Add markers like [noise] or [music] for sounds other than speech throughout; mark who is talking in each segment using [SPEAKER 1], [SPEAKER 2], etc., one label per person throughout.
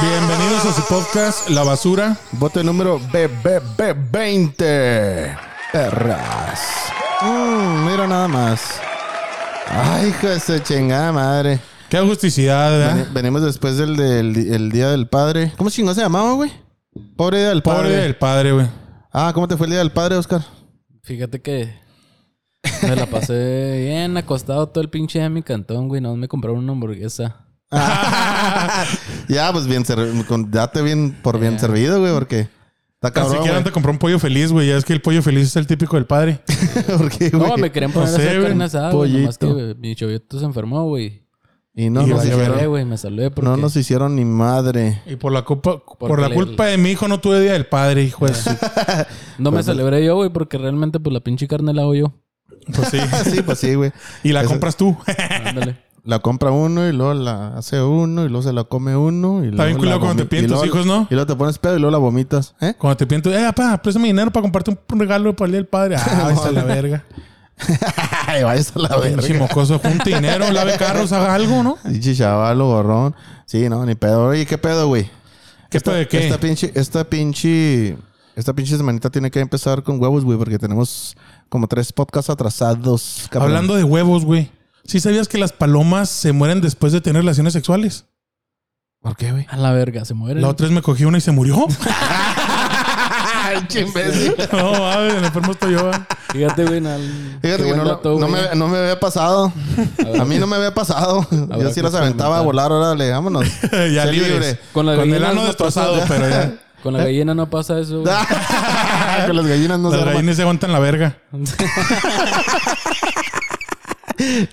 [SPEAKER 1] Bienvenidos a su podcast La Basura.
[SPEAKER 2] Bote número BBB20. Perras. Mm, mira nada más. Ay, hijo de su chingada madre.
[SPEAKER 1] Qué agusticidad, ¿verdad?
[SPEAKER 2] Veni- Venimos después del, del- el Día del Padre. ¿Cómo chingón se llamaba, güey? Pobre Día del Padre.
[SPEAKER 1] Pobre del padre, güey.
[SPEAKER 2] Ah, ¿cómo te fue el Día del Padre, Oscar?
[SPEAKER 3] Fíjate que me la pasé bien acostado todo el pinche día en mi cantón, güey. No me compraron una hamburguesa.
[SPEAKER 1] [laughs]
[SPEAKER 2] Ya, pues bien, ser- con- date bien por bien servido, güey, porque está
[SPEAKER 1] Tan
[SPEAKER 2] cabrón.
[SPEAKER 1] siquiera
[SPEAKER 2] güey.
[SPEAKER 1] te compró un pollo feliz, güey. Ya es que el pollo feliz es el típico del padre.
[SPEAKER 2] [laughs] ¿Por qué, güey?
[SPEAKER 3] No, me querían poner
[SPEAKER 1] No
[SPEAKER 3] a
[SPEAKER 1] sé,
[SPEAKER 3] hacer
[SPEAKER 1] güey.
[SPEAKER 3] carne asada, güey. Nomás que
[SPEAKER 2] Pollito.
[SPEAKER 3] güey, mi chovito se enfermó, güey.
[SPEAKER 2] Y no,
[SPEAKER 1] Y valió
[SPEAKER 2] nos
[SPEAKER 3] Me salvé,
[SPEAKER 2] hicieron,
[SPEAKER 1] verga.
[SPEAKER 3] güey. Me salvé porque...
[SPEAKER 2] no nos hicieron ni madre.
[SPEAKER 1] Y por la culpa, por la
[SPEAKER 3] le-
[SPEAKER 1] culpa de mi hijo no tuve día del padre, hijo
[SPEAKER 2] Ah.
[SPEAKER 1] de su-
[SPEAKER 3] No
[SPEAKER 2] Pues,
[SPEAKER 3] me celebré yo, güey, porque realmente pues la pinche carne la hago yo.
[SPEAKER 1] Pues sí.
[SPEAKER 2] sí, pues sí, güey.
[SPEAKER 1] Y la
[SPEAKER 2] Eso-
[SPEAKER 1] compras tú. [laughs]
[SPEAKER 3] Ándale.
[SPEAKER 2] La compra uno y luego la hace uno y luego se la come uno. Y
[SPEAKER 1] Está bien
[SPEAKER 2] luego
[SPEAKER 1] culero
[SPEAKER 2] la
[SPEAKER 1] cuando te
[SPEAKER 2] vomi-
[SPEAKER 1] piden
[SPEAKER 2] y
[SPEAKER 1] tus
[SPEAKER 2] luego-
[SPEAKER 1] hijos, ¿no?
[SPEAKER 2] Y luego te pones pedo y luego la vomitas. ¿Eh? [laughs]
[SPEAKER 1] Cuando te piden, tu- eh, papá, préstame dinero para comprarte un- un regalo para el día del padre.
[SPEAKER 2] [laughs]
[SPEAKER 1] Ah, está la verga.
[SPEAKER 2] Ay, vayas a la verga.
[SPEAKER 1] Pinche mocoso, junte
[SPEAKER 2] [laughs]
[SPEAKER 1] dinero, lave carros, haga algo, ¿no?
[SPEAKER 2] Pinche chavalo, gorrón. Sí, no, ni pedo. Oye, ¿qué pedo, güey?
[SPEAKER 1] ¿Qué pedo de qué?
[SPEAKER 2] Esta pinche, esta pinche, esta pinche semanita tiene que empezar con huevos, güey, porque tenemos como tres podcasts atrasados. cabrón.
[SPEAKER 1] Hablando de huevos, güey. ¿Sí sabías que las palomas se mueren después de tener relaciones sexuales?
[SPEAKER 2] ¿Por qué, güey?
[SPEAKER 3] A la verga, se muere.
[SPEAKER 1] La otra vez me cogí una y se [laughs] murió.
[SPEAKER 2] Ay, che, imbécil.
[SPEAKER 1] No, mames, el enfermo estoy yo. ah.
[SPEAKER 3] Fíjate, güey. No,
[SPEAKER 2] Fíjate que no, lo- no me, no me había pasado. [laughs] A mí no me había pasado. Yo
[SPEAKER 3] Habrá
[SPEAKER 2] sí
[SPEAKER 3] que
[SPEAKER 2] las aventaba a volar. Órale, vámonos.
[SPEAKER 1] [laughs] [laughs] ya
[SPEAKER 2] Sé
[SPEAKER 1] libres.
[SPEAKER 2] libre.
[SPEAKER 3] Con las
[SPEAKER 1] Con el
[SPEAKER 3] gallinas
[SPEAKER 1] ano
[SPEAKER 3] no
[SPEAKER 1] destrozado,
[SPEAKER 3] pasa,
[SPEAKER 1] pero
[SPEAKER 2] [laughs]
[SPEAKER 1] ya.
[SPEAKER 3] Con
[SPEAKER 2] Eh.
[SPEAKER 3] la gallina no pasa eso,
[SPEAKER 1] [laughs]
[SPEAKER 2] Ah,
[SPEAKER 3] [laughs] güey.
[SPEAKER 2] Con las gallinas no se
[SPEAKER 1] Las
[SPEAKER 2] arma.
[SPEAKER 1] gallinas se aguantan la verga.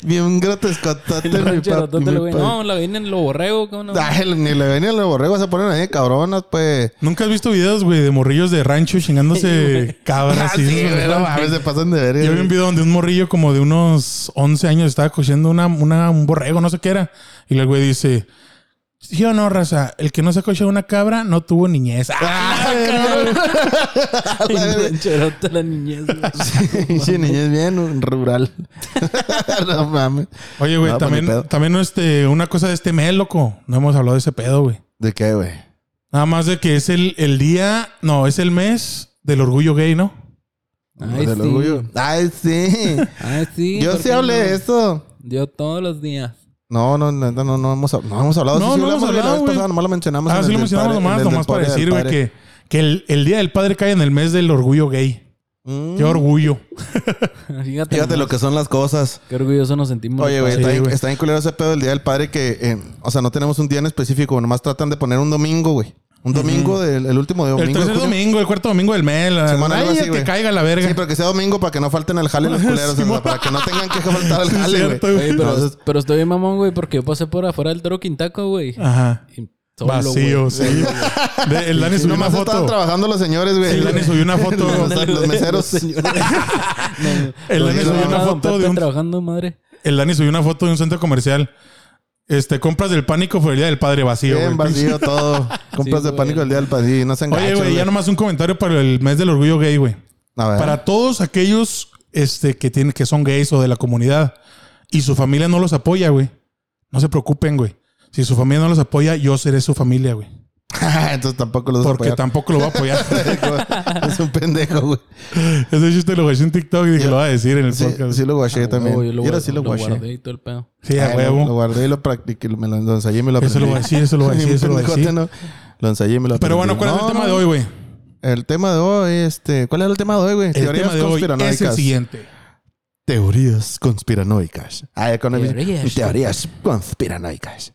[SPEAKER 2] Bien
[SPEAKER 3] [laughs]
[SPEAKER 2] grotescotote, [laughs]
[SPEAKER 3] El
[SPEAKER 2] mi
[SPEAKER 3] ranchero,
[SPEAKER 2] papi.
[SPEAKER 3] tótelo,
[SPEAKER 2] mi
[SPEAKER 3] güey.
[SPEAKER 2] papi.
[SPEAKER 3] No, la gallina en lo borrego, ¿cómo no? [laughs]
[SPEAKER 2] Ay, ni le venía los borregos se ponen ahí cabronas, pues.
[SPEAKER 1] ¿Nunca has visto videos, güey, de morrillos de rancho chingándose
[SPEAKER 2] [laughs]
[SPEAKER 1] cabras? y
[SPEAKER 2] Ah, Sí, güey, no mames, se pasan de verga.
[SPEAKER 1] Yo vi un video donde un morrillo como de unos 11 años estaba cogiendo una, una, un borrego, no sé qué era. Y el güey dice, sí o no, raza, el que no se cogió una cabra no tuvo niñez. ¡Ah!
[SPEAKER 3] El rancherote, la
[SPEAKER 2] [laughs]
[SPEAKER 3] niñez, güey.
[SPEAKER 2] Pinche niñez bien rural. [laughs] no mames.
[SPEAKER 1] Oye, güey,
[SPEAKER 2] No, pues,
[SPEAKER 1] también,
[SPEAKER 2] ni pedo.
[SPEAKER 1] también este, una cosa de este mes, loco. No hemos hablado de ese pedo, güey.
[SPEAKER 2] ¿De qué, güey?
[SPEAKER 1] Nada más de que es el, el día, no, es el mes del orgullo gay, ¿no?
[SPEAKER 3] Ay,
[SPEAKER 2] Del
[SPEAKER 3] sí.
[SPEAKER 2] orgullo. Ay, sí.
[SPEAKER 3] Ay, Ah, sí.
[SPEAKER 2] Yo
[SPEAKER 3] ¿por
[SPEAKER 2] sí
[SPEAKER 3] qué
[SPEAKER 2] hablé
[SPEAKER 3] no?
[SPEAKER 2] de esto.
[SPEAKER 3] Yo todos los días. [laughs]
[SPEAKER 2] No, no, no, no, no hemos, hab- no hemos hablado.
[SPEAKER 1] No,
[SPEAKER 2] Sí, sí
[SPEAKER 1] no hemos
[SPEAKER 2] hablamos la
[SPEAKER 1] hablado,
[SPEAKER 2] vez
[SPEAKER 1] güey.
[SPEAKER 2] pasada, nomás lo mencionamos.
[SPEAKER 1] Ah,
[SPEAKER 2] en
[SPEAKER 1] sí lo
[SPEAKER 2] el del
[SPEAKER 1] mencionamos
[SPEAKER 2] padre, en
[SPEAKER 1] nomás,
[SPEAKER 2] el del
[SPEAKER 1] nomás para
[SPEAKER 2] padre, del
[SPEAKER 1] decir, güey,
[SPEAKER 2] padre.
[SPEAKER 1] que, que el, el día del padre cae en el mes del orgullo gay.
[SPEAKER 2] Mm.
[SPEAKER 1] Qué orgullo.
[SPEAKER 3] Fíjate.
[SPEAKER 2] Fíjate lo
[SPEAKER 3] nomás,
[SPEAKER 2] que son las cosas.
[SPEAKER 3] Qué orgulloso nos sentimos. pues.
[SPEAKER 2] Oye, güey,
[SPEAKER 1] pues Sí,
[SPEAKER 2] está, bien-
[SPEAKER 1] güey.
[SPEAKER 2] está bien culero ese pedo del Día del Padre que, eh, o sea, no tenemos un día en específico, nomás tratan de poner un domingo, güey. Un domingo del el último domingo.
[SPEAKER 1] el
[SPEAKER 2] de
[SPEAKER 1] tercer
[SPEAKER 2] junio.
[SPEAKER 1] domingo, el cuarto domingo del mes. La,
[SPEAKER 2] Simón,
[SPEAKER 1] ay,
[SPEAKER 2] algo así,
[SPEAKER 1] ya que
[SPEAKER 2] güey.
[SPEAKER 1] caiga la verga.
[SPEAKER 2] Sí, pero que sea domingo para que no falten al jale
[SPEAKER 1] [laughs]
[SPEAKER 2] los culeros, o
[SPEAKER 1] Simón.
[SPEAKER 2] sea, para que no tengan que faltar al
[SPEAKER 1] Sí, es
[SPEAKER 2] jale, güey.
[SPEAKER 1] cierto, güey.
[SPEAKER 3] Oye, pero,
[SPEAKER 2] Entonces-
[SPEAKER 3] pero estoy bien mamón, güey, porque yo pasé por afuera del Toro Quintaco, güey.
[SPEAKER 2] Ah,
[SPEAKER 1] Ajá.
[SPEAKER 3] Y solo,
[SPEAKER 1] Vacío,
[SPEAKER 3] güey.
[SPEAKER 1] sí. De- el Dani
[SPEAKER 2] Sí,
[SPEAKER 1] subió una
[SPEAKER 2] nomás estaban
[SPEAKER 1] foto.
[SPEAKER 2] trabajando los señores, güey.
[SPEAKER 1] El Dani
[SPEAKER 2] [laughs]
[SPEAKER 1] subió una foto.
[SPEAKER 2] Los- los
[SPEAKER 3] [laughs]
[SPEAKER 2] meseros.
[SPEAKER 1] El Dani
[SPEAKER 2] Los-
[SPEAKER 1] subió una
[SPEAKER 3] Ah, don
[SPEAKER 1] foto
[SPEAKER 3] Pepe
[SPEAKER 1] de un
[SPEAKER 3] trabajando, madre.
[SPEAKER 1] El Dani subió una foto de un centro comercial. Este, compras del pánico por el día del padre vacío.
[SPEAKER 2] Bien
[SPEAKER 1] güey.
[SPEAKER 2] vacío todo. Compras
[SPEAKER 3] Sí,
[SPEAKER 2] de
[SPEAKER 3] güey.
[SPEAKER 2] pánico el día del padre. No se
[SPEAKER 1] Oye,
[SPEAKER 2] enganchen,
[SPEAKER 1] güey, ya nomás un comentario para el mes del orgullo gay, güey.
[SPEAKER 2] A ver.
[SPEAKER 1] Para todos aquellos este, que, tienen, que son gays o de la comunidad y su familia no los apoya, güey. No se preocupen, güey. Si su familia no los apoya, yo seré su familia, güey.
[SPEAKER 2] [laughs] Entonces tampoco los
[SPEAKER 1] Porque
[SPEAKER 2] voy a apoyar.
[SPEAKER 1] tampoco lo va a apoyar.
[SPEAKER 2] [laughs] Es un pendejo, güey.
[SPEAKER 1] Ese chiste lo guaché en TikTok y dije, lo va a decir en el
[SPEAKER 2] Sí,
[SPEAKER 1] podcast.
[SPEAKER 2] sí lo guaché también.
[SPEAKER 3] Güey, Ah, yo
[SPEAKER 2] Yo sí lo guaché.
[SPEAKER 3] guardé y todo el pedo.
[SPEAKER 1] Sí, a
[SPEAKER 2] Ah,
[SPEAKER 1] huevo.
[SPEAKER 2] Lo, lo guardé y lo practiqué, lo- me lo lo ensayé y me lo aprendí.
[SPEAKER 1] Eso lo voy a decir,
[SPEAKER 2] [laughs]
[SPEAKER 1] eso lo voy a decir, eso lo voy a
[SPEAKER 2] Pendejote,
[SPEAKER 1] decir.
[SPEAKER 2] ¿no? Lo ensayé y me lo aprendí.
[SPEAKER 1] Pero bueno, ¿cuál es
[SPEAKER 2] No,
[SPEAKER 1] el tema
[SPEAKER 2] no,
[SPEAKER 1] de hoy, güey?
[SPEAKER 2] El tema de hoy, este... ¿Cuál es el tema de hoy, güey?
[SPEAKER 1] El tema de hoy es el siguiente.
[SPEAKER 2] Teorías conspiranoicas. Ah, con el-
[SPEAKER 3] Teorías.
[SPEAKER 2] Teorías conspiranoicas.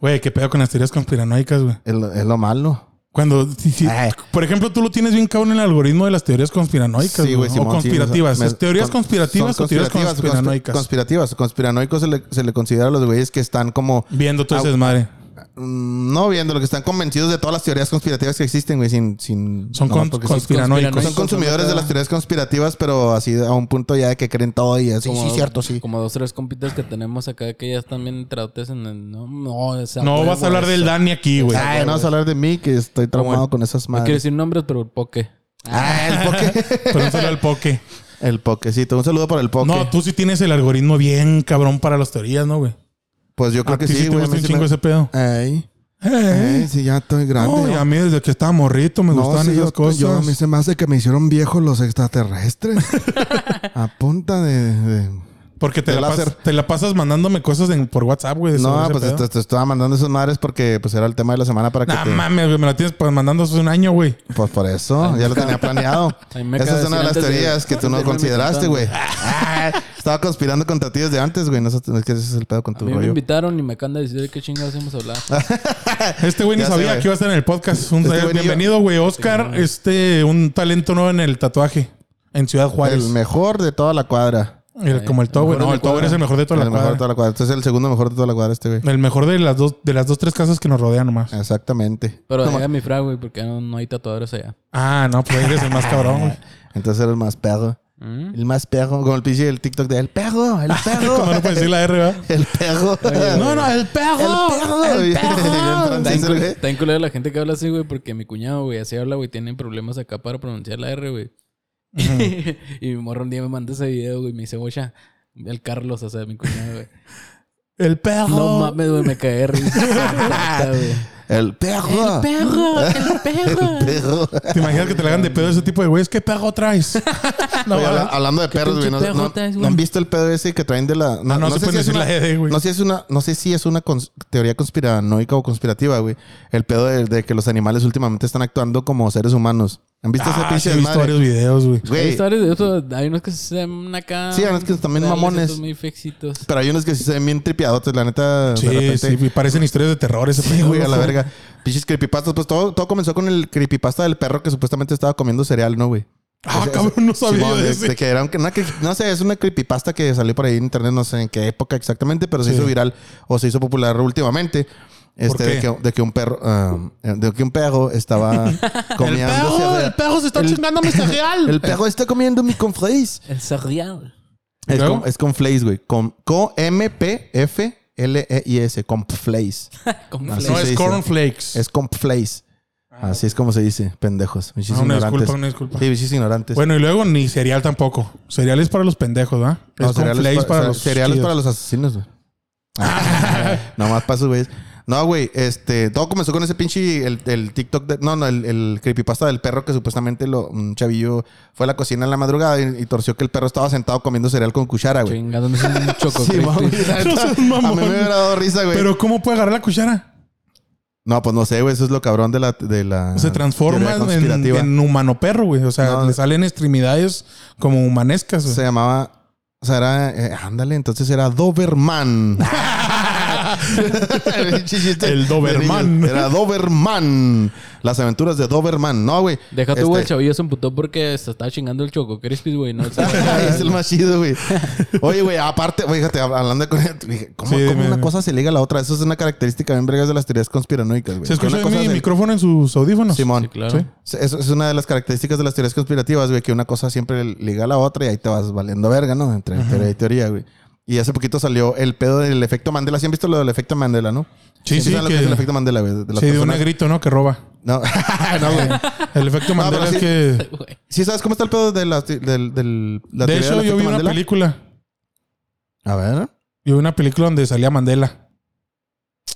[SPEAKER 1] Güey, qué pedo con las teorías conspiranoicas, güey.
[SPEAKER 2] Es lo, es lo malo. Ah.
[SPEAKER 1] Cuando, si- si-
[SPEAKER 2] Ay.
[SPEAKER 1] por ejemplo, tú lo tienes bien cabrón en el algoritmo de las teorías conspiranoicas
[SPEAKER 2] Sí, güey,
[SPEAKER 1] güey, o
[SPEAKER 2] Simón, sí,
[SPEAKER 1] conspirativas.
[SPEAKER 2] me-
[SPEAKER 1] ¿Es teorías
[SPEAKER 2] con-
[SPEAKER 1] conspirativas
[SPEAKER 2] son
[SPEAKER 1] o teorías
[SPEAKER 2] conspirativas, conspi-
[SPEAKER 1] conspiranoicas?
[SPEAKER 2] Conspirativas. Conspiranoicos se le, se le considera a los güeyes que están como...
[SPEAKER 1] Viendo todo
[SPEAKER 2] Ah,
[SPEAKER 1] ese desmadre.
[SPEAKER 2] mm, No viendo lo que están convencidos de todas las teorías conspirativas que existen, güey, sin... sin
[SPEAKER 1] Son
[SPEAKER 2] nomás
[SPEAKER 1] con-
[SPEAKER 2] porque
[SPEAKER 1] conspiranoicos.
[SPEAKER 2] Son consumidores de las teorías conspirativas, pero así a un punto ya de que creen todo y es como... Sí, cierto, sí.
[SPEAKER 3] Como dos, tres compitas que tenemos acá que ya están bien trautes en el... No, no, esa
[SPEAKER 1] No
[SPEAKER 3] huevo,
[SPEAKER 1] vas a hablar del
[SPEAKER 3] esa.
[SPEAKER 1] Dani aquí, güey.
[SPEAKER 2] Ay, no vas a hablar de mí, que estoy traumado con esas
[SPEAKER 3] No quiero
[SPEAKER 2] madres.
[SPEAKER 3] decir nombres, pero el poke.
[SPEAKER 2] Ah, el
[SPEAKER 1] [laughs]
[SPEAKER 2] poke.
[SPEAKER 1] Pero no solo al poke.
[SPEAKER 2] el pokecito. Un saludo para el poke.
[SPEAKER 1] No, tú sí tienes el algoritmo bien cabrón para las teorías, ¿no, güey?
[SPEAKER 2] pues yo creo
[SPEAKER 1] A
[SPEAKER 2] que
[SPEAKER 1] ti
[SPEAKER 2] sí,
[SPEAKER 1] te
[SPEAKER 2] güey. a
[SPEAKER 1] gusta
[SPEAKER 2] mí [laughs]
[SPEAKER 1] un
[SPEAKER 2] sí
[SPEAKER 1] chingo
[SPEAKER 2] me-
[SPEAKER 1] ese pedo.
[SPEAKER 2] Ay.
[SPEAKER 1] Hey.
[SPEAKER 2] Eh, sí, ya estoy grande.
[SPEAKER 1] No, y a mí desde que estaba morrito me
[SPEAKER 2] No,
[SPEAKER 1] gustaban
[SPEAKER 2] sí,
[SPEAKER 1] esas
[SPEAKER 2] yo-
[SPEAKER 1] cosas.
[SPEAKER 2] Yo, a mí se me hace que me hicieron viejos
[SPEAKER 1] [laughs]
[SPEAKER 2] los extraterrestres. a punta de- de
[SPEAKER 1] Porque te
[SPEAKER 2] de
[SPEAKER 1] la, pas-
[SPEAKER 2] láser.
[SPEAKER 1] te la pasas mandándome cosas en- por WhatsApp, güey. de sobre
[SPEAKER 2] No,
[SPEAKER 1] ese
[SPEAKER 2] pues
[SPEAKER 1] pedo.
[SPEAKER 2] te, te estaba mandando esas madres porque pues era el tema de la semana para que
[SPEAKER 1] Nah,
[SPEAKER 2] te...
[SPEAKER 1] mames, güey, me la tienes pues, mandando hace un año, güey.
[SPEAKER 2] Pues por eso,
[SPEAKER 3] Ay,
[SPEAKER 2] ya
[SPEAKER 3] me
[SPEAKER 2] lo
[SPEAKER 3] acaba-
[SPEAKER 2] tenía planeado.
[SPEAKER 3] Ay, me
[SPEAKER 2] Esa
[SPEAKER 3] acaba
[SPEAKER 2] es
[SPEAKER 3] de
[SPEAKER 2] una de las
[SPEAKER 3] decir antes de-
[SPEAKER 2] teorías que tú no
[SPEAKER 3] de irme
[SPEAKER 2] consideraste,
[SPEAKER 3] invitando.
[SPEAKER 2] güey. Ah, [laughs] Estaba conspirando contra ti desde antes, güey. No sé, es que ese es el pedo con
[SPEAKER 3] A
[SPEAKER 2] tu
[SPEAKER 3] mí me
[SPEAKER 2] rollo. Ah,
[SPEAKER 3] invitaron y me acaban de decir de qué chingados hemos hablado.
[SPEAKER 1] Este güey ni
[SPEAKER 2] Ya sé,
[SPEAKER 1] sabía
[SPEAKER 2] güey.
[SPEAKER 1] que iba a estar en el podcast. Un-
[SPEAKER 2] Este güey ni yo-
[SPEAKER 1] bienvenido, güey. Oscar, este, un talento nuevo en el tatuaje. En Ciudad Juárez.
[SPEAKER 2] El mejor de toda la cuadra.
[SPEAKER 1] El- como el Tower.
[SPEAKER 3] mejor de
[SPEAKER 1] No,
[SPEAKER 3] la
[SPEAKER 1] el Tower
[SPEAKER 3] cuadra.
[SPEAKER 1] es el mejor de toda
[SPEAKER 2] el
[SPEAKER 1] la
[SPEAKER 2] mejor de
[SPEAKER 1] cuadra.
[SPEAKER 2] toda la cuadra. Entonces es el segundo mejor de toda la cuadra este, güey.
[SPEAKER 1] El mejor de las dos, de las dos, tres casas que nos rodean nomás.
[SPEAKER 2] Exactamente.
[SPEAKER 3] Pero
[SPEAKER 2] Toma.
[SPEAKER 3] allá mi frag, güey, porque no, no hay tatuadores allá.
[SPEAKER 1] Ah, no, pues eres el más cabrón, güey.
[SPEAKER 2] Entonces era el más perro. El más perro. Con el pinche del TikTok de El perro, el perro.
[SPEAKER 1] Como no puedes decir la R, ¿verdad?
[SPEAKER 2] [laughs] El perro.
[SPEAKER 1] No, no, el perro.
[SPEAKER 2] [laughs] El perro.
[SPEAKER 3] Está
[SPEAKER 2] Bien francés,
[SPEAKER 3] incul-
[SPEAKER 2] güey.
[SPEAKER 3] está inculero la gente que habla así, güey, porque mi cuñado, güey, así habla, güey, tienen problemas acá para pronunciar la R, güey. [laughs] y mi morro un día me manda ese video, güey, y me dice, bocha, el Carlos, o sea, mi
[SPEAKER 2] [laughs]
[SPEAKER 3] cuñado, güey.
[SPEAKER 1] El perro.
[SPEAKER 3] No mames, güey, me caí de risa. Puta, güey.
[SPEAKER 2] El perro.
[SPEAKER 3] perro, el
[SPEAKER 2] Ah. [laughs] El
[SPEAKER 1] [laughs]
[SPEAKER 2] perro.
[SPEAKER 1] ¿Te imaginas que te le hagan de pedo ese tipo de güeyes? ¿Qué perro traes? [laughs] No,
[SPEAKER 2] Oye, ah, habla-
[SPEAKER 1] ¿verdad?
[SPEAKER 2] hablando de perros, güey.
[SPEAKER 3] pinche
[SPEAKER 2] No,
[SPEAKER 3] perro
[SPEAKER 2] no-
[SPEAKER 3] traes,
[SPEAKER 2] ¿no
[SPEAKER 3] güey?
[SPEAKER 2] han visto el pedo ese que traen de la. No,
[SPEAKER 1] Ah, no se
[SPEAKER 2] sé
[SPEAKER 1] pueden
[SPEAKER 2] si es
[SPEAKER 1] decir
[SPEAKER 2] una-
[SPEAKER 1] la E, güey.
[SPEAKER 2] No sé si es una, no sé si es una cons- teoría conspiranoica o conspirativa, güey. El pedo de, de que los animales últimamente están actuando como seres humanos. ¿Han visto ese
[SPEAKER 1] Ah, sí,
[SPEAKER 2] pinche
[SPEAKER 1] he visto
[SPEAKER 2] desmadre?
[SPEAKER 1] varios videos, güey.
[SPEAKER 3] Hay
[SPEAKER 2] Güey.
[SPEAKER 3] historias de eso, hay unos que se ven acá.
[SPEAKER 2] Sí, hay unos que también
[SPEAKER 3] reales,
[SPEAKER 2] mamones.
[SPEAKER 3] otros Muy fexitos.
[SPEAKER 2] Pero hay unos que sí se ven bien tripiadotes, la neta.
[SPEAKER 1] Sí,
[SPEAKER 2] de repente,
[SPEAKER 1] sí, güey, parecen historias de terror ese
[SPEAKER 2] Sí,
[SPEAKER 1] pedo,
[SPEAKER 2] güey, a la
[SPEAKER 1] loco.
[SPEAKER 2] verga. Pinches creepypastas. Pues todo, todo comenzó con el creepypasta del perro que supuestamente estaba comiendo cereal, ¿no, güey?
[SPEAKER 1] Ah, cabrón, no [laughs] sabía
[SPEAKER 2] Simón,
[SPEAKER 1] de
[SPEAKER 2] de,
[SPEAKER 1] ese.
[SPEAKER 2] de que era un- una cre- no sé, es una creepypasta que salió por ahí en internet, no sé en qué época exactamente, pero se
[SPEAKER 1] Sí.
[SPEAKER 2] hizo viral o se hizo popular últimamente. Este,
[SPEAKER 1] qué?
[SPEAKER 2] De, que, de que un perro, ah, de que un
[SPEAKER 1] [laughs]
[SPEAKER 2] perro estaba comiendo. cereal.
[SPEAKER 1] Oh, perro se está chingando mi cereal.
[SPEAKER 2] [laughs] El perro está comiendo mi conflays.
[SPEAKER 3] El sarrial.
[SPEAKER 1] ¿Y
[SPEAKER 2] Es
[SPEAKER 1] luego?
[SPEAKER 2] con, es con flays, güey. Con, con M P F L E I S, con flays.
[SPEAKER 3] Como
[SPEAKER 2] Así
[SPEAKER 3] fle-
[SPEAKER 1] No
[SPEAKER 2] se
[SPEAKER 1] es
[SPEAKER 2] dice.
[SPEAKER 1] cornflakes.
[SPEAKER 2] Es con flays. Así es como se dice, pendejos. Pinches
[SPEAKER 1] Ah, una
[SPEAKER 2] ignorantes.
[SPEAKER 1] disculpa, una disculpa.
[SPEAKER 2] Sí, bichis ignorantes.
[SPEAKER 1] Bueno, y luego ni cereal tampoco. Cereal es para los pendejos, ¿verdad?
[SPEAKER 2] No,
[SPEAKER 1] es
[SPEAKER 2] cereales
[SPEAKER 1] cornflakes
[SPEAKER 2] para,
[SPEAKER 1] para,
[SPEAKER 2] o sea,
[SPEAKER 1] los
[SPEAKER 2] cereales
[SPEAKER 1] chidos.
[SPEAKER 2] para los asesinos, güey. Ah,
[SPEAKER 1] [laughs]
[SPEAKER 2] Nomás para esos güeyes. No, güey, este, todo comenzó con ese pinche el, el TikTok de, no, no, el, el creepypasta del perro que supuestamente lo, un chavillo fue a la cocina en la madrugada y, y torció que el perro estaba sentado comiendo cereal con cuchara, güey.
[SPEAKER 3] Chingado, no es un choco.
[SPEAKER 2] Sí, [laughs] mami, la
[SPEAKER 1] No
[SPEAKER 2] neta,
[SPEAKER 1] seas mamón.
[SPEAKER 2] a mí me hubiera dado risa, güey.
[SPEAKER 1] Pero ¿cómo puede agarrar la cuchara?
[SPEAKER 2] No, pues no sé, güey, eso es lo cabrón de la de la
[SPEAKER 1] Se transforma
[SPEAKER 2] Ah, teoría
[SPEAKER 1] en,
[SPEAKER 2] conspirativa.
[SPEAKER 1] en humano perro, güey. O sea,
[SPEAKER 2] No.
[SPEAKER 1] le salen extremidades como humanescas. güey.
[SPEAKER 2] se llamaba o sea, era, eh, ándale, entonces era
[SPEAKER 1] [laughs]
[SPEAKER 2] Doberman. El pinche chiste
[SPEAKER 1] El
[SPEAKER 2] de
[SPEAKER 1] Doberman.
[SPEAKER 2] niños. Era Doberman. Las aventuras de Doberman. No, güey.
[SPEAKER 3] Deja tu
[SPEAKER 2] Este,
[SPEAKER 3] güey, el chavillo se emputó porque se estaba chingando el choco crispy, güey. No,
[SPEAKER 2] [laughs] es el más chido, güey. Oye, güey, aparte, güey, fíjate, hab- hablando de... dije, ¿Cómo,
[SPEAKER 1] Sí,
[SPEAKER 2] cómo
[SPEAKER 1] dime,
[SPEAKER 2] una
[SPEAKER 1] dime.
[SPEAKER 2] cosa se liga a la otra? Eso es una característica bien vergas de las teorías conspiranoicas,
[SPEAKER 1] [laughs]
[SPEAKER 2] güey.
[SPEAKER 1] ¿Se
[SPEAKER 2] Que
[SPEAKER 1] escucha
[SPEAKER 2] una cosa
[SPEAKER 1] mi
[SPEAKER 2] se-
[SPEAKER 1] micrófono en sus audífonos?
[SPEAKER 2] Simón.
[SPEAKER 3] Sí, claro.
[SPEAKER 2] Se- Eso es una de las características de las teorías conspirativas, güey, que una cosa siempre liga a la otra y ahí te vas valiendo verga, ¿no? Entre teoría y teoría, güey. Y hace poquito salió el pedo del efecto Mandela. ¿Sí han visto lo del efecto Mandela, no?
[SPEAKER 1] Sí, sí,
[SPEAKER 2] saben lo
[SPEAKER 1] que-
[SPEAKER 2] que es el efecto Mandela, güey. De las
[SPEAKER 1] Sí, de un
[SPEAKER 2] personas-
[SPEAKER 1] negrito, ¿no? Que roba.
[SPEAKER 2] No, [laughs] no, güey.
[SPEAKER 1] El efecto
[SPEAKER 2] [laughs] No,
[SPEAKER 1] Mandela
[SPEAKER 2] pero
[SPEAKER 1] es
[SPEAKER 2] sí-
[SPEAKER 1] que...
[SPEAKER 3] güey.
[SPEAKER 2] ¿Sí sabes cómo está el pedo de la, del, del- la
[SPEAKER 1] De
[SPEAKER 2] teoría
[SPEAKER 1] hecho,
[SPEAKER 2] del
[SPEAKER 1] yo
[SPEAKER 2] efecto
[SPEAKER 1] vi una
[SPEAKER 2] Mandela?
[SPEAKER 1] película.
[SPEAKER 2] A ver.
[SPEAKER 1] Yo vi una película donde salía Mandela.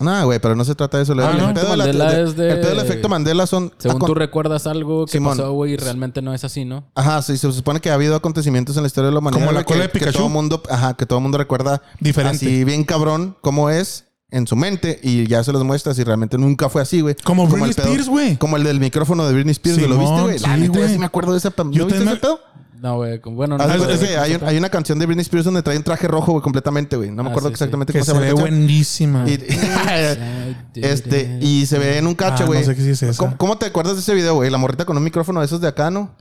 [SPEAKER 2] No, güey, pero no se trata de eso. El-
[SPEAKER 1] Ah,
[SPEAKER 2] el,
[SPEAKER 1] no.
[SPEAKER 2] pedo de la-
[SPEAKER 3] Mandela
[SPEAKER 2] de-
[SPEAKER 3] es de-
[SPEAKER 2] el pedo del efecto Mandela son...
[SPEAKER 3] Según
[SPEAKER 2] acon-
[SPEAKER 3] tú recuerdas algo que
[SPEAKER 2] Ah, Simón.
[SPEAKER 3] pasó, güey, y realmente no es así, ¿no?
[SPEAKER 2] Ajá, sí, se supone que ha habido acontecimientos en la historia de la humanidad.
[SPEAKER 1] Como la
[SPEAKER 2] güey, que-
[SPEAKER 1] cola de
[SPEAKER 2] Que
[SPEAKER 1] Pikachu.
[SPEAKER 2] todo mundo, ajá, que todo mundo recuerda
[SPEAKER 1] Diferente.
[SPEAKER 2] así bien cabrón cómo es en su mente y ya se los muestras y realmente nunca fue así, güey.
[SPEAKER 1] Como Britney
[SPEAKER 2] el pedo-
[SPEAKER 1] Spears, güey.
[SPEAKER 2] Como el del micrófono de Britney Spears, güey, ¿lo
[SPEAKER 1] Simón,
[SPEAKER 2] viste, güey? La
[SPEAKER 1] sí,
[SPEAKER 2] neta, yo
[SPEAKER 1] güey.
[SPEAKER 2] sí me acuerdo de esa... pam-
[SPEAKER 1] Yo
[SPEAKER 2] ¿No viste
[SPEAKER 1] también
[SPEAKER 2] ese pedo?
[SPEAKER 3] No, güey, como- bueno, no.
[SPEAKER 2] Haz de
[SPEAKER 1] Ah,
[SPEAKER 2] cuenta
[SPEAKER 1] es-
[SPEAKER 2] que hay, un- hay una canción de Britney Spears donde trae un traje rojo, güey, completamente, güey. No me
[SPEAKER 3] Ah,
[SPEAKER 2] acuerdo
[SPEAKER 3] sí, sí.
[SPEAKER 2] exactamente
[SPEAKER 1] Que
[SPEAKER 2] cómo
[SPEAKER 1] se
[SPEAKER 2] llama la
[SPEAKER 1] ve
[SPEAKER 2] canción.
[SPEAKER 1] buenísima. [laughs]
[SPEAKER 2] Y- [laughs] este, y se ve en un cacho,
[SPEAKER 1] Ah,
[SPEAKER 2] güey.
[SPEAKER 1] no sé qué sí es esa.
[SPEAKER 2] ¿Cómo, cómo te acuerdas de ese video, güey? La morrita con un micrófono de esos de acá, ¿no?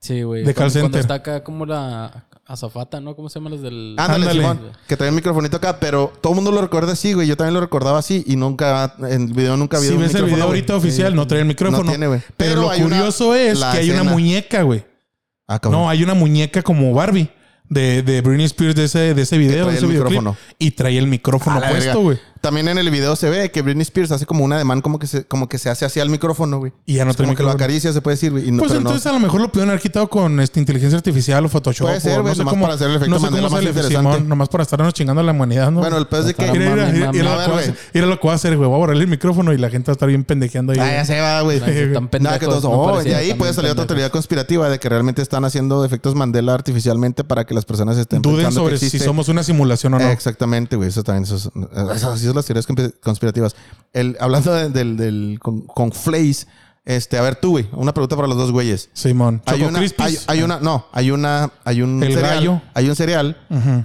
[SPEAKER 3] Sí, güey.
[SPEAKER 1] de call
[SPEAKER 3] Cuando- Cuando
[SPEAKER 1] center.
[SPEAKER 3] está acá como la azafata, ¿no? ¿Cómo se llaman los del...?
[SPEAKER 2] Ándale,
[SPEAKER 1] Ándale.
[SPEAKER 2] Simón. Que trae el microfonito acá, pero todo el mundo lo recuerda así, güey. Yo también lo recordaba así y nunca, en el video nunca había
[SPEAKER 1] Si
[SPEAKER 2] un
[SPEAKER 1] ves el
[SPEAKER 2] micrófono,
[SPEAKER 1] video
[SPEAKER 2] güey.
[SPEAKER 1] ahorita oficial, no trae el micrófono.
[SPEAKER 2] No tiene, güey.
[SPEAKER 1] Pero,
[SPEAKER 2] Pero
[SPEAKER 1] lo
[SPEAKER 2] hay una-
[SPEAKER 1] curioso es que
[SPEAKER 2] la
[SPEAKER 1] hay una
[SPEAKER 2] escena.
[SPEAKER 1] muñeca, güey.
[SPEAKER 2] Ah, cabrón.
[SPEAKER 1] No, hay una muñeca como Barbie de, de Britney Spears de ese, de ese video.
[SPEAKER 2] trae
[SPEAKER 1] de ese
[SPEAKER 2] el
[SPEAKER 1] videoclip,
[SPEAKER 2] micrófono.
[SPEAKER 1] Y trae el micrófono
[SPEAKER 2] A la verga.
[SPEAKER 1] puesto, güey.
[SPEAKER 2] También en el video se ve que Britney Spears hace como un ademán como que se, como que se hace así al micrófono, güey.
[SPEAKER 1] Y ya no
[SPEAKER 2] Es como
[SPEAKER 1] tiene
[SPEAKER 2] que lo
[SPEAKER 1] micrófono.
[SPEAKER 2] acaricia, se puede decir, güey. y no-
[SPEAKER 1] Pues
[SPEAKER 2] pero no.
[SPEAKER 1] entonces a lo mejor lo pudieron haber quitado con este, inteligencia artificial o Photoshop.
[SPEAKER 2] Puede ser,
[SPEAKER 1] o
[SPEAKER 2] güey, nomás para hacer el efecto
[SPEAKER 1] no sé
[SPEAKER 2] Mandela
[SPEAKER 1] cómo
[SPEAKER 2] más
[SPEAKER 1] sale el
[SPEAKER 2] interesante.
[SPEAKER 1] Simón, nomás para estarnos chingando a la humanidad, ¿no?
[SPEAKER 2] Bueno, el pedo es de que...
[SPEAKER 3] Para
[SPEAKER 1] Mira, mira,
[SPEAKER 3] Mame,
[SPEAKER 1] mira,
[SPEAKER 3] mame,
[SPEAKER 1] mira
[SPEAKER 2] a
[SPEAKER 1] lo
[SPEAKER 2] ver,
[SPEAKER 1] que voy a
[SPEAKER 2] güey.
[SPEAKER 1] hacer. Mira lo que voy a hacer, güey. Voy a borrarle el micrófono y la gente va a estar bien pendejeando ahí.
[SPEAKER 2] Ah, ya se va, güey.
[SPEAKER 1] Sí, güey.
[SPEAKER 3] Tan pendejos,
[SPEAKER 2] Nada, que todos,
[SPEAKER 3] no
[SPEAKER 2] oh,
[SPEAKER 3] parecían
[SPEAKER 2] de ahí
[SPEAKER 3] tan
[SPEAKER 2] puede salir otra
[SPEAKER 3] pendejos.
[SPEAKER 2] teoría conspirativa de que realmente están haciendo efectos Mandela artificialmente para que las personas estén
[SPEAKER 1] Duden
[SPEAKER 2] pensando que
[SPEAKER 1] sobre si
[SPEAKER 2] existe.
[SPEAKER 1] somos una simulación o no.
[SPEAKER 2] Exactamente, güey. Eso también. Eso, es- eso sí son las teorías conspi- conspirativas. El, hablando de- del, del con, con Flays, este, a ver tú, güey, una pregunta para los dos güeyes.
[SPEAKER 1] Simón.
[SPEAKER 2] Hay
[SPEAKER 1] Choco
[SPEAKER 2] una,
[SPEAKER 1] Crispies.
[SPEAKER 2] hay, hay una, no, hay una, hay un
[SPEAKER 1] El
[SPEAKER 2] cereal,
[SPEAKER 1] gallo.
[SPEAKER 2] hay un cereal
[SPEAKER 1] Ujú.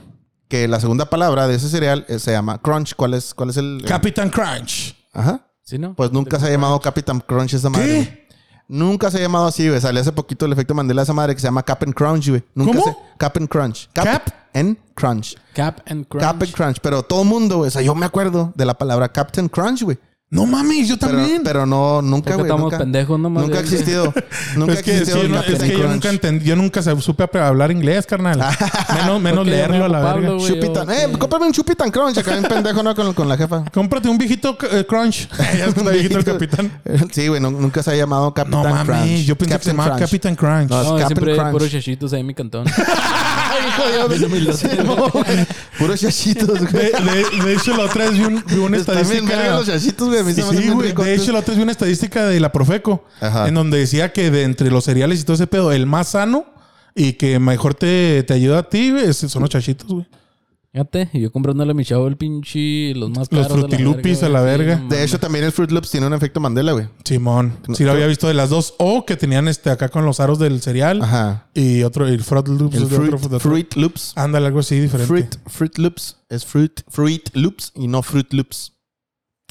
[SPEAKER 2] que la segunda palabra de ese cereal eh, se llama Crunch. ¿Cuál es, cuál es el?
[SPEAKER 1] Capitán Crunch.
[SPEAKER 2] Ajá.
[SPEAKER 3] ¿Sí, no?
[SPEAKER 2] Pues nunca se ha llamado Captain Crunch esa madre.
[SPEAKER 1] ¿Qué?
[SPEAKER 2] güey. Nunca se ha llamado así, güey. Salió hace poquito el efecto Mandela de esa madre que se llama Cap and Crunch, güey. Nunca
[SPEAKER 1] ¿Cómo?
[SPEAKER 2] Se... Cap and Crunch. Cap,
[SPEAKER 1] Cap?
[SPEAKER 2] and Crunch.
[SPEAKER 3] Cap and Crunch.
[SPEAKER 2] Cap and Crunch. Pero todo el mundo, güey. O sea, yo me acuerdo de la palabra Captain Crunch, güey.
[SPEAKER 1] No mames, yo
[SPEAKER 2] Pero,
[SPEAKER 1] también.
[SPEAKER 2] pero no, nunca,
[SPEAKER 3] Creo que
[SPEAKER 2] güey.
[SPEAKER 3] estamos
[SPEAKER 2] Nunca,
[SPEAKER 3] pendejos, no más
[SPEAKER 2] nunca ha
[SPEAKER 3] bien, güey.
[SPEAKER 2] existido. nunca ha
[SPEAKER 1] [laughs] es que, es que
[SPEAKER 2] existido
[SPEAKER 1] yo,
[SPEAKER 2] el
[SPEAKER 1] no-
[SPEAKER 2] Captain
[SPEAKER 1] es que yo
[SPEAKER 2] Crunch.
[SPEAKER 1] nunca entendí, yo nunca sab- supe ap- hablar inglés, carnal.
[SPEAKER 2] [laughs]
[SPEAKER 1] Menos, menos
[SPEAKER 3] Porque yo me
[SPEAKER 1] leerlo a la
[SPEAKER 3] llamo
[SPEAKER 1] verga.
[SPEAKER 3] Pablo, güey.
[SPEAKER 2] Chupitan. Eh,
[SPEAKER 3] ok.
[SPEAKER 2] cómprame un Chupitan Crunch. Acá en pendejo, ¿no? Con, con la jefa.
[SPEAKER 1] Cómprate un viejito eh,
[SPEAKER 2] [laughs]
[SPEAKER 1] Crunch. ya es [laughs] un viejito el capitán.
[SPEAKER 2] Sí, güey. nu- Nunca se ha llamado
[SPEAKER 1] No
[SPEAKER 2] Captain Crunch.
[SPEAKER 1] mames, yo pensé que se
[SPEAKER 2] Captain
[SPEAKER 1] llamaba
[SPEAKER 2] Crunch.
[SPEAKER 1] Capitán Crunch.
[SPEAKER 2] No,
[SPEAKER 3] No,
[SPEAKER 2] Cap and
[SPEAKER 3] siempre
[SPEAKER 2] Crunch.
[SPEAKER 3] hay puros chachitos ahí en mi cantón.
[SPEAKER 1] [laughs]
[SPEAKER 2] Sí, no, güey. Puros chachitos,
[SPEAKER 1] De,
[SPEAKER 2] güey.
[SPEAKER 1] de- de hecho, la otra vez vi, un- vi una
[SPEAKER 2] Están bien verga
[SPEAKER 1] estadística.
[SPEAKER 2] los chachitos, güey. A mí se me hacen
[SPEAKER 1] Sí,
[SPEAKER 2] bien
[SPEAKER 1] güey.
[SPEAKER 2] ricos.
[SPEAKER 1] De hecho, la otra vez vi una estadística de la Profeco.
[SPEAKER 2] Ajá.
[SPEAKER 1] En donde decía que de entre los cereales y todo ese pedo, el más sano y que mejor te, te ayuda a ti, güey, es- son los chachitos, güey.
[SPEAKER 3] Fíjate, y yo comprándole a mi chavo el pinche, los
[SPEAKER 1] Los
[SPEAKER 3] más caros. de la
[SPEAKER 1] Frutilupis
[SPEAKER 3] verga,
[SPEAKER 1] a la
[SPEAKER 3] güey.
[SPEAKER 1] verga.
[SPEAKER 3] no
[SPEAKER 2] De hecho, también el Fruit Loops tiene un efecto Mandela, güey.
[SPEAKER 1] Simón. Sí, lo había visto de las dos. O que tenían este acá con los aros del cereal.
[SPEAKER 2] Ajá.
[SPEAKER 1] Y otro, el Fruit Loops.
[SPEAKER 2] El
[SPEAKER 1] de
[SPEAKER 2] Fruit,
[SPEAKER 1] otro- de otro-
[SPEAKER 2] fruit Loops.
[SPEAKER 1] Ándale, algo así diferente.
[SPEAKER 2] Fruit, fruit Loops es Fruit, Fruit Loops y no Fruit Loops.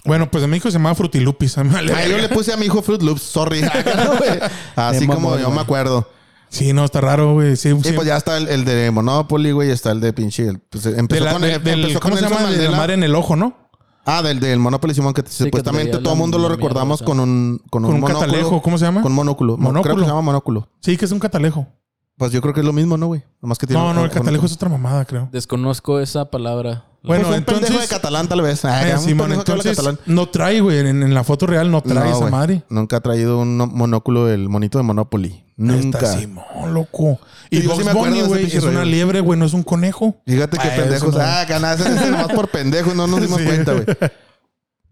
[SPEAKER 1] Bueno, pues en México se llamaba Frutilupis. [laughs] a mí me vale
[SPEAKER 2] Ah, yo
[SPEAKER 1] verga.
[SPEAKER 2] le puse a mi hijo Fruit
[SPEAKER 1] [laughs]
[SPEAKER 2] Loops, sorry. [laughs] Así
[SPEAKER 3] Bien
[SPEAKER 2] como
[SPEAKER 3] mamón,
[SPEAKER 2] yo me
[SPEAKER 3] güey.
[SPEAKER 2] acuerdo.
[SPEAKER 1] Sí, no, está raro, güey. Sí,
[SPEAKER 2] Sí,
[SPEAKER 1] sí.
[SPEAKER 2] pues ya está el, el de Monopoly, güey, está el de pinche. el- pues,
[SPEAKER 1] De
[SPEAKER 2] empezó
[SPEAKER 1] la-
[SPEAKER 2] con,
[SPEAKER 1] de-
[SPEAKER 2] em-
[SPEAKER 1] del-
[SPEAKER 2] empezó
[SPEAKER 1] ¿Cómo
[SPEAKER 2] con
[SPEAKER 1] se
[SPEAKER 2] Nelson
[SPEAKER 1] llama? De la
[SPEAKER 2] Mandela.
[SPEAKER 1] mar en el ojo, ¿no?
[SPEAKER 2] Ah, del, del Monopoly Simón, que
[SPEAKER 3] que
[SPEAKER 2] supuestamente
[SPEAKER 3] traía
[SPEAKER 2] todo
[SPEAKER 3] la
[SPEAKER 2] el mundo lo
[SPEAKER 3] momia
[SPEAKER 2] recordamos
[SPEAKER 3] rosa.
[SPEAKER 2] con un, con un,
[SPEAKER 1] Con un
[SPEAKER 2] monóculo.
[SPEAKER 1] catalejo, ¿cómo se llama?
[SPEAKER 2] Con monóculo.
[SPEAKER 1] Ah. Monóculo.
[SPEAKER 2] Creo que se llama monóculo.
[SPEAKER 1] Sí, que es un catalejo.
[SPEAKER 2] Pues yo creo que es lo mismo, ¿no, güey? Nomás que tiene
[SPEAKER 1] No, no, el catalejo
[SPEAKER 2] es...
[SPEAKER 1] es otra mamada, creo.
[SPEAKER 3] Desconozco esa palabra.
[SPEAKER 1] Bueno,
[SPEAKER 2] Pues un pendejo de
[SPEAKER 1] entonces.
[SPEAKER 2] catalán, tal vez. Ah,
[SPEAKER 1] Eh,
[SPEAKER 2] un
[SPEAKER 1] Simón,
[SPEAKER 2] pendejo que habla
[SPEAKER 1] entonces.
[SPEAKER 2] catalán.
[SPEAKER 1] No trae, güey. En, en la foto real no trae
[SPEAKER 2] No,
[SPEAKER 1] esa
[SPEAKER 2] güey.
[SPEAKER 1] madre.
[SPEAKER 2] Nunca ha traído un no- monóculo del monito de Monopoly. Nunca.
[SPEAKER 1] Está Simón, loco. Y
[SPEAKER 2] Yo sí
[SPEAKER 1] Bugs
[SPEAKER 2] me acuerdo de
[SPEAKER 1] Bunny,
[SPEAKER 2] ese
[SPEAKER 1] güey,
[SPEAKER 2] pinche
[SPEAKER 1] es una
[SPEAKER 2] rollo.
[SPEAKER 1] liebre, güey, no es un conejo.
[SPEAKER 2] Fíjate que
[SPEAKER 1] Ah,
[SPEAKER 2] pendejos.
[SPEAKER 1] eso no.
[SPEAKER 2] Ah, ganaste ese nomás por pendejos. No nos dimos
[SPEAKER 1] Sí. [laughs]
[SPEAKER 2] cuenta, güey.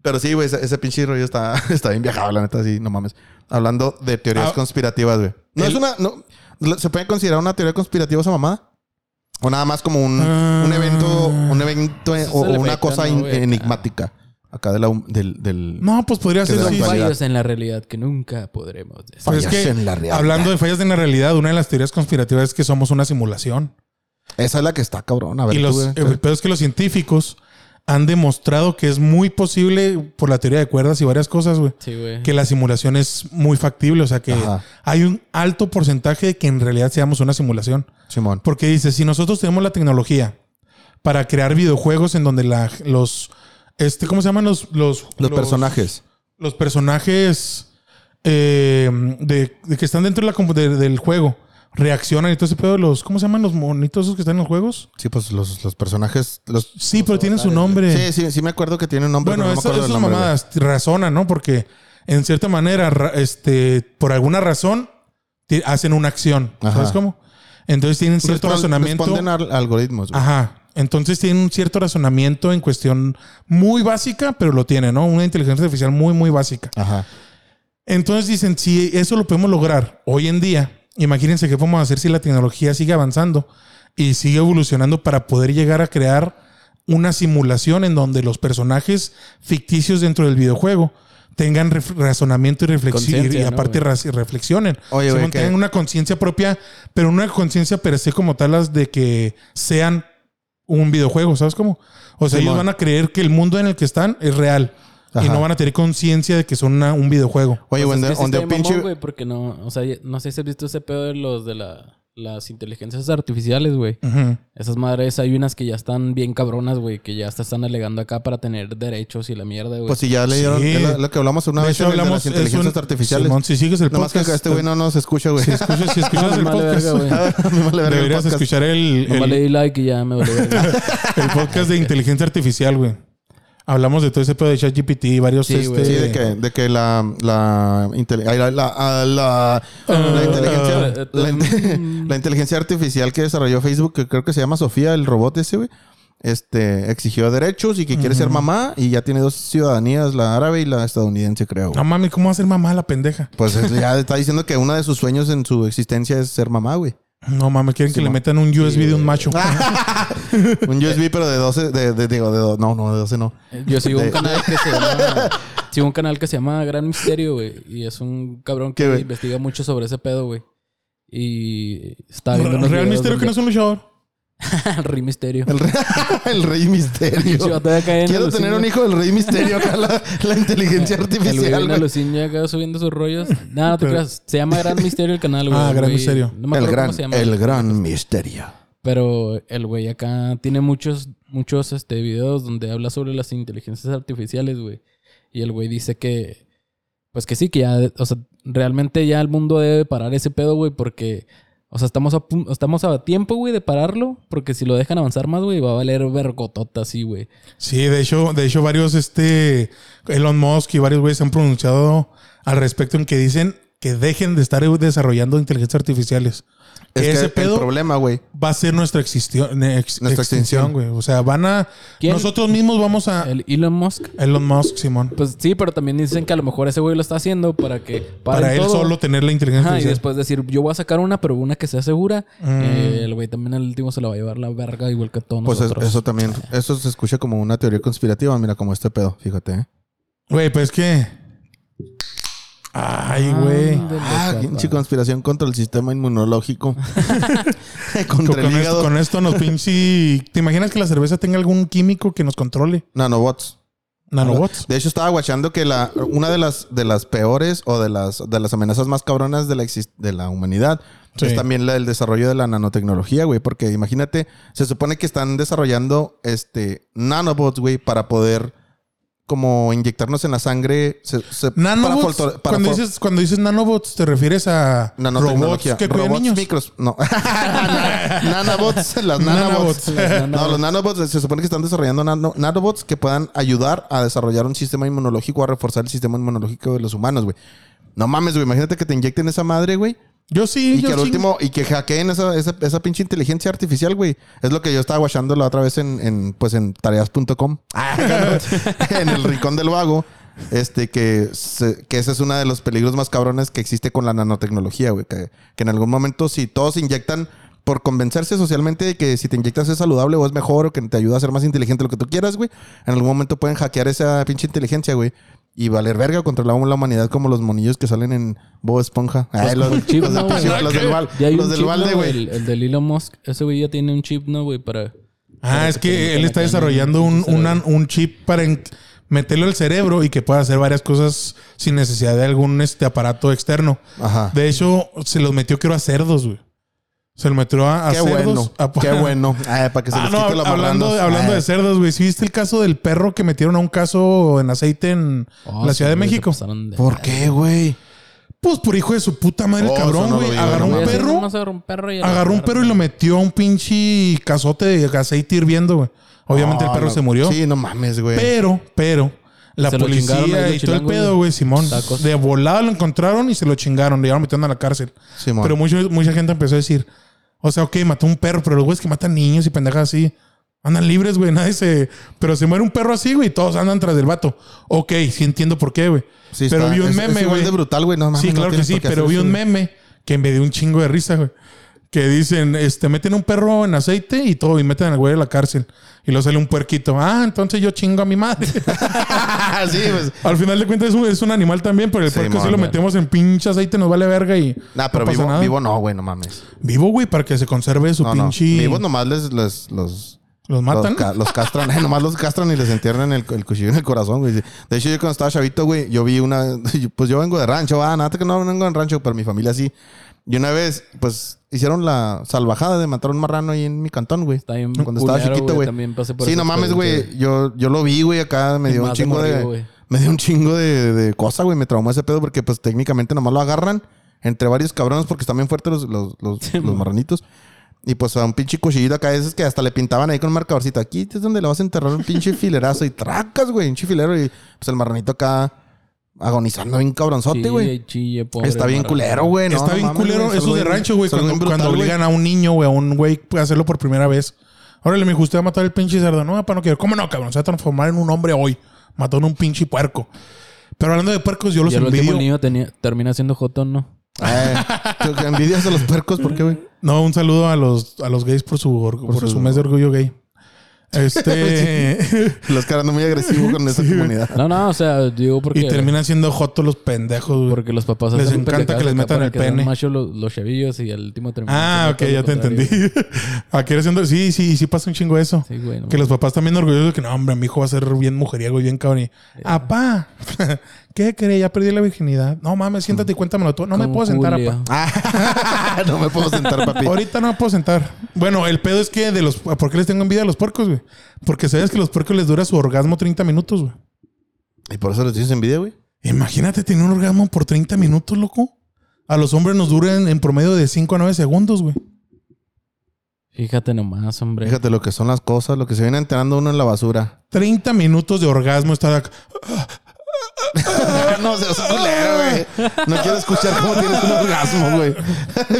[SPEAKER 2] Pero sí, güey, ese, ese pinche rollo está, [laughs] está bien viajado, la neta, sí, no mames. Hablando de teorías
[SPEAKER 1] Ah.
[SPEAKER 2] conspirativas, güey. No
[SPEAKER 1] El-
[SPEAKER 2] es una. No, lo- ¿Se puede considerar una teoría conspirativa esa mamá? O nada más como un,
[SPEAKER 1] Ah.
[SPEAKER 2] un evento, un evento
[SPEAKER 3] Eso es
[SPEAKER 2] o,
[SPEAKER 3] el
[SPEAKER 2] o una
[SPEAKER 3] efecto,
[SPEAKER 2] cosa
[SPEAKER 3] ¿no,
[SPEAKER 2] in-
[SPEAKER 3] güey? Acá.
[SPEAKER 2] enigmática. Acá de la, hum- del, del.
[SPEAKER 1] No, pues podría
[SPEAKER 2] Que
[SPEAKER 1] ser.
[SPEAKER 2] de la
[SPEAKER 1] sí, sí.
[SPEAKER 2] actualidad.
[SPEAKER 3] Fallos en la realidad que nunca podremos decir.
[SPEAKER 1] Pues es
[SPEAKER 2] Fallas
[SPEAKER 1] que,
[SPEAKER 2] en la realidad.
[SPEAKER 1] hablando de fallas en la realidad, una de las teorías conspirativas es que somos una simulación.
[SPEAKER 2] Esa es la que está cabrón. A ver,
[SPEAKER 1] y
[SPEAKER 2] tú, eh,
[SPEAKER 1] los, eh,
[SPEAKER 2] güey.
[SPEAKER 1] el pedo es que los científicos han demostrado que es muy posible, por la teoría de cuerdas y varias cosas, güey,
[SPEAKER 3] Sí, güey.
[SPEAKER 1] que la simulación es muy factible. O sea, que
[SPEAKER 2] Ajá.
[SPEAKER 1] hay un alto porcentaje de que en realidad seamos una simulación.
[SPEAKER 2] Simón.
[SPEAKER 1] Porque dice, si nosotros tenemos la tecnología para crear videojuegos en donde la, los... Este, ¿Cómo se llaman los... Los,
[SPEAKER 2] Los personajes.
[SPEAKER 1] Los personajes eh, de, de que están dentro de la compu- de- del juego. Reaccionan y todo ese pedo. Los, ¿Cómo se llaman los monitos esos que están en los juegos?
[SPEAKER 2] Sí, pues los, los personajes. Los...
[SPEAKER 1] Sí, pero tienen su nombre.
[SPEAKER 2] Sí, sí, sí me acuerdo que tiene un nombre.
[SPEAKER 1] Bueno,
[SPEAKER 2] pero no me
[SPEAKER 1] eso-
[SPEAKER 2] acuerdo
[SPEAKER 1] esas
[SPEAKER 2] del nombre, güey.
[SPEAKER 1] mamadas razonan, ¿no? Porque en cierta manera, ra- este, por alguna razón, ti- hacen una acción. ¿Sabes
[SPEAKER 2] Ajá.
[SPEAKER 1] cómo? Entonces tienen cierto
[SPEAKER 2] Respon-
[SPEAKER 1] Pues razonamiento.
[SPEAKER 2] Responden a algoritmos. güey.
[SPEAKER 1] Ajá. Entonces tienen un cierto razonamiento en cuestión muy básica, pero lo tiene, ¿no? Una inteligencia artificial muy, muy básica.
[SPEAKER 2] Ajá.
[SPEAKER 1] Entonces dicen, si eso lo podemos lograr hoy en día, imagínense qué podemos hacer si la tecnología sigue avanzando y sigue evolucionando para poder llegar a crear una simulación en donde los personajes ficticios dentro del videojuego tengan ref- razonamiento y reflexión y,
[SPEAKER 3] Conciencia, ¿no,
[SPEAKER 1] aparte
[SPEAKER 3] güey?
[SPEAKER 1] ras- y reflexionen.
[SPEAKER 2] Oye,
[SPEAKER 1] Sí,
[SPEAKER 2] güey,
[SPEAKER 1] man,
[SPEAKER 2] que-
[SPEAKER 1] tengan una conciencia propia, pero una conciencia per se como tal las de que sean un videojuego, ¿sabes cómo? O sea, ellos
[SPEAKER 2] Simón.
[SPEAKER 1] van a creer que el mundo en el que están es real y
[SPEAKER 2] Ajá.
[SPEAKER 1] no van a tener conciencia de que son una- un videojuego.
[SPEAKER 2] Oye,
[SPEAKER 3] Pues es
[SPEAKER 2] donde,
[SPEAKER 3] que sí
[SPEAKER 2] donde
[SPEAKER 3] está bien
[SPEAKER 2] pinche.
[SPEAKER 3] mamón, güey, porque no, o sea, ya- no sé si has visto ese pedo de los de la- las inteligencias artificiales, güey.
[SPEAKER 1] Ujú.
[SPEAKER 3] Esas madres, hay unas que ya están bien cabronas, güey, que ya hasta están alegando acá para tener derechos y la mierda, güey.
[SPEAKER 2] pues si ya le dieron
[SPEAKER 1] Sí.
[SPEAKER 2] es lo, lo que hablamos una
[SPEAKER 1] de
[SPEAKER 2] vez
[SPEAKER 1] hecho,
[SPEAKER 2] en el de
[SPEAKER 1] hablamos
[SPEAKER 2] las inteligencias
[SPEAKER 1] es un-
[SPEAKER 2] artificiales.
[SPEAKER 1] Simón, si sigues el
[SPEAKER 2] Nomás
[SPEAKER 1] podcast, [laughs]
[SPEAKER 2] que este güey no nos escucha, güey.
[SPEAKER 1] si
[SPEAKER 2] [laughs]
[SPEAKER 1] escuchas, si escuchas el
[SPEAKER 3] Vale
[SPEAKER 1] podcast,
[SPEAKER 3] verga,
[SPEAKER 2] Me
[SPEAKER 3] güey.
[SPEAKER 2] vale verga el
[SPEAKER 1] deberías
[SPEAKER 2] podcast.
[SPEAKER 1] escuchar el,
[SPEAKER 3] no
[SPEAKER 1] el-
[SPEAKER 2] [laughs]
[SPEAKER 3] vale like y ya me vale verga.
[SPEAKER 1] el podcast de inteligencia artificial, güey. hablamos de todo ese pedo de ChatGPT y varios.
[SPEAKER 3] Sí, güey.
[SPEAKER 1] este,
[SPEAKER 2] Sí, de que, de que la, la, intele- ay, la, la- ah, la- la inteligencia, la, inte- [laughs] la inteligencia artificial que desarrolló Facebook, que creo que se llama Sofía, el robot ese, güey, este, exigió derechos y que quiere ser mamá y ya tiene dos ciudadanías, la árabe y la estadounidense, creo. güey.
[SPEAKER 1] No mames, ¿cómo va a ser mamá la pendeja?
[SPEAKER 2] Pues es- ya está diciendo que uno de sus sueños en su existencia es ser mamá, güey.
[SPEAKER 1] No mames, quieren que le
[SPEAKER 2] ma.
[SPEAKER 1] metan un USB de un macho.
[SPEAKER 3] Ah,
[SPEAKER 2] Un
[SPEAKER 3] [laughs]
[SPEAKER 2] USB, pero de 12, de, de- digo, de do- no, no, de 12 no.
[SPEAKER 3] Yo sigo un
[SPEAKER 2] De-
[SPEAKER 3] canal que se llama. sigo un canal que se llama Gran Misterio, güey. Y es un cabrón
[SPEAKER 2] ¿Qué,
[SPEAKER 3] que
[SPEAKER 2] güey?
[SPEAKER 3] investiga mucho sobre ese pedo, güey. Y está viendo unos
[SPEAKER 1] Real
[SPEAKER 3] videos
[SPEAKER 1] misterio
[SPEAKER 3] [laughs]
[SPEAKER 1] que no es
[SPEAKER 3] donde-
[SPEAKER 1] un luchador.
[SPEAKER 3] El Rey Misterio.
[SPEAKER 2] El rey, [laughs] el rey
[SPEAKER 3] [laughs] Yo
[SPEAKER 2] misterio.
[SPEAKER 3] todavía caí en
[SPEAKER 2] Quiero
[SPEAKER 3] alucina.
[SPEAKER 2] tener un hijo del rey misterio acá, la, la inteligencia
[SPEAKER 3] [laughs] El güey
[SPEAKER 2] artificial,
[SPEAKER 3] viene
[SPEAKER 2] güey.
[SPEAKER 3] alucina acá subiendo sus rollos. No, no te
[SPEAKER 1] Pero-
[SPEAKER 3] creas. Se llama Gran Misterio el canal, güey.
[SPEAKER 1] Ah, Gran
[SPEAKER 3] Güey,
[SPEAKER 1] Misterio.
[SPEAKER 3] No me
[SPEAKER 2] el
[SPEAKER 3] acuerdo
[SPEAKER 2] gran,
[SPEAKER 3] cómo se llama.
[SPEAKER 2] el gran misterio.
[SPEAKER 3] Pero el güey acá tiene muchos, muchos este, videos donde habla sobre las inteligencias artificiales, güey. Y el güey dice que, pues que sí, que ya, o sea, realmente ya el mundo debe parar ese pedo, güey, porque, o sea, estamos a, pun- estamos a tiempo, güey, de pararlo, porque si lo dejan avanzar más, güey, va a valer vergotota, sí, güey.
[SPEAKER 1] Sí, de hecho, de hecho varios, este, Elon Musk y varios güeyes se han pronunciado al respecto en que dicen que dejen de estar desarrollando inteligencias artificiales.
[SPEAKER 2] Es que
[SPEAKER 1] ese
[SPEAKER 2] el
[SPEAKER 1] pedo
[SPEAKER 2] problema, güey.
[SPEAKER 1] va a ser nuestra, existio- ex-
[SPEAKER 2] Nuestra extinción.
[SPEAKER 1] extinción, güey. O sea, van a...
[SPEAKER 3] ¿Quién?
[SPEAKER 1] Nosotros mismos vamos a...
[SPEAKER 3] El Elon Musk.
[SPEAKER 1] Elon Musk, Simón.
[SPEAKER 3] Pues sí, pero también dicen que a lo mejor ese güey lo está haciendo para que...
[SPEAKER 1] Para,
[SPEAKER 3] paren
[SPEAKER 1] él
[SPEAKER 3] todo.
[SPEAKER 1] solo tener la inteligencia
[SPEAKER 3] Ajá, y
[SPEAKER 1] artificial.
[SPEAKER 3] después decir, yo voy a sacar una, pero una que sea segura.
[SPEAKER 1] Mm.
[SPEAKER 3] Eh, el güey también al último se la va a llevar la verga, igual que todos
[SPEAKER 2] Pues es-
[SPEAKER 3] nosotros. [laughs]
[SPEAKER 2] eso también, eso se escucha como una teoría conspirativa, mira, como este pedo, fíjate. ¿eh?
[SPEAKER 1] Güey, pues que... Ay, güey.
[SPEAKER 3] Ándale,
[SPEAKER 2] Ah,
[SPEAKER 3] papá.
[SPEAKER 2] pinche conspiración contra el sistema
[SPEAKER 3] [laughs]
[SPEAKER 2] inmunológico. [laughs]
[SPEAKER 1] Con,
[SPEAKER 2] contra el
[SPEAKER 1] esto,
[SPEAKER 2] hígado.
[SPEAKER 1] con esto nos pinche... ¿Te imaginas que la cerveza tenga algún químico que nos controle?
[SPEAKER 2] Nanobots.
[SPEAKER 1] Nanobots.
[SPEAKER 2] De hecho, estaba guachando que la, una de las, de las peores o de las, de las amenazas más cabronas de la, exis- de la humanidad
[SPEAKER 1] Sí.
[SPEAKER 2] es también la del desarrollo de la nanotecnología, güey. Porque imagínate, se supone que están desarrollando este nanobots, güey, para poder como inyectarnos en la sangre. Se, se- para
[SPEAKER 1] Nanobots.
[SPEAKER 2] folto- para
[SPEAKER 1] cuando,
[SPEAKER 2] fo-
[SPEAKER 1] dices, cuando dices nanobots, te refieres a robots
[SPEAKER 2] nanotecnología.
[SPEAKER 1] que cuidan
[SPEAKER 2] robots
[SPEAKER 1] niños.
[SPEAKER 2] micros.
[SPEAKER 1] [laughs]
[SPEAKER 2] No. [laughs] nanobots. Las
[SPEAKER 1] Nanobots.
[SPEAKER 2] nanobots.
[SPEAKER 3] Nanobots.
[SPEAKER 2] No, los nanobots se supone que están desarrollando nano- nanobots que puedan ayudar a desarrollar un sistema inmunológico, a reforzar el sistema inmunológico de los humanos, güey. No mames, güey. Imagínate que te inyecten esa madre, güey.
[SPEAKER 1] Yo sí,
[SPEAKER 2] Y
[SPEAKER 1] yo
[SPEAKER 2] que al
[SPEAKER 1] sí.
[SPEAKER 2] último, y que hackeen esa, esa, esa pinche inteligencia artificial, güey. Es lo que yo estaba guachando la otra vez en, en, pues en tareas.com. [laughs] Ah, en el rincón del vago. Este, que, se- que ese es uno de los peligros más cabrones que existe con la nanotecnología, güey. Que, que en algún momento, si todos se inyectan por convencerse socialmente de que si te inyectas es saludable o es mejor o que te ayuda a ser más inteligente, lo que tú quieras, güey. En algún momento pueden hackear esa pinche inteligencia, güey. Y valer verga contra la, la humanidad como los monillos que salen en Bob Esponja. Ay, los,
[SPEAKER 3] como el chip,
[SPEAKER 2] los del
[SPEAKER 3] ¿no, güey?
[SPEAKER 2] pinche- los del val-
[SPEAKER 3] Ya hay
[SPEAKER 2] los
[SPEAKER 3] un
[SPEAKER 2] del
[SPEAKER 3] chip,
[SPEAKER 2] balde,
[SPEAKER 3] ¿no,
[SPEAKER 2] güey.
[SPEAKER 3] El, el del Elon Musk. Ese güey ya tiene un chip, ¿no, güey? Para...
[SPEAKER 1] Ah,
[SPEAKER 2] pues
[SPEAKER 1] es que él está desarrollando un, un,
[SPEAKER 3] Desarrollo.
[SPEAKER 1] un chip para en- meterlo al cerebro y que pueda hacer varias cosas sin necesidad de algún este aparato externo.
[SPEAKER 2] Ajá.
[SPEAKER 1] De hecho, se los metió creo a cerdos, güey. Se lo metió a, a
[SPEAKER 2] Qué
[SPEAKER 1] cerdos.
[SPEAKER 2] bueno.
[SPEAKER 1] a-
[SPEAKER 2] Qué
[SPEAKER 1] [laughs]
[SPEAKER 2] bueno. Ay, para que se
[SPEAKER 1] Ah,
[SPEAKER 2] les
[SPEAKER 1] no,
[SPEAKER 2] quite la Ah,
[SPEAKER 1] hablando,
[SPEAKER 2] marranos.
[SPEAKER 1] hablando de
[SPEAKER 2] Ay.
[SPEAKER 1] cerdos, güey. ¿Sí viste el caso del perro que metieron a un caso en aceite en
[SPEAKER 3] Oh,
[SPEAKER 1] la Ciudad de
[SPEAKER 3] sí, güey, se
[SPEAKER 1] México?
[SPEAKER 3] pasaron de-
[SPEAKER 2] ¿Por qué, güey?
[SPEAKER 1] Pues por hijo de su puta madre, el
[SPEAKER 2] Oh,
[SPEAKER 1] cabrón,
[SPEAKER 2] eso no lo
[SPEAKER 1] güey.
[SPEAKER 2] digo,
[SPEAKER 1] agarró
[SPEAKER 2] no
[SPEAKER 1] un
[SPEAKER 2] mames.
[SPEAKER 1] perro,
[SPEAKER 3] Nomás Agarró un perro y...
[SPEAKER 1] agarró un perro y lo metió a un pinche cazote de aceite hirviendo, güey. Obviamente el
[SPEAKER 2] Ah,
[SPEAKER 1] perro
[SPEAKER 2] no.
[SPEAKER 1] se murió.
[SPEAKER 2] Sí, no mames, güey.
[SPEAKER 1] Pero, pero, la
[SPEAKER 3] Se lo chingaron ahí
[SPEAKER 1] policía
[SPEAKER 3] los
[SPEAKER 1] y todo el
[SPEAKER 3] chilangos,
[SPEAKER 1] pedo,
[SPEAKER 3] güey.
[SPEAKER 1] güey, Simón.
[SPEAKER 3] Tacos.
[SPEAKER 1] De volada lo encontraron y se lo chingaron. Le llevaron metiendo a la cárcel.
[SPEAKER 2] Simón.
[SPEAKER 1] Pero mucho- mucha gente empezó a decir, o sea, ok, mató un perro, pero los güeyes que matan niños y pendejas así, andan libres, güey, [laughs] nadie se... Pero se muere un perro así, güey, y todos andan tras del vato. Ok, sí entiendo por qué, güey.
[SPEAKER 2] Sí,
[SPEAKER 1] pero
[SPEAKER 2] está-
[SPEAKER 1] vi un
[SPEAKER 2] es-
[SPEAKER 1] meme,
[SPEAKER 2] es igual
[SPEAKER 1] güey.
[SPEAKER 2] de brutal, güey. No mames,
[SPEAKER 1] sí,
[SPEAKER 2] no
[SPEAKER 1] claro que
[SPEAKER 2] tienes
[SPEAKER 1] sí,
[SPEAKER 2] por qué
[SPEAKER 1] pero
[SPEAKER 2] hacer
[SPEAKER 1] vi
[SPEAKER 2] eso,
[SPEAKER 1] un
[SPEAKER 2] güey.
[SPEAKER 1] meme que me dio un chingo de risa, güey. Que dicen, este, meten un perro en aceite y todo, y meten al güey a la cárcel. Y luego sale un puerquito. Ah, entonces yo chingo a mi madre. [laughs]
[SPEAKER 2] Ah, [laughs] sí, pues.
[SPEAKER 1] Al final de cuentas es un, es un animal también, pero el
[SPEAKER 2] Sí,
[SPEAKER 1] puerco si
[SPEAKER 2] mon,
[SPEAKER 1] lo
[SPEAKER 2] mon.
[SPEAKER 1] metemos en pinche aceite nos vale verga y.
[SPEAKER 2] Nah, pero
[SPEAKER 1] no pasa
[SPEAKER 2] vivo,
[SPEAKER 1] nada.
[SPEAKER 2] vivo no, güey, no mames.
[SPEAKER 1] Vivo, güey, para que se conserve su
[SPEAKER 2] No, no.
[SPEAKER 1] pinche.
[SPEAKER 2] Vivos nomás les, les- los...
[SPEAKER 1] ¿Los matan?
[SPEAKER 2] Los, ca- los castran, [laughs] eh, nomás los castran y les entierran el, el cuchillo en el corazón, güey. De hecho, yo cuando estaba chavito, güey, yo vi una. [laughs] Pues yo vengo de rancho, ah, nada que no vengo de rancho, pero mi familia sí. Y una vez, pues, hicieron la salvajada de matar a un marrano ahí en mi cantón, güey.
[SPEAKER 3] Está bien
[SPEAKER 2] Cuando estaba
[SPEAKER 3] culero,
[SPEAKER 2] chiquito, güey.
[SPEAKER 3] También pasé por
[SPEAKER 2] Sí,
[SPEAKER 3] esa
[SPEAKER 2] no mames,
[SPEAKER 3] experiencia.
[SPEAKER 2] güey. Yo, yo lo vi, güey,
[SPEAKER 3] [laughs]
[SPEAKER 2] acá me dio un
[SPEAKER 3] Más de
[SPEAKER 2] chingo de.
[SPEAKER 3] morrillo, güey.
[SPEAKER 2] me dio un chingo de, de cosa, güey. Me traumó ese pedo porque,
[SPEAKER 3] [laughs]
[SPEAKER 2] pues, técnicamente nomás lo agarran entre varios cabrones porque están bien fuertes los, los, los, los marranitos. Y pues a un pinche cuchillito acá, esos que hasta le pintaban ahí con un marcadorcito. Aquí es donde le vas a enterrar un pinche filerazo y tracas, güey, un chifilero. Y pues el marranito acá agonizando bien cabronzote,
[SPEAKER 3] Chille,
[SPEAKER 2] güey.
[SPEAKER 3] chille, pobre
[SPEAKER 2] Está bien
[SPEAKER 3] marrano.
[SPEAKER 2] culero, güey. no,
[SPEAKER 1] Está
[SPEAKER 2] no
[SPEAKER 1] bien
[SPEAKER 2] mames,
[SPEAKER 1] culero
[SPEAKER 2] güey, es
[SPEAKER 1] eso
[SPEAKER 2] algo
[SPEAKER 1] de
[SPEAKER 2] bien-
[SPEAKER 1] rancho, güey.
[SPEAKER 2] es algo
[SPEAKER 1] Cuando,
[SPEAKER 2] bien brutal,
[SPEAKER 1] cuando
[SPEAKER 2] güey.
[SPEAKER 1] obligan a un niño, güey, a un güey pues, a hacerlo por primera vez. Órale, me gusta matar el pinche cerdo. No, para no quiero. ¿Cómo no, cabrón? Se va a transformar en un hombre hoy. Mató en un pinche puerco. Pero hablando de puercos, yo los
[SPEAKER 3] Y al último
[SPEAKER 1] envidio.
[SPEAKER 3] el niño tenía- termina siendo jotón, ¿no?
[SPEAKER 2] Eh, tú que envidias a los puercos, ¿por qué, güey?
[SPEAKER 1] No, un saludo a los, a los gays por su, org- por
[SPEAKER 2] su-
[SPEAKER 1] su mes de orgullo gay. Este.
[SPEAKER 3] [laughs]
[SPEAKER 1] [laughs]
[SPEAKER 2] Los caras no muy agresivos con esa comunidad.
[SPEAKER 3] No, no, o sea, digo porque...
[SPEAKER 1] y terminan siendo jotos los pendejos, güey.
[SPEAKER 3] Porque los papás
[SPEAKER 1] Les
[SPEAKER 3] hacen
[SPEAKER 1] encanta
[SPEAKER 3] pendejadas
[SPEAKER 1] que les
[SPEAKER 3] acá
[SPEAKER 1] metan
[SPEAKER 3] para
[SPEAKER 1] el
[SPEAKER 3] que sean
[SPEAKER 1] pene.
[SPEAKER 3] machos los, los chavillos y al último termina
[SPEAKER 1] Ah,
[SPEAKER 3] siendo
[SPEAKER 1] ok,
[SPEAKER 3] todo
[SPEAKER 1] ya
[SPEAKER 3] lo
[SPEAKER 1] te
[SPEAKER 3] contrario.
[SPEAKER 1] entendí. [laughs] Aquí era siendo. Sí, sí, sí pasa un chingo eso.
[SPEAKER 3] Sí, güey. no
[SPEAKER 1] Que los papás también orgullosos de que no, hombre, mi hijo va a ser bien mujeriego y bien cabrón. Y, Apá, [laughs] ¿qué crees? Ya perdí la virginidad. No mames, siéntate y cuéntamelo tú. No me
[SPEAKER 3] Mm. Como
[SPEAKER 1] puedo sentar, Ah.
[SPEAKER 3] Julio.
[SPEAKER 1] apá.
[SPEAKER 2] [laughs] Ah, no me puedo sentar, papi.
[SPEAKER 1] Ahorita no me puedo sentar. Bueno, el pedo es que de los. ¿Por qué les tengo envidia a los puercos, güey? Porque sabes que los puercos les dura su orgasmo 30 minutos, güey.
[SPEAKER 2] ¿Y por eso los tienes envidia, güey?
[SPEAKER 1] Imagínate tener un orgasmo por 30 minutos, loco. A los hombres nos duran en promedio de 5 a 9 segundos, güey.
[SPEAKER 3] Fíjate nomás, hombre.
[SPEAKER 2] Fíjate lo que son las cosas, lo que se viene enterando uno en la basura.
[SPEAKER 1] 30 minutos de orgasmo está.
[SPEAKER 2] Ah, no seas culero, güey. No quiero escuchar cómo tienes un orgasmo, güey.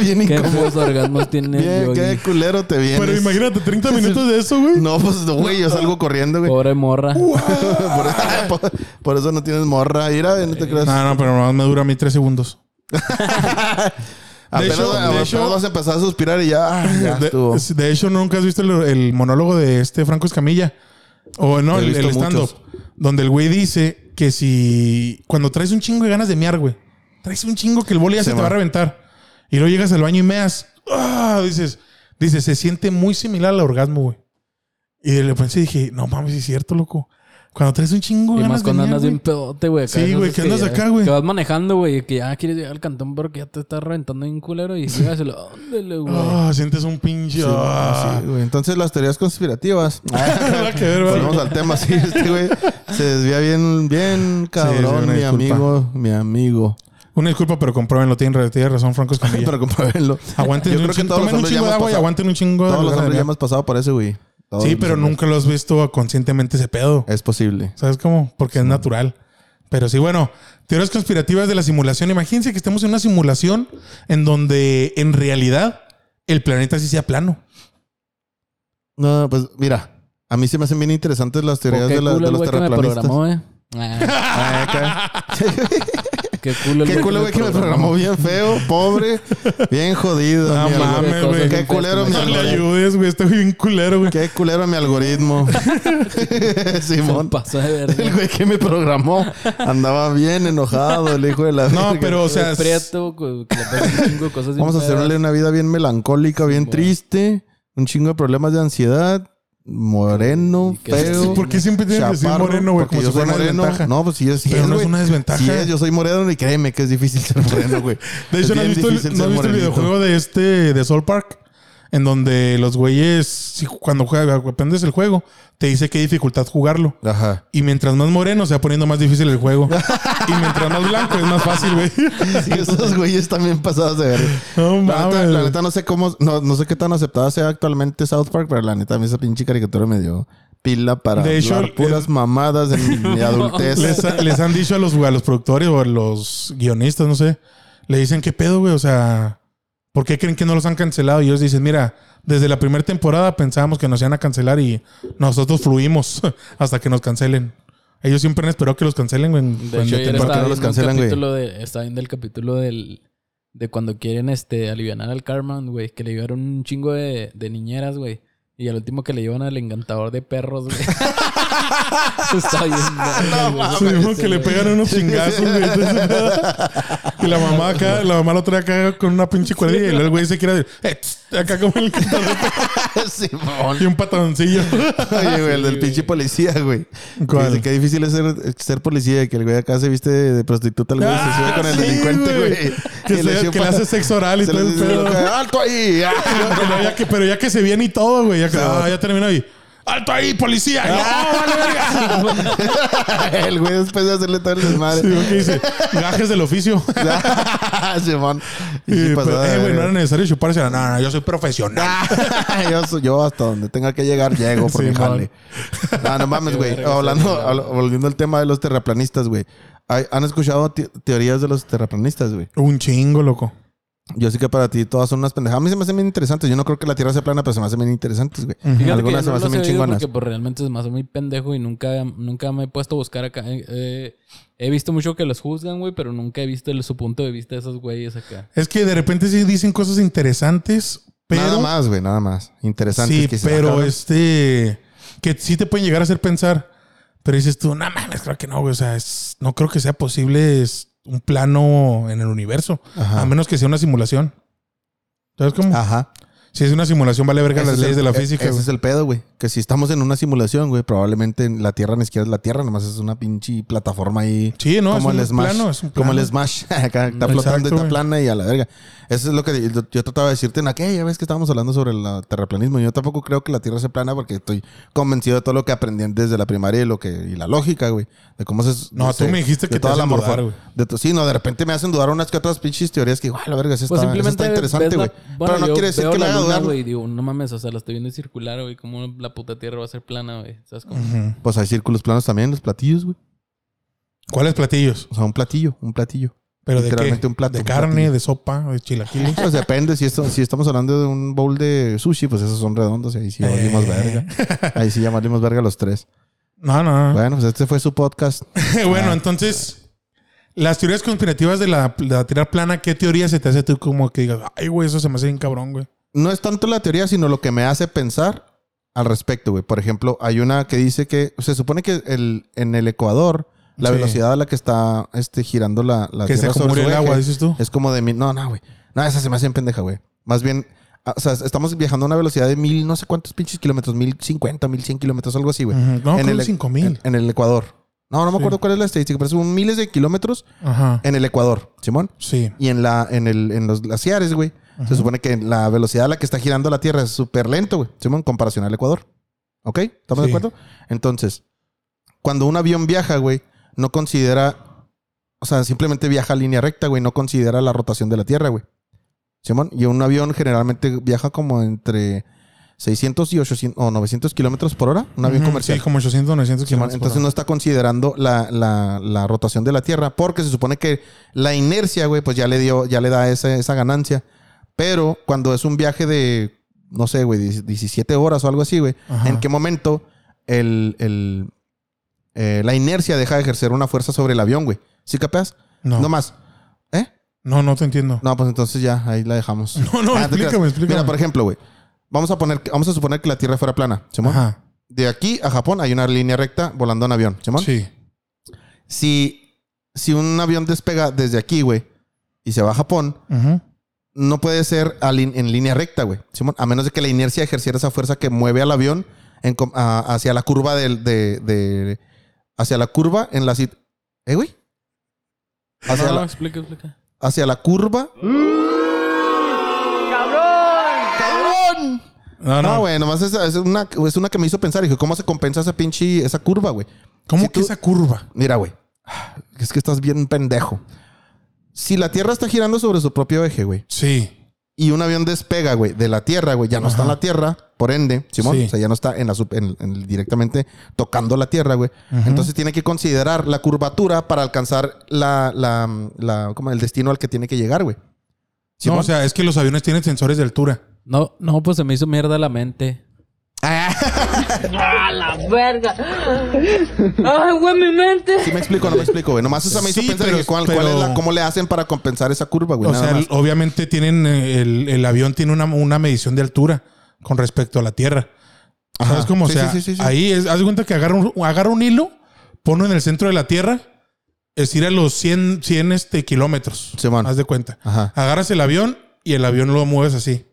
[SPEAKER 2] [laughs] Bien
[SPEAKER 3] ¿Qué
[SPEAKER 2] incómodo.
[SPEAKER 3] feos orgasmos tiene el
[SPEAKER 2] Bien,
[SPEAKER 3] yogi?
[SPEAKER 2] qué culero te vienes.
[SPEAKER 1] Pero imagínate, 30 minutos de eso, güey.
[SPEAKER 2] No, pues, no, güey, yo salgo corriendo, güey.
[SPEAKER 3] Pobre morra.
[SPEAKER 2] [laughs]
[SPEAKER 1] Uh,
[SPEAKER 2] por, eso, [laughs] por- por eso no tienes morra. Mira, no te creas.
[SPEAKER 1] No, no, pero nomás me dura a mí 3 segundos.
[SPEAKER 2] apenas
[SPEAKER 1] hecho- de
[SPEAKER 2] apenas
[SPEAKER 1] hecho-
[SPEAKER 2] vas a empezar a suspirar y ya, ah, [laughs] ya estuvo.
[SPEAKER 1] De, de hecho, nunca has visto el, el monólogo de este Franco Escamilla. O no,
[SPEAKER 2] He
[SPEAKER 1] el,
[SPEAKER 2] visto
[SPEAKER 1] el stand-up.
[SPEAKER 2] muchos.
[SPEAKER 1] Donde el güey dice que si. Cuando traes un chingo de ganas de mear, güey. Traes un chingo que el boli ya se
[SPEAKER 2] Sí,
[SPEAKER 1] te
[SPEAKER 2] man.
[SPEAKER 1] va a reventar. Y luego llegas al baño y meas. ¡Ah! Dices, dices, se siente muy similar al orgasmo, güey. Y de repente dije, no mames, sí es cierto, loco. Cuando traes un chingo de
[SPEAKER 3] Y más
[SPEAKER 1] ah, ganas de
[SPEAKER 3] cuando
[SPEAKER 1] mear,
[SPEAKER 3] andas
[SPEAKER 1] güey.
[SPEAKER 3] bien pedote, güey. acá,
[SPEAKER 1] Sí,
[SPEAKER 3] esas
[SPEAKER 1] güey, que andas
[SPEAKER 3] ya-
[SPEAKER 1] acá, güey.
[SPEAKER 3] Que vas manejando, güey. Que ya quieres llegar al cantón porque ya te estás reventando bien culero. Y llegas y lo... Ándale, güey.
[SPEAKER 1] Ah, sientes un pinche. ah.
[SPEAKER 2] Sí, güey. Entonces las teorías [laughs] conspirativas.
[SPEAKER 1] [laughs] Nada que ver, ¿verdad?
[SPEAKER 2] Ah, Volvemos al tema, sí, este güey se desvía bien, bien
[SPEAKER 1] Sí, sí,
[SPEAKER 2] cabrón,
[SPEAKER 1] una
[SPEAKER 2] mi
[SPEAKER 1] disculpa.
[SPEAKER 2] amigo, mi amigo.
[SPEAKER 1] Una disculpa, pero compruébenlo. Tiene, tiene razón, Franco
[SPEAKER 2] [laughs]
[SPEAKER 1] Escamilla.
[SPEAKER 2] Pero compárenlo.
[SPEAKER 1] Aguanten
[SPEAKER 2] Yo
[SPEAKER 1] un
[SPEAKER 2] creo que
[SPEAKER 1] chingo,
[SPEAKER 2] todos los
[SPEAKER 1] tomen un
[SPEAKER 2] hombres ya
[SPEAKER 1] chingo de
[SPEAKER 2] hemos
[SPEAKER 1] agua y
[SPEAKER 2] pasado.
[SPEAKER 1] aguanten un chingo de
[SPEAKER 2] Todos
[SPEAKER 1] lugar
[SPEAKER 2] los
[SPEAKER 1] de
[SPEAKER 2] hombres ya
[SPEAKER 1] mear.
[SPEAKER 2] hemos pasado Eh. por ese, güey. Todos
[SPEAKER 1] Sí,
[SPEAKER 2] los
[SPEAKER 1] pero
[SPEAKER 2] hombres.
[SPEAKER 1] nunca lo has visto conscientemente ese pedo.
[SPEAKER 2] Es posible.
[SPEAKER 1] ¿Sabes cómo? Porque es natural. Pero sí, bueno, teorías conspirativas de la simulación. Imagínense que estemos en una simulación en donde en realidad el planeta sí sea plano.
[SPEAKER 2] No, pues mira, a mí se me hacen bien interesantes las teorías
[SPEAKER 3] Pues, qué
[SPEAKER 2] de, la-
[SPEAKER 3] culo
[SPEAKER 2] de
[SPEAKER 3] el
[SPEAKER 2] los
[SPEAKER 3] güey que me
[SPEAKER 2] terraplanistas.
[SPEAKER 3] programó, eh.
[SPEAKER 1] [laughs]
[SPEAKER 3] Ah,
[SPEAKER 2] Ah, acá.
[SPEAKER 3] [laughs] qué culo el
[SPEAKER 2] Qué culo, güey, que me programó bien feo, pobre, bien jodido.
[SPEAKER 1] No
[SPEAKER 2] mi algo-
[SPEAKER 1] mames,
[SPEAKER 3] Qué cosas
[SPEAKER 1] güey.
[SPEAKER 3] bien
[SPEAKER 2] Qué
[SPEAKER 3] feas
[SPEAKER 2] culero,
[SPEAKER 3] que me
[SPEAKER 1] No le
[SPEAKER 2] mi
[SPEAKER 3] hicieron.
[SPEAKER 1] ayudes, güey. Estoy bien culero, güey.
[SPEAKER 2] [laughs] Qué culero mi algoritmo. [laughs] Simón.
[SPEAKER 3] Pasó de verga.
[SPEAKER 2] El güey que me programó andaba bien enojado, el hijo de la
[SPEAKER 1] No,
[SPEAKER 2] verga.
[SPEAKER 1] pero o sea,
[SPEAKER 3] El prieto, güey, que le pasan
[SPEAKER 2] [laughs]
[SPEAKER 3] un chingo de cosas
[SPEAKER 1] Pues
[SPEAKER 3] bien
[SPEAKER 2] Vamos a
[SPEAKER 3] feas.
[SPEAKER 2] hacerle una vida bien melancólica, bien
[SPEAKER 3] bueno.
[SPEAKER 2] triste, un chingo de problemas de ansiedad, moreno,
[SPEAKER 3] Y que-
[SPEAKER 1] sí,
[SPEAKER 2] feo.
[SPEAKER 1] ¿por qué siempre tienes que decir
[SPEAKER 2] chaparro,
[SPEAKER 1] moreno, güey?
[SPEAKER 2] porque
[SPEAKER 1] Como si
[SPEAKER 2] yo soy
[SPEAKER 1] fuera una
[SPEAKER 2] moreno.
[SPEAKER 1] desventaja.
[SPEAKER 2] No, pues sí es, sí
[SPEAKER 1] Pero
[SPEAKER 2] es,
[SPEAKER 1] no es
[SPEAKER 2] güey.
[SPEAKER 1] una desventaja.
[SPEAKER 2] Sí es, yo soy moreno y créeme que es difícil ser moreno, güey.
[SPEAKER 1] De hecho,
[SPEAKER 2] Es
[SPEAKER 1] ¿no has
[SPEAKER 2] bien
[SPEAKER 1] visto, el, no
[SPEAKER 2] difícil
[SPEAKER 1] has
[SPEAKER 2] ser
[SPEAKER 1] visto el
[SPEAKER 2] morenito.
[SPEAKER 1] videojuego de este, de Soul Park? En donde los güeyes, si- cuando juegas, aprendes el juego, te dice qué dificultad jugarlo.
[SPEAKER 2] Ajá.
[SPEAKER 1] Y mientras más moreno, se va poniendo más difícil el juego. y mientras más blanco, es más fácil, güey.
[SPEAKER 2] Sí, esos güeyes también pasados de ver.
[SPEAKER 1] [laughs] No
[SPEAKER 2] La neta,
[SPEAKER 1] mames.
[SPEAKER 2] la neta no sé cómo, no, no sé qué tan aceptada sea actualmente South Park, pero la neta a mí esa pinche caricatura me dio pila para
[SPEAKER 1] De hecho,
[SPEAKER 2] hablar puras mamadas
[SPEAKER 1] [laughs]
[SPEAKER 2] en mi- mi adultez. [laughs]
[SPEAKER 1] les, ha- les han dicho a los, a los productores o a los guionistas, no sé, le dicen, ¿qué pedo, güey? O sea, ¿por qué creen que no los han cancelado? Y ellos dicen, mira, desde la primera temporada pensábamos que nos iban a cancelar y nosotros fluimos [laughs] hasta que nos cancelen. Ellos siempre han esperado que los cancelen, güey.
[SPEAKER 3] De
[SPEAKER 1] cuando
[SPEAKER 3] hecho, ayer
[SPEAKER 1] te-
[SPEAKER 2] ¿por qué
[SPEAKER 3] estaba
[SPEAKER 2] no
[SPEAKER 3] viendo,
[SPEAKER 2] los
[SPEAKER 3] un
[SPEAKER 2] cancelan, güey?
[SPEAKER 3] capítulo de, estaba viendo el capítulo del, de cuando quieren este, alivianar al Carman, güey. Que le llevaron un chingo de, de niñeras, güey. Y al último que le llevan al encantador de perros, [laughs] güey. Está bien. verga,
[SPEAKER 2] Ah,
[SPEAKER 3] güey.
[SPEAKER 1] Sí, dijo que le pegan unos chingazos, güey. Entonces, y la mamá acá, la mamá lo trae acá con una pinche cuadrilla y luego el güey se quiere decir, "Eh, tss", acá como el
[SPEAKER 2] Simón.
[SPEAKER 1] y un
[SPEAKER 2] [laughs]
[SPEAKER 1] patadoncillo. [laughs]
[SPEAKER 2] Oye, güey, el del pinche policía, güey.
[SPEAKER 1] ¿Cuál?
[SPEAKER 2] Dice que difícil es ser, ser policía, que el güey acá se viste de, de prostituta, el güey se sube con el
[SPEAKER 1] Ah, sí,
[SPEAKER 2] delincuente,
[SPEAKER 1] güey.
[SPEAKER 2] güey.
[SPEAKER 1] Que, se-
[SPEAKER 2] Y
[SPEAKER 1] que le
[SPEAKER 2] chupa-
[SPEAKER 1] hace sexo oral y
[SPEAKER 2] se
[SPEAKER 1] todo
[SPEAKER 2] le
[SPEAKER 1] el
[SPEAKER 2] dice,
[SPEAKER 1] pedo.
[SPEAKER 2] "Alto ahí! [laughs]
[SPEAKER 1] Pero ya que, pero ya que se viene y todo, güey. Ya, que- ah, ya terminó ahí. ¡Alto ahí, policía!
[SPEAKER 2] Ah, el güey después de hacerle todo el
[SPEAKER 1] No,
[SPEAKER 2] desmadre. [laughs] Ah,
[SPEAKER 1] sí, ok, dice, gajes del oficio.
[SPEAKER 2] Simón. Y sí
[SPEAKER 1] Y, pues,
[SPEAKER 2] pasó de Ah.
[SPEAKER 1] eh, güey, no era
[SPEAKER 2] verga.
[SPEAKER 1] necesario chuparse. No, no, yo soy profesional.
[SPEAKER 2] [laughs] yo, soy- yo hasta donde tenga que llegar, llego por mi
[SPEAKER 1] Simón.
[SPEAKER 2] jale. No, no mames,
[SPEAKER 3] Qué
[SPEAKER 2] güey.
[SPEAKER 3] verga,
[SPEAKER 2] Hablando,
[SPEAKER 3] está bien,
[SPEAKER 2] hablo- volviendo al tema de los terraplanistas, güey. Hay- ¿Han escuchado te- teorías de los terraplanistas, güey?
[SPEAKER 1] Un chingo, loco.
[SPEAKER 2] Yo sé que para ti todas son unas pendejadas. A mí se me hacen bien interesantes. Yo no creo que la Tierra sea plana, pero se me hacen bien interesantes, güey.
[SPEAKER 3] Fíjate
[SPEAKER 2] Algunas
[SPEAKER 3] que
[SPEAKER 2] se me
[SPEAKER 3] no
[SPEAKER 2] hacen
[SPEAKER 3] los he
[SPEAKER 2] bien
[SPEAKER 3] oído
[SPEAKER 2] chingonas.
[SPEAKER 3] porque pues, realmente se me hace muy pendejo y nunca, nunca me he puesto a buscar acá. Eh, eh, he visto mucho que los juzgan, güey, pero nunca he visto el- su punto de vista de esos güeyes acá.
[SPEAKER 1] Es que de repente sí dicen cosas interesantes, pero...
[SPEAKER 2] Nada más, güey, nada más. Interesantes.
[SPEAKER 1] Sí,
[SPEAKER 2] que se
[SPEAKER 1] pero
[SPEAKER 2] sacaron.
[SPEAKER 1] este... Que sí te pueden llegar a hacer pensar. Pero dices tú, no mames, creo que no, güey. O sea, es- no creo que sea posible es un plano en el universo.
[SPEAKER 2] Ajá.
[SPEAKER 1] A menos que sea una simulación. ¿Sabes cómo?
[SPEAKER 2] Ajá.
[SPEAKER 1] Si es una simulación, vale verga
[SPEAKER 2] Ese
[SPEAKER 1] las
[SPEAKER 2] es
[SPEAKER 1] leyes
[SPEAKER 2] el-
[SPEAKER 1] de la
[SPEAKER 2] e-
[SPEAKER 1] física.
[SPEAKER 2] Ese
[SPEAKER 1] güey.
[SPEAKER 2] es el pedo, güey. Que si estamos en una simulación, güey, probablemente en la Tierra ni siquiera es la Tierra, nomás es una pinche plataforma ahí.
[SPEAKER 1] Sí, no,
[SPEAKER 2] como
[SPEAKER 1] es un
[SPEAKER 2] el Smash.
[SPEAKER 1] plano, es un
[SPEAKER 2] Como
[SPEAKER 1] plano.
[SPEAKER 2] el Smash. [laughs] Acá está
[SPEAKER 1] Exacto,
[SPEAKER 2] flotando y está
[SPEAKER 1] güey.
[SPEAKER 2] plana y a la verga. Eso es lo que yo, yo trataba de decirte en aquella vez que estábamos hablando sobre el terraplanismo. Yo tampoco creo que la Tierra sea plana porque estoy convencido de todo lo que aprendí desde la primaria y lo que y la lógica, güey. De cómo se...
[SPEAKER 1] No, tú me dijiste que te hacen
[SPEAKER 2] morfa-
[SPEAKER 1] dudar, güey.
[SPEAKER 2] de to- Sí, no, de repente me hacen dudar unas que otras pinches teorías que, güey, la verga, eso está,
[SPEAKER 3] Pues
[SPEAKER 2] eso
[SPEAKER 3] simplemente.
[SPEAKER 2] está interesante,
[SPEAKER 3] ves la-
[SPEAKER 2] güey.
[SPEAKER 3] bueno,
[SPEAKER 2] Pero no
[SPEAKER 3] yo
[SPEAKER 2] quiere decir
[SPEAKER 3] veo
[SPEAKER 2] que
[SPEAKER 3] la
[SPEAKER 2] le haga
[SPEAKER 3] luna,
[SPEAKER 2] dudar.
[SPEAKER 3] güey, y digo, no mames, o sea, la estoy viendo circular, güey. ¿Cómo la puta tierra va a ser plana, güey? ¿Sabes cómo?
[SPEAKER 1] Ujú.
[SPEAKER 2] Pues hay círculos planos también, los platillos, güey.
[SPEAKER 1] ¿Cuáles platillos?
[SPEAKER 2] O sea, un platillo, un platillo.
[SPEAKER 1] Pero de
[SPEAKER 2] Literalmente
[SPEAKER 1] qué?
[SPEAKER 2] un plato,
[SPEAKER 1] de
[SPEAKER 2] un
[SPEAKER 1] carne,
[SPEAKER 2] platillo.
[SPEAKER 1] de sopa, de chilaquiles.
[SPEAKER 2] Pues depende, si, esto, si estamos hablando de un bowl de sushi, pues esos son redondos y ahí sí valimos
[SPEAKER 1] Eh.
[SPEAKER 2] verga. Ahí sí ya valimos verga los tres.
[SPEAKER 1] No, no. no.
[SPEAKER 2] Bueno, pues este fue su podcast.
[SPEAKER 1] [laughs] bueno, entonces, las teorías conspirativas de la, de la tierra plana, ¿qué teoría se te hace tú como que digas, ay, güey, eso se me hace bien cabrón, güey?
[SPEAKER 2] No es tanto la teoría, sino lo que me hace pensar al respecto, güey. Por ejemplo, hay una que dice que se supone que el, en el Ecuador la
[SPEAKER 1] Sí.
[SPEAKER 2] velocidad a la que está este, girando la, la
[SPEAKER 1] que se
[SPEAKER 2] Tierra sobre
[SPEAKER 1] acumule
[SPEAKER 2] su
[SPEAKER 1] el
[SPEAKER 2] eje
[SPEAKER 1] agua, dices tú.
[SPEAKER 2] Es como de mil. No, no, güey. No, esa se me hace en pendeja, güey. Más bien, a- o sea, estamos viajando a una velocidad de mil, no sé cuántos pinches kilómetros, mil cincuenta, mil cien kilómetros, algo así, güey.
[SPEAKER 1] Ujú. No,
[SPEAKER 2] en
[SPEAKER 1] creo
[SPEAKER 2] el,
[SPEAKER 1] que 5000.
[SPEAKER 2] En, en el Ecuador. No, no me
[SPEAKER 1] Sí.
[SPEAKER 2] acuerdo cuál es la estadística, pero son miles de kilómetros
[SPEAKER 1] Ajá.
[SPEAKER 2] en el Ecuador, Simón.
[SPEAKER 1] Sí.
[SPEAKER 2] Y en, la, en, el, en los glaciares, güey. Se supone que la velocidad a la que está girando la Tierra es súper lento, güey. Simón, en comparación al Ecuador. ¿Ok? ¿Estamos
[SPEAKER 1] Sí.
[SPEAKER 2] de acuerdo? Entonces, cuando un avión viaja, güey, no considera... O sea, simplemente viaja a línea recta, güey. No considera la rotación de la Tierra, güey. Simón, y un avión generalmente viaja como entre 600 y 800 o 900 kilómetros por hora. Un avión
[SPEAKER 1] Ujú,
[SPEAKER 2] comercial.
[SPEAKER 1] Sí, como 800, 900
[SPEAKER 2] Simón,
[SPEAKER 1] kilómetros. por
[SPEAKER 2] entonces no está considerando la, la- la rotación de la Tierra porque se supone que la inercia, güey, pues ya le dio, ya le da esa, esa ganancia. Pero cuando es un viaje de, no sé, güey, 17 horas o algo así, güey,
[SPEAKER 1] Ajá.
[SPEAKER 2] ¿en qué momento el, el, eh, la inercia deja de ejercer una fuerza sobre el avión, güey? ¿Sí capaz?
[SPEAKER 1] No.
[SPEAKER 2] No
[SPEAKER 1] No,
[SPEAKER 2] más. ¿Eh?
[SPEAKER 1] no, te entiendo.
[SPEAKER 2] No, pues entonces ya, ahí la dejamos.
[SPEAKER 1] [laughs] No, no,
[SPEAKER 2] Ah, te
[SPEAKER 1] explícame,
[SPEAKER 2] creas.
[SPEAKER 1] [laughs] explícame.
[SPEAKER 2] Mira, por ejemplo, güey. Vamos a poner, vamos a suponer que la Tierra fuera plana, Simón.
[SPEAKER 1] Ajá.
[SPEAKER 2] De aquí a Japón hay una línea recta volando en avión, Simón.
[SPEAKER 1] Sí.
[SPEAKER 2] Si, si un avión despega desde aquí, güey, y se va a Japón,
[SPEAKER 1] Ujú.
[SPEAKER 2] no puede ser a lin- en línea recta, güey. Simón, a menos de que la inercia ejerciera esa fuerza que mueve al avión en com- a- hacia la curva del, de, de- Hacia la curva en la... sit- ¿Eh, güey? Hacia,
[SPEAKER 3] No, no,
[SPEAKER 2] la,
[SPEAKER 3] explica, explica.
[SPEAKER 2] hacia la curva... ¡Cabrón!
[SPEAKER 1] No,
[SPEAKER 2] No,
[SPEAKER 1] no.
[SPEAKER 2] güey, nomás es, es una, es una que me hizo pensar. Dije, ¿cómo se compensa esa pinche... esa curva, güey?
[SPEAKER 1] ¿Cómo
[SPEAKER 2] si
[SPEAKER 1] que
[SPEAKER 2] tú-
[SPEAKER 1] esa curva?
[SPEAKER 2] Mira, güey. Ah, Es que estás bien pendejo. Si la Tierra está girando sobre su propio eje, güey,
[SPEAKER 1] Sí.
[SPEAKER 2] y un avión despega, güey, de la Tierra, güey, ya no está en
[SPEAKER 1] Ajá.
[SPEAKER 2] la Tierra, por ende, Simón,
[SPEAKER 1] Sí.
[SPEAKER 2] o sea, ya no está en la sup- en- en- directamente tocando la Tierra, güey.
[SPEAKER 1] Ujú.
[SPEAKER 2] Entonces tiene que considerar la curvatura para alcanzar la, la, la- como el destino al que tiene que llegar, güey.
[SPEAKER 1] No,
[SPEAKER 2] Simón.
[SPEAKER 1] o sea, es que los aviones tienen sensores de altura.
[SPEAKER 3] No, no, pues se me hizo mierda la mente.
[SPEAKER 4] ¡A la verga! ¡Ay, güey, mi mente!
[SPEAKER 2] Sí me explico, no me explico, güey. Nomás esa me hizo
[SPEAKER 1] Sí,
[SPEAKER 2] pensar
[SPEAKER 1] pero-
[SPEAKER 2] que cuál, cuál
[SPEAKER 1] pero-
[SPEAKER 2] es la- cómo le hacen para compensar esa curva, güey.
[SPEAKER 1] O
[SPEAKER 2] nada
[SPEAKER 1] sea,
[SPEAKER 2] más.
[SPEAKER 1] el- obviamente tienen eh, el, el avión tiene una, una medición de altura con respecto a la Tierra.
[SPEAKER 2] Ajá.
[SPEAKER 1] ¿Sabes cómo? O
[SPEAKER 2] Sí,
[SPEAKER 1] sea,
[SPEAKER 2] sí, sí, sí, sí.
[SPEAKER 1] ahí es, haz de cuenta que agarra un, agarra un hilo, pone en el centro de la Tierra, estira los 100, 100 este, kilómetros.
[SPEAKER 2] Simón.
[SPEAKER 1] Haz de cuenta.
[SPEAKER 2] Ajá.
[SPEAKER 1] Agarras el avión y el avión lo mueves así.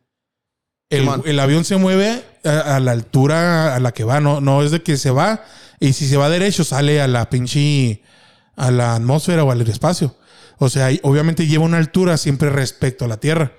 [SPEAKER 1] El,
[SPEAKER 2] Simón.
[SPEAKER 1] el avión se mueve a, a la altura a la que va, no, no es de que se va y si se va derecho sale a la pinche a la atmósfera o al espacio. O sea, y obviamente lleva una altura siempre respecto a la Tierra.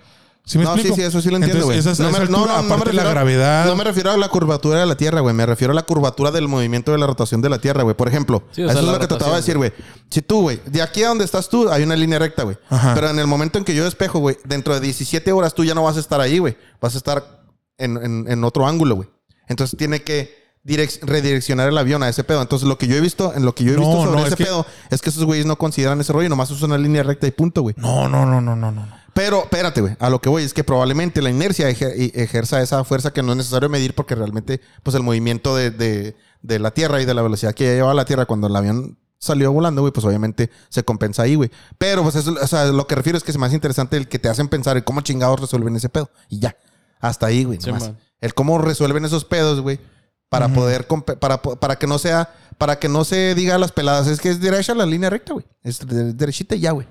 [SPEAKER 1] ¿Sí me
[SPEAKER 2] no,
[SPEAKER 1] explico?
[SPEAKER 2] sí, sí, eso sí lo entiendo, güey.
[SPEAKER 1] Entonces, esa- esa
[SPEAKER 2] me-
[SPEAKER 1] altura, aparte la
[SPEAKER 2] refiero-
[SPEAKER 1] gravedad.
[SPEAKER 2] No me refiero a la curvatura de la Tierra, güey. Me refiero a la curvatura del movimiento de la rotación de la Tierra, güey. Por ejemplo,
[SPEAKER 3] Sí, o
[SPEAKER 2] eso
[SPEAKER 3] sea,
[SPEAKER 2] es
[SPEAKER 3] la
[SPEAKER 2] lo que te
[SPEAKER 3] rotación,
[SPEAKER 2] trataba de decir, güey. Si tú, güey, de aquí a donde estás tú, hay una línea recta, güey.
[SPEAKER 1] Ajá.
[SPEAKER 2] Pero en el momento en que yo despejo, güey, dentro de 17 horas tú ya no vas a estar ahí, güey. Vas a estar en, en- en otro ángulo, güey. Entonces tiene que direc- redireccionar el avión a ese pedo. Entonces lo que yo he visto, en lo que yo he
[SPEAKER 1] No,
[SPEAKER 2] visto sobre
[SPEAKER 1] no, es
[SPEAKER 2] ese
[SPEAKER 1] que-
[SPEAKER 2] pedo, es que esos güeyes no consideran ese rollo, nomás usan una línea recta y punto, güey.
[SPEAKER 1] No, no, no, no, no, no.
[SPEAKER 2] Pero espérate, güey, a lo que voy es que probablemente la inercia ejer- y- ejerza esa fuerza que no es necesario medir porque realmente pues el movimiento de, de- de la Tierra y de la velocidad que llevaba la Tierra cuando el avión salió volando, güey, pues obviamente se compensa ahí, güey. Pero pues eso, o sea, lo que refiero es que es más interesante el que te hacen pensar el cómo chingados resuelven ese pedo y ya. Hasta ahí, güey,
[SPEAKER 3] Sí,
[SPEAKER 2] nomás.
[SPEAKER 3] man.
[SPEAKER 2] El cómo resuelven esos pedos, güey, para poder compe- para po- para que no sea para que no se diga a las peladas, es que es derecha la línea recta, güey. Es de- derechita y ya, güey.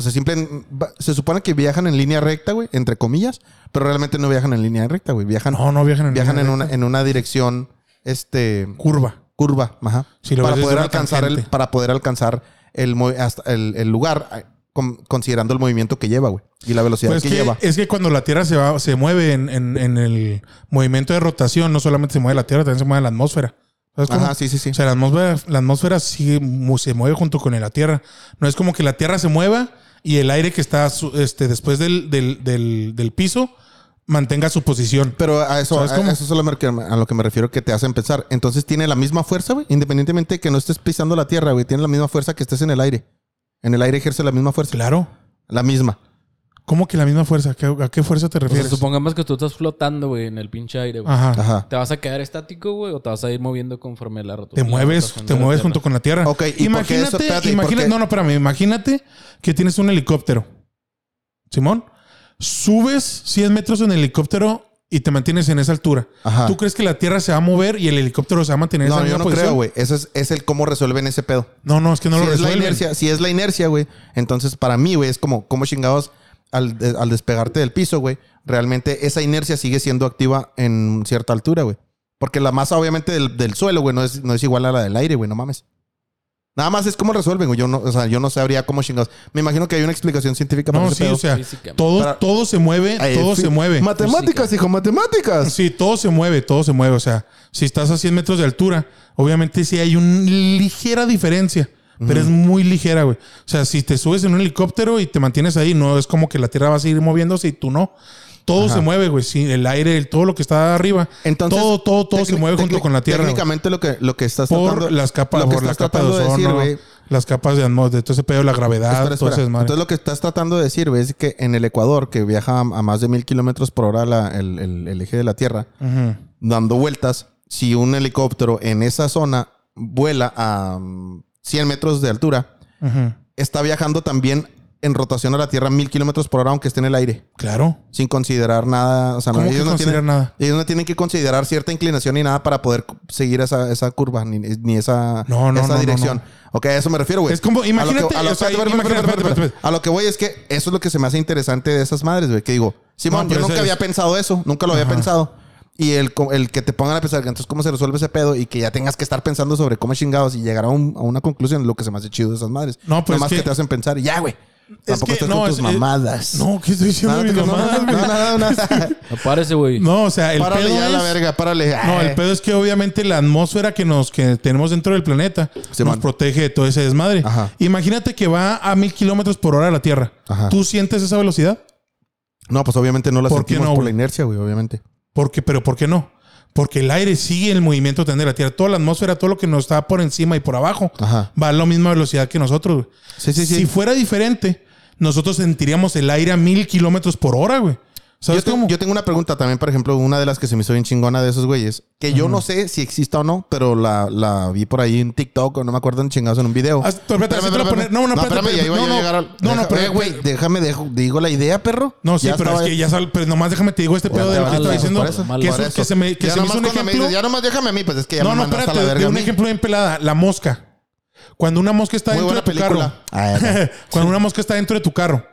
[SPEAKER 2] O sea, simple, va- se supone que viajan en línea recta, güey, entre comillas, pero realmente no viajan en línea recta, güey. Viajan,
[SPEAKER 1] No, no viajan en
[SPEAKER 2] Ah, viajan en
[SPEAKER 1] línea
[SPEAKER 2] una, en una dirección, este,
[SPEAKER 1] Curva.
[SPEAKER 2] curva, ajá,
[SPEAKER 1] Si lo
[SPEAKER 2] para
[SPEAKER 1] ves desde
[SPEAKER 2] poder
[SPEAKER 1] una
[SPEAKER 2] alcanzar el,
[SPEAKER 1] tangente.
[SPEAKER 2] para poder alcanzar el, mo- hasta el, el lugar, eh, con- considerando el movimiento que lleva, güey, y la velocidad
[SPEAKER 1] Pues
[SPEAKER 2] que,
[SPEAKER 1] que-
[SPEAKER 2] lleva.
[SPEAKER 1] es que cuando la Tierra se va, se mueve en, en- en el movimiento de rotación, no solamente se mueve la Tierra, también se mueve la atmósfera. ¿Sabes cómo?
[SPEAKER 2] Ajá, sí, sí, sí.
[SPEAKER 1] O sea, la atmósfera, la atmósfera sigue mu- se mueve junto con la Tierra. No es como que la Tierra se mueva y el aire que está su- este, después del, del- del- del piso mantenga su posición.
[SPEAKER 2] Pero a eso, a,
[SPEAKER 1] ¿Sabes cómo?
[SPEAKER 2] eso es a lo mer- a lo que me refiero que te hacen pensar. Entonces tiene la misma fuerza, güey. Independientemente de que no estés pisando la tierra, güey. Tiene la misma fuerza que estés en el aire. En el aire ejerce la misma fuerza.
[SPEAKER 1] Claro.
[SPEAKER 2] La misma.
[SPEAKER 1] ¿Cómo que la misma fuerza? ¿A qué, a qué fuerza te
[SPEAKER 3] O sea,
[SPEAKER 1] refieres?
[SPEAKER 3] supongamos que tú estás flotando, güey, en el pinche aire, güey.
[SPEAKER 1] Ajá.
[SPEAKER 2] Ajá.
[SPEAKER 3] ¿Te vas a quedar estático, güey, o te vas a ir moviendo conforme Pues, la rotación?
[SPEAKER 1] Te mueves, te mueves junto con la Tierra.
[SPEAKER 2] Ok, ¿y por qué
[SPEAKER 1] imagínate,
[SPEAKER 2] eso? Espérate, ¿y por
[SPEAKER 1] imagínate,
[SPEAKER 2] qué?
[SPEAKER 1] no, no, espérame, imagínate que tienes un helicóptero. Simón, subes 100 metros en helicóptero y te mantienes en esa altura.
[SPEAKER 2] Ajá.
[SPEAKER 1] ¿Tú crees que la Tierra se va a mover y el helicóptero se va a mantener en
[SPEAKER 2] No,
[SPEAKER 1] esa
[SPEAKER 2] yo
[SPEAKER 1] misma
[SPEAKER 2] no
[SPEAKER 1] posición?
[SPEAKER 2] creo, güey. Eso es, es el cómo resuelven ese pedo.
[SPEAKER 1] No, no, es que no
[SPEAKER 2] si
[SPEAKER 1] lo
[SPEAKER 2] es la
[SPEAKER 1] resuelven.
[SPEAKER 2] inercia, si es la inercia, güey. Entonces, para mí, güey, es como, como chingados al, de- al despegarte del piso, güey. Realmente esa inercia sigue siendo activa en cierta altura, güey. Porque la masa, obviamente, del, del suelo, güey, no es, no es igual a la del aire, güey, no mames. Nada más es cómo resuelven, güey. Yo no, o sea, yo no sabría cómo chingados. Me imagino que hay una explicación científica para
[SPEAKER 1] No,
[SPEAKER 2] ese
[SPEAKER 1] sí,
[SPEAKER 2] pedo.
[SPEAKER 1] o sea,
[SPEAKER 3] física.
[SPEAKER 1] todo,
[SPEAKER 2] Para-
[SPEAKER 1] todo se mueve,
[SPEAKER 2] Ay,
[SPEAKER 1] todo
[SPEAKER 2] fi-
[SPEAKER 1] se mueve.
[SPEAKER 2] Matemáticas, hijo, matemáticas.
[SPEAKER 1] Sí, todo se mueve, todo se mueve. O sea, si estás a 100 metros de altura, obviamente sí hay una ligera diferencia, pero es muy ligera, güey. O sea, si te subes en un helicóptero y te mantienes ahí, no es como que la tierra va a seguir moviéndose y tú no. Todo se mueve, güey. Sí, el aire, el, todo lo que está arriba.
[SPEAKER 2] Entonces,
[SPEAKER 1] todo, todo, todo se
[SPEAKER 2] tecni-
[SPEAKER 1] mueve junto
[SPEAKER 2] tecni-
[SPEAKER 1] con la tierra. güey.
[SPEAKER 2] Técnicamente lo que, lo que estás
[SPEAKER 1] por
[SPEAKER 2] tratando-
[SPEAKER 1] las capas,
[SPEAKER 2] lo que
[SPEAKER 1] por la
[SPEAKER 2] estás
[SPEAKER 1] capa de
[SPEAKER 2] tratando
[SPEAKER 1] ozono, Ah,
[SPEAKER 2] decir, güey,
[SPEAKER 1] las capas de atmósfera, todo ese pedo, la gravedad,
[SPEAKER 2] Espera,
[SPEAKER 1] todo
[SPEAKER 2] espera.
[SPEAKER 1] ese desmadre.
[SPEAKER 2] Entonces lo que estás tratando de decir, güey, es que en el Ecuador, que viaja a, a más de mil kilómetros por hora la- el, el- el eje de la Tierra,
[SPEAKER 1] Ujú.
[SPEAKER 2] dando vueltas, si un helicóptero en esa zona vuela a mm, 100 metros de altura,
[SPEAKER 1] Ujú.
[SPEAKER 2] está viajando también en rotación a la Tierra mil kilómetros por hora, aunque esté en el aire,
[SPEAKER 1] Claro.
[SPEAKER 2] sin considerar nada. O sea, no-
[SPEAKER 1] ¿Cómo que
[SPEAKER 2] ellos, no
[SPEAKER 1] considerar
[SPEAKER 2] tienen,
[SPEAKER 1] nada?
[SPEAKER 2] ellos no tienen que considerar cierta inclinación ni nada para poder cu- seguir esa, esa curva, ni, ni esa,
[SPEAKER 1] No, no,
[SPEAKER 2] esa
[SPEAKER 1] no, no,
[SPEAKER 2] dirección.
[SPEAKER 1] no.
[SPEAKER 2] Ok, a eso me refiero, güey.
[SPEAKER 1] Es como-
[SPEAKER 2] A lo que-
[SPEAKER 1] imagínate,
[SPEAKER 2] a lo-
[SPEAKER 1] o sea,
[SPEAKER 2] espérate, espérate,
[SPEAKER 1] imagínate,
[SPEAKER 2] espérate,
[SPEAKER 1] espérate,
[SPEAKER 2] espérate.
[SPEAKER 1] espérate.
[SPEAKER 2] A lo que voy es que eso es lo que se me hace interesante de esas madres, güey. Que digo, Simón,
[SPEAKER 1] No, pero
[SPEAKER 2] yo nunca
[SPEAKER 1] eso es-
[SPEAKER 2] había pensado eso, nunca lo había
[SPEAKER 1] Ajá.
[SPEAKER 2] pensado. Y el, co- el que te pongan a pensar, entonces, ¿cómo se resuelve ese pedo? Y que ya tengas que estar pensando sobre cómo chingados y llegar a, un- a una conclusión, lo que se me hace chido de esas madres.
[SPEAKER 1] No, pero es
[SPEAKER 2] Nomás que...
[SPEAKER 1] que-
[SPEAKER 2] te hacen pensar, y ya, güey. Tampoco
[SPEAKER 1] que
[SPEAKER 2] estás
[SPEAKER 1] no,
[SPEAKER 2] con
[SPEAKER 1] es-
[SPEAKER 2] tus mamadas.
[SPEAKER 1] No, ¿qué estoy
[SPEAKER 2] No,
[SPEAKER 1] diciendo?
[SPEAKER 2] no,
[SPEAKER 1] mi
[SPEAKER 2] no, no,
[SPEAKER 1] mamada, güey?
[SPEAKER 2] no, no,
[SPEAKER 1] [laughs]
[SPEAKER 2] no.
[SPEAKER 3] No, párese, güey.
[SPEAKER 1] No, o sea, el
[SPEAKER 2] Párale
[SPEAKER 1] pedo
[SPEAKER 2] ya a la
[SPEAKER 1] es-
[SPEAKER 2] verga, párale.
[SPEAKER 1] No, el
[SPEAKER 2] Ay.
[SPEAKER 1] pedo es que obviamente la atmósfera que nos que tenemos dentro del planeta
[SPEAKER 2] Se
[SPEAKER 1] nos
[SPEAKER 2] van.
[SPEAKER 1] protege de todo ese desmadre.
[SPEAKER 2] Ajá.
[SPEAKER 1] Imagínate que va a mil kilómetros por hora la Tierra.
[SPEAKER 2] Ajá.
[SPEAKER 1] ¿Tú sientes esa velocidad?
[SPEAKER 2] No, pues obviamente no la
[SPEAKER 1] ¿Por qué
[SPEAKER 2] sentimos
[SPEAKER 1] no,
[SPEAKER 2] por la
[SPEAKER 1] güey?
[SPEAKER 2] inercia, güey, obviamente.
[SPEAKER 1] Porque, pero ¿por qué no? Porque el aire sigue el movimiento también de la Tierra. Toda la atmósfera, todo lo que nos está por encima y por abajo,
[SPEAKER 2] Ajá.
[SPEAKER 1] va a la misma velocidad que nosotros. güey.
[SPEAKER 2] Sí, sí, sí.
[SPEAKER 1] Si fuera diferente, nosotros sentiríamos el aire a mil kilómetros por hora, güey.
[SPEAKER 2] Yo,
[SPEAKER 1] ¿Sabes
[SPEAKER 2] tengo-
[SPEAKER 1] cómo?
[SPEAKER 2] yo tengo una pregunta también, por ejemplo, una de las que se me hizo bien chingona de esos güeyes, que yo no sé si exista o no, pero la, la vi por ahí en TikTok o no me acuerdo en chingados en un video.
[SPEAKER 1] Ah, espérate, sí te la poner- no, no, espérate,
[SPEAKER 2] espérame, ya
[SPEAKER 1] espérate,
[SPEAKER 2] iba
[SPEAKER 1] no,
[SPEAKER 2] yo a
[SPEAKER 1] no.
[SPEAKER 2] llegar al-
[SPEAKER 1] No, no,
[SPEAKER 2] Deja-
[SPEAKER 1] pero-
[SPEAKER 2] Oye, güey, déjame, dejo- digo la idea, perro.
[SPEAKER 1] No, sí,
[SPEAKER 2] Ya
[SPEAKER 1] pero es
[SPEAKER 2] estaba-
[SPEAKER 1] que ya sal, pero nomás déjame te digo este pedo de lo que
[SPEAKER 3] mala,
[SPEAKER 1] estaba diciendo.
[SPEAKER 2] por eso,
[SPEAKER 1] que,
[SPEAKER 3] mala,
[SPEAKER 1] eso-
[SPEAKER 2] por
[SPEAKER 1] que
[SPEAKER 2] eso.
[SPEAKER 1] se me, que
[SPEAKER 2] Ya
[SPEAKER 1] se me
[SPEAKER 2] nomás
[SPEAKER 1] hizo un
[SPEAKER 2] cuando me
[SPEAKER 1] ejemplo.
[SPEAKER 2] dices, ya nomás déjame a mí, pues es que ya
[SPEAKER 1] no,
[SPEAKER 2] me
[SPEAKER 1] no,
[SPEAKER 2] mandaste a
[SPEAKER 1] espérate,
[SPEAKER 2] la verga
[SPEAKER 1] de
[SPEAKER 2] a
[SPEAKER 1] un
[SPEAKER 2] mí.
[SPEAKER 1] ejemplo bien pelada, la mosca. Cuando una mosca está
[SPEAKER 2] Muy
[SPEAKER 1] dentro
[SPEAKER 2] buena
[SPEAKER 1] de tu carro.
[SPEAKER 2] película. Ah, ya.
[SPEAKER 1] [laughs] Cuando una mosca está dentro de tu carro,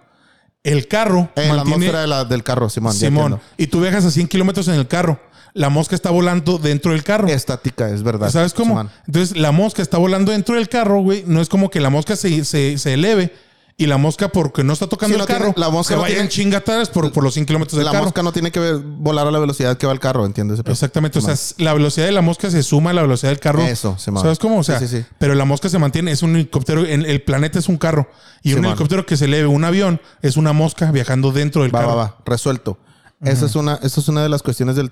[SPEAKER 1] el carro
[SPEAKER 2] Eh, la
[SPEAKER 1] mantiene
[SPEAKER 2] atmósfera de la- del carro, Simón. ya
[SPEAKER 1] Simón
[SPEAKER 2] entiendo.
[SPEAKER 1] y tú viajas a 100 kilómetros en el carro. La mosca está volando dentro del carro.
[SPEAKER 2] Estática, es verdad.
[SPEAKER 1] ¿Sabes cómo?
[SPEAKER 2] Simón.
[SPEAKER 1] Entonces la mosca está volando dentro del carro, güey. No es como que la mosca se, se, se eleve Y la mosca, porque no está tocando
[SPEAKER 2] Sí,
[SPEAKER 1] el
[SPEAKER 2] no tiene-
[SPEAKER 1] carro,
[SPEAKER 2] la
[SPEAKER 1] se
[SPEAKER 2] mosca no
[SPEAKER 1] vayan
[SPEAKER 2] tiene-
[SPEAKER 1] chingatadas por, por los 100 kilómetros del
[SPEAKER 2] la
[SPEAKER 1] carro.
[SPEAKER 2] mosca no tiene que ver- volar a la velocidad que va el carro, ¿entiendes?
[SPEAKER 1] Exactamente. O sea, la velocidad de la mosca se suma a la velocidad del carro.
[SPEAKER 2] Eso, Simón.
[SPEAKER 1] ¿Sabes cómo? O sea,
[SPEAKER 2] Sí, sí, sí.
[SPEAKER 1] pero la mosca se mantiene. Es un helicóptero. en- el planeta es un carro. Y un
[SPEAKER 2] Simón.
[SPEAKER 1] helicóptero que se eleve, un avión, es una mosca viajando dentro del
[SPEAKER 2] va,
[SPEAKER 1] carro.
[SPEAKER 2] va, va, resuelto. Esa es, una, esa es una de las cuestiones del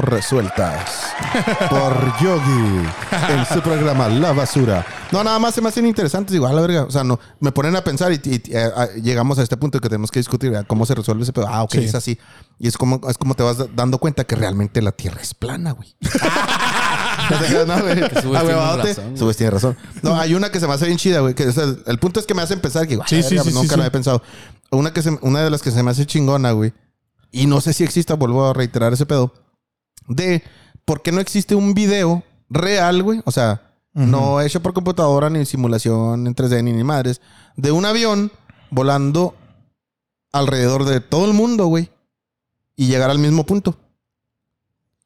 [SPEAKER 1] [laughs]
[SPEAKER 2] resueltas por Yogi en su programa La Basura. No, nada más se me hacen interesantes. Digo, a la verga. O sea, no, me ponen a pensar y, y- y, eh, ah, llegamos a este punto que tenemos que discutir ¿verdad? cómo se resuelve ese pedo. Ah, ok,
[SPEAKER 1] Sí.
[SPEAKER 2] es así. Y es como, es como te vas da- dando cuenta que realmente la Tierra es
[SPEAKER 1] [laughs]
[SPEAKER 2] plana, güey. [laughs] no, güey.
[SPEAKER 3] subes
[SPEAKER 2] Ahuevadote.
[SPEAKER 3] tiene razón, güey.
[SPEAKER 2] Subes tiene razón. No, hay una que se me hace bien chida, güey. que es el, el punto es que me hace pensar que,
[SPEAKER 1] Sí,
[SPEAKER 2] Ay,
[SPEAKER 1] sí,
[SPEAKER 2] verga,
[SPEAKER 1] sí, sí,
[SPEAKER 2] nunca
[SPEAKER 1] sí.
[SPEAKER 2] lo había pensado. Una, que se- una de las que se me hace chingona, güey. Y no sé si exista, vuelvo a reiterar ese pedo. De por qué no existe un video real, güey. O sea, no hecho por computadora, ni simulación en 3D, ni, ni madres. De un avión volando alrededor de todo el mundo, güey. Y llegar al mismo punto.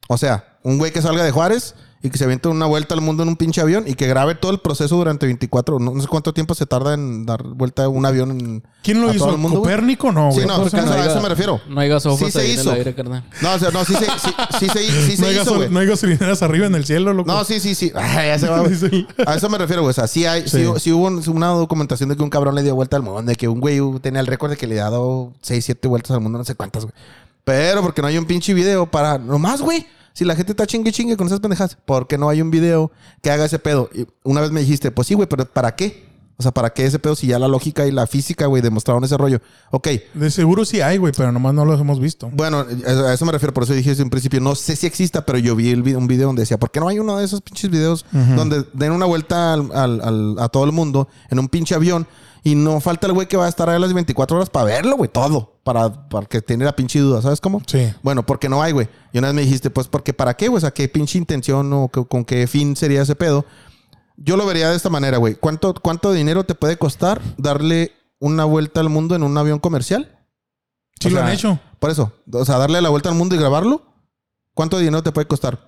[SPEAKER 2] O sea, un güey que salga de Juárez y que se aviente una vuelta al mundo en un pinche avión y que grabe todo el proceso durante 24, no, no sé cuánto tiempo se tarda en dar vuelta un avión en...
[SPEAKER 1] ¿Quién lo
[SPEAKER 2] a todo
[SPEAKER 1] hizo?
[SPEAKER 2] el mundo, güey.
[SPEAKER 1] ¿Copérnico? No,
[SPEAKER 2] Sí,
[SPEAKER 1] güey.
[SPEAKER 2] no,
[SPEAKER 1] O sea,
[SPEAKER 2] a
[SPEAKER 3] no,
[SPEAKER 2] eso
[SPEAKER 3] diga-
[SPEAKER 2] me refiero.
[SPEAKER 3] No hay gasofos
[SPEAKER 2] Sí se
[SPEAKER 3] ahí en
[SPEAKER 2] hizo.
[SPEAKER 3] el aire, carnal.
[SPEAKER 2] No, o sea, no, sí se, sí, sí se, sí
[SPEAKER 1] [laughs]
[SPEAKER 2] se
[SPEAKER 1] no hay
[SPEAKER 2] hizo,
[SPEAKER 1] gasol-
[SPEAKER 2] güey.
[SPEAKER 1] no hay gasolineras arriba en el cielo, loco.
[SPEAKER 2] No, sí, sí, sí. [laughs] Ay, ya se
[SPEAKER 1] [laughs]
[SPEAKER 2] va, güey.
[SPEAKER 1] Dice el-
[SPEAKER 2] A eso me refiero, güey. O sea, sí, hay,
[SPEAKER 1] Sí.
[SPEAKER 2] sí. sí hubo un- una documentación de que un cabrón le dio vuelta al mundo, de que un güey tenía el récord de que le ha dado 6, 7 vueltas al mundo, no sé cuántas, güey. Pero porque no hay un pinche video para. Nomás, güey. Si la gente está chingue chingue con esas pendejas, ¿por qué no hay un video que haga ese pedo? Y una vez me dijiste, pues sí, güey, pero ¿para qué? O sea, ¿para qué ese pedo si ya la lógica y la física, güey, demostraron ese rollo? Ok,
[SPEAKER 1] De seguro sí hay, güey, pero nomás no los hemos visto.
[SPEAKER 2] bueno, a eso me refiero, por eso dije desde un principio, no sé si exista, pero yo vi el vi- un video donde decía, ¿por qué no hay uno de esos pinches videos donde den una vuelta al- al- al- a todo el mundo en un pinche avión y no falta el güey que va a estar ahí las 24 horas para verlo, güey, todo, para, para que tiene la pinche duda, ¿sabes cómo?
[SPEAKER 1] Sí.
[SPEAKER 2] Bueno, porque no hay, güey. Y una vez me dijiste, pues, porque para qué, güey? O sea, ¿qué pinche intención o qué- con qué fin sería ese pedo? Yo lo vería de esta manera, güey. ¿Cuánto, ¿Cuánto dinero te puede costar darle una vuelta al mundo en un avión comercial?
[SPEAKER 1] Sí
[SPEAKER 2] O
[SPEAKER 1] lo
[SPEAKER 2] sea,
[SPEAKER 1] han hecho.
[SPEAKER 2] Por eso, o sea, darle la vuelta al mundo y grabarlo, ¿cuánto dinero te puede costar?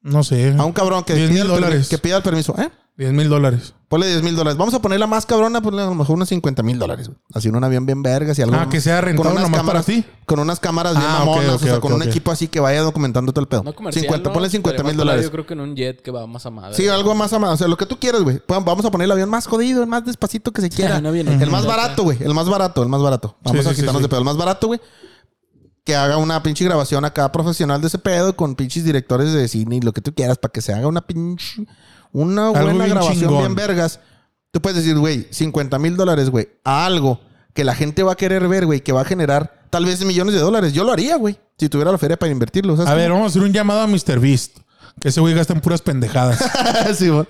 [SPEAKER 1] No sé.
[SPEAKER 2] A un cabrón que,
[SPEAKER 1] 10,000
[SPEAKER 2] pida el, permi-
[SPEAKER 1] dólares.
[SPEAKER 2] que pida el permiso, ¿eh?
[SPEAKER 1] 10 mil dólares.
[SPEAKER 2] Ponle 10 mil dólares. Vamos a ponerla más cabrona, ponle a lo mejor unos 50 mil dólares. güey. Así en un avión bien vergas y algo.
[SPEAKER 1] Ah, que sea rentado
[SPEAKER 2] unas
[SPEAKER 1] nomás para
[SPEAKER 2] cámaras-
[SPEAKER 1] ti.
[SPEAKER 2] Con unas cámaras bien
[SPEAKER 1] Ah, ok,
[SPEAKER 2] mamonas,
[SPEAKER 1] ok,
[SPEAKER 2] o sea,
[SPEAKER 1] ok,
[SPEAKER 2] con un
[SPEAKER 1] ok.
[SPEAKER 2] equipo así que vaya documentando todo el pedo.
[SPEAKER 3] No comercial.
[SPEAKER 2] 50,
[SPEAKER 3] ¿no?
[SPEAKER 2] ponle 50 mil
[SPEAKER 3] Estaría más
[SPEAKER 2] dólares.
[SPEAKER 3] padre, Yo creo que en un jet que va más a madre.
[SPEAKER 2] Sí, algo más amado. O sea, lo que tú quieras, güey. Pon- Vamos a poner el avión más jodido, el más despacito que se quiera.
[SPEAKER 3] No viene.
[SPEAKER 2] el más barato, güey. El más barato, el más barato. Vamos
[SPEAKER 1] Sí,
[SPEAKER 2] a
[SPEAKER 1] sí,
[SPEAKER 2] quitarnos
[SPEAKER 1] sí, sí.
[SPEAKER 2] de pedo. El más barato, güey. Que haga una pinche grabación acá profesional de ese pedo con pinches directores de cine y lo que tú quieras para que se haga una pinche. Una
[SPEAKER 1] Algo
[SPEAKER 2] buena
[SPEAKER 1] bien
[SPEAKER 2] grabación
[SPEAKER 1] chingón.
[SPEAKER 2] bien vergas. Tú puedes decir, güey, 50 mil dólares, güey, a algo que la gente va a querer ver, güey, que va a generar tal vez millones de dólares. Yo lo haría, güey, si tuviera la feria para invertirlo. ¿sabes
[SPEAKER 1] A
[SPEAKER 2] cómo?
[SPEAKER 1] ver, vamos a hacer un llamado a Mr. Beast. Que ese güey gasta en puras pendejadas.
[SPEAKER 2] [laughs] Sí, güey.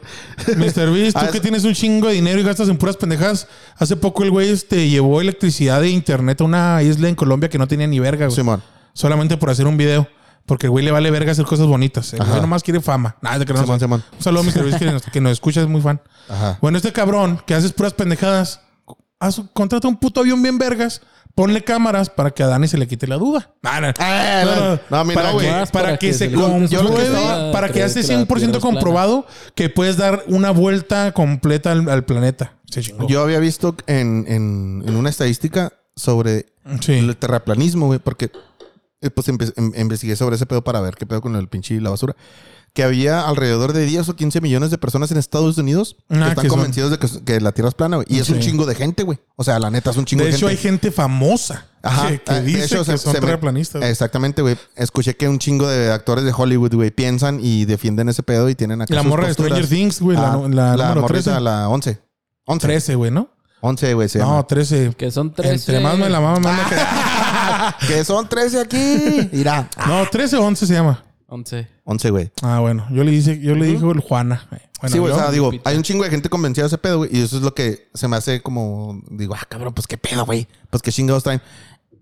[SPEAKER 1] Mr. Beast,
[SPEAKER 2] Ah,
[SPEAKER 1] tú
[SPEAKER 2] es-
[SPEAKER 1] que tienes un chingo de dinero y gastas en puras pendejadas. Hace poco el güey este, llevó electricidad e internet a una isla en Colombia que no tenía ni verga, güey.
[SPEAKER 2] Simón.
[SPEAKER 1] Solamente por hacer un video. Porque el güey le vale verga hacer cosas bonitas. El güey
[SPEAKER 2] Ajá.
[SPEAKER 1] nomás quiere fama. Nada, que no
[SPEAKER 2] Simón,
[SPEAKER 1] sé.
[SPEAKER 2] Simón.
[SPEAKER 1] Un saludo a Mr. Beast que nos, que nos escucha, es muy fan.
[SPEAKER 2] Ajá.
[SPEAKER 1] Bueno, este cabrón que haces puras pendejadas, haz- contrata un puto avión bien vergas, ponle cámaras para que a Dani se le quite la duda. Nah, nah.
[SPEAKER 2] Ah,
[SPEAKER 1] No, no,
[SPEAKER 2] no, a mí no,
[SPEAKER 1] para,
[SPEAKER 2] güey.
[SPEAKER 1] que,
[SPEAKER 3] Más
[SPEAKER 1] para
[SPEAKER 3] para
[SPEAKER 1] que
[SPEAKER 3] que
[SPEAKER 1] se
[SPEAKER 3] se logre
[SPEAKER 2] Yo lo que
[SPEAKER 1] compruebe,
[SPEAKER 3] estaba-
[SPEAKER 1] para que ya
[SPEAKER 3] creer
[SPEAKER 1] esté
[SPEAKER 3] que la
[SPEAKER 1] 100%
[SPEAKER 3] Tierra es plana.
[SPEAKER 1] comprobado que puedes dar una vuelta completa al, al planeta. Se chingó.
[SPEAKER 2] Yo había visto en, en- en una estadística sobre
[SPEAKER 1] sí.
[SPEAKER 2] el terraplanismo, güey, porque eh, pues empe- em- investigué sobre ese pedo para ver qué pedo con el pinche y la basura. Que había alrededor de 10 o 15 millones de personas en Estados Unidos
[SPEAKER 1] Ah,
[SPEAKER 2] que están
[SPEAKER 1] que son-
[SPEAKER 2] convencidos de que, que la Tierra es plana, güey. Y es un
[SPEAKER 1] Sí.
[SPEAKER 2] chingo de gente, güey. O sea, la neta es un chingo
[SPEAKER 1] De
[SPEAKER 2] de,
[SPEAKER 1] hecho, hay
[SPEAKER 2] gente.
[SPEAKER 1] gente famosa
[SPEAKER 2] Ajá.
[SPEAKER 1] que, que
[SPEAKER 2] Ah, de
[SPEAKER 1] dice
[SPEAKER 2] hecho,
[SPEAKER 1] que
[SPEAKER 2] se-
[SPEAKER 1] son
[SPEAKER 2] se me- eh,
[SPEAKER 1] terraplanistas.
[SPEAKER 2] Exactamente, güey. Escuché que un chingo de actores de Hollywood, güey, piensan y defienden ese pedo y tienen acá
[SPEAKER 1] La
[SPEAKER 2] sus
[SPEAKER 1] morra de
[SPEAKER 2] posturas.
[SPEAKER 1] Stranger Things, güey, la
[SPEAKER 2] Ah,
[SPEAKER 1] no- la número
[SPEAKER 2] morrita,
[SPEAKER 1] 13.
[SPEAKER 2] La 11. 11.
[SPEAKER 1] 13, güey, ¿no?
[SPEAKER 2] 11, güey, se llama. Ah.
[SPEAKER 1] No, 13.
[SPEAKER 3] Que son tres.
[SPEAKER 1] Entre más me la mama, más me queda.
[SPEAKER 2] Que son 13 aquí. Mira.
[SPEAKER 1] No, 13 o 11 se llama.
[SPEAKER 3] Once.
[SPEAKER 2] 11, güey.
[SPEAKER 1] Ah, bueno. Yo le dije, yo le dije el Juana. Eh, Bueno,
[SPEAKER 2] sí, güey. O
[SPEAKER 1] yo-
[SPEAKER 2] sea, digo, hay un chingo de gente convencida de ese pedo, güey. Y eso es lo que se me hace como... Digo, ah, cabrón, pues qué pedo, güey. Pues qué chingados traen.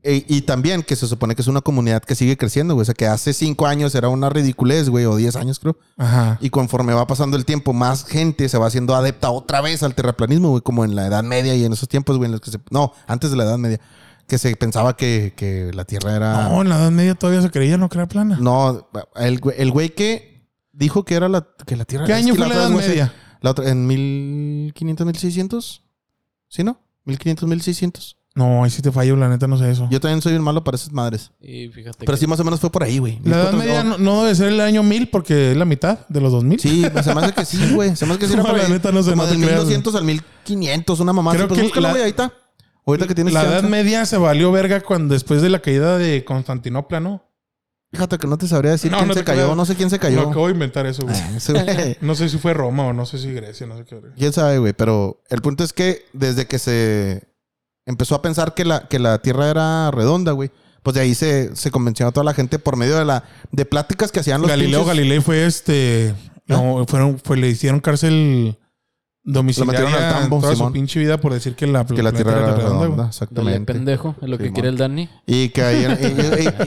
[SPEAKER 2] E- y también que se supone que es una comunidad que sigue creciendo, güey. O sea, que hace 5 años era una ridiculez, güey. O 10 años, creo.
[SPEAKER 1] Ajá.
[SPEAKER 2] Y conforme va pasando el tiempo, más gente se va haciendo adepta otra vez al terraplanismo, güey, como en la Edad Media y en esos tiempos, güey, en los que se... No, antes de la Edad Media, que se pensaba que, que la Tierra era...
[SPEAKER 1] No, en la Edad Media todavía se creía no que era plana.
[SPEAKER 2] Ah. No, el, güey- el güey que dijo que era la, que la Tierra...
[SPEAKER 1] ¿Qué
[SPEAKER 2] es
[SPEAKER 1] año
[SPEAKER 2] que
[SPEAKER 1] fue la
[SPEAKER 2] otra
[SPEAKER 1] Edad
[SPEAKER 2] vez me hace-
[SPEAKER 1] Media?
[SPEAKER 2] La otra, en 1500, 1600. ¿Sí, no? 1500, 1600.
[SPEAKER 1] No, ahí sí te fallo, la neta, no sé eso.
[SPEAKER 2] Yo también soy un malo para esas madres.
[SPEAKER 3] Y fíjate
[SPEAKER 2] Pero
[SPEAKER 3] que-
[SPEAKER 2] sí, más o menos fue por ahí, güey.
[SPEAKER 1] La edad
[SPEAKER 2] 1400.
[SPEAKER 1] media no, no debe ser el año 1000 porque es la mitad de los 2000.
[SPEAKER 2] Sí, pues, se me hace que sí, güey. Se me hace que sí
[SPEAKER 1] [laughs]
[SPEAKER 2] era
[SPEAKER 1] No,
[SPEAKER 2] por
[SPEAKER 1] la
[SPEAKER 2] ahí.
[SPEAKER 1] neta, no sé,
[SPEAKER 2] Como
[SPEAKER 1] no te
[SPEAKER 2] del
[SPEAKER 1] creas,
[SPEAKER 2] 1200 al 1500, una mamá.
[SPEAKER 1] Creo
[SPEAKER 2] así. Pues
[SPEAKER 1] que
[SPEAKER 2] búscalo,
[SPEAKER 1] la-
[SPEAKER 2] güey, ahí está. Ahorita que tienes
[SPEAKER 1] La edad
[SPEAKER 2] chance.
[SPEAKER 1] media se valió verga cuando después de la caída de Constantinopla, ¿no?
[SPEAKER 2] Fíjate que no te sabría decir
[SPEAKER 1] No,
[SPEAKER 2] quién
[SPEAKER 1] no
[SPEAKER 2] se
[SPEAKER 1] te
[SPEAKER 2] cayó.
[SPEAKER 1] creo.
[SPEAKER 2] No sé quién se
[SPEAKER 1] Lo
[SPEAKER 2] cayó. Ah,
[SPEAKER 1] acabo de inventar eso, güey. [laughs]
[SPEAKER 2] Ese güey.
[SPEAKER 1] No sé si fue Roma o no sé si Grecia, no sé qué.
[SPEAKER 2] Quién sabe, güey. Pero el punto es que desde que se empezó a pensar que la, que la Tierra era redonda, güey. Pues de ahí se, se convenció a toda la gente por medio de la de pláticas que hacían los
[SPEAKER 1] Galileo
[SPEAKER 2] pinches- ¿Ah?
[SPEAKER 1] Galilei fue este. No, fueron, fue, le hicieron cárcel
[SPEAKER 2] Lo metieron
[SPEAKER 1] domiciliaria
[SPEAKER 2] al tambo,
[SPEAKER 1] toda
[SPEAKER 2] Simón.
[SPEAKER 1] su pinche vida por decir que la,
[SPEAKER 2] que la
[SPEAKER 1] planeta
[SPEAKER 2] Tierra era redonda,
[SPEAKER 1] güey.
[SPEAKER 2] exactamente.
[SPEAKER 3] Dale, pendejo, es lo que
[SPEAKER 2] Simón.
[SPEAKER 3] quiere el Dani.
[SPEAKER 2] Y que ahí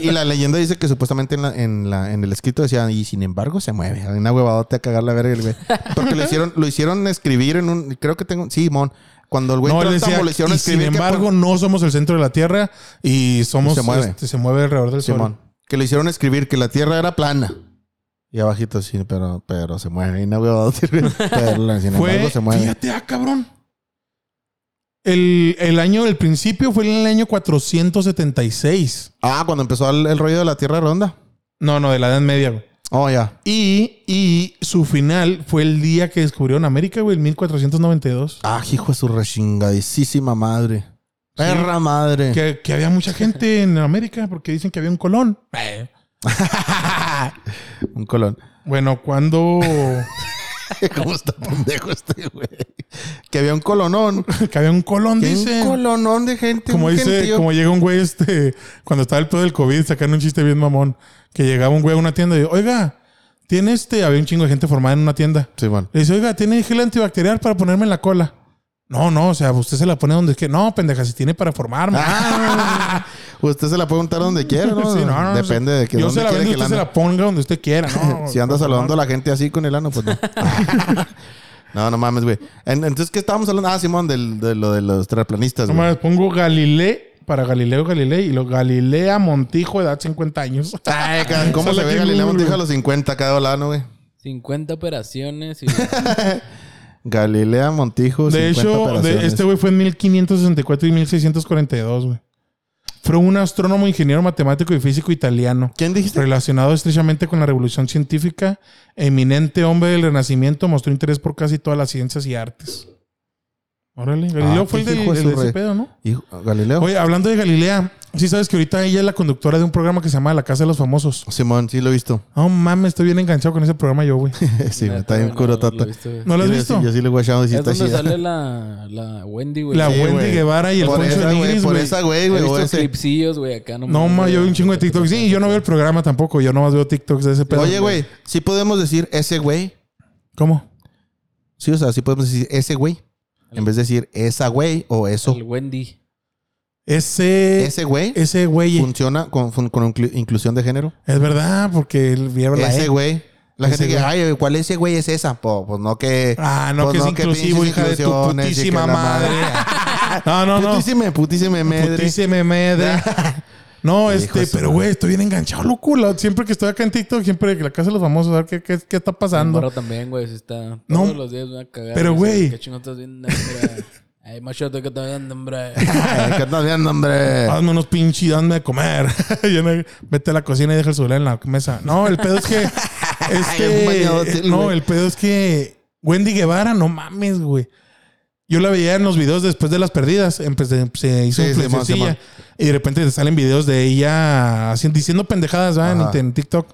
[SPEAKER 1] [laughs]
[SPEAKER 2] y, y- y la leyenda dice que supuestamente en, la- en, la- en el escrito decían, y sin embargo se mueve. Hay una huevadota a cagar la verga. el güey. Porque lo hicieron, lo hicieron escribir en un. Creo que tengo. Sí, mon. Cuando el güey
[SPEAKER 1] No, él
[SPEAKER 2] entró al
[SPEAKER 1] decía,
[SPEAKER 2] tambo, le hicieron
[SPEAKER 1] y sin
[SPEAKER 2] escribir que
[SPEAKER 1] embargo,
[SPEAKER 2] por-
[SPEAKER 1] no somos el centro de la Tierra y somos...
[SPEAKER 2] Se mueve.
[SPEAKER 1] este, se mueve alrededor del
[SPEAKER 2] Simón,
[SPEAKER 1] Sol.
[SPEAKER 2] que le hicieron escribir que la tierra era plana. Y abajito, sí, pero, pero se mueve. Hay una huevadota.
[SPEAKER 1] [laughs]
[SPEAKER 2] Pero, sin embargo,
[SPEAKER 1] Fue...
[SPEAKER 2] se mueve.
[SPEAKER 1] Fíjate, ah, cabrón. El, el año, el principio fue en el año 476.
[SPEAKER 2] Ah, cuando empezó el, el rollo de la tierra redonda.
[SPEAKER 1] No, no, de la Edad Media, güey.
[SPEAKER 2] Oh, ya.
[SPEAKER 1] Y, y su final fue el día que descubrieron América, güey, en 1492.
[SPEAKER 2] Ah, hijo de su rechingadísima madre. Perra madre.
[SPEAKER 1] Que, que había mucha gente en América porque dicen que había un colón.
[SPEAKER 2] Un colón. [laughs]
[SPEAKER 1] Bueno, cuando...
[SPEAKER 2] ¿Cómo está pendejo este güey? Que había un
[SPEAKER 1] [laughs]
[SPEAKER 2] colonón.
[SPEAKER 1] que había un colón,
[SPEAKER 2] Que hay
[SPEAKER 1] dicen.
[SPEAKER 2] un colonón de gente.
[SPEAKER 1] Como
[SPEAKER 2] un
[SPEAKER 1] dice,
[SPEAKER 2] gentío.
[SPEAKER 1] como llega un güey este, cuando estaba el pedo del COVID, sacaron un chiste bien mamón, que llegaba un güey a una tienda y, oiga, tiene este, había un chingo de gente formada en una tienda.
[SPEAKER 2] Sí, bueno.
[SPEAKER 1] Le dice, oiga, tiene gel antibacterial para ponerme en la cola. No, no, o sea, usted se la pone donde es que, no, pendeja, si tiene para formarme.
[SPEAKER 2] Ah, usted se la puede untar donde quiera, ¿no?
[SPEAKER 1] [laughs] Sí, no, no,
[SPEAKER 2] Depende
[SPEAKER 1] no,
[SPEAKER 2] de que
[SPEAKER 1] Yo
[SPEAKER 2] dónde
[SPEAKER 1] se la
[SPEAKER 2] quiera
[SPEAKER 1] vendo,
[SPEAKER 2] que la
[SPEAKER 1] usted se
[SPEAKER 2] ande.
[SPEAKER 1] la ponga donde usted quiera, ¿no?
[SPEAKER 2] [laughs] si anda saludando a la gente así con el
[SPEAKER 1] [laughs]
[SPEAKER 2] ano, pues no. [laughs] no, no mames, güey. En- Entonces, ¿qué estábamos hablando? Ah, Simón, del, de lo de los terraplanistas,
[SPEAKER 1] No
[SPEAKER 2] güey.
[SPEAKER 1] mames, pongo Galilé para Galileo Galilei y lo Galilea Montijo, edad 50 años.
[SPEAKER 2] Ay, ca- ¿Cómo
[SPEAKER 1] Sale
[SPEAKER 2] se ve
[SPEAKER 1] aquí
[SPEAKER 2] Galilea
[SPEAKER 1] en Google,
[SPEAKER 2] Montijo a los 50 cada lado, güey? [laughs]
[SPEAKER 3] 50 operaciones y
[SPEAKER 2] Galilea Montijo,
[SPEAKER 1] De
[SPEAKER 2] 50
[SPEAKER 1] hecho, de-
[SPEAKER 2] operaciones.
[SPEAKER 1] este güey fue en 1564 y 1642, güey. Fue un astrónomo, ingeniero matemático y físico italiano,
[SPEAKER 2] ¿Quién dijiste?
[SPEAKER 1] relacionado estrechamente con la revolución científica, eminente hombre del Renacimiento, mostró interés por casi todas las ciencias y artes. Órale, Galileo
[SPEAKER 2] Ah,
[SPEAKER 1] fue el
[SPEAKER 2] qué
[SPEAKER 1] de,
[SPEAKER 2] hijo de
[SPEAKER 1] el
[SPEAKER 2] su
[SPEAKER 1] de
[SPEAKER 2] re-
[SPEAKER 1] ese pedo, ¿no?
[SPEAKER 2] Hijo- Galileo.
[SPEAKER 1] Oye, hablando de Galilea, sí sabes que ahorita ella es la conductora de un programa que se llama La Casa de los Famosos.
[SPEAKER 2] Simón, sí lo he visto. [laughs]
[SPEAKER 1] No mames, estoy bien enganchado con ese programa yo, güey.
[SPEAKER 2] sí, güey,
[SPEAKER 3] Neta,
[SPEAKER 2] está bien
[SPEAKER 3] güey,
[SPEAKER 2] curo,
[SPEAKER 3] no,
[SPEAKER 2] tata.
[SPEAKER 3] lo he visto, güey.
[SPEAKER 1] ¿No lo has
[SPEAKER 2] Yo sí-
[SPEAKER 1] visto?
[SPEAKER 2] Yo sí lo he guachado y sí
[SPEAKER 3] Es
[SPEAKER 2] está
[SPEAKER 3] donde
[SPEAKER 2] chida.
[SPEAKER 3] sale la, la Wendy, güey.
[SPEAKER 1] La
[SPEAKER 3] Sí,
[SPEAKER 1] Wendy
[SPEAKER 2] güey.
[SPEAKER 1] Guevara y el
[SPEAKER 2] [laughs] Por
[SPEAKER 1] Poncho
[SPEAKER 2] esa,
[SPEAKER 1] de
[SPEAKER 2] güey,
[SPEAKER 1] Nigris,
[SPEAKER 2] por
[SPEAKER 1] güey.
[SPEAKER 2] esa, güey,
[SPEAKER 3] He
[SPEAKER 2] güey. o
[SPEAKER 3] visto
[SPEAKER 2] ese.
[SPEAKER 3] clipsillos, güey, acá no
[SPEAKER 1] No, ma,
[SPEAKER 3] mames,
[SPEAKER 1] yo vi
[SPEAKER 3] güey.
[SPEAKER 1] un chingo de TikTok. Sí, yo no veo el programa tampoco. Yo nomás veo TikToks de ese pedo.
[SPEAKER 2] Oye, güey, sí podemos decir ese güey.
[SPEAKER 1] ¿Cómo?
[SPEAKER 2] Sí, o sea, sí podemos decir ese güey. En vez de decir esa güey o eso.
[SPEAKER 3] El Wendy.
[SPEAKER 1] Ese.
[SPEAKER 2] Ese güey
[SPEAKER 1] Ese güey.
[SPEAKER 2] funciona con, fun- con inclu- inclusión de género.
[SPEAKER 1] Es verdad, porque el vieron la E.
[SPEAKER 2] ese güey. La
[SPEAKER 1] Ese
[SPEAKER 2] gente que,
[SPEAKER 1] güey.
[SPEAKER 2] ay, ¿cuál ese güey es esa? Po, pues no que.
[SPEAKER 1] Ah, no,
[SPEAKER 2] pues
[SPEAKER 1] que es inclusivo,
[SPEAKER 2] pinches
[SPEAKER 1] hija de tu
[SPEAKER 2] inclusiones y que
[SPEAKER 1] putísima
[SPEAKER 2] la
[SPEAKER 1] madre. [laughs] No, no, no.
[SPEAKER 2] Putísime, putísime, madre.
[SPEAKER 1] Putísima madre. No,
[SPEAKER 2] Hijo de
[SPEAKER 1] este,
[SPEAKER 2] su
[SPEAKER 1] pero
[SPEAKER 2] madre.
[SPEAKER 1] güey, estoy bien enganchado, loco. La- siempre que estoy acá en TikTok, siempre que la casa de los famosos, a ver qué, qué, qué está pasando.
[SPEAKER 3] Morro también, güey, sí está.
[SPEAKER 1] No,
[SPEAKER 3] Todos los días una cagada.
[SPEAKER 1] pero, güey.
[SPEAKER 3] ¿Qué chingo estás viendo, hombre? Ay, machote, que te
[SPEAKER 1] [laughs]
[SPEAKER 3] viendo, hombre.
[SPEAKER 2] [laughs] Ay, ¿Qué estás viendo, hombre?
[SPEAKER 1] Hazme unos pinches y dame de comer. [laughs] Yo no- vete a la cocina y deja el celular en la mesa. No, el pedo es
[SPEAKER 2] [laughs]
[SPEAKER 1] que. es
[SPEAKER 2] Es un bañador,
[SPEAKER 1] que
[SPEAKER 2] sí,
[SPEAKER 1] no,
[SPEAKER 2] güey.
[SPEAKER 1] el pedo es que. Wendy Guevara, no mames, güey. Yo la veía en los videos después de las perdidas. Empecé, se hizo
[SPEAKER 2] Sí, Simón,
[SPEAKER 1] influencecilla.
[SPEAKER 2] Simón.
[SPEAKER 1] Y de repente te salen videos de ella haciendo, diciendo pendejadas, ¿verdad?
[SPEAKER 2] Ajá.
[SPEAKER 1] En, en TikTok.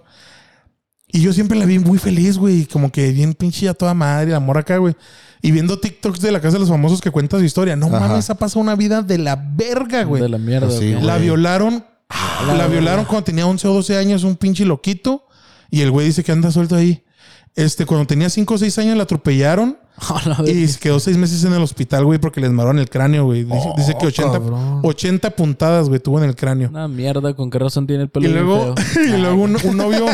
[SPEAKER 1] Y yo siempre la vi muy feliz, güey. Como que bien pinche a toda madre, la mora acá, güey. Y viendo TikToks de la casa de los famosos que cuenta su historia. No
[SPEAKER 2] Ajá.
[SPEAKER 1] mames, ha pasado una vida de la verga, güey.
[SPEAKER 3] De la mierda,
[SPEAKER 2] Pues sí,
[SPEAKER 3] güey.
[SPEAKER 2] güey.
[SPEAKER 1] La violaron. La violaron cuando tenía 11 o 12 años, un pinche loquito. Y el güey dice que anda suelto ahí. Este, cuando tenía 5 o 6 años la atropellaron
[SPEAKER 3] [laughs] A la
[SPEAKER 1] y
[SPEAKER 3] verga.
[SPEAKER 1] se quedó 6 meses en el hospital, güey, porque le esmaron el cráneo, güey. Dice, dice que 80,
[SPEAKER 2] cabrón.
[SPEAKER 1] 80 puntadas, güey, tuvo en el cráneo.
[SPEAKER 3] Una mierda, ¿con qué razón tiene el pelo
[SPEAKER 1] y
[SPEAKER 3] bien
[SPEAKER 1] [laughs] luego,
[SPEAKER 3] feo?
[SPEAKER 1] y luego un, un novio,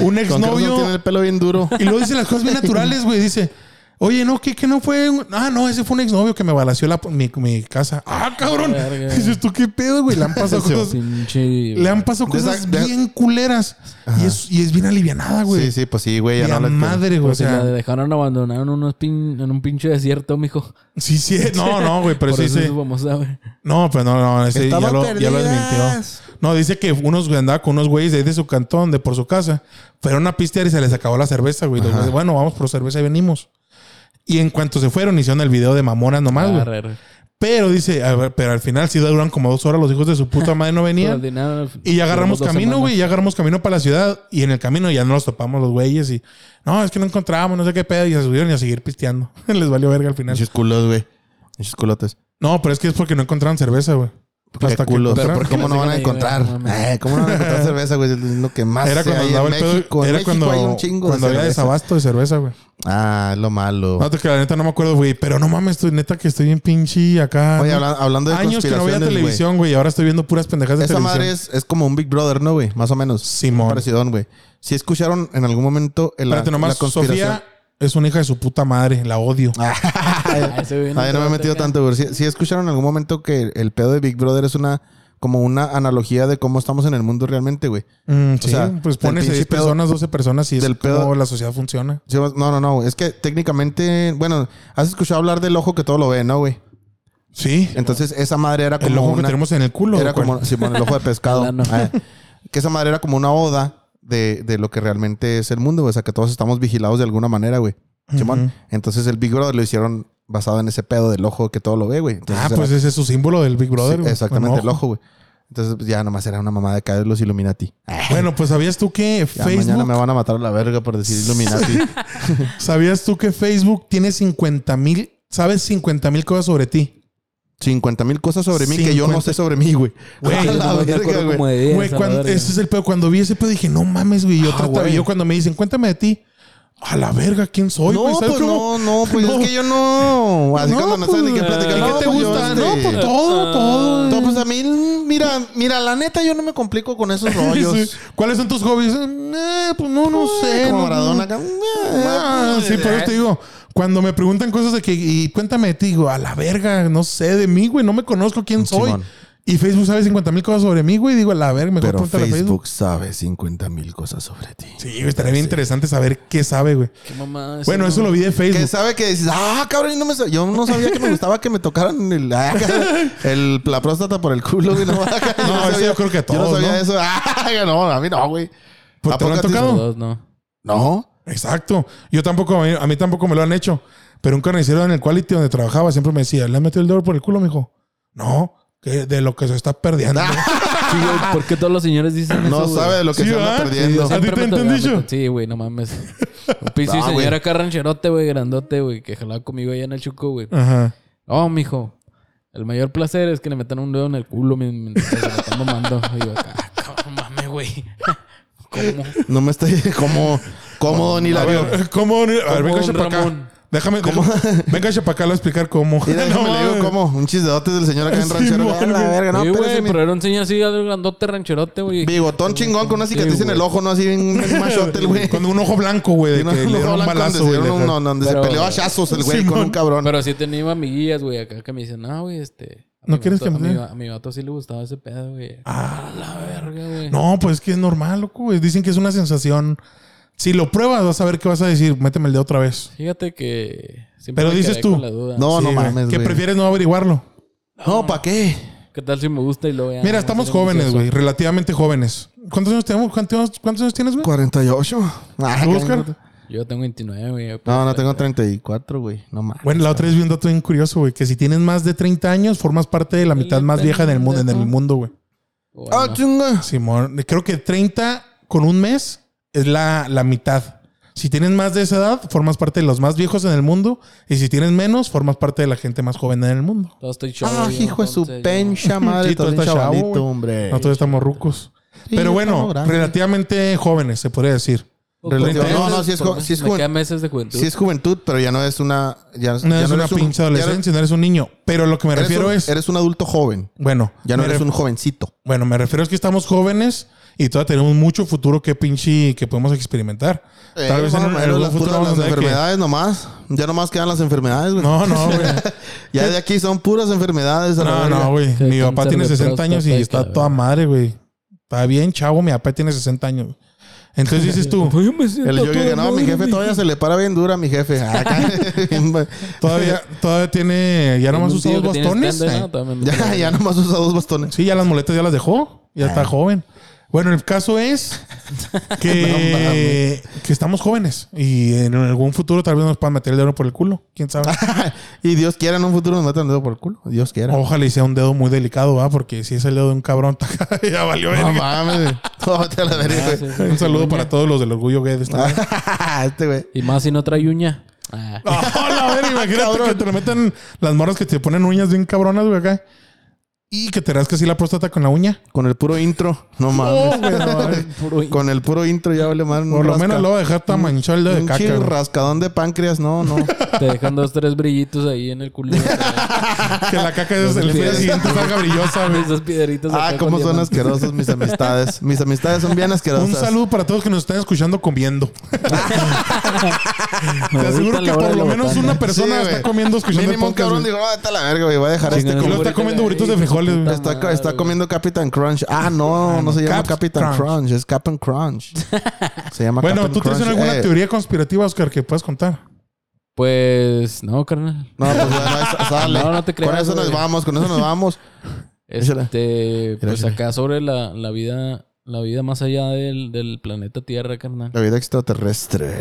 [SPEAKER 1] un
[SPEAKER 2] Con que no tiene
[SPEAKER 1] exnovio.
[SPEAKER 2] el pelo bien duro.
[SPEAKER 1] [laughs] Y luego dice las cosas bien naturales, güey. Dice, Oye, no, que, que no fue. un- Ah, no, ese fue un exnovio que me balació la, mi, mi casa. Ah, cabrón. [laughs]
[SPEAKER 3] Verga.
[SPEAKER 1] Dices tú, qué pedo, güey. Le han pasado
[SPEAKER 2] Sí,
[SPEAKER 1] cosas,
[SPEAKER 3] Pinche-
[SPEAKER 1] le han pasado
[SPEAKER 2] De esa-
[SPEAKER 1] cosas
[SPEAKER 2] de-
[SPEAKER 1] bien culeras. Y es, y es bien alivianada, güey.
[SPEAKER 2] Sí, sí, pues sí,
[SPEAKER 1] De
[SPEAKER 2] güey. Ya
[SPEAKER 1] la
[SPEAKER 2] no las quiero.
[SPEAKER 1] madre, güey. O
[SPEAKER 3] Pues si la
[SPEAKER 1] sea,
[SPEAKER 3] dejaron abandonada en, unos pin- en un pinche desierto, mijo.
[SPEAKER 1] sí, sí. No, no, güey, pero
[SPEAKER 3] Por
[SPEAKER 1] sí,
[SPEAKER 3] eso
[SPEAKER 1] sí.
[SPEAKER 3] es famosa, güey.
[SPEAKER 1] No, pero no, no, ese ya
[SPEAKER 2] Estaban
[SPEAKER 1] lo, ya lo desmintió.
[SPEAKER 2] perdidas.
[SPEAKER 1] No, dice que unos güey, andaba con unos güeyes de ahí de su cantón, de por su casa. Fueron a pistear y se les acabó la cerveza, güey. Los
[SPEAKER 2] Ajá.
[SPEAKER 1] güeyes, bueno, vamos por cerveza y venimos. Y en cuanto se fueron, hicieron el video de mamonas nomás, Ah, güey.
[SPEAKER 3] Arre, arre.
[SPEAKER 1] Pero dice, a ver, pero al final sí duran como dos horas, los hijos de su puta madre no
[SPEAKER 3] Pero
[SPEAKER 1] venían.
[SPEAKER 3] de nada,
[SPEAKER 1] Y ya agarramos
[SPEAKER 3] duramos dos
[SPEAKER 1] camino,
[SPEAKER 3] semanas. [laughs]
[SPEAKER 1] güey, ya agarramos camino para la ciudad. Y en el camino ya no los topamos los güeyes. Y no, es que no encontrábamos, no sé qué pedo. Y se subieron y a seguir pisteando. [laughs] Les valió verga al final.
[SPEAKER 2] Pinches culos, güey. Pinches culotes.
[SPEAKER 1] No, pero es que es porque no encontraron cerveza, güey.
[SPEAKER 2] Hasta culos.
[SPEAKER 1] encontraron.
[SPEAKER 2] Pero ¿por
[SPEAKER 3] ¿por
[SPEAKER 2] qué
[SPEAKER 3] qué
[SPEAKER 2] ¿cómo no
[SPEAKER 3] las
[SPEAKER 2] van a
[SPEAKER 3] dejan ahí, güey?
[SPEAKER 2] encontrar?
[SPEAKER 3] No mames.
[SPEAKER 2] Eh, ¿Cómo no van
[SPEAKER 1] [laughs]
[SPEAKER 2] a encontrar cerveza, güey? Es lo que más
[SPEAKER 1] Era
[SPEAKER 2] se
[SPEAKER 1] cuando
[SPEAKER 2] hay
[SPEAKER 1] andaba
[SPEAKER 2] en
[SPEAKER 1] el pedo.
[SPEAKER 2] México. En
[SPEAKER 1] era
[SPEAKER 2] México
[SPEAKER 1] cuando,
[SPEAKER 2] hay un chingo
[SPEAKER 1] cuando
[SPEAKER 2] de
[SPEAKER 1] había
[SPEAKER 2] cerveza.
[SPEAKER 1] desabasto de cerveza, güey.
[SPEAKER 2] Ah, es lo malo.
[SPEAKER 1] No, te que la neta no me acuerdo, güey. Pero no mames, estoy, neta que estoy bien pinche acá.
[SPEAKER 2] Oye,
[SPEAKER 1] No-
[SPEAKER 2] habla- hablando de
[SPEAKER 1] Años que no veía
[SPEAKER 2] conspiraciones, güey.
[SPEAKER 1] televisión, güey. y Ahora estoy viendo puras pendejadas de
[SPEAKER 2] Esa
[SPEAKER 1] televisión.
[SPEAKER 2] madre es, es como un Big Brother, ¿no, güey? Más o menos.
[SPEAKER 1] Simón.
[SPEAKER 2] Parecidón, güey. Si escucharon en algún momento el, la,
[SPEAKER 1] Espérate
[SPEAKER 2] la
[SPEAKER 1] nomás,
[SPEAKER 2] conspiración.
[SPEAKER 1] Sofía es una hija de su puta madre. La odio.
[SPEAKER 3] Ah, ese güey
[SPEAKER 2] Ay, no me he
[SPEAKER 3] entró
[SPEAKER 2] metido
[SPEAKER 3] acá.
[SPEAKER 2] tanto, güey. Si, escucharon en algún momento que el pedo de Big Brother es una como una analogía de cómo estamos en el mundo realmente, güey.
[SPEAKER 1] Mm, sí,
[SPEAKER 2] sea,
[SPEAKER 1] pues
[SPEAKER 2] del
[SPEAKER 1] pones a 10
[SPEAKER 2] pinche pedo-
[SPEAKER 1] personas, 12 personas y es
[SPEAKER 2] del
[SPEAKER 1] como
[SPEAKER 2] pedo-
[SPEAKER 1] la sociedad funciona.
[SPEAKER 2] Sí, No, no, no. Es que técnicamente, bueno, has escuchado hablar del ojo que todo lo ve, ¿no, güey?
[SPEAKER 1] Sí.
[SPEAKER 2] Entonces, esa madre era como
[SPEAKER 1] El ojo que
[SPEAKER 2] una-
[SPEAKER 1] tenemos en el culo.
[SPEAKER 2] Era
[SPEAKER 1] ¿o cuál?
[SPEAKER 2] como Simón, el ojo de pescado.
[SPEAKER 3] Ah, no.
[SPEAKER 2] Ah, que esa madre era como una oda de, de lo que realmente es el mundo, güey. O sea, que todos estamos vigilados de alguna manera, güey. Simón.
[SPEAKER 1] Ujú.
[SPEAKER 2] Entonces el Big Brother lo hicieron basado en ese pedo del ojo que todo lo ve, güey. Entonces,
[SPEAKER 1] Ah,
[SPEAKER 2] era-
[SPEAKER 1] pues ese es su símbolo del Big Brother.
[SPEAKER 2] sí,
[SPEAKER 1] güey,
[SPEAKER 2] exactamente, el
[SPEAKER 1] bueno,
[SPEAKER 2] ojo, güey. Entonces, pues, ya nomás era una mamada acá de los Illuminati. Ah,
[SPEAKER 1] Bueno, pues sabías tú que
[SPEAKER 2] [laughs] Ya mañana
[SPEAKER 1] Facebook.
[SPEAKER 2] me van a matar a la verga
[SPEAKER 1] [laughs]
[SPEAKER 2] por decir Illuminati.
[SPEAKER 1] ¿Sabías tú que Facebook tiene 50 mil. Sabes 50 mil cosas sobre ti?
[SPEAKER 2] 50 mil cosas sobre mí que yo no
[SPEAKER 1] 50.
[SPEAKER 2] sé sobre mí, güey.
[SPEAKER 1] Güey,
[SPEAKER 2] [laughs] A
[SPEAKER 3] Yo
[SPEAKER 1] la [laughs]
[SPEAKER 3] nomás me acuerdo como de diez,
[SPEAKER 1] Güey,
[SPEAKER 3] a la
[SPEAKER 1] cuando-
[SPEAKER 3] verga.
[SPEAKER 1] ese es el pedo. Cuando vi ese pedo dije, no mames, güey. Yo
[SPEAKER 2] Ah,
[SPEAKER 1] trataba-
[SPEAKER 2] güey.
[SPEAKER 1] yo cuando me dicen, cuéntame de ti. A la verga, ¿quién soy?
[SPEAKER 2] no,
[SPEAKER 1] güey? ¿Sabes
[SPEAKER 2] pues
[SPEAKER 1] cómo?
[SPEAKER 2] no, no,
[SPEAKER 1] [laughs]
[SPEAKER 2] pues
[SPEAKER 1] No.
[SPEAKER 2] es que yo no. Así cuando no sabes ni qué
[SPEAKER 3] pues,
[SPEAKER 2] platicar.
[SPEAKER 1] ¿Qué
[SPEAKER 2] no,
[SPEAKER 1] te
[SPEAKER 2] pues, yo,
[SPEAKER 1] gusta?
[SPEAKER 2] este,
[SPEAKER 1] No, pues todo, todo.
[SPEAKER 2] No, pues a mí, mira, mira, la neta yo no me complico con esos rollos.
[SPEAKER 1] [laughs] Sí. ¿Cuáles son tus hobbies? Eh, pues no, no sé. no,
[SPEAKER 2] Como Maradona
[SPEAKER 1] no.
[SPEAKER 2] acá.
[SPEAKER 1] Ah, sí, por eso te digo, cuando me preguntan cosas de que, y cuéntame de ti, digo, a la verga, no sé de mí, güey, no me conozco quién soy.
[SPEAKER 2] Simón.
[SPEAKER 1] Y Facebook sabe 50 mil cosas sobre mí, güey, digo, a la verga, mejor
[SPEAKER 2] Pero
[SPEAKER 1] pregúntale a Facebook.
[SPEAKER 2] Facebook sabe 50 mil cosas sobre ti.
[SPEAKER 1] Sí, güey, estaría bien interesante saber qué sabe, güey.
[SPEAKER 3] Qué mamada, ese
[SPEAKER 1] Bueno,
[SPEAKER 3] no.
[SPEAKER 1] eso lo vi de
[SPEAKER 2] Que
[SPEAKER 1] Facebook.
[SPEAKER 2] sabe que dices, ah, cabrón, no me sab- yo no sabía que me gustaba que me tocaran el, [laughs] ah, el- la próstata por el culo, güey. No, [laughs] yo
[SPEAKER 1] No, eso yo creo que a
[SPEAKER 2] Yo no
[SPEAKER 1] todos,
[SPEAKER 2] sabía
[SPEAKER 1] ¿no?
[SPEAKER 2] eso. [laughs] Ah, no, a mí no, güey.
[SPEAKER 1] Pues,
[SPEAKER 2] ¿A
[SPEAKER 1] ¿te lo
[SPEAKER 2] poco
[SPEAKER 1] han
[SPEAKER 2] a ti-
[SPEAKER 1] tocado?
[SPEAKER 3] Los dos, no.
[SPEAKER 2] No.
[SPEAKER 1] Exacto. Yo tampoco, a mí, a mí tampoco me lo han hecho. Pero un carnicero en el quality donde trabajaba siempre me decía, ¿le han metido el dedo por el culo, mijo? No, que de lo que se está perdiendo.
[SPEAKER 3] Sí, güey, ¿por qué todos los señores dicen eso?
[SPEAKER 2] No
[SPEAKER 3] güey?
[SPEAKER 2] sabe de lo que
[SPEAKER 1] Sí,
[SPEAKER 2] se anda
[SPEAKER 1] ¿verdad?
[SPEAKER 2] perdiendo.
[SPEAKER 1] Sí, ¿A ti
[SPEAKER 3] Siempre
[SPEAKER 1] te
[SPEAKER 3] me
[SPEAKER 1] han
[SPEAKER 3] tocaba-
[SPEAKER 1] dicho?
[SPEAKER 3] Sí, güey, no mames.
[SPEAKER 1] [laughs]
[SPEAKER 3] Un pinche
[SPEAKER 2] No, güey.
[SPEAKER 3] señor acá rancherote, güey, grandote, güey, que jalaba conmigo allá en el chuco, güey.
[SPEAKER 1] Ajá.
[SPEAKER 3] Oh, mijo. El mayor placer es que le metan un dedo en el culo mi- mientras se lo están mamando. Y yo acá, "Ah, cabrón, mames, güey. [laughs] ¿Cómo?
[SPEAKER 2] No me estoy [laughs] como, como Don
[SPEAKER 1] A
[SPEAKER 2] Hilario.
[SPEAKER 1] ver, ¿cómo? A ver, venga,
[SPEAKER 3] un
[SPEAKER 1] para acá.
[SPEAKER 3] Ramón.
[SPEAKER 1] Déjame, déjame- venga, para acá, le voy a explicar cómo. [laughs]
[SPEAKER 2] Mira, déjame le digo
[SPEAKER 1] mames.
[SPEAKER 2] cómo. Un chisdeote del señor acá
[SPEAKER 1] [laughs]
[SPEAKER 2] en
[SPEAKER 1] Sí,
[SPEAKER 2] ranchero.
[SPEAKER 1] mon,
[SPEAKER 2] Ah, la
[SPEAKER 1] güey.
[SPEAKER 2] verga, no,
[SPEAKER 3] Sí, güey,
[SPEAKER 2] espérese, mi-
[SPEAKER 3] pero era un señor así, algo grandote rancherote, güey.
[SPEAKER 2] Bigotón chingón con una cicatriz
[SPEAKER 3] Sí,
[SPEAKER 2] en el
[SPEAKER 3] güey.
[SPEAKER 2] ojo, no así un
[SPEAKER 1] [laughs]
[SPEAKER 2] un machote, el güey. [laughs]
[SPEAKER 1] Con un ojo blanco, güey, de
[SPEAKER 2] Sí, no,
[SPEAKER 1] que
[SPEAKER 2] no,
[SPEAKER 1] le dieron un
[SPEAKER 2] blanco,
[SPEAKER 1] balazo,
[SPEAKER 2] donde
[SPEAKER 1] güey.
[SPEAKER 2] se dieron
[SPEAKER 1] le-
[SPEAKER 2] un- donde
[SPEAKER 3] Pero-
[SPEAKER 2] se peleó a chazos el güey con
[SPEAKER 1] Simón.
[SPEAKER 2] un cabrón.
[SPEAKER 3] Pero sí tenía amiguillas, güey, acá que me dicen, no, güey, este. a
[SPEAKER 1] ¿No
[SPEAKER 3] mi
[SPEAKER 1] quieres
[SPEAKER 3] vato-
[SPEAKER 1] que me
[SPEAKER 3] a mi,
[SPEAKER 1] dé?
[SPEAKER 3] va- a mi vato sí le gustaba ese pedo, güey.
[SPEAKER 1] Ah,
[SPEAKER 3] La verga, güey.
[SPEAKER 1] no, pues es que es normal, loco. güey. Dicen que es una sensación. Si lo pruebas, vas a ver qué vas a decir. Méteme el dedo otra vez.
[SPEAKER 3] Fíjate que. Siempre
[SPEAKER 1] Pero
[SPEAKER 3] me
[SPEAKER 1] dices
[SPEAKER 3] quedé
[SPEAKER 1] tú,
[SPEAKER 3] con la duda.
[SPEAKER 2] no,
[SPEAKER 1] Sí,
[SPEAKER 2] no
[SPEAKER 1] güey.
[SPEAKER 2] mames,
[SPEAKER 1] ¿Qué
[SPEAKER 2] güey.
[SPEAKER 1] prefieres no averiguarlo?
[SPEAKER 2] No, ¿para qué?
[SPEAKER 3] ¿Qué tal si me gusta y lo vea?
[SPEAKER 1] Mira, estamos jóvenes, güey. Relativamente jóvenes. ¿Cuántos años tenemos? ¿Cuántos, cuántos años tienes, güey?
[SPEAKER 2] 48. Ah,
[SPEAKER 1] ¿Tú,
[SPEAKER 2] qué
[SPEAKER 1] Oscar?
[SPEAKER 2] bonito.
[SPEAKER 3] Yo tengo 29, güey.
[SPEAKER 2] No, no tengo 34, güey. No mames.
[SPEAKER 1] Bueno, la otra vez vi un dato bien curioso, güey. Que si tienes más de 30 años, formas parte de la mitad más vieja del mundo, en el mundo, güey.
[SPEAKER 3] Bueno,
[SPEAKER 2] Ah, chinga.
[SPEAKER 1] Simón, creo que 30 con un mes es la, la mitad. Si tienes más de esa edad, formas parte de los más viejos en el mundo. Y si tienes menos, formas parte de la gente más joven en el mundo.
[SPEAKER 3] todo estoy chavo,
[SPEAKER 2] Ah,
[SPEAKER 3] yo,
[SPEAKER 2] hijo de su
[SPEAKER 3] entonces, yo- [laughs]
[SPEAKER 2] pencha madre.
[SPEAKER 1] Sí, todo
[SPEAKER 2] Todo
[SPEAKER 1] está chavo,
[SPEAKER 2] chavalito,
[SPEAKER 1] güey.
[SPEAKER 2] hombre.
[SPEAKER 1] Nosotros estamos rucos.
[SPEAKER 2] Sí,
[SPEAKER 1] Pero bueno,
[SPEAKER 2] estamos grandes.
[SPEAKER 1] relativamente jóvenes, se podría decir.
[SPEAKER 3] Por
[SPEAKER 2] Relativo-
[SPEAKER 3] meses,
[SPEAKER 2] no, no, sí es
[SPEAKER 3] por
[SPEAKER 2] jo-
[SPEAKER 3] meses,
[SPEAKER 2] sí es
[SPEAKER 3] me
[SPEAKER 2] joven.
[SPEAKER 3] quedan meses de juventud.
[SPEAKER 2] Sí es juventud, pero ya no es una... Ya,
[SPEAKER 1] No
[SPEAKER 2] ya
[SPEAKER 1] eres una
[SPEAKER 2] un-
[SPEAKER 1] pinche
[SPEAKER 2] ya no-
[SPEAKER 1] adolescencia, no eres un niño. Pero lo que me
[SPEAKER 2] eres
[SPEAKER 1] refiero
[SPEAKER 2] un-
[SPEAKER 1] es.
[SPEAKER 2] Eres un adulto joven.
[SPEAKER 1] Bueno,
[SPEAKER 2] Ya no
[SPEAKER 1] me
[SPEAKER 2] eres
[SPEAKER 1] ref-
[SPEAKER 2] un jovencito.
[SPEAKER 1] Bueno, me refiero es que estamos jóvenes y todavía tenemos mucho futuro que pinche que podemos experimentar. Tal
[SPEAKER 2] Eh,
[SPEAKER 1] vez en,
[SPEAKER 2] más o
[SPEAKER 1] un- en
[SPEAKER 2] menos
[SPEAKER 1] algún
[SPEAKER 2] las
[SPEAKER 1] futuro
[SPEAKER 2] puras-
[SPEAKER 1] vamos a
[SPEAKER 2] las
[SPEAKER 1] ver que-
[SPEAKER 2] enfermedades nomás. Ya nomás quedan las enfermedades, güey.
[SPEAKER 1] No, no,
[SPEAKER 2] [laughs]
[SPEAKER 1] güey.
[SPEAKER 2] Ya de aquí son puras enfermedades. a la
[SPEAKER 1] No,
[SPEAKER 2] verga.
[SPEAKER 1] no, güey.
[SPEAKER 3] Sí,
[SPEAKER 1] Mi
[SPEAKER 3] cáncer
[SPEAKER 1] papá tiene
[SPEAKER 3] de
[SPEAKER 1] 60 años y
[SPEAKER 3] próstata,
[SPEAKER 1] está
[SPEAKER 3] cabrón.
[SPEAKER 1] toda madre, güey. Está bien, chavo. Mi papá tiene 60 años. Entonces dices tú,
[SPEAKER 3] [laughs]
[SPEAKER 2] El yo que no, mi jefe todavía se le para bien dura a mi jefe. Ah, Acá.
[SPEAKER 1] [laughs] todavía, todavía tiene.
[SPEAKER 3] Pues
[SPEAKER 1] Ya nomás usa dos bastones.
[SPEAKER 2] [laughs] eh.
[SPEAKER 1] Eh,
[SPEAKER 2] ya, ya nomás usa dos bastones. [laughs]
[SPEAKER 1] Sí, ya las muletas ya las dejó. Ya está joven. Bueno, el caso es que, que estamos jóvenes y en algún futuro tal vez nos puedan meter el dedo por el culo. Quién sabe.
[SPEAKER 2] Ah, y Dios quiera, en un futuro nos metan el dedo por el culo. Dios quiera.
[SPEAKER 1] Ojalá y sea un dedo muy delicado, ¿va? Porque si es el dedo de un cabrón, [laughs] ya valió.
[SPEAKER 2] no
[SPEAKER 1] verga.
[SPEAKER 2] mames,
[SPEAKER 1] [laughs]
[SPEAKER 2] güey. No, vete a la verga, güey.
[SPEAKER 1] Un saludo para todos los del orgullo gay de esta
[SPEAKER 2] Ah,
[SPEAKER 1] vez.
[SPEAKER 2] [laughs] este güey.
[SPEAKER 3] Y más si no trae uña. Ah.
[SPEAKER 1] [laughs] No, la verga, imagínate que te lo metan las morras que te ponen uñas bien cabronas, güey, acá. Y que te rascas así la próstata con la uña.
[SPEAKER 2] Con el puro intro. No mames. Con el puro intro ya vale más.
[SPEAKER 1] Por lo menos lo voy a dejar tan manchado el dedo de
[SPEAKER 2] Un
[SPEAKER 1] caca.
[SPEAKER 2] chil
[SPEAKER 1] güey.
[SPEAKER 2] rascadón de páncreas.
[SPEAKER 1] [laughs]
[SPEAKER 2] No, no.
[SPEAKER 3] Te dejan dos, tres brillitos ahí en el culo.
[SPEAKER 1] Que la caca es
[SPEAKER 3] Los
[SPEAKER 1] el día
[SPEAKER 3] pies.
[SPEAKER 1] siguiente salga brillosa,
[SPEAKER 3] [laughs]
[SPEAKER 1] güey.
[SPEAKER 3] Esas piedritas.
[SPEAKER 2] ah,
[SPEAKER 3] Pues acá
[SPEAKER 2] cómo
[SPEAKER 3] con
[SPEAKER 2] son
[SPEAKER 3] diamantes.
[SPEAKER 2] asquerosos mis amistades. Mis amistades son bien asquerosas.
[SPEAKER 1] Un saludo para todos que nos están escuchando [laughs] comiendo.
[SPEAKER 3] Me
[SPEAKER 1] Te aseguro
[SPEAKER 3] gusta
[SPEAKER 1] que
[SPEAKER 3] la
[SPEAKER 1] por
[SPEAKER 3] hora de
[SPEAKER 1] lo
[SPEAKER 3] la
[SPEAKER 1] menos
[SPEAKER 3] botana.
[SPEAKER 1] una persona
[SPEAKER 2] Sí,
[SPEAKER 1] está
[SPEAKER 2] güey.
[SPEAKER 1] comiendo escuchando el
[SPEAKER 2] Mínimo un
[SPEAKER 1] podcast.
[SPEAKER 2] cabrón
[SPEAKER 1] güey.
[SPEAKER 2] dijo, no, vete a la verga, güey. Voy a dejar
[SPEAKER 3] Chingan
[SPEAKER 2] este
[SPEAKER 3] el
[SPEAKER 1] Y luego
[SPEAKER 2] culo.
[SPEAKER 1] está
[SPEAKER 3] Puta
[SPEAKER 1] comiendo
[SPEAKER 3] madre,
[SPEAKER 1] burritos de frijoles, güey.
[SPEAKER 3] puta
[SPEAKER 2] Está,
[SPEAKER 3] madre,
[SPEAKER 2] está
[SPEAKER 3] güey.
[SPEAKER 2] comiendo Captain Crunch. Ah, no, no se llama
[SPEAKER 1] Caps
[SPEAKER 2] Captain
[SPEAKER 1] Crunch.
[SPEAKER 2] Crunch. es Captain Crunch. Se llama
[SPEAKER 1] Bueno,
[SPEAKER 2] Captain
[SPEAKER 1] ¿tú tienes
[SPEAKER 2] Crunch.
[SPEAKER 1] alguna
[SPEAKER 2] Eh,
[SPEAKER 1] teoría conspirativa, Oscar, que puedas contar?
[SPEAKER 3] Pues no, carnal.
[SPEAKER 2] No, pues bueno, sale.
[SPEAKER 3] No, no te creas,
[SPEAKER 2] Con eso nos
[SPEAKER 3] güey.
[SPEAKER 2] vamos, con eso nos vamos. Échala.
[SPEAKER 3] Este, pues
[SPEAKER 2] échala.
[SPEAKER 3] acá sobre la, la vida, la vida más allá del, del planeta Tierra, carnal.
[SPEAKER 2] La vida extraterrestre.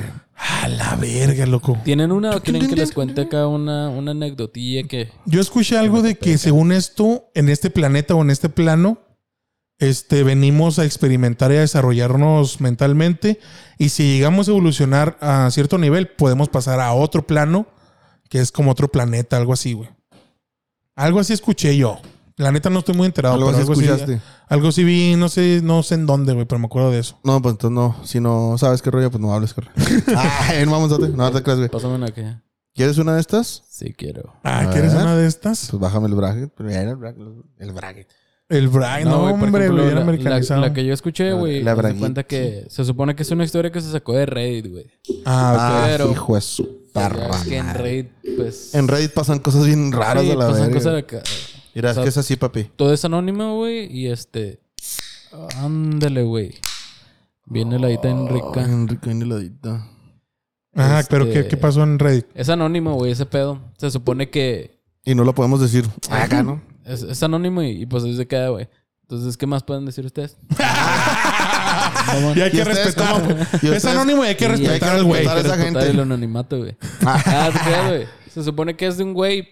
[SPEAKER 1] A la verga, loco.
[SPEAKER 3] ¿Tienen una o quieren que les cuente acá una, una anecdotilla que
[SPEAKER 1] Yo escuché algo de que según esto, en este planeta o en este plano, este, venimos a experimentar y a desarrollarnos mentalmente. Y si llegamos a evolucionar a cierto nivel, podemos pasar a otro plano, que es como otro planeta, algo así, güey. Algo así escuché yo. La neta no estoy muy enterado.
[SPEAKER 2] Algo
[SPEAKER 1] pero
[SPEAKER 2] así
[SPEAKER 1] sí-
[SPEAKER 2] escuchaste.
[SPEAKER 1] algo sí vi, no sé, no sé en dónde, güey, pero me acuerdo de eso.
[SPEAKER 2] No, pues entonces no. Si no sabes qué rollo, pues no hables, corre. Ay, [laughs] no vamos a No te creas, güey.
[SPEAKER 3] Pásame una que
[SPEAKER 2] ¿Quieres una de estas?
[SPEAKER 3] sí quiero.
[SPEAKER 1] Ah,
[SPEAKER 2] A
[SPEAKER 1] ¿quieres
[SPEAKER 2] ver.
[SPEAKER 1] una de estas?
[SPEAKER 2] Pues bájame el bracket. Primero el bracket. El bracket.
[SPEAKER 1] El
[SPEAKER 2] Eh,
[SPEAKER 1] Brian, no,
[SPEAKER 3] güey, por
[SPEAKER 1] hombre,
[SPEAKER 3] ejemplo,
[SPEAKER 1] lo
[SPEAKER 3] la-
[SPEAKER 1] hubiera
[SPEAKER 3] la-
[SPEAKER 1] americanizado.
[SPEAKER 3] La, que yo escuché,
[SPEAKER 2] La-
[SPEAKER 3] güey,
[SPEAKER 2] la
[SPEAKER 3] me di
[SPEAKER 2] braguita.
[SPEAKER 3] cuenta que se supone que es una historia que se sacó de Reddit, güey.
[SPEAKER 1] Ah,
[SPEAKER 2] Ah,
[SPEAKER 3] Pero-
[SPEAKER 2] hijo de su perra.
[SPEAKER 3] Ya es que en
[SPEAKER 2] madre.
[SPEAKER 3] Reddit, pues.
[SPEAKER 2] En Reddit pasan cosas bien raras
[SPEAKER 3] Reddit
[SPEAKER 2] de la
[SPEAKER 3] pasan
[SPEAKER 2] verga.
[SPEAKER 3] cosas acá.
[SPEAKER 2] Mira,
[SPEAKER 3] o sea,
[SPEAKER 2] es que es así, papi.
[SPEAKER 3] Todo es anónimo, güey, y este. Ándale, güey. Viene la hita Enrica.
[SPEAKER 2] Enrique, bien heladito.
[SPEAKER 1] Ajá, ah, pero ¿qué,
[SPEAKER 3] este-
[SPEAKER 1] ¿qué pasó en Reddit?
[SPEAKER 3] Es anónimo, güey, ese pedo. Se supone que
[SPEAKER 2] Y no lo podemos decir. Ah, Acá, ¿no?
[SPEAKER 3] es, es anónimo y, y, pues ahí se queda, güey. Entonces, ¿qué más pueden decir ustedes?
[SPEAKER 1] Y hay
[SPEAKER 2] ¿Y
[SPEAKER 1] que
[SPEAKER 2] ustedes?
[SPEAKER 1] respetar.
[SPEAKER 2] ¿Y ustedes?
[SPEAKER 1] Es anónimo y hay que
[SPEAKER 3] Y hay que
[SPEAKER 1] respetar al güey.
[SPEAKER 2] respetar. Para
[SPEAKER 3] Hay que
[SPEAKER 2] esa
[SPEAKER 3] respetar
[SPEAKER 2] gente.
[SPEAKER 3] el
[SPEAKER 2] [laughs]
[SPEAKER 3] anonimato, güey. Ah, te creas, güey. Se supone que es de un güey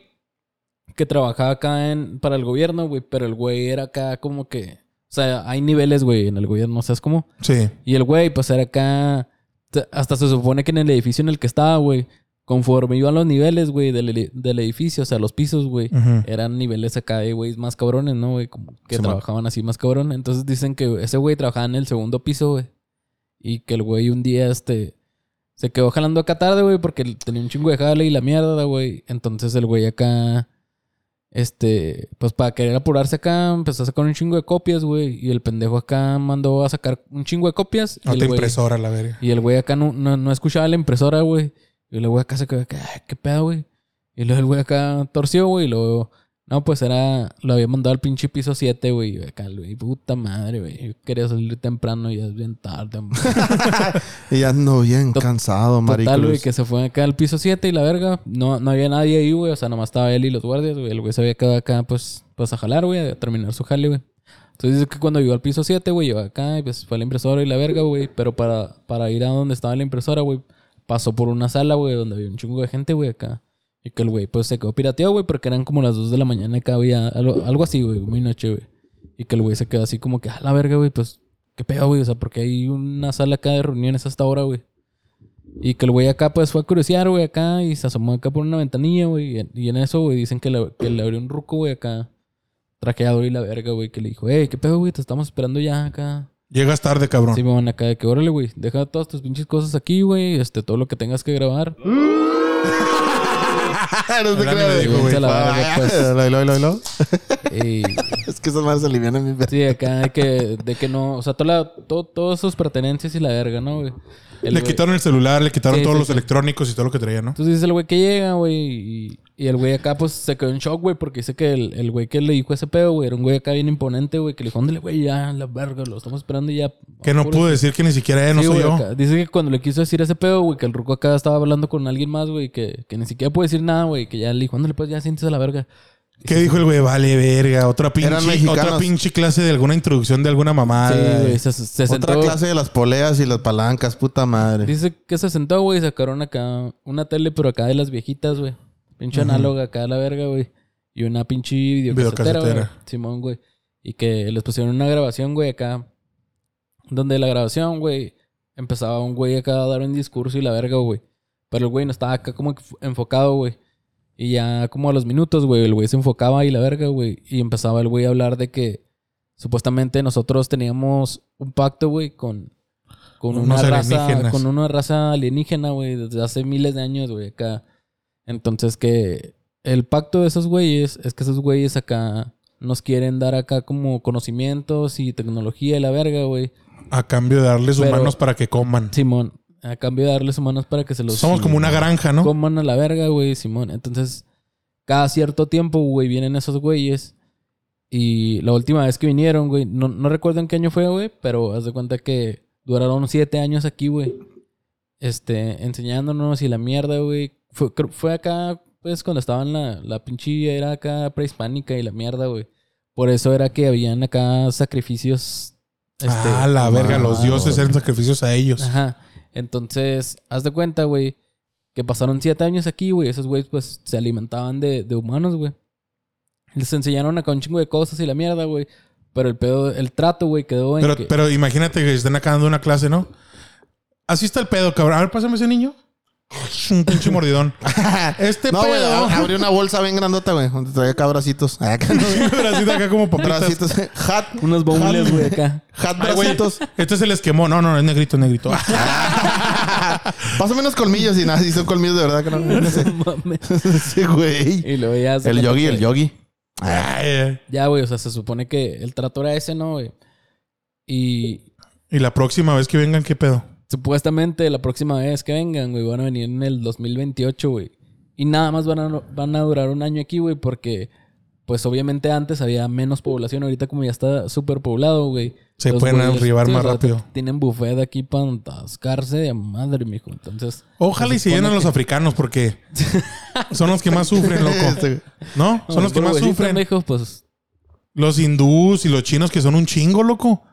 [SPEAKER 3] que trabajaba acá en, para el gobierno, güey. Pero el güey era acá como que... O sea, hay niveles, güey, en el gobierno. ¿Sabes cómo?
[SPEAKER 1] Sí.
[SPEAKER 3] Y el güey, pues era acá... t- Hasta se supone que en el edificio en el que estaba, güey. Conforme iban los niveles, güey, del, edi- del edificio, o sea, los pisos, güey.
[SPEAKER 1] Ujú.
[SPEAKER 3] Eran niveles acá de güeyes más cabrones, ¿no, güey? Como que
[SPEAKER 2] Simón.
[SPEAKER 3] trabajaban así más cabrón. Entonces dicen que ese güey trabajaba en el segundo piso, güey. Y que el güey un día, este... Se quedó jalando acá tarde, güey, porque tenía un chingo de jale y la mierda, güey. Entonces el güey acá... Este... Pues para querer apurarse acá, empezó a sacar un chingo de copias, güey. Y el pendejo acá mandó a sacar un chingo de copias. y el
[SPEAKER 1] Otra
[SPEAKER 3] güey-
[SPEAKER 1] impresora, la verga.
[SPEAKER 3] y el güey acá no, no, no escuchaba la impresora, güey. Y el güey acá se quedó, acá, "Ay, ¿qué pedo, güey? Y luego el güey acá torció, güey. Y luego, no, pues era, lo había mandado al pinche piso 7, güey. Y acá, güey, puta madre, güey. Yo quería salir temprano y ya es bien tarde. hombre".
[SPEAKER 2] Y ya ando bien
[SPEAKER 3] To-
[SPEAKER 2] cansado, [laughs]
[SPEAKER 3] Total, güey,
[SPEAKER 2] maricruz.
[SPEAKER 3] que se fue acá al piso 7 y la verga. No, no había nadie ahí, güey. O sea, nomás estaba él y los guardias, güey. El güey se había quedado acá, pues, pues a jalar, güey, a terminar su jale, güey. Entonces dice que cuando llegó al piso 7, güey, llegó acá y pues fue a la impresora y la verga, güey. Pero para, para ir a donde estaba la impresora, güey, pasó por una sala, güey, donde había un chingo de gente, güey, acá. Y que el güey, pues se quedó pirateado, güey, porque eran como las 2 de la mañana acá había algo, algo así, güey, muy noche, güey. Y que el güey se quedó así como que, a la verga, güey, pues, qué pedo, güey, o sea, porque hay una sala acá de reuniones hasta ahora, güey. Y que el güey acá, pues, fue a crucear, güey, acá y se asomó acá por una ventanilla, güey. Y en- Y en eso, güey, dicen que le, que le abrió un ruco, güey, acá, trajeado y la verga, güey, que le dijo, hey, qué pedo, güey, te estamos esperando ya acá.
[SPEAKER 1] Llegas tarde, cabrón.
[SPEAKER 3] Sí, me van acá de que, órale, güey, deja todas tus pinches cosas aquí, güey, este, todo lo que tengas que grabar.
[SPEAKER 2] no te
[SPEAKER 1] El anime
[SPEAKER 2] creas.
[SPEAKER 1] dijo,
[SPEAKER 3] güey, se la pues". va a ver
[SPEAKER 2] Ah,
[SPEAKER 3] después.
[SPEAKER 2] lo- lo- lo- lo.
[SPEAKER 3] Y
[SPEAKER 2] Es que esas madres se alivianan bien.
[SPEAKER 3] sí, acá de que, de que no. O sea, toda la- to- todas sus pertenencias y la verga, ¿no, güey? El
[SPEAKER 1] le
[SPEAKER 3] güey-
[SPEAKER 1] quitaron el celular, le quitaron
[SPEAKER 3] Sí,
[SPEAKER 1] todos
[SPEAKER 3] sí,
[SPEAKER 1] los
[SPEAKER 3] sí.
[SPEAKER 1] electrónicos y todo lo que traía, ¿no?
[SPEAKER 3] Entonces dice el güey que llega, güey. Y, y el güey acá, pues se quedó en shock, güey, porque dice que el el güey que le dijo ese pedo, güey, era un güey acá bien imponente, güey, que le dijo, ándale, güey, ya, la verga, lo estamos esperando y ya.
[SPEAKER 1] Que no
[SPEAKER 3] Apúrate".
[SPEAKER 1] pudo decir que ni siquiera eh, no
[SPEAKER 3] Sí,
[SPEAKER 1] soy
[SPEAKER 3] güey,
[SPEAKER 1] yo.
[SPEAKER 3] acá. Dice que cuando le quiso decir ese pedo, güey, que el ruco acá estaba hablando con alguien más, güey, que, que ni siquiera puede decir nada, güey, que ya le dijo, ándale, pues ya siéntese a la verga.
[SPEAKER 1] ¿Qué dijo el güey? Vale, verga. Otra
[SPEAKER 2] Eran
[SPEAKER 1] pinche,
[SPEAKER 2] mexicanos.
[SPEAKER 1] otra pinche clase de alguna introducción de alguna mamada.
[SPEAKER 3] Sí, güey, se, se
[SPEAKER 2] Otra
[SPEAKER 3] sentó.
[SPEAKER 2] clase de las poleas y las palancas, puta madre.
[SPEAKER 3] Dice que se sentó, güey, y sacaron acá una tele, pero acá de las viejitas, güey. Pinche análoga acá de la verga, güey. Y una pinche videocasetera, güey.
[SPEAKER 1] Videocasetera.
[SPEAKER 3] Simón, güey. Y que les pusieron una grabación, güey, acá. Donde la grabación, güey, empezaba un güey acá a dar un discurso y la verga, güey. Pero el güey no estaba acá como que enfocado, güey. Y ya como a los minutos, güey, el güey se enfocaba y la verga, güey. Y empezaba el güey a hablar de que supuestamente nosotros teníamos un pacto, güey, con, con una
[SPEAKER 1] Unos
[SPEAKER 3] raza,
[SPEAKER 1] alienígenas.
[SPEAKER 3] con una raza alienígena, güey, desde hace miles de años, güey, acá. Entonces que el pacto de esos güeyes es que esos güeyes acá nos quieren dar acá como conocimientos y tecnología y la verga, güey.
[SPEAKER 1] A cambio de darles
[SPEAKER 3] Pero-
[SPEAKER 1] humanos para que coman.
[SPEAKER 3] Simón, a cambio de darles humanos para que se los
[SPEAKER 1] Somos como una granja, ¿no?
[SPEAKER 3] coman a la verga, güey, Simón. Entonces, cada cierto tiempo, güey, vienen esos güeyes. Y la última vez que vinieron, güey, no, no recuerdo en qué año fue, güey, pero haz de cuenta que duraron siete años aquí, güey. Este, enseñándonos y la mierda, güey. Fue, creo- fue acá, pues, cuando estaban la, la pinche era acá prehispánica y la mierda, güey. Por eso era que habían acá sacrificios. este,
[SPEAKER 1] ah, la verga. Los
[SPEAKER 3] ah,
[SPEAKER 1] dioses eran sacrificios a ellos.
[SPEAKER 2] pues.
[SPEAKER 3] Ajá. Entonces, haz de cuenta, güey, que pasaron siete años aquí, güey. Esos güeyes, pues, se alimentaban de, de humanos, güey. Les enseñaron acá un chingo de cosas y la mierda, güey. Pero el pedo, el trato, güey, quedó en
[SPEAKER 1] Pero,
[SPEAKER 3] que...
[SPEAKER 1] pero imagínate que estén acá dando una clase, ¿no? Así está el pedo, cabrón. A ver, pásame ese niño. Un pinche mordidón.
[SPEAKER 2] [laughs]
[SPEAKER 1] Este
[SPEAKER 2] No, güey, ah,
[SPEAKER 1] pedo. [laughs]
[SPEAKER 2] ab- abrí una bolsa bien grandota, güey, donde traía acá bracitos. Ah, [laughs] acá no, güey.
[SPEAKER 1] Pero así de acá como papitas.
[SPEAKER 2] bracitos. eh, Hat,
[SPEAKER 3] Unos baúles, [laughs]
[SPEAKER 2] [laughs]
[SPEAKER 3] güey, acá.
[SPEAKER 2] hat
[SPEAKER 1] Ay, güey,
[SPEAKER 3] [laughs]
[SPEAKER 2] bracitos.
[SPEAKER 1] Este se les quemó. No, no, es negrito, negrito. Ah,
[SPEAKER 2] Pásame unos colmillos y nada, si son colmillos de verdad que
[SPEAKER 3] [laughs]
[SPEAKER 2] no.
[SPEAKER 3] Mames.
[SPEAKER 2] [laughs] Sí, güey.
[SPEAKER 3] y luego ya... haz de
[SPEAKER 2] El
[SPEAKER 3] cuenta
[SPEAKER 2] yogi,
[SPEAKER 3] que-
[SPEAKER 2] el yogi.
[SPEAKER 1] eh.
[SPEAKER 3] Ya, güey, o sea, se supone que el trato era ese, ¿no, güey? Y,
[SPEAKER 1] Y la próxima vez que vengan, ¿qué pedo?
[SPEAKER 3] Supuestamente la próxima vez que vengan, güey, van a venir en el 2028, güey. Y nada más van a, van a durar un año aquí, güey, porque pues obviamente antes había menos población, ahorita como ya está súper poblado, güey.
[SPEAKER 1] Se
[SPEAKER 3] los
[SPEAKER 1] pueden
[SPEAKER 3] güeyes-
[SPEAKER 1] arribar más
[SPEAKER 3] o sea,
[SPEAKER 1] rápido.
[SPEAKER 3] Tienen buffet aquí para atascarse de madre, mijo. Entonces,
[SPEAKER 1] Ojalá y se
[SPEAKER 3] supone
[SPEAKER 1] llenen los
[SPEAKER 3] que-
[SPEAKER 1] africanos porque son los que más sufren,
[SPEAKER 2] [laughs]
[SPEAKER 1] loco.
[SPEAKER 2] Este,
[SPEAKER 1] ¿No? Son los que
[SPEAKER 3] por
[SPEAKER 1] más
[SPEAKER 3] huesito,
[SPEAKER 1] sufren.
[SPEAKER 3] mijo, pues
[SPEAKER 1] Los hindús y los chinos que son un chingo, loco.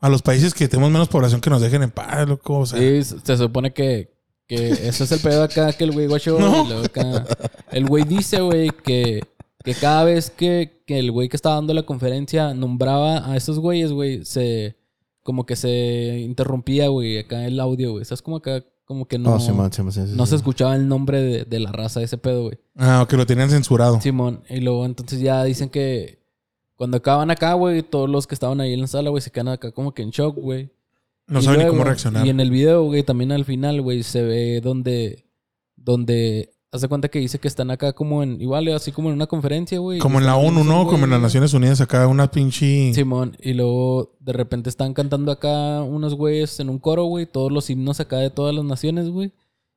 [SPEAKER 1] A los países que tenemos menos población que nos dejen en paz, loco. O sea,
[SPEAKER 3] sí, se supone que, que eso es el pedo acá que el güey
[SPEAKER 2] [laughs]
[SPEAKER 3] guacho.
[SPEAKER 1] No.
[SPEAKER 3] y luego acá- El güey dice, güey, que, que cada vez que, que el güey que estaba dando la conferencia nombraba a esos güeyes, güey, se. Como que se interrumpía, güey, acá el audio, güey. ¿Sabes como acá? Como que no.
[SPEAKER 2] No, Oh, sí, man, sí, man, sí, sí,
[SPEAKER 3] no
[SPEAKER 2] sí.
[SPEAKER 3] se escuchaba el nombre de, de la raza de ese pedo, güey.
[SPEAKER 1] Ah, que lo tenían
[SPEAKER 2] Oh.
[SPEAKER 1] censurado.
[SPEAKER 3] Simón. Y luego entonces ya dicen que cuando acaban acá, güey, todos los que estaban ahí en la sala, güey, se quedan acá como que en shock, güey.
[SPEAKER 1] No
[SPEAKER 3] Y
[SPEAKER 1] saben ni
[SPEAKER 3] luego,
[SPEAKER 1] cómo reaccionar.
[SPEAKER 3] Y en el video, güey, también al final, güey, se ve donde. Donde. Hace cuenta que dice que están acá como en. Igual, así como en una conferencia, güey.
[SPEAKER 1] Como en la
[SPEAKER 3] Están
[SPEAKER 1] ONU,
[SPEAKER 3] esos
[SPEAKER 1] ¿no? Como en las
[SPEAKER 3] güeyes.
[SPEAKER 1] Naciones Unidas, acá una pinche.
[SPEAKER 3] Simón, y luego de repente están cantando acá unos güeyes en un coro, güey, todos los himnos acá de todas las naciones, güey.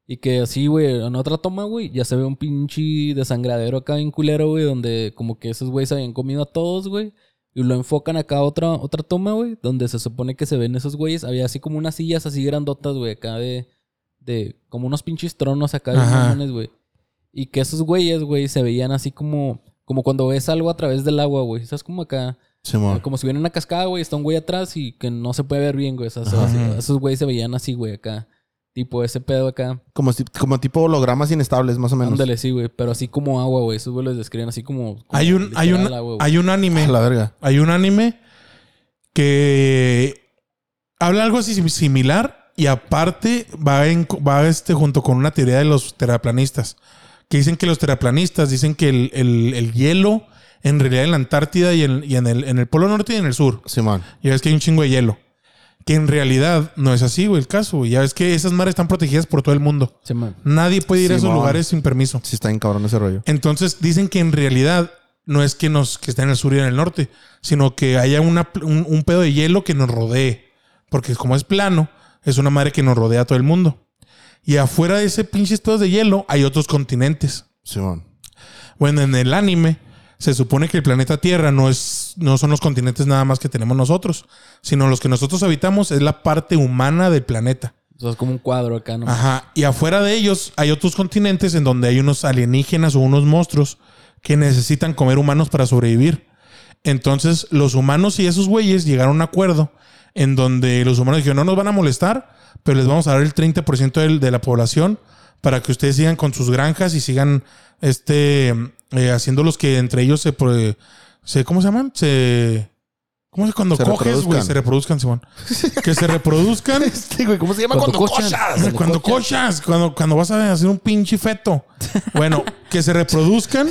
[SPEAKER 3] Y que así, güey, en otra toma, güey, ya se ve un pinche desangradero acá bien culero, güey, donde como que esos güeyes habían comido a todos, güey. Y lo enfocan acá a otra, otra toma, güey, donde se supone que se ven esos güeyes. Había así como unas sillas así grandotas, güey, acá de, de como unos pinches tronos acá de
[SPEAKER 1] Ajá.
[SPEAKER 3] mamones, güey. Y que esos güeyes, güey, se veían así como, como cuando ves algo a través del agua, güey. ¿Sabes? Como acá...
[SPEAKER 2] Sí, man.
[SPEAKER 3] Ah, Como si hubiera una cascada, güey, está un güey atrás y que no se puede ver bien, güey. O sea, se-
[SPEAKER 1] Ajá.
[SPEAKER 3] esos güeyes se veían así, güey, acá. Tipo ese pedo acá.
[SPEAKER 2] Como, si- como tipo hologramas inestables, más o menos.
[SPEAKER 3] Ándale, sí, güey. Pero así como agua, güey. Esos güeyes los describen así como. como
[SPEAKER 1] Hay un, hay un,
[SPEAKER 3] literal agua, güey.
[SPEAKER 1] hay un anime.
[SPEAKER 2] A la verga.
[SPEAKER 1] Hay un anime que habla algo así sim- similar y aparte va, en- va este, junto con una teoría de los terraplanistas. Que dicen que los terraplanistas dicen que el, el- el hielo, en realidad en la Antártida y, en, y en, el, en el Polo Norte y en el Sur,
[SPEAKER 2] Simón.
[SPEAKER 1] ya ves que hay un chingo de hielo. Que en realidad no es así, güey, el caso. güey. Ya ves que esas madres están protegidas por todo el mundo.
[SPEAKER 3] Se ma-
[SPEAKER 1] Nadie puede ir a esos
[SPEAKER 2] Simón.
[SPEAKER 1] lugares sin permiso.
[SPEAKER 2] Sí, está bien cabrón ese rollo.
[SPEAKER 1] Entonces dicen que en realidad no es que nos que está en el sur y en el norte, sino que haya una pl- un, un pedo de hielo que nos rodee, porque como es plano, es una madre que nos rodea a todo el mundo. Y afuera de ese pinches pedos de hielo hay otros continentes.
[SPEAKER 2] Simón. [laughs]
[SPEAKER 1] Bueno, en el anime se supone que el planeta Tierra no es no son los continentes nada más que tenemos nosotros, sino los que nosotros habitamos es la parte humana del planeta.
[SPEAKER 3] O sea, es como un cuadro acá, ¿no?
[SPEAKER 1] Ajá. Y afuera de ellos hay otros continentes en donde hay unos alienígenas o unos monstruos que necesitan comer humanos para sobrevivir. Entonces, los humanos y esos güeyes llegaron a un acuerdo en donde los humanos dijeron, no nos van a molestar, pero les vamos a dar el 30% del- de la población para que ustedes sigan con sus granjas y sigan este eh, haciéndolos que entre ellos se, pro- se ¿cómo se llaman? Se ¿Cómo es cuando
[SPEAKER 2] Se
[SPEAKER 1] coges, güey?
[SPEAKER 2] reproduzcan.
[SPEAKER 1] Se reproduzcan, Simón. que se reproduzcan
[SPEAKER 2] Este, güey, ¿cómo se llama
[SPEAKER 3] Cuando
[SPEAKER 2] cuando,
[SPEAKER 3] cochan.
[SPEAKER 2] cochas?
[SPEAKER 1] cuando, cochas, cuando, cuando vas a hacer un pinche feto. Bueno, que se reproduzcan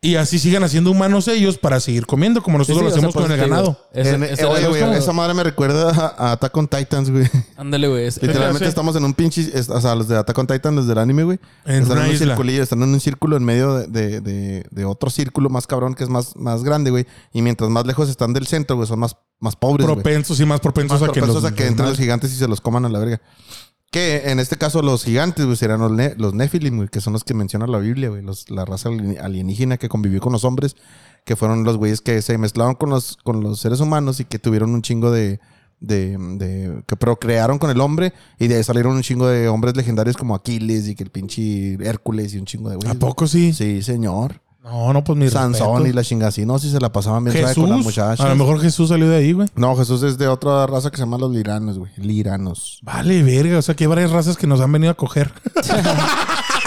[SPEAKER 1] y así sigan haciendo humanos ellos para seguir comiendo, como
[SPEAKER 3] Sí,
[SPEAKER 1] nosotros
[SPEAKER 3] sí,
[SPEAKER 1] lo
[SPEAKER 3] o sea,
[SPEAKER 1] hacemos
[SPEAKER 3] por
[SPEAKER 1] con el
[SPEAKER 3] eso
[SPEAKER 2] pues,
[SPEAKER 3] te digo,
[SPEAKER 1] ganado.
[SPEAKER 3] ese-
[SPEAKER 2] En-
[SPEAKER 3] ese-
[SPEAKER 2] eh, oye,
[SPEAKER 3] es
[SPEAKER 2] güey,
[SPEAKER 3] como-
[SPEAKER 2] esa madre me recuerda a, a Attack on Titans, güey.
[SPEAKER 3] Ándale, güey. es-
[SPEAKER 2] Literalmente
[SPEAKER 1] sí.
[SPEAKER 2] estamos en un pinche. es- O sea, los de Attack on Titan, los del anime, güey.
[SPEAKER 1] En
[SPEAKER 2] están
[SPEAKER 1] una
[SPEAKER 2] en un
[SPEAKER 1] isla.
[SPEAKER 2] circulillo, están en un círculo en medio de, de- de- de otro círculo más cabrón que es más, más grande, güey. Y mientras más lejos están del centro, güey, son más, más pobres, pues, güey.
[SPEAKER 1] Propensos y más propensos
[SPEAKER 2] Más
[SPEAKER 1] a que,
[SPEAKER 2] propensos
[SPEAKER 1] los-
[SPEAKER 2] a que entren los gigantes y se los coman a la verga. Que en este caso los gigantes, güey, serían los, ne- los Nephilim, güey, que son los que menciona la Biblia, güey. los- La raza alien- alienígena que convivió con los hombres, que fueron los güeyes que se mezclaron con los, con los seres humanos y que tuvieron un chingo de... De, de- que procrearon con el hombre y de ahí salieron un chingo de hombres legendarios como Aquiles y que el pinche Hércules y un chingo de güeyes.
[SPEAKER 1] ¿A
[SPEAKER 2] güey.
[SPEAKER 1] poco sí?
[SPEAKER 2] Sí, señor.
[SPEAKER 1] No, no, pues mi
[SPEAKER 2] Sansón y
[SPEAKER 1] respeto.
[SPEAKER 2] la chingada así, no, si se la pasaban bien suave con las
[SPEAKER 1] Jesús.
[SPEAKER 2] muchachas.
[SPEAKER 1] A lo mejor Jesús salió de ahí, güey.
[SPEAKER 2] No, Jesús es de otra raza que se llama los liranos, güey. Liranos.
[SPEAKER 1] Vale, verga. O sea, que hay varias razas que nos han venido a coger.
[SPEAKER 3] [laughs]
[SPEAKER 1] [laughs]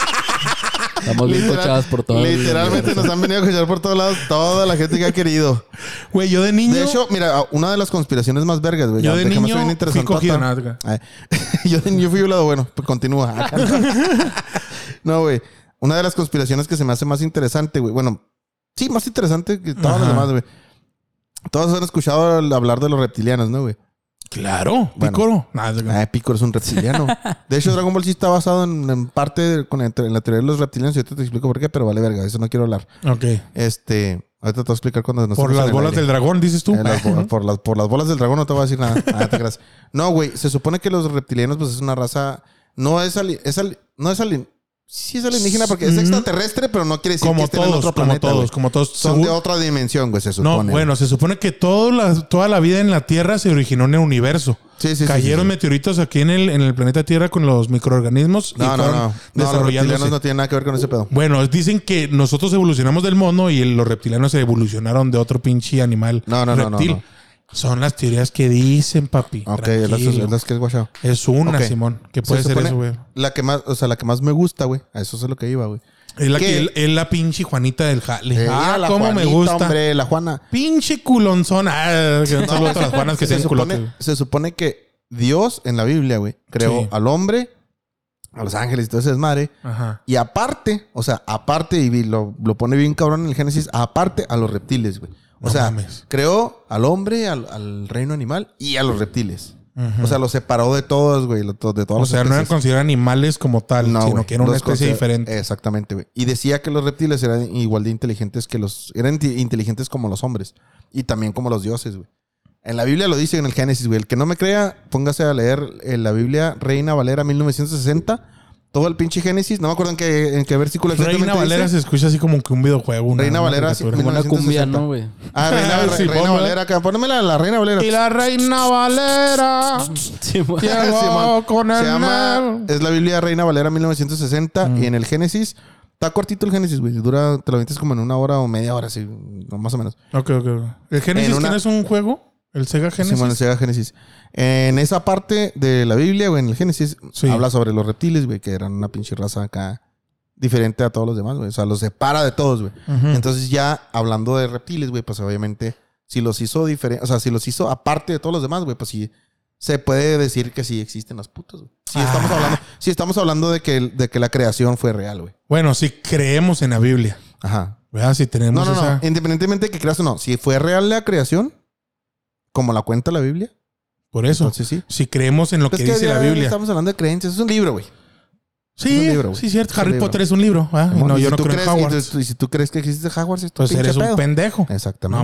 [SPEAKER 3] Estamos bien
[SPEAKER 2] Literal-
[SPEAKER 3] cochadas por todo. el
[SPEAKER 2] Literalmente
[SPEAKER 3] universo.
[SPEAKER 2] nos han venido a escuchar por todos lados toda la gente que ha querido.
[SPEAKER 1] Güey, yo de niño.
[SPEAKER 2] De hecho, mira, una de las conspiraciones más vergas, güey.
[SPEAKER 1] Yo de
[SPEAKER 2] que me hace
[SPEAKER 1] niño
[SPEAKER 2] bien interesante,
[SPEAKER 1] fui cogido.
[SPEAKER 2] Tata.
[SPEAKER 1] Nada,
[SPEAKER 2] Ay, [laughs] Yo de niño fui violado. Bueno, pues continúa. [laughs] No, güey. Una de las conspiraciones que se me hace más interesante, güey. Bueno, sí, más interesante que todas
[SPEAKER 1] Ajá.
[SPEAKER 2] las demás, güey. Todos han escuchado hablar de los reptilianos, ¿no, güey?
[SPEAKER 1] claro,
[SPEAKER 2] Bueno.
[SPEAKER 1] pícoro. Nada,
[SPEAKER 2] Ah, Picor es un reptiliano. De hecho, Dragon Ball sí está basado en, en parte de- con la, en la teoría de los reptilianos. Yo te, explico por qué, pero vale verga, de eso no quiero hablar.
[SPEAKER 1] ok.
[SPEAKER 2] Este, ahorita te voy a explicar cuando nos
[SPEAKER 1] Por
[SPEAKER 2] estemos en
[SPEAKER 1] las
[SPEAKER 2] el
[SPEAKER 1] bolas
[SPEAKER 2] aire.
[SPEAKER 1] del dragón, dices tú.
[SPEAKER 2] Eh, las bo- por, las, por las bolas del dragón no te voy a decir nada. Ah, te creas. No, güey, se supone que los reptilianos pues es una raza no es ali- es ali- no es alien. Sí es alienígena porque es
[SPEAKER 1] Mm.
[SPEAKER 2] extraterrestre, pero no quiere decir que
[SPEAKER 1] como
[SPEAKER 2] estén en
[SPEAKER 1] todos,
[SPEAKER 2] otro
[SPEAKER 1] como
[SPEAKER 2] planeta.
[SPEAKER 1] todos,
[SPEAKER 2] güey.
[SPEAKER 1] como todos.
[SPEAKER 2] Son
[SPEAKER 1] Según-
[SPEAKER 2] de otra dimensión, güey, se supone.
[SPEAKER 1] No, bueno, se supone que toda la, toda la vida en la Tierra se originó en el universo.
[SPEAKER 2] Sí, sí, sí,
[SPEAKER 1] Cayeron
[SPEAKER 2] sí, sí.
[SPEAKER 1] meteoritos aquí en el, en el planeta Tierra con los microorganismos y
[SPEAKER 2] No, no,
[SPEAKER 1] fueron
[SPEAKER 2] no. No, los
[SPEAKER 1] desarrollándose.
[SPEAKER 2] reptilianos no tienen nada que ver con ese pedo.
[SPEAKER 1] Bueno, dicen que nosotros evolucionamos del mono y los reptilianos se evolucionaron de otro pinche animal
[SPEAKER 2] No, no, no, no,
[SPEAKER 1] reptil.
[SPEAKER 2] no.
[SPEAKER 1] Son las teorías que dicen, papi.
[SPEAKER 2] Ok, es las-
[SPEAKER 1] Tranquilo.
[SPEAKER 2] es las que es guachao.
[SPEAKER 1] Es una,
[SPEAKER 2] Ok.
[SPEAKER 1] Simón. Que
[SPEAKER 2] Pues Se
[SPEAKER 1] puede ser
[SPEAKER 2] supone
[SPEAKER 1] eso, güey.
[SPEAKER 2] La que más, o sea, la que más me gusta, güey. A eso es a lo que iba, güey.
[SPEAKER 1] Es la, que,
[SPEAKER 2] ¿Qué?
[SPEAKER 1] es la pinche Juanita del Jale.
[SPEAKER 2] Eh,
[SPEAKER 1] ah,
[SPEAKER 2] mira la
[SPEAKER 1] cómo me
[SPEAKER 2] Juanita,
[SPEAKER 1] gusta.
[SPEAKER 2] Hombre, la Juana.
[SPEAKER 1] Pinche culonzona. Ah, que un saludo a todas
[SPEAKER 2] [laughs]
[SPEAKER 1] las Juanas que
[SPEAKER 2] se,
[SPEAKER 1] sean culotes.
[SPEAKER 2] supone, se supone que Dios en la Biblia, güey, creó
[SPEAKER 1] Sí.
[SPEAKER 2] al hombre, a los ángeles y todo ese desmadre.
[SPEAKER 1] Ajá.
[SPEAKER 2] Y aparte, o sea, aparte, y vi- lo, lo pone bien cabrón en el Génesis, aparte a los reptiles, güey. O
[SPEAKER 1] No
[SPEAKER 2] sea,
[SPEAKER 1] mames.
[SPEAKER 2] creó al hombre, al, al reino animal y a los reptiles.
[SPEAKER 1] Ujú.
[SPEAKER 2] O sea, los separó de todos, güey, lo- to- de todos
[SPEAKER 1] O
[SPEAKER 2] los
[SPEAKER 1] sea, no eran considerados animales como tal, sino
[SPEAKER 2] güey.
[SPEAKER 1] que era una
[SPEAKER 2] Los eh,
[SPEAKER 1] especie
[SPEAKER 2] considera-
[SPEAKER 1] diferente.
[SPEAKER 2] Exactamente, güey. Y decía que los reptiles eran igual de inteligentes que los... Eran inte- inteligentes como los hombres. Y también como los dioses, güey. En la Biblia lo dice en el Génesis, güey. El que no me crea, póngase a leer en la Biblia Reina Valera 1960. Todo el pinche Génesis. No me acuerdo en qué, en qué versículo
[SPEAKER 1] Reina
[SPEAKER 2] exactamente
[SPEAKER 1] Valera
[SPEAKER 2] pues, dice.
[SPEAKER 1] se escucha así como que un videojuego. una-
[SPEAKER 2] Reina
[SPEAKER 1] una
[SPEAKER 2] Valera,
[SPEAKER 1] caricatura.
[SPEAKER 2] [laughs] sí,
[SPEAKER 3] Como una cumbia,
[SPEAKER 2] 1960.
[SPEAKER 3] ¿no, güey? [laughs]
[SPEAKER 2] Ah,
[SPEAKER 1] [laughs]
[SPEAKER 2] Reina,
[SPEAKER 1] Sí,
[SPEAKER 2] Reina
[SPEAKER 1] ponme.
[SPEAKER 2] Valera. acá. Pónmela, la Reina Valera.
[SPEAKER 1] Y la reina Valera
[SPEAKER 3] Sí, güey.
[SPEAKER 1] llegó
[SPEAKER 2] [laughs] Simón.
[SPEAKER 1] con
[SPEAKER 2] Se
[SPEAKER 1] el
[SPEAKER 2] llama,
[SPEAKER 1] mar.
[SPEAKER 2] es la Biblia Reina Valera 1960 y en el Génesis está cortito el Génesis, güey. Dura, te lo avientes como en una hora o media hora, sí, no, más o menos.
[SPEAKER 1] Ok, ok, ok. ¿El Génesis
[SPEAKER 2] En una-
[SPEAKER 1] que no es un juego? ¿El Sega Génesis?
[SPEAKER 2] Simón, se llama Génesis. En esa parte de la Biblia, güey, en el Génesis,
[SPEAKER 1] Sí.
[SPEAKER 2] habla sobre los reptiles, güey, que eran una pinche raza acá diferente a todos los demás, güey. O sea, los separa de todos, güey.
[SPEAKER 1] Ujú.
[SPEAKER 2] Entonces ya hablando de reptiles, güey, pues obviamente si los hizo diferente, o sea, si los hizo aparte de todos los demás, güey, pues sí se puede decir que sí existen las putas, güey.
[SPEAKER 1] Ah.
[SPEAKER 2] Sí estamos hablando, sí estamos hablando de que, el- de que la creación fue real, güey.
[SPEAKER 1] Bueno, si creemos en la Biblia,
[SPEAKER 2] Ajá.
[SPEAKER 1] ¿verdad? Si
[SPEAKER 2] No,
[SPEAKER 1] tenemos
[SPEAKER 2] no,
[SPEAKER 1] esa...
[SPEAKER 2] no. Independientemente de que creas o no, si fue real la creación, como la cuenta la Biblia,
[SPEAKER 1] Por eso.
[SPEAKER 2] Entonces, sí.
[SPEAKER 1] Si creemos en lo
[SPEAKER 2] Pues
[SPEAKER 1] que
[SPEAKER 2] que
[SPEAKER 1] dice
[SPEAKER 2] ya
[SPEAKER 1] la Biblia.
[SPEAKER 2] Estamos hablando de creencias. Es un libro, güey.
[SPEAKER 1] Sí,
[SPEAKER 2] es un libro, güey.
[SPEAKER 1] sí, cierto.
[SPEAKER 2] Es un
[SPEAKER 1] Harry
[SPEAKER 2] libro.
[SPEAKER 1] Potter es un libro. ah,
[SPEAKER 2] Simón,
[SPEAKER 1] No,
[SPEAKER 2] y
[SPEAKER 1] yo
[SPEAKER 2] si
[SPEAKER 1] no
[SPEAKER 2] tú
[SPEAKER 1] creo en
[SPEAKER 2] crees- y tú-
[SPEAKER 1] Hogwarts.
[SPEAKER 2] Y si tú crees que existe Hogwarts, es tu
[SPEAKER 1] Entonces
[SPEAKER 2] pinche
[SPEAKER 1] eres
[SPEAKER 2] pedo.
[SPEAKER 1] un pendejo.
[SPEAKER 2] Exactamente.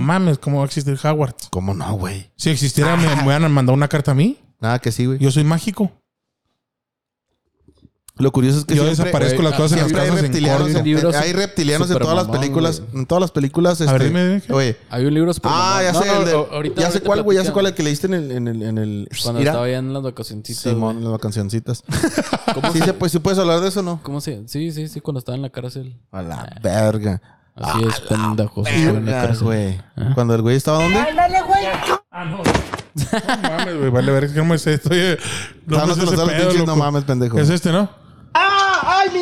[SPEAKER 1] No mames, ¿cómo va a existir Hogwarts?
[SPEAKER 2] ¿Cómo no, güey?
[SPEAKER 1] Si existiera, me, me hubieran mandado una carta a mí.
[SPEAKER 2] Nada que sí, güey.
[SPEAKER 1] Yo soy mágico.
[SPEAKER 2] Lo curioso es que
[SPEAKER 1] yo
[SPEAKER 2] siempre-
[SPEAKER 1] desaparezco las cosas en las
[SPEAKER 2] Siempre hay
[SPEAKER 1] casas en
[SPEAKER 2] reptilianos,
[SPEAKER 1] corto.
[SPEAKER 2] en,
[SPEAKER 3] Libros
[SPEAKER 2] hay reptilianos en
[SPEAKER 3] super
[SPEAKER 2] todas las
[SPEAKER 3] mamón,
[SPEAKER 2] películas.
[SPEAKER 3] güey.
[SPEAKER 2] En todas las películas.
[SPEAKER 1] A ver,
[SPEAKER 2] este,
[SPEAKER 1] dime, dime, ¿qué?
[SPEAKER 2] Oye.
[SPEAKER 3] Hay un libro super
[SPEAKER 2] Ah,
[SPEAKER 3] mamón.
[SPEAKER 2] ya
[SPEAKER 3] No,
[SPEAKER 2] sé.
[SPEAKER 3] no,
[SPEAKER 2] el de-
[SPEAKER 3] o- ahorita-
[SPEAKER 2] ya sé
[SPEAKER 3] ahorita
[SPEAKER 2] cuál, güey. Ya sé
[SPEAKER 3] platicamos.
[SPEAKER 2] cuál el que leíste en el. En el, en el
[SPEAKER 3] Cuando
[SPEAKER 2] Mira,
[SPEAKER 3] estaba ya en las vacacioncitas.
[SPEAKER 2] Simón,
[SPEAKER 3] güey.
[SPEAKER 2] las cancioncitas.
[SPEAKER 3] [laughs] ¿Cómo
[SPEAKER 2] Sí,
[SPEAKER 3] se-
[SPEAKER 2] se, pues, ¿sí puedes hablar de eso, ¿no?
[SPEAKER 3] ¿Cómo se...? Sí, sí, sí, cuando estaba en la cárcel.
[SPEAKER 2] A la verga.
[SPEAKER 3] Así es, pendejo. sí, estaba en la
[SPEAKER 2] Vergas,
[SPEAKER 3] cárcel.
[SPEAKER 2] güey.
[SPEAKER 3] Ah.
[SPEAKER 2] Cuando el güey estaba dónde?
[SPEAKER 1] No mames, güey. Vale, ver, que no me sé. Estoy. eh,
[SPEAKER 2] No, no
[SPEAKER 1] me sé
[SPEAKER 2] te lo
[SPEAKER 1] ese
[SPEAKER 2] sabes,
[SPEAKER 1] pedo,
[SPEAKER 2] pinche, no
[SPEAKER 1] loco.
[SPEAKER 2] mames, pendejo.
[SPEAKER 1] Es este, ¿no?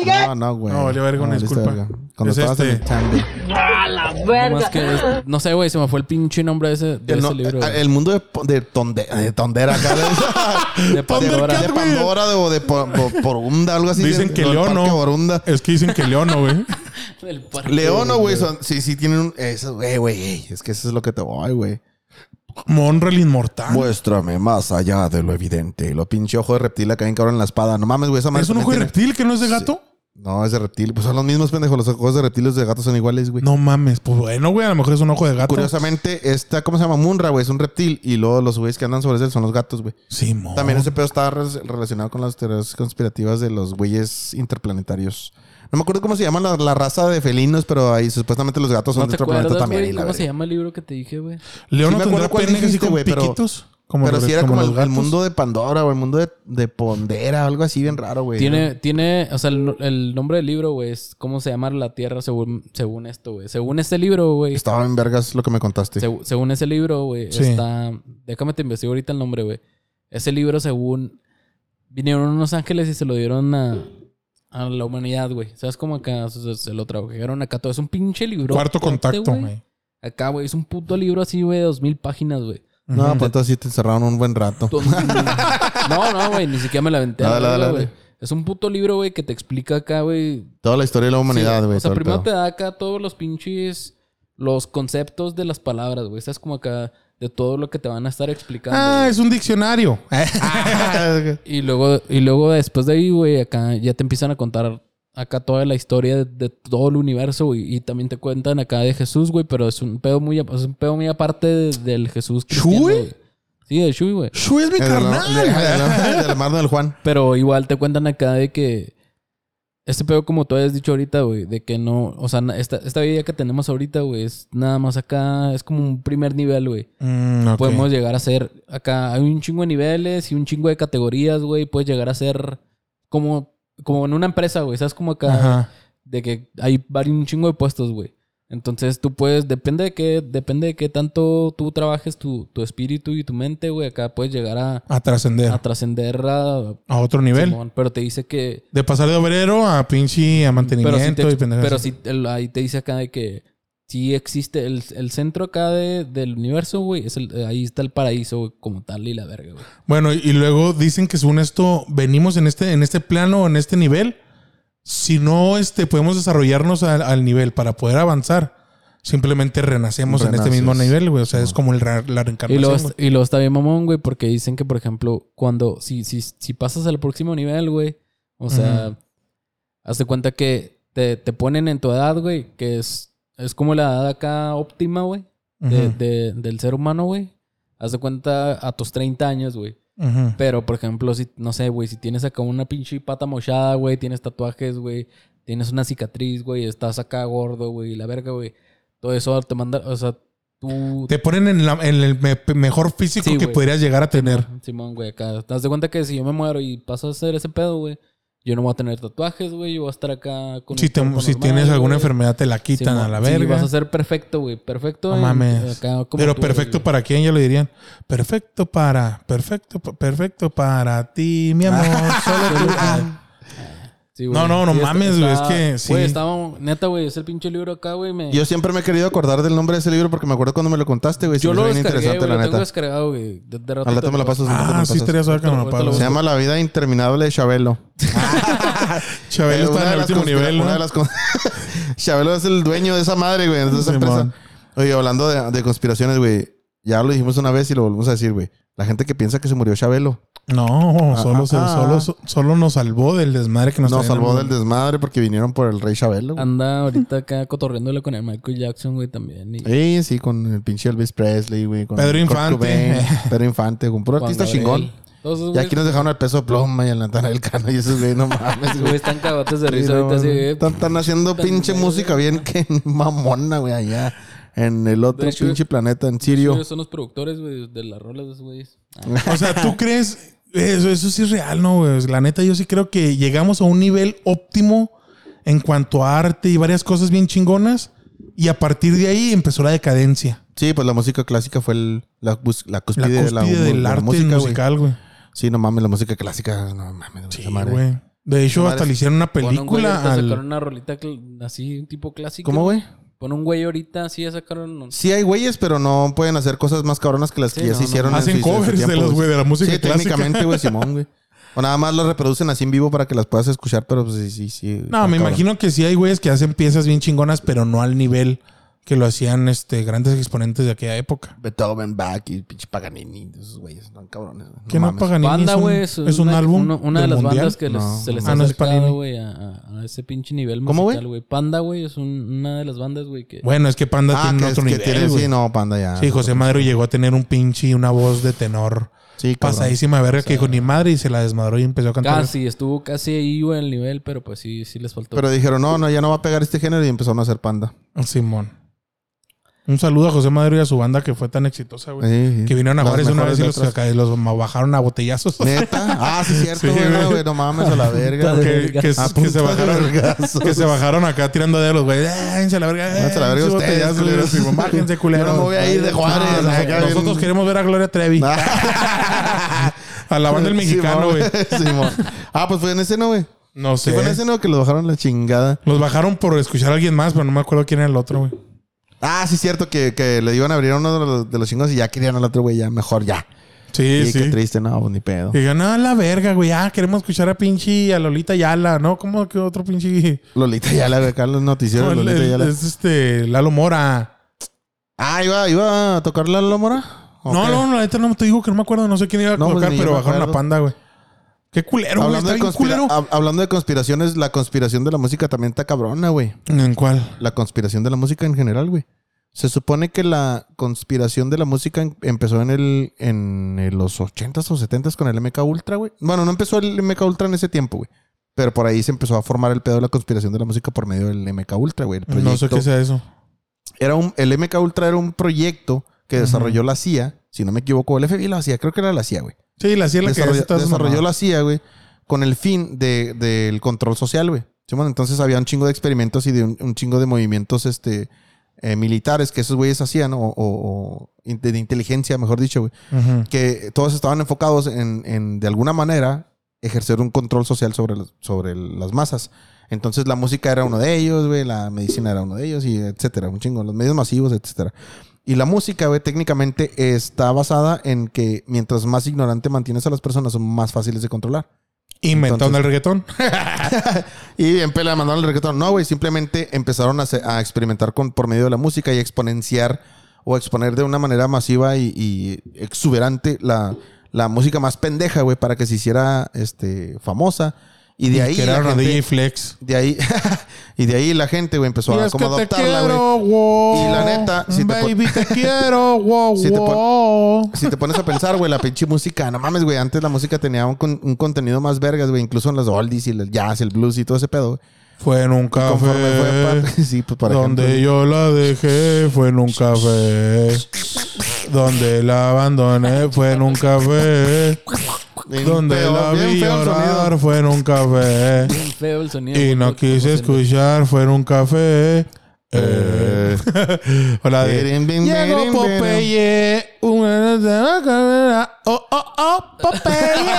[SPEAKER 2] No, no, güey.
[SPEAKER 1] No, vale, verga, una
[SPEAKER 2] valiste
[SPEAKER 1] disculpa.
[SPEAKER 2] verga. Cuando
[SPEAKER 1] Es
[SPEAKER 2] estabas en el
[SPEAKER 1] este.
[SPEAKER 2] Tandy.
[SPEAKER 3] No más que es- no sé, güey, se me fue el pinche nombre de ese, de
[SPEAKER 2] El,
[SPEAKER 3] ese
[SPEAKER 2] Eh, no-
[SPEAKER 3] libro.
[SPEAKER 2] a-
[SPEAKER 3] güey.
[SPEAKER 2] el mundo de, po- de, tonde- de tondera,
[SPEAKER 3] [laughs]
[SPEAKER 2] acá. de-
[SPEAKER 3] de Pandora.
[SPEAKER 2] de Pandora de- o de por, por- Porunda, algo así.
[SPEAKER 1] Dicen
[SPEAKER 2] de-
[SPEAKER 1] que
[SPEAKER 2] del
[SPEAKER 1] Leono.
[SPEAKER 2] parque Borunda.
[SPEAKER 1] Es que dicen que Leono,
[SPEAKER 2] [laughs]
[SPEAKER 1] güey.
[SPEAKER 3] Del parque,
[SPEAKER 2] Leono, güey. son- Sí, sí, tienen un. Eso, güey, güey. ey, Es que eso es lo que te voy, güey.
[SPEAKER 1] Monra el inmortal.
[SPEAKER 2] Muéstrame más allá de lo evidente. Lo pinche ojo de reptil acá en cabrón en la espada. No mames, güey. Esa madre
[SPEAKER 1] ¿Es un ojo de
[SPEAKER 2] también tiene-
[SPEAKER 1] reptil que no es de gato?
[SPEAKER 2] No, es de reptil. Pues son los mismos pendejos. Los ojos de reptiles de gatos son iguales, güey.
[SPEAKER 1] No mames. Pues bueno, güey. A lo mejor es un ojo de gato.
[SPEAKER 2] Curiosamente, esta, ¿cómo se llama? Munra, güey, es un reptil. Y luego los güeyes que andan sobre él son los gatos, güey.
[SPEAKER 1] Sí,
[SPEAKER 2] También ese pedo está re- relacionado con las teorías conspirativas de los güeyes interplanetarios. No me acuerdo cómo se llama la, la raza de felinos, pero ahí supuestamente los gatos son
[SPEAKER 3] ¿No
[SPEAKER 2] de
[SPEAKER 3] te
[SPEAKER 2] otro planeta
[SPEAKER 3] acuerdas,
[SPEAKER 2] también. y
[SPEAKER 3] güey?
[SPEAKER 2] la
[SPEAKER 3] ¿Cómo se
[SPEAKER 2] verga.
[SPEAKER 3] llama el libro que te dije, güey?
[SPEAKER 1] León
[SPEAKER 2] Sí me
[SPEAKER 1] no
[SPEAKER 2] acuerdo
[SPEAKER 1] tendrá
[SPEAKER 2] cuál
[SPEAKER 1] pene así
[SPEAKER 2] dijiste,
[SPEAKER 1] con
[SPEAKER 2] güey, pero-
[SPEAKER 1] piquitos. Como
[SPEAKER 2] pero
[SPEAKER 1] los-
[SPEAKER 2] si era
[SPEAKER 1] como
[SPEAKER 2] como
[SPEAKER 1] los
[SPEAKER 2] el, el
[SPEAKER 1] gatos.
[SPEAKER 2] mundo de Pandora o el mundo de, de Pondera, algo así bien raro, güey.
[SPEAKER 3] Tiene, tiene, o sea, el, el nombre del libro, güey, es cómo se llama la Tierra según, según esto, güey. Según este libro, güey.
[SPEAKER 2] Estaba en vergas lo que me contaste.
[SPEAKER 3] segu- según ese libro, güey,
[SPEAKER 1] Sí.
[SPEAKER 3] está. Déjame te investigo ahorita el nombre, güey. Ese libro, según. Vinieron unos ángeles y se lo dieron a, a la humanidad, güey. ¿Sabes cómo acá o sea, se lo trajeron acá todo? Es un pinche libro.
[SPEAKER 1] Cuarto
[SPEAKER 3] fuerte,
[SPEAKER 1] contacto,
[SPEAKER 3] güey.
[SPEAKER 1] güey.
[SPEAKER 3] Acá, güey, es un puto libro así, güey, de dos mil páginas, güey.
[SPEAKER 2] No, pues entonces sí te encerraron un buen rato.
[SPEAKER 3] [laughs] No, no, güey, ni siquiera me la aventé. a la
[SPEAKER 2] Dale, dale,
[SPEAKER 3] verga,
[SPEAKER 2] dale.
[SPEAKER 3] güey. Es un puto libro, güey, que te explica acá, güey,
[SPEAKER 2] Toda la historia de la humanidad,
[SPEAKER 3] Sí,
[SPEAKER 2] güey.
[SPEAKER 3] O sea,
[SPEAKER 2] todo el
[SPEAKER 3] primero
[SPEAKER 2] pedo.
[SPEAKER 3] te da acá todos los pinches. Los conceptos de las palabras, güey. Estás como acá de todo lo que te van a estar explicando.
[SPEAKER 1] Ah,
[SPEAKER 3] güey.
[SPEAKER 1] es un
[SPEAKER 2] [laughs]
[SPEAKER 1] diccionario.
[SPEAKER 2] Ah,
[SPEAKER 3] Y luego, y luego después de ahí, güey, acá ya te empiezan a contar acá toda la historia de, de todo el universo, güey. Y también te cuentan acá de Jesús, güey. Pero es un pedo muy, a- es un pedo muy aparte de- del Jesús cristiano.
[SPEAKER 1] ¿Chuy?
[SPEAKER 3] güey. Sí, de Chuy, güey.
[SPEAKER 1] Shu es mi
[SPEAKER 2] El [laughs] de la- el de-
[SPEAKER 1] carnal.
[SPEAKER 2] el de- el de la mano del Juan.
[SPEAKER 3] Pero igual te cuentan acá de que este pedo, como tú has dicho ahorita, güey, de que no, o sea, na- esta, esta vida que tenemos ahorita, güey, es nada más acá, es como un primer nivel, güey.
[SPEAKER 1] Mm, ok.
[SPEAKER 3] Podemos llegar a ser, acá hay un chingo de niveles y un chingo de categorías, güey, puedes llegar a ser como, como en una empresa, güey, ¿sabes? Como acá,
[SPEAKER 1] Ajá.
[SPEAKER 3] de que hay varios, un chingo de puestos, güey. Entonces tú puedes, depende de qué, depende de qué tanto tú trabajes tu, tu espíritu y tu mente, güey, acá puedes llegar a,
[SPEAKER 1] A trascender.
[SPEAKER 3] a trascender a
[SPEAKER 1] A otro nivel.
[SPEAKER 3] Simón, pero te dice que.
[SPEAKER 1] De pasar de obrero a pinche a
[SPEAKER 3] Pero si,
[SPEAKER 1] mantenimiento
[SPEAKER 3] te,
[SPEAKER 1] y pendejadas
[SPEAKER 3] pero
[SPEAKER 1] así.
[SPEAKER 3] sí te- el- ahí te dice acá de que sí existe el, el centro acá de- del universo, güey. Es el, ahí está el paraíso güey, como tal y la verga, güey.
[SPEAKER 1] Bueno, y, y luego dicen que según esto, venimos en este, en este plano, en este nivel. Si no este, podemos desarrollarnos al, al nivel para poder avanzar, simplemente renacemos en este
[SPEAKER 2] Renaces.
[SPEAKER 1] mismo nivel, güey. O sea, es como el ra- la
[SPEAKER 3] Y este,
[SPEAKER 1] reencarnación.
[SPEAKER 3] lo,
[SPEAKER 1] güey.
[SPEAKER 3] y lo está bien mamón, güey, porque dicen que, por ejemplo, cuando. Si, si, si pasas al próximo nivel, güey. O sea, hazte cuenta que te, te ponen en tu edad, güey, que es, es como la edad acá óptima, güey, de-
[SPEAKER 1] Ujú,
[SPEAKER 3] de- del ser humano, güey. Hazte cuenta a tus 30 años, güey.
[SPEAKER 1] ujú.
[SPEAKER 3] Pero, por ejemplo, si, no sé, güey, si tienes acá una pinche pata mochada, güey, tienes tatuajes, güey, tienes una cicatriz, güey, estás acá gordo, güey, la verga, güey. Todo eso te manda, o sea, tú...
[SPEAKER 1] Te ponen en, la- en el me- mejor físico
[SPEAKER 3] Sí,
[SPEAKER 1] que
[SPEAKER 3] güey.
[SPEAKER 1] podrías llegar a tener.
[SPEAKER 3] Simón, güey, acá. Te das de cuenta que si yo me muero y paso a hacer ese pedo, güey, yo no voy a tener tatuajes, güey, yo voy a estar acá con...
[SPEAKER 1] Si,
[SPEAKER 3] un
[SPEAKER 1] te-
[SPEAKER 3] cuerpo
[SPEAKER 1] si
[SPEAKER 3] normal,
[SPEAKER 1] tienes alguna
[SPEAKER 3] güey.
[SPEAKER 1] enfermedad, te la quitan
[SPEAKER 3] Simón,
[SPEAKER 1] a la
[SPEAKER 3] sí,
[SPEAKER 1] verga.
[SPEAKER 3] vas a ser perfecto, güey, perfecto.
[SPEAKER 1] No
[SPEAKER 3] en-
[SPEAKER 1] mames.
[SPEAKER 3] acá como
[SPEAKER 1] Pero
[SPEAKER 3] tú eres,
[SPEAKER 1] perfecto
[SPEAKER 3] güey.
[SPEAKER 1] para quién, ya lo dirían. Perfecto para, perfecto, pa- perfecto para ti, mi
[SPEAKER 2] Ah, [laughs]
[SPEAKER 1] amor. Solo tú. Ah.
[SPEAKER 3] Sí, güey.
[SPEAKER 1] No, no, no
[SPEAKER 3] Sí, está-
[SPEAKER 1] mames, güey, es
[SPEAKER 3] está-
[SPEAKER 1] que sí.
[SPEAKER 3] Güey, estaba... Neta, güey, ese pinche libro acá, güey, me...
[SPEAKER 2] Yo siempre me he querido acordar del nombre de ese libro porque me acuerdo cuando me lo contaste, güey. Se
[SPEAKER 3] Yo
[SPEAKER 2] me
[SPEAKER 3] lo
[SPEAKER 2] hizo bien
[SPEAKER 3] descargué, güey.
[SPEAKER 2] interesante,
[SPEAKER 3] Lo
[SPEAKER 2] la
[SPEAKER 3] tengo
[SPEAKER 2] neta.
[SPEAKER 3] descargado, güey. De, de rato
[SPEAKER 2] Al rato me lo pasas. al rato me
[SPEAKER 1] Ah,
[SPEAKER 2] lo
[SPEAKER 1] sí,
[SPEAKER 2] pasas.
[SPEAKER 1] estaría suave que me lo
[SPEAKER 3] Ahorita lo
[SPEAKER 1] pases.
[SPEAKER 2] Se llama La vida interminable de Chabelo.
[SPEAKER 1] Chabelo
[SPEAKER 2] Eh, una
[SPEAKER 1] está
[SPEAKER 2] de
[SPEAKER 1] en el
[SPEAKER 2] las
[SPEAKER 1] último
[SPEAKER 2] conspira-
[SPEAKER 1] nivel, ¿no?
[SPEAKER 2] una de las [laughs] con- Chabelo es el dueño de esa madre, güey. De
[SPEAKER 1] Simón.
[SPEAKER 2] esa empresa. Oye, hablando de, de conspiraciones, güey. Ya lo dijimos una vez y lo volvemos a decir, güey. La gente que piensa que se murió Chabelo
[SPEAKER 1] No,
[SPEAKER 2] Ah,
[SPEAKER 1] solo,
[SPEAKER 2] ah,
[SPEAKER 1] se-
[SPEAKER 2] ah.
[SPEAKER 1] solo, solo nos salvó del desmadre que nos
[SPEAKER 2] nos, salvó del desmadre porque vinieron por el rey Chabelo. güey.
[SPEAKER 3] Anda ahorita acá cotorreándole con el Michael Jackson, güey, también. Y
[SPEAKER 2] Sí, sí, con el pinche Elvis Presley, güey. con
[SPEAKER 1] Pedro
[SPEAKER 2] Kurt
[SPEAKER 1] Infante. [laughs]
[SPEAKER 2] Cobain, Pedro Infante, con puro
[SPEAKER 3] Juan
[SPEAKER 2] artista
[SPEAKER 3] Gabriel.
[SPEAKER 2] chingón.
[SPEAKER 3] Todos esos
[SPEAKER 2] Y aquí
[SPEAKER 3] güeyes-
[SPEAKER 2] nos dejaron al peso de pluma y al Natanael Cano y esos güey, no mames,
[SPEAKER 3] [laughs] esos güeyes
[SPEAKER 2] güey.
[SPEAKER 3] están cagados de
[SPEAKER 2] Sí,
[SPEAKER 3] risa
[SPEAKER 2] no,
[SPEAKER 3] ahorita, así, eh,
[SPEAKER 2] Están, están haciendo
[SPEAKER 3] Tan
[SPEAKER 2] pinche
[SPEAKER 3] bello,
[SPEAKER 2] música
[SPEAKER 3] güey.
[SPEAKER 2] bien que [laughs] mamona, güey, allá en el otro
[SPEAKER 3] De hecho,
[SPEAKER 2] pinche planeta, en Sirio.
[SPEAKER 3] Ellos son los productores, güey, de las rolas de esos güeyes. Ah,
[SPEAKER 1] O sea, ¿tú
[SPEAKER 2] [laughs]
[SPEAKER 1] crees? Eso, eso sí es real, ¿no? güey? La neta, yo sí creo que llegamos a un nivel óptimo en cuanto a arte y varias cosas bien chingonas. Y a partir de ahí empezó la decadencia.
[SPEAKER 2] Sí, pues la música clásica fue el- la, bus- la
[SPEAKER 1] La
[SPEAKER 2] cúspide, de la,
[SPEAKER 1] cúspide
[SPEAKER 2] mu-
[SPEAKER 1] del
[SPEAKER 2] de la
[SPEAKER 1] arte
[SPEAKER 2] música, güey.
[SPEAKER 1] musical, güey.
[SPEAKER 2] Sí, no mames, la música clásica, no mames, güey,
[SPEAKER 1] Sí,
[SPEAKER 2] esa madre.
[SPEAKER 1] güey. De hecho,
[SPEAKER 2] Madre.
[SPEAKER 1] hasta le hicieron una
[SPEAKER 3] pon a un güey
[SPEAKER 1] película
[SPEAKER 3] ahorita a sacar
[SPEAKER 1] al...
[SPEAKER 3] una rolita cl- así, un tipo clásico.
[SPEAKER 2] ¿Cómo, güey?
[SPEAKER 3] Pon un güey ahorita así, ya sacaron. un-
[SPEAKER 2] Sí hay güeyes, pero no pueden hacer cosas más cabronas que las que
[SPEAKER 3] Sí,
[SPEAKER 2] ya
[SPEAKER 3] no,
[SPEAKER 2] se
[SPEAKER 3] no.
[SPEAKER 2] hicieron. en
[SPEAKER 1] Hacen
[SPEAKER 2] su- en su
[SPEAKER 1] covers de
[SPEAKER 2] tiempo,
[SPEAKER 1] los, güey, de la música
[SPEAKER 2] Sí,
[SPEAKER 1] clásica.
[SPEAKER 2] técnicamente,
[SPEAKER 1] [laughs]
[SPEAKER 2] güey, Simón, güey. O nada más lo reproducen así en vivo para que las puedas escuchar, pero pues sí, sí, sí. está
[SPEAKER 1] No, me
[SPEAKER 2] cabrón.
[SPEAKER 1] imagino que sí hay güeyes que hacen piezas bien chingonas, pero no al nivel que lo hacían este, grandes exponentes de aquella época.
[SPEAKER 2] Beethoven, Bach y pinche Paganini. Esos güeyes están cabrones. güey.
[SPEAKER 1] Que no,
[SPEAKER 2] mames.
[SPEAKER 1] Paganini
[SPEAKER 3] Banda,
[SPEAKER 1] es un,
[SPEAKER 3] güey.
[SPEAKER 1] es un
[SPEAKER 3] una,
[SPEAKER 1] álbum
[SPEAKER 3] Una, una de
[SPEAKER 1] del
[SPEAKER 3] las
[SPEAKER 1] mundial.
[SPEAKER 3] bandas que les-
[SPEAKER 2] No,
[SPEAKER 3] se les
[SPEAKER 1] no.
[SPEAKER 3] ha
[SPEAKER 1] Ah, no es
[SPEAKER 3] acercado,
[SPEAKER 1] Panini.
[SPEAKER 3] güey, a, a- a ese pinche nivel
[SPEAKER 2] ¿Cómo, güey?
[SPEAKER 3] musical, güey. Panda, güey, es un- una de las bandas, güey, que.
[SPEAKER 1] Bueno, es que Panda
[SPEAKER 2] Ah,
[SPEAKER 1] tiene
[SPEAKER 2] que,
[SPEAKER 1] otro
[SPEAKER 2] que
[SPEAKER 1] nivel,
[SPEAKER 2] tiene,
[SPEAKER 1] güey.
[SPEAKER 2] sí, no, panda ya.
[SPEAKER 1] Sí, José Madero llegó a tener un pinche y una voz de tenor
[SPEAKER 2] Sí, cabrón.
[SPEAKER 1] pasadísima de verga que dijo ni madre y se la desmadró y empezó a cantar.
[SPEAKER 3] Casi, estuvo casi ahí, güey, el nivel, pero pues sí, sí les faltó.
[SPEAKER 2] Pero dijeron, no, no, ya no va a pegar este género y empezaron a hacer
[SPEAKER 1] [laughs]
[SPEAKER 2] panda.
[SPEAKER 1] Simón. Un saludo a José Madero y a su banda que fue tan exitosa, güey.
[SPEAKER 2] Sí, sí.
[SPEAKER 1] Que vinieron a
[SPEAKER 2] Las
[SPEAKER 1] Juárez una
[SPEAKER 2] mejores
[SPEAKER 1] vez y los,
[SPEAKER 2] letras.
[SPEAKER 1] saca- y los bajaron a botellazos.
[SPEAKER 2] Neta. Ah, sí,
[SPEAKER 1] Sí,
[SPEAKER 2] cierto, güey.
[SPEAKER 1] güey.
[SPEAKER 2] no, güey, no mames a la verga.
[SPEAKER 3] Puta
[SPEAKER 1] [laughs]
[SPEAKER 2] güey.
[SPEAKER 1] que, que- que
[SPEAKER 2] A
[SPEAKER 1] se
[SPEAKER 2] punta de
[SPEAKER 1] bajaron,
[SPEAKER 2] vergazos. [laughs]
[SPEAKER 1] que se bajaron acá tirando de los güey. "Ah, Váyanse a la verga.
[SPEAKER 2] Váyanse a la verga
[SPEAKER 1] ese
[SPEAKER 2] ustedes,
[SPEAKER 1] botellazo",
[SPEAKER 2] culeros.
[SPEAKER 1] Simón, Bájense, culeros.
[SPEAKER 2] [laughs] Yo no me voy a ir de Juárez,
[SPEAKER 1] No, no,
[SPEAKER 2] acá bien-
[SPEAKER 1] nosotros queremos ver a Gloria Trevi. a la banda del mexicano,
[SPEAKER 2] Ah. [laughs] Simón,
[SPEAKER 1] güey.
[SPEAKER 2] Simón. Ah, pues fue en ese, ¿no, güey?
[SPEAKER 1] No sé.
[SPEAKER 2] Sí, fue en ese, ¿no? Que lo bajaron la chingada.
[SPEAKER 1] Los bajaron por escuchar a alguien más, pero no me acuerdo quién era el otro, güey.
[SPEAKER 2] Ah, sí, cierto, que, que le iban a abrir a uno de los, de los chingos y ya querían al otro, güey, ya, mejor ya.
[SPEAKER 1] Sí,
[SPEAKER 2] Sí,
[SPEAKER 1] sí.
[SPEAKER 2] qué triste, no, pues ni pedo.
[SPEAKER 1] Y digan, no, la verga, güey. Ah, queremos escuchar a pinche a Lolita Yala, ¿no? ¿Cómo que otro pinche?
[SPEAKER 2] Lolita ya la acá en los noticieros,
[SPEAKER 1] No, el-
[SPEAKER 2] Lolita
[SPEAKER 1] el-
[SPEAKER 2] ya la.
[SPEAKER 1] Es este, Lalo Mora.
[SPEAKER 2] Ah, iba, iba a tocar la Lomora. ¿O
[SPEAKER 1] No,
[SPEAKER 2] qué?
[SPEAKER 1] no, no, la neta no te digo que no me acuerdo, no sé quién iba a
[SPEAKER 2] No, pues,
[SPEAKER 1] tocar,
[SPEAKER 2] ni yo
[SPEAKER 1] pero
[SPEAKER 2] me
[SPEAKER 1] bajaron a
[SPEAKER 2] acuerdo.
[SPEAKER 1] panda, güey. Qué culero, güey.
[SPEAKER 2] Hablando
[SPEAKER 1] Está
[SPEAKER 2] de,
[SPEAKER 1] bien
[SPEAKER 2] conspira-
[SPEAKER 1] culero.
[SPEAKER 2] hab- hablando de conspiraciones, la conspiración de la música también está cabrona, güey.
[SPEAKER 1] ¿En cuál?
[SPEAKER 2] La conspiración de la música en general, güey. Se supone que la conspiración de la música em- empezó en el en el- los 80s o 70s con el MK Ultra, güey. Bueno, no empezó el MK Ultra en ese tiempo, güey. Pero por ahí se empezó a formar el pedo de la conspiración de la música por medio del MK Ultra, güey. el
[SPEAKER 1] No sé
[SPEAKER 2] proyecto.
[SPEAKER 1] qué sea eso.
[SPEAKER 2] Era un, el MK Ultra era un proyecto que desarrolló la CIA, si no me equivoco, el FBI lo hacía, creo que era la CIA, güey.
[SPEAKER 1] Sí, la hacía la que
[SPEAKER 2] Desarrolló,
[SPEAKER 1] hace todas esas
[SPEAKER 2] desarrolló
[SPEAKER 1] mamadas.
[SPEAKER 2] la CIA, güey, con el fin de- del control social, güey. Sí, bueno, entonces había un chingo de experimentos y de un, un chingo de movimientos este, eh, militares que esos güeyes hacían, o, o- o in- de inteligencia, mejor dicho, güey.
[SPEAKER 1] Ujú.
[SPEAKER 2] Que todos estaban enfocados en, en, de alguna manera, ejercer un control social sobre, los- sobre las masas. Entonces la música era uno de ellos, güey, la medicina era uno de ellos, y etcétera, un chingo, los medios masivos, etcétera. Y la música, güey, técnicamente está basada en que mientras más ignorante mantienes a las personas, son más fáciles de controlar.
[SPEAKER 1] Inventaron
[SPEAKER 2] Entonces-
[SPEAKER 1] el reggaetón.
[SPEAKER 2] Y bien, pela, mandaron el reggaetón. No, güey, simplemente empezaron a, hacer- a experimentar con, por medio de la música y exponenciar o exponer de una manera masiva y, y exuberante la, la música más pendeja, güey, para que se hiciera este, famosa. Y de
[SPEAKER 1] [laughs]
[SPEAKER 2] ahí.
[SPEAKER 1] Que
[SPEAKER 2] la
[SPEAKER 1] era
[SPEAKER 2] gente-
[SPEAKER 1] DJ Flex.
[SPEAKER 2] de ahí, [laughs] y de ahí la gente, güey, empezó
[SPEAKER 1] Y
[SPEAKER 2] a
[SPEAKER 1] es que
[SPEAKER 2] como
[SPEAKER 1] te
[SPEAKER 2] adoptarla, güey.
[SPEAKER 1] quiero, wow.
[SPEAKER 2] Y la neta, si te pon-
[SPEAKER 1] Baby,
[SPEAKER 2] [laughs]
[SPEAKER 1] te quiero, wow,
[SPEAKER 2] Si te pon-
[SPEAKER 1] wow.
[SPEAKER 2] Si te pones a pensar, güey, la pinche música, no mames, güey. Antes la música tenía un, con- un contenido más vergas, güey. Incluso en las oldies y el jazz, el blues y todo ese pedo. güey.
[SPEAKER 1] Fue en un
[SPEAKER 2] Y
[SPEAKER 1] café.
[SPEAKER 2] Conforme fue pa- [laughs] sí, pues por
[SPEAKER 1] donde
[SPEAKER 2] ejemplo.
[SPEAKER 1] yo la dejé fue en un café. donde la abandoné fue en un café.
[SPEAKER 2] Bien
[SPEAKER 1] Donde
[SPEAKER 2] feo,
[SPEAKER 1] la
[SPEAKER 2] bien
[SPEAKER 1] vi
[SPEAKER 2] feo el
[SPEAKER 1] llorar
[SPEAKER 2] sonido.
[SPEAKER 1] fue en un café.
[SPEAKER 3] Bien feo el sonido.
[SPEAKER 1] Y
[SPEAKER 3] güey,
[SPEAKER 1] no
[SPEAKER 3] porque
[SPEAKER 1] quise
[SPEAKER 3] como se-
[SPEAKER 1] escuchar fue en un café.
[SPEAKER 2] [laughs]
[SPEAKER 1] Eh. Hola de
[SPEAKER 2] Birin, bin,
[SPEAKER 1] Llegó
[SPEAKER 2] birin,
[SPEAKER 1] Popeye una- Oh, oh, oh,
[SPEAKER 2] [laughs]
[SPEAKER 1] Popeye.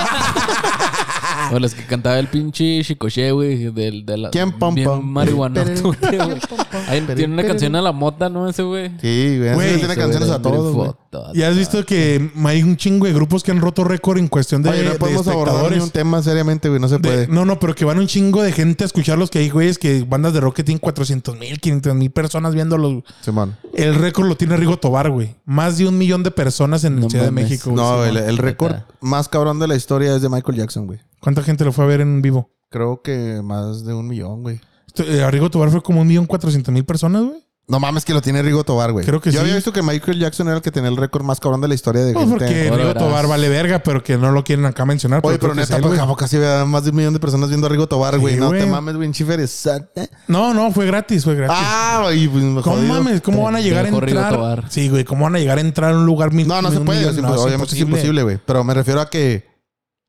[SPEAKER 3] O las que cantaba el pinche Chicoche, güey, del de la
[SPEAKER 2] ¿Quién, pom,
[SPEAKER 3] bien
[SPEAKER 2] pom?
[SPEAKER 3] marihuano, güey.
[SPEAKER 2] ¿Quién, pom, pom?
[SPEAKER 3] Ahí tiene una canción a la mota, ¿no? Ese güey.
[SPEAKER 2] Sí, güey.
[SPEAKER 1] Güey.
[SPEAKER 2] así le tiene canciones a todos, güey.
[SPEAKER 1] ¿Ya has visto que hay un chingo de grupos que han roto récord en cuestión de,
[SPEAKER 2] Oye, no
[SPEAKER 1] de
[SPEAKER 2] podemos abordar ni
[SPEAKER 1] espectadores?
[SPEAKER 2] un tema seriamente, güey. No se
[SPEAKER 1] De-
[SPEAKER 2] puede.
[SPEAKER 1] no, no, pero que van un chingo de gente a escucharlos. Que hay güeyes que bandas de rock que tienen 400 mil, 500 mil personas viéndolos.
[SPEAKER 2] Simón.
[SPEAKER 1] El récord lo tiene Rigo Tobar, güey. Más de un millón de personas en
[SPEAKER 3] No
[SPEAKER 1] Ciudad de
[SPEAKER 3] mames.
[SPEAKER 1] México. güey.
[SPEAKER 2] No,
[SPEAKER 3] Simón.
[SPEAKER 2] el, el récord
[SPEAKER 3] Neta.
[SPEAKER 2] más cabrón de la historia es de Michael Jackson, güey.
[SPEAKER 1] ¿Cuánta gente lo fue a ver en vivo?
[SPEAKER 2] Creo que más de un millón, güey.
[SPEAKER 1] Esto- eh, A Rigo Tobar fue como un millón cuatrocientos mil personas, güey.
[SPEAKER 2] No mames que lo tiene Rigo Tobar, güey.
[SPEAKER 1] Creo que
[SPEAKER 2] Yo
[SPEAKER 1] sí.
[SPEAKER 2] había visto que Michael Jackson era el que tenía el récord más cabrón de la historia de
[SPEAKER 1] Pues
[SPEAKER 2] gente.
[SPEAKER 1] porque
[SPEAKER 3] ahora
[SPEAKER 1] Rigo
[SPEAKER 3] verás.
[SPEAKER 1] Tobar vale verga, pero que no lo quieren acá mencionar.
[SPEAKER 2] Oye, pero
[SPEAKER 1] creo que
[SPEAKER 2] neta,
[SPEAKER 1] sí,
[SPEAKER 2] pues
[SPEAKER 1] güey.
[SPEAKER 2] a poco sí había más de un millón de personas viendo a Rigo Tobar,
[SPEAKER 1] Sí,
[SPEAKER 2] güey. no
[SPEAKER 1] güey.
[SPEAKER 2] te mames, güey. Chiferesante.
[SPEAKER 1] No, no, fue gratis, fue gratis.
[SPEAKER 2] Ah, güey, pues me
[SPEAKER 1] ¿Cómo
[SPEAKER 2] jodido.
[SPEAKER 1] mames? ¿Cómo van a llegar a
[SPEAKER 3] Mejor Rigo
[SPEAKER 1] entrar?
[SPEAKER 3] Tobar.
[SPEAKER 1] Sí, güey, ¿cómo van a llegar a entrar a un lugar mil?
[SPEAKER 2] No, no se
[SPEAKER 1] un
[SPEAKER 2] puede.
[SPEAKER 1] millón?
[SPEAKER 2] sí,
[SPEAKER 1] No,
[SPEAKER 2] pues,
[SPEAKER 1] es
[SPEAKER 2] obviamente es
[SPEAKER 1] imposible.
[SPEAKER 2] imposible, güey. Pero me refiero a que.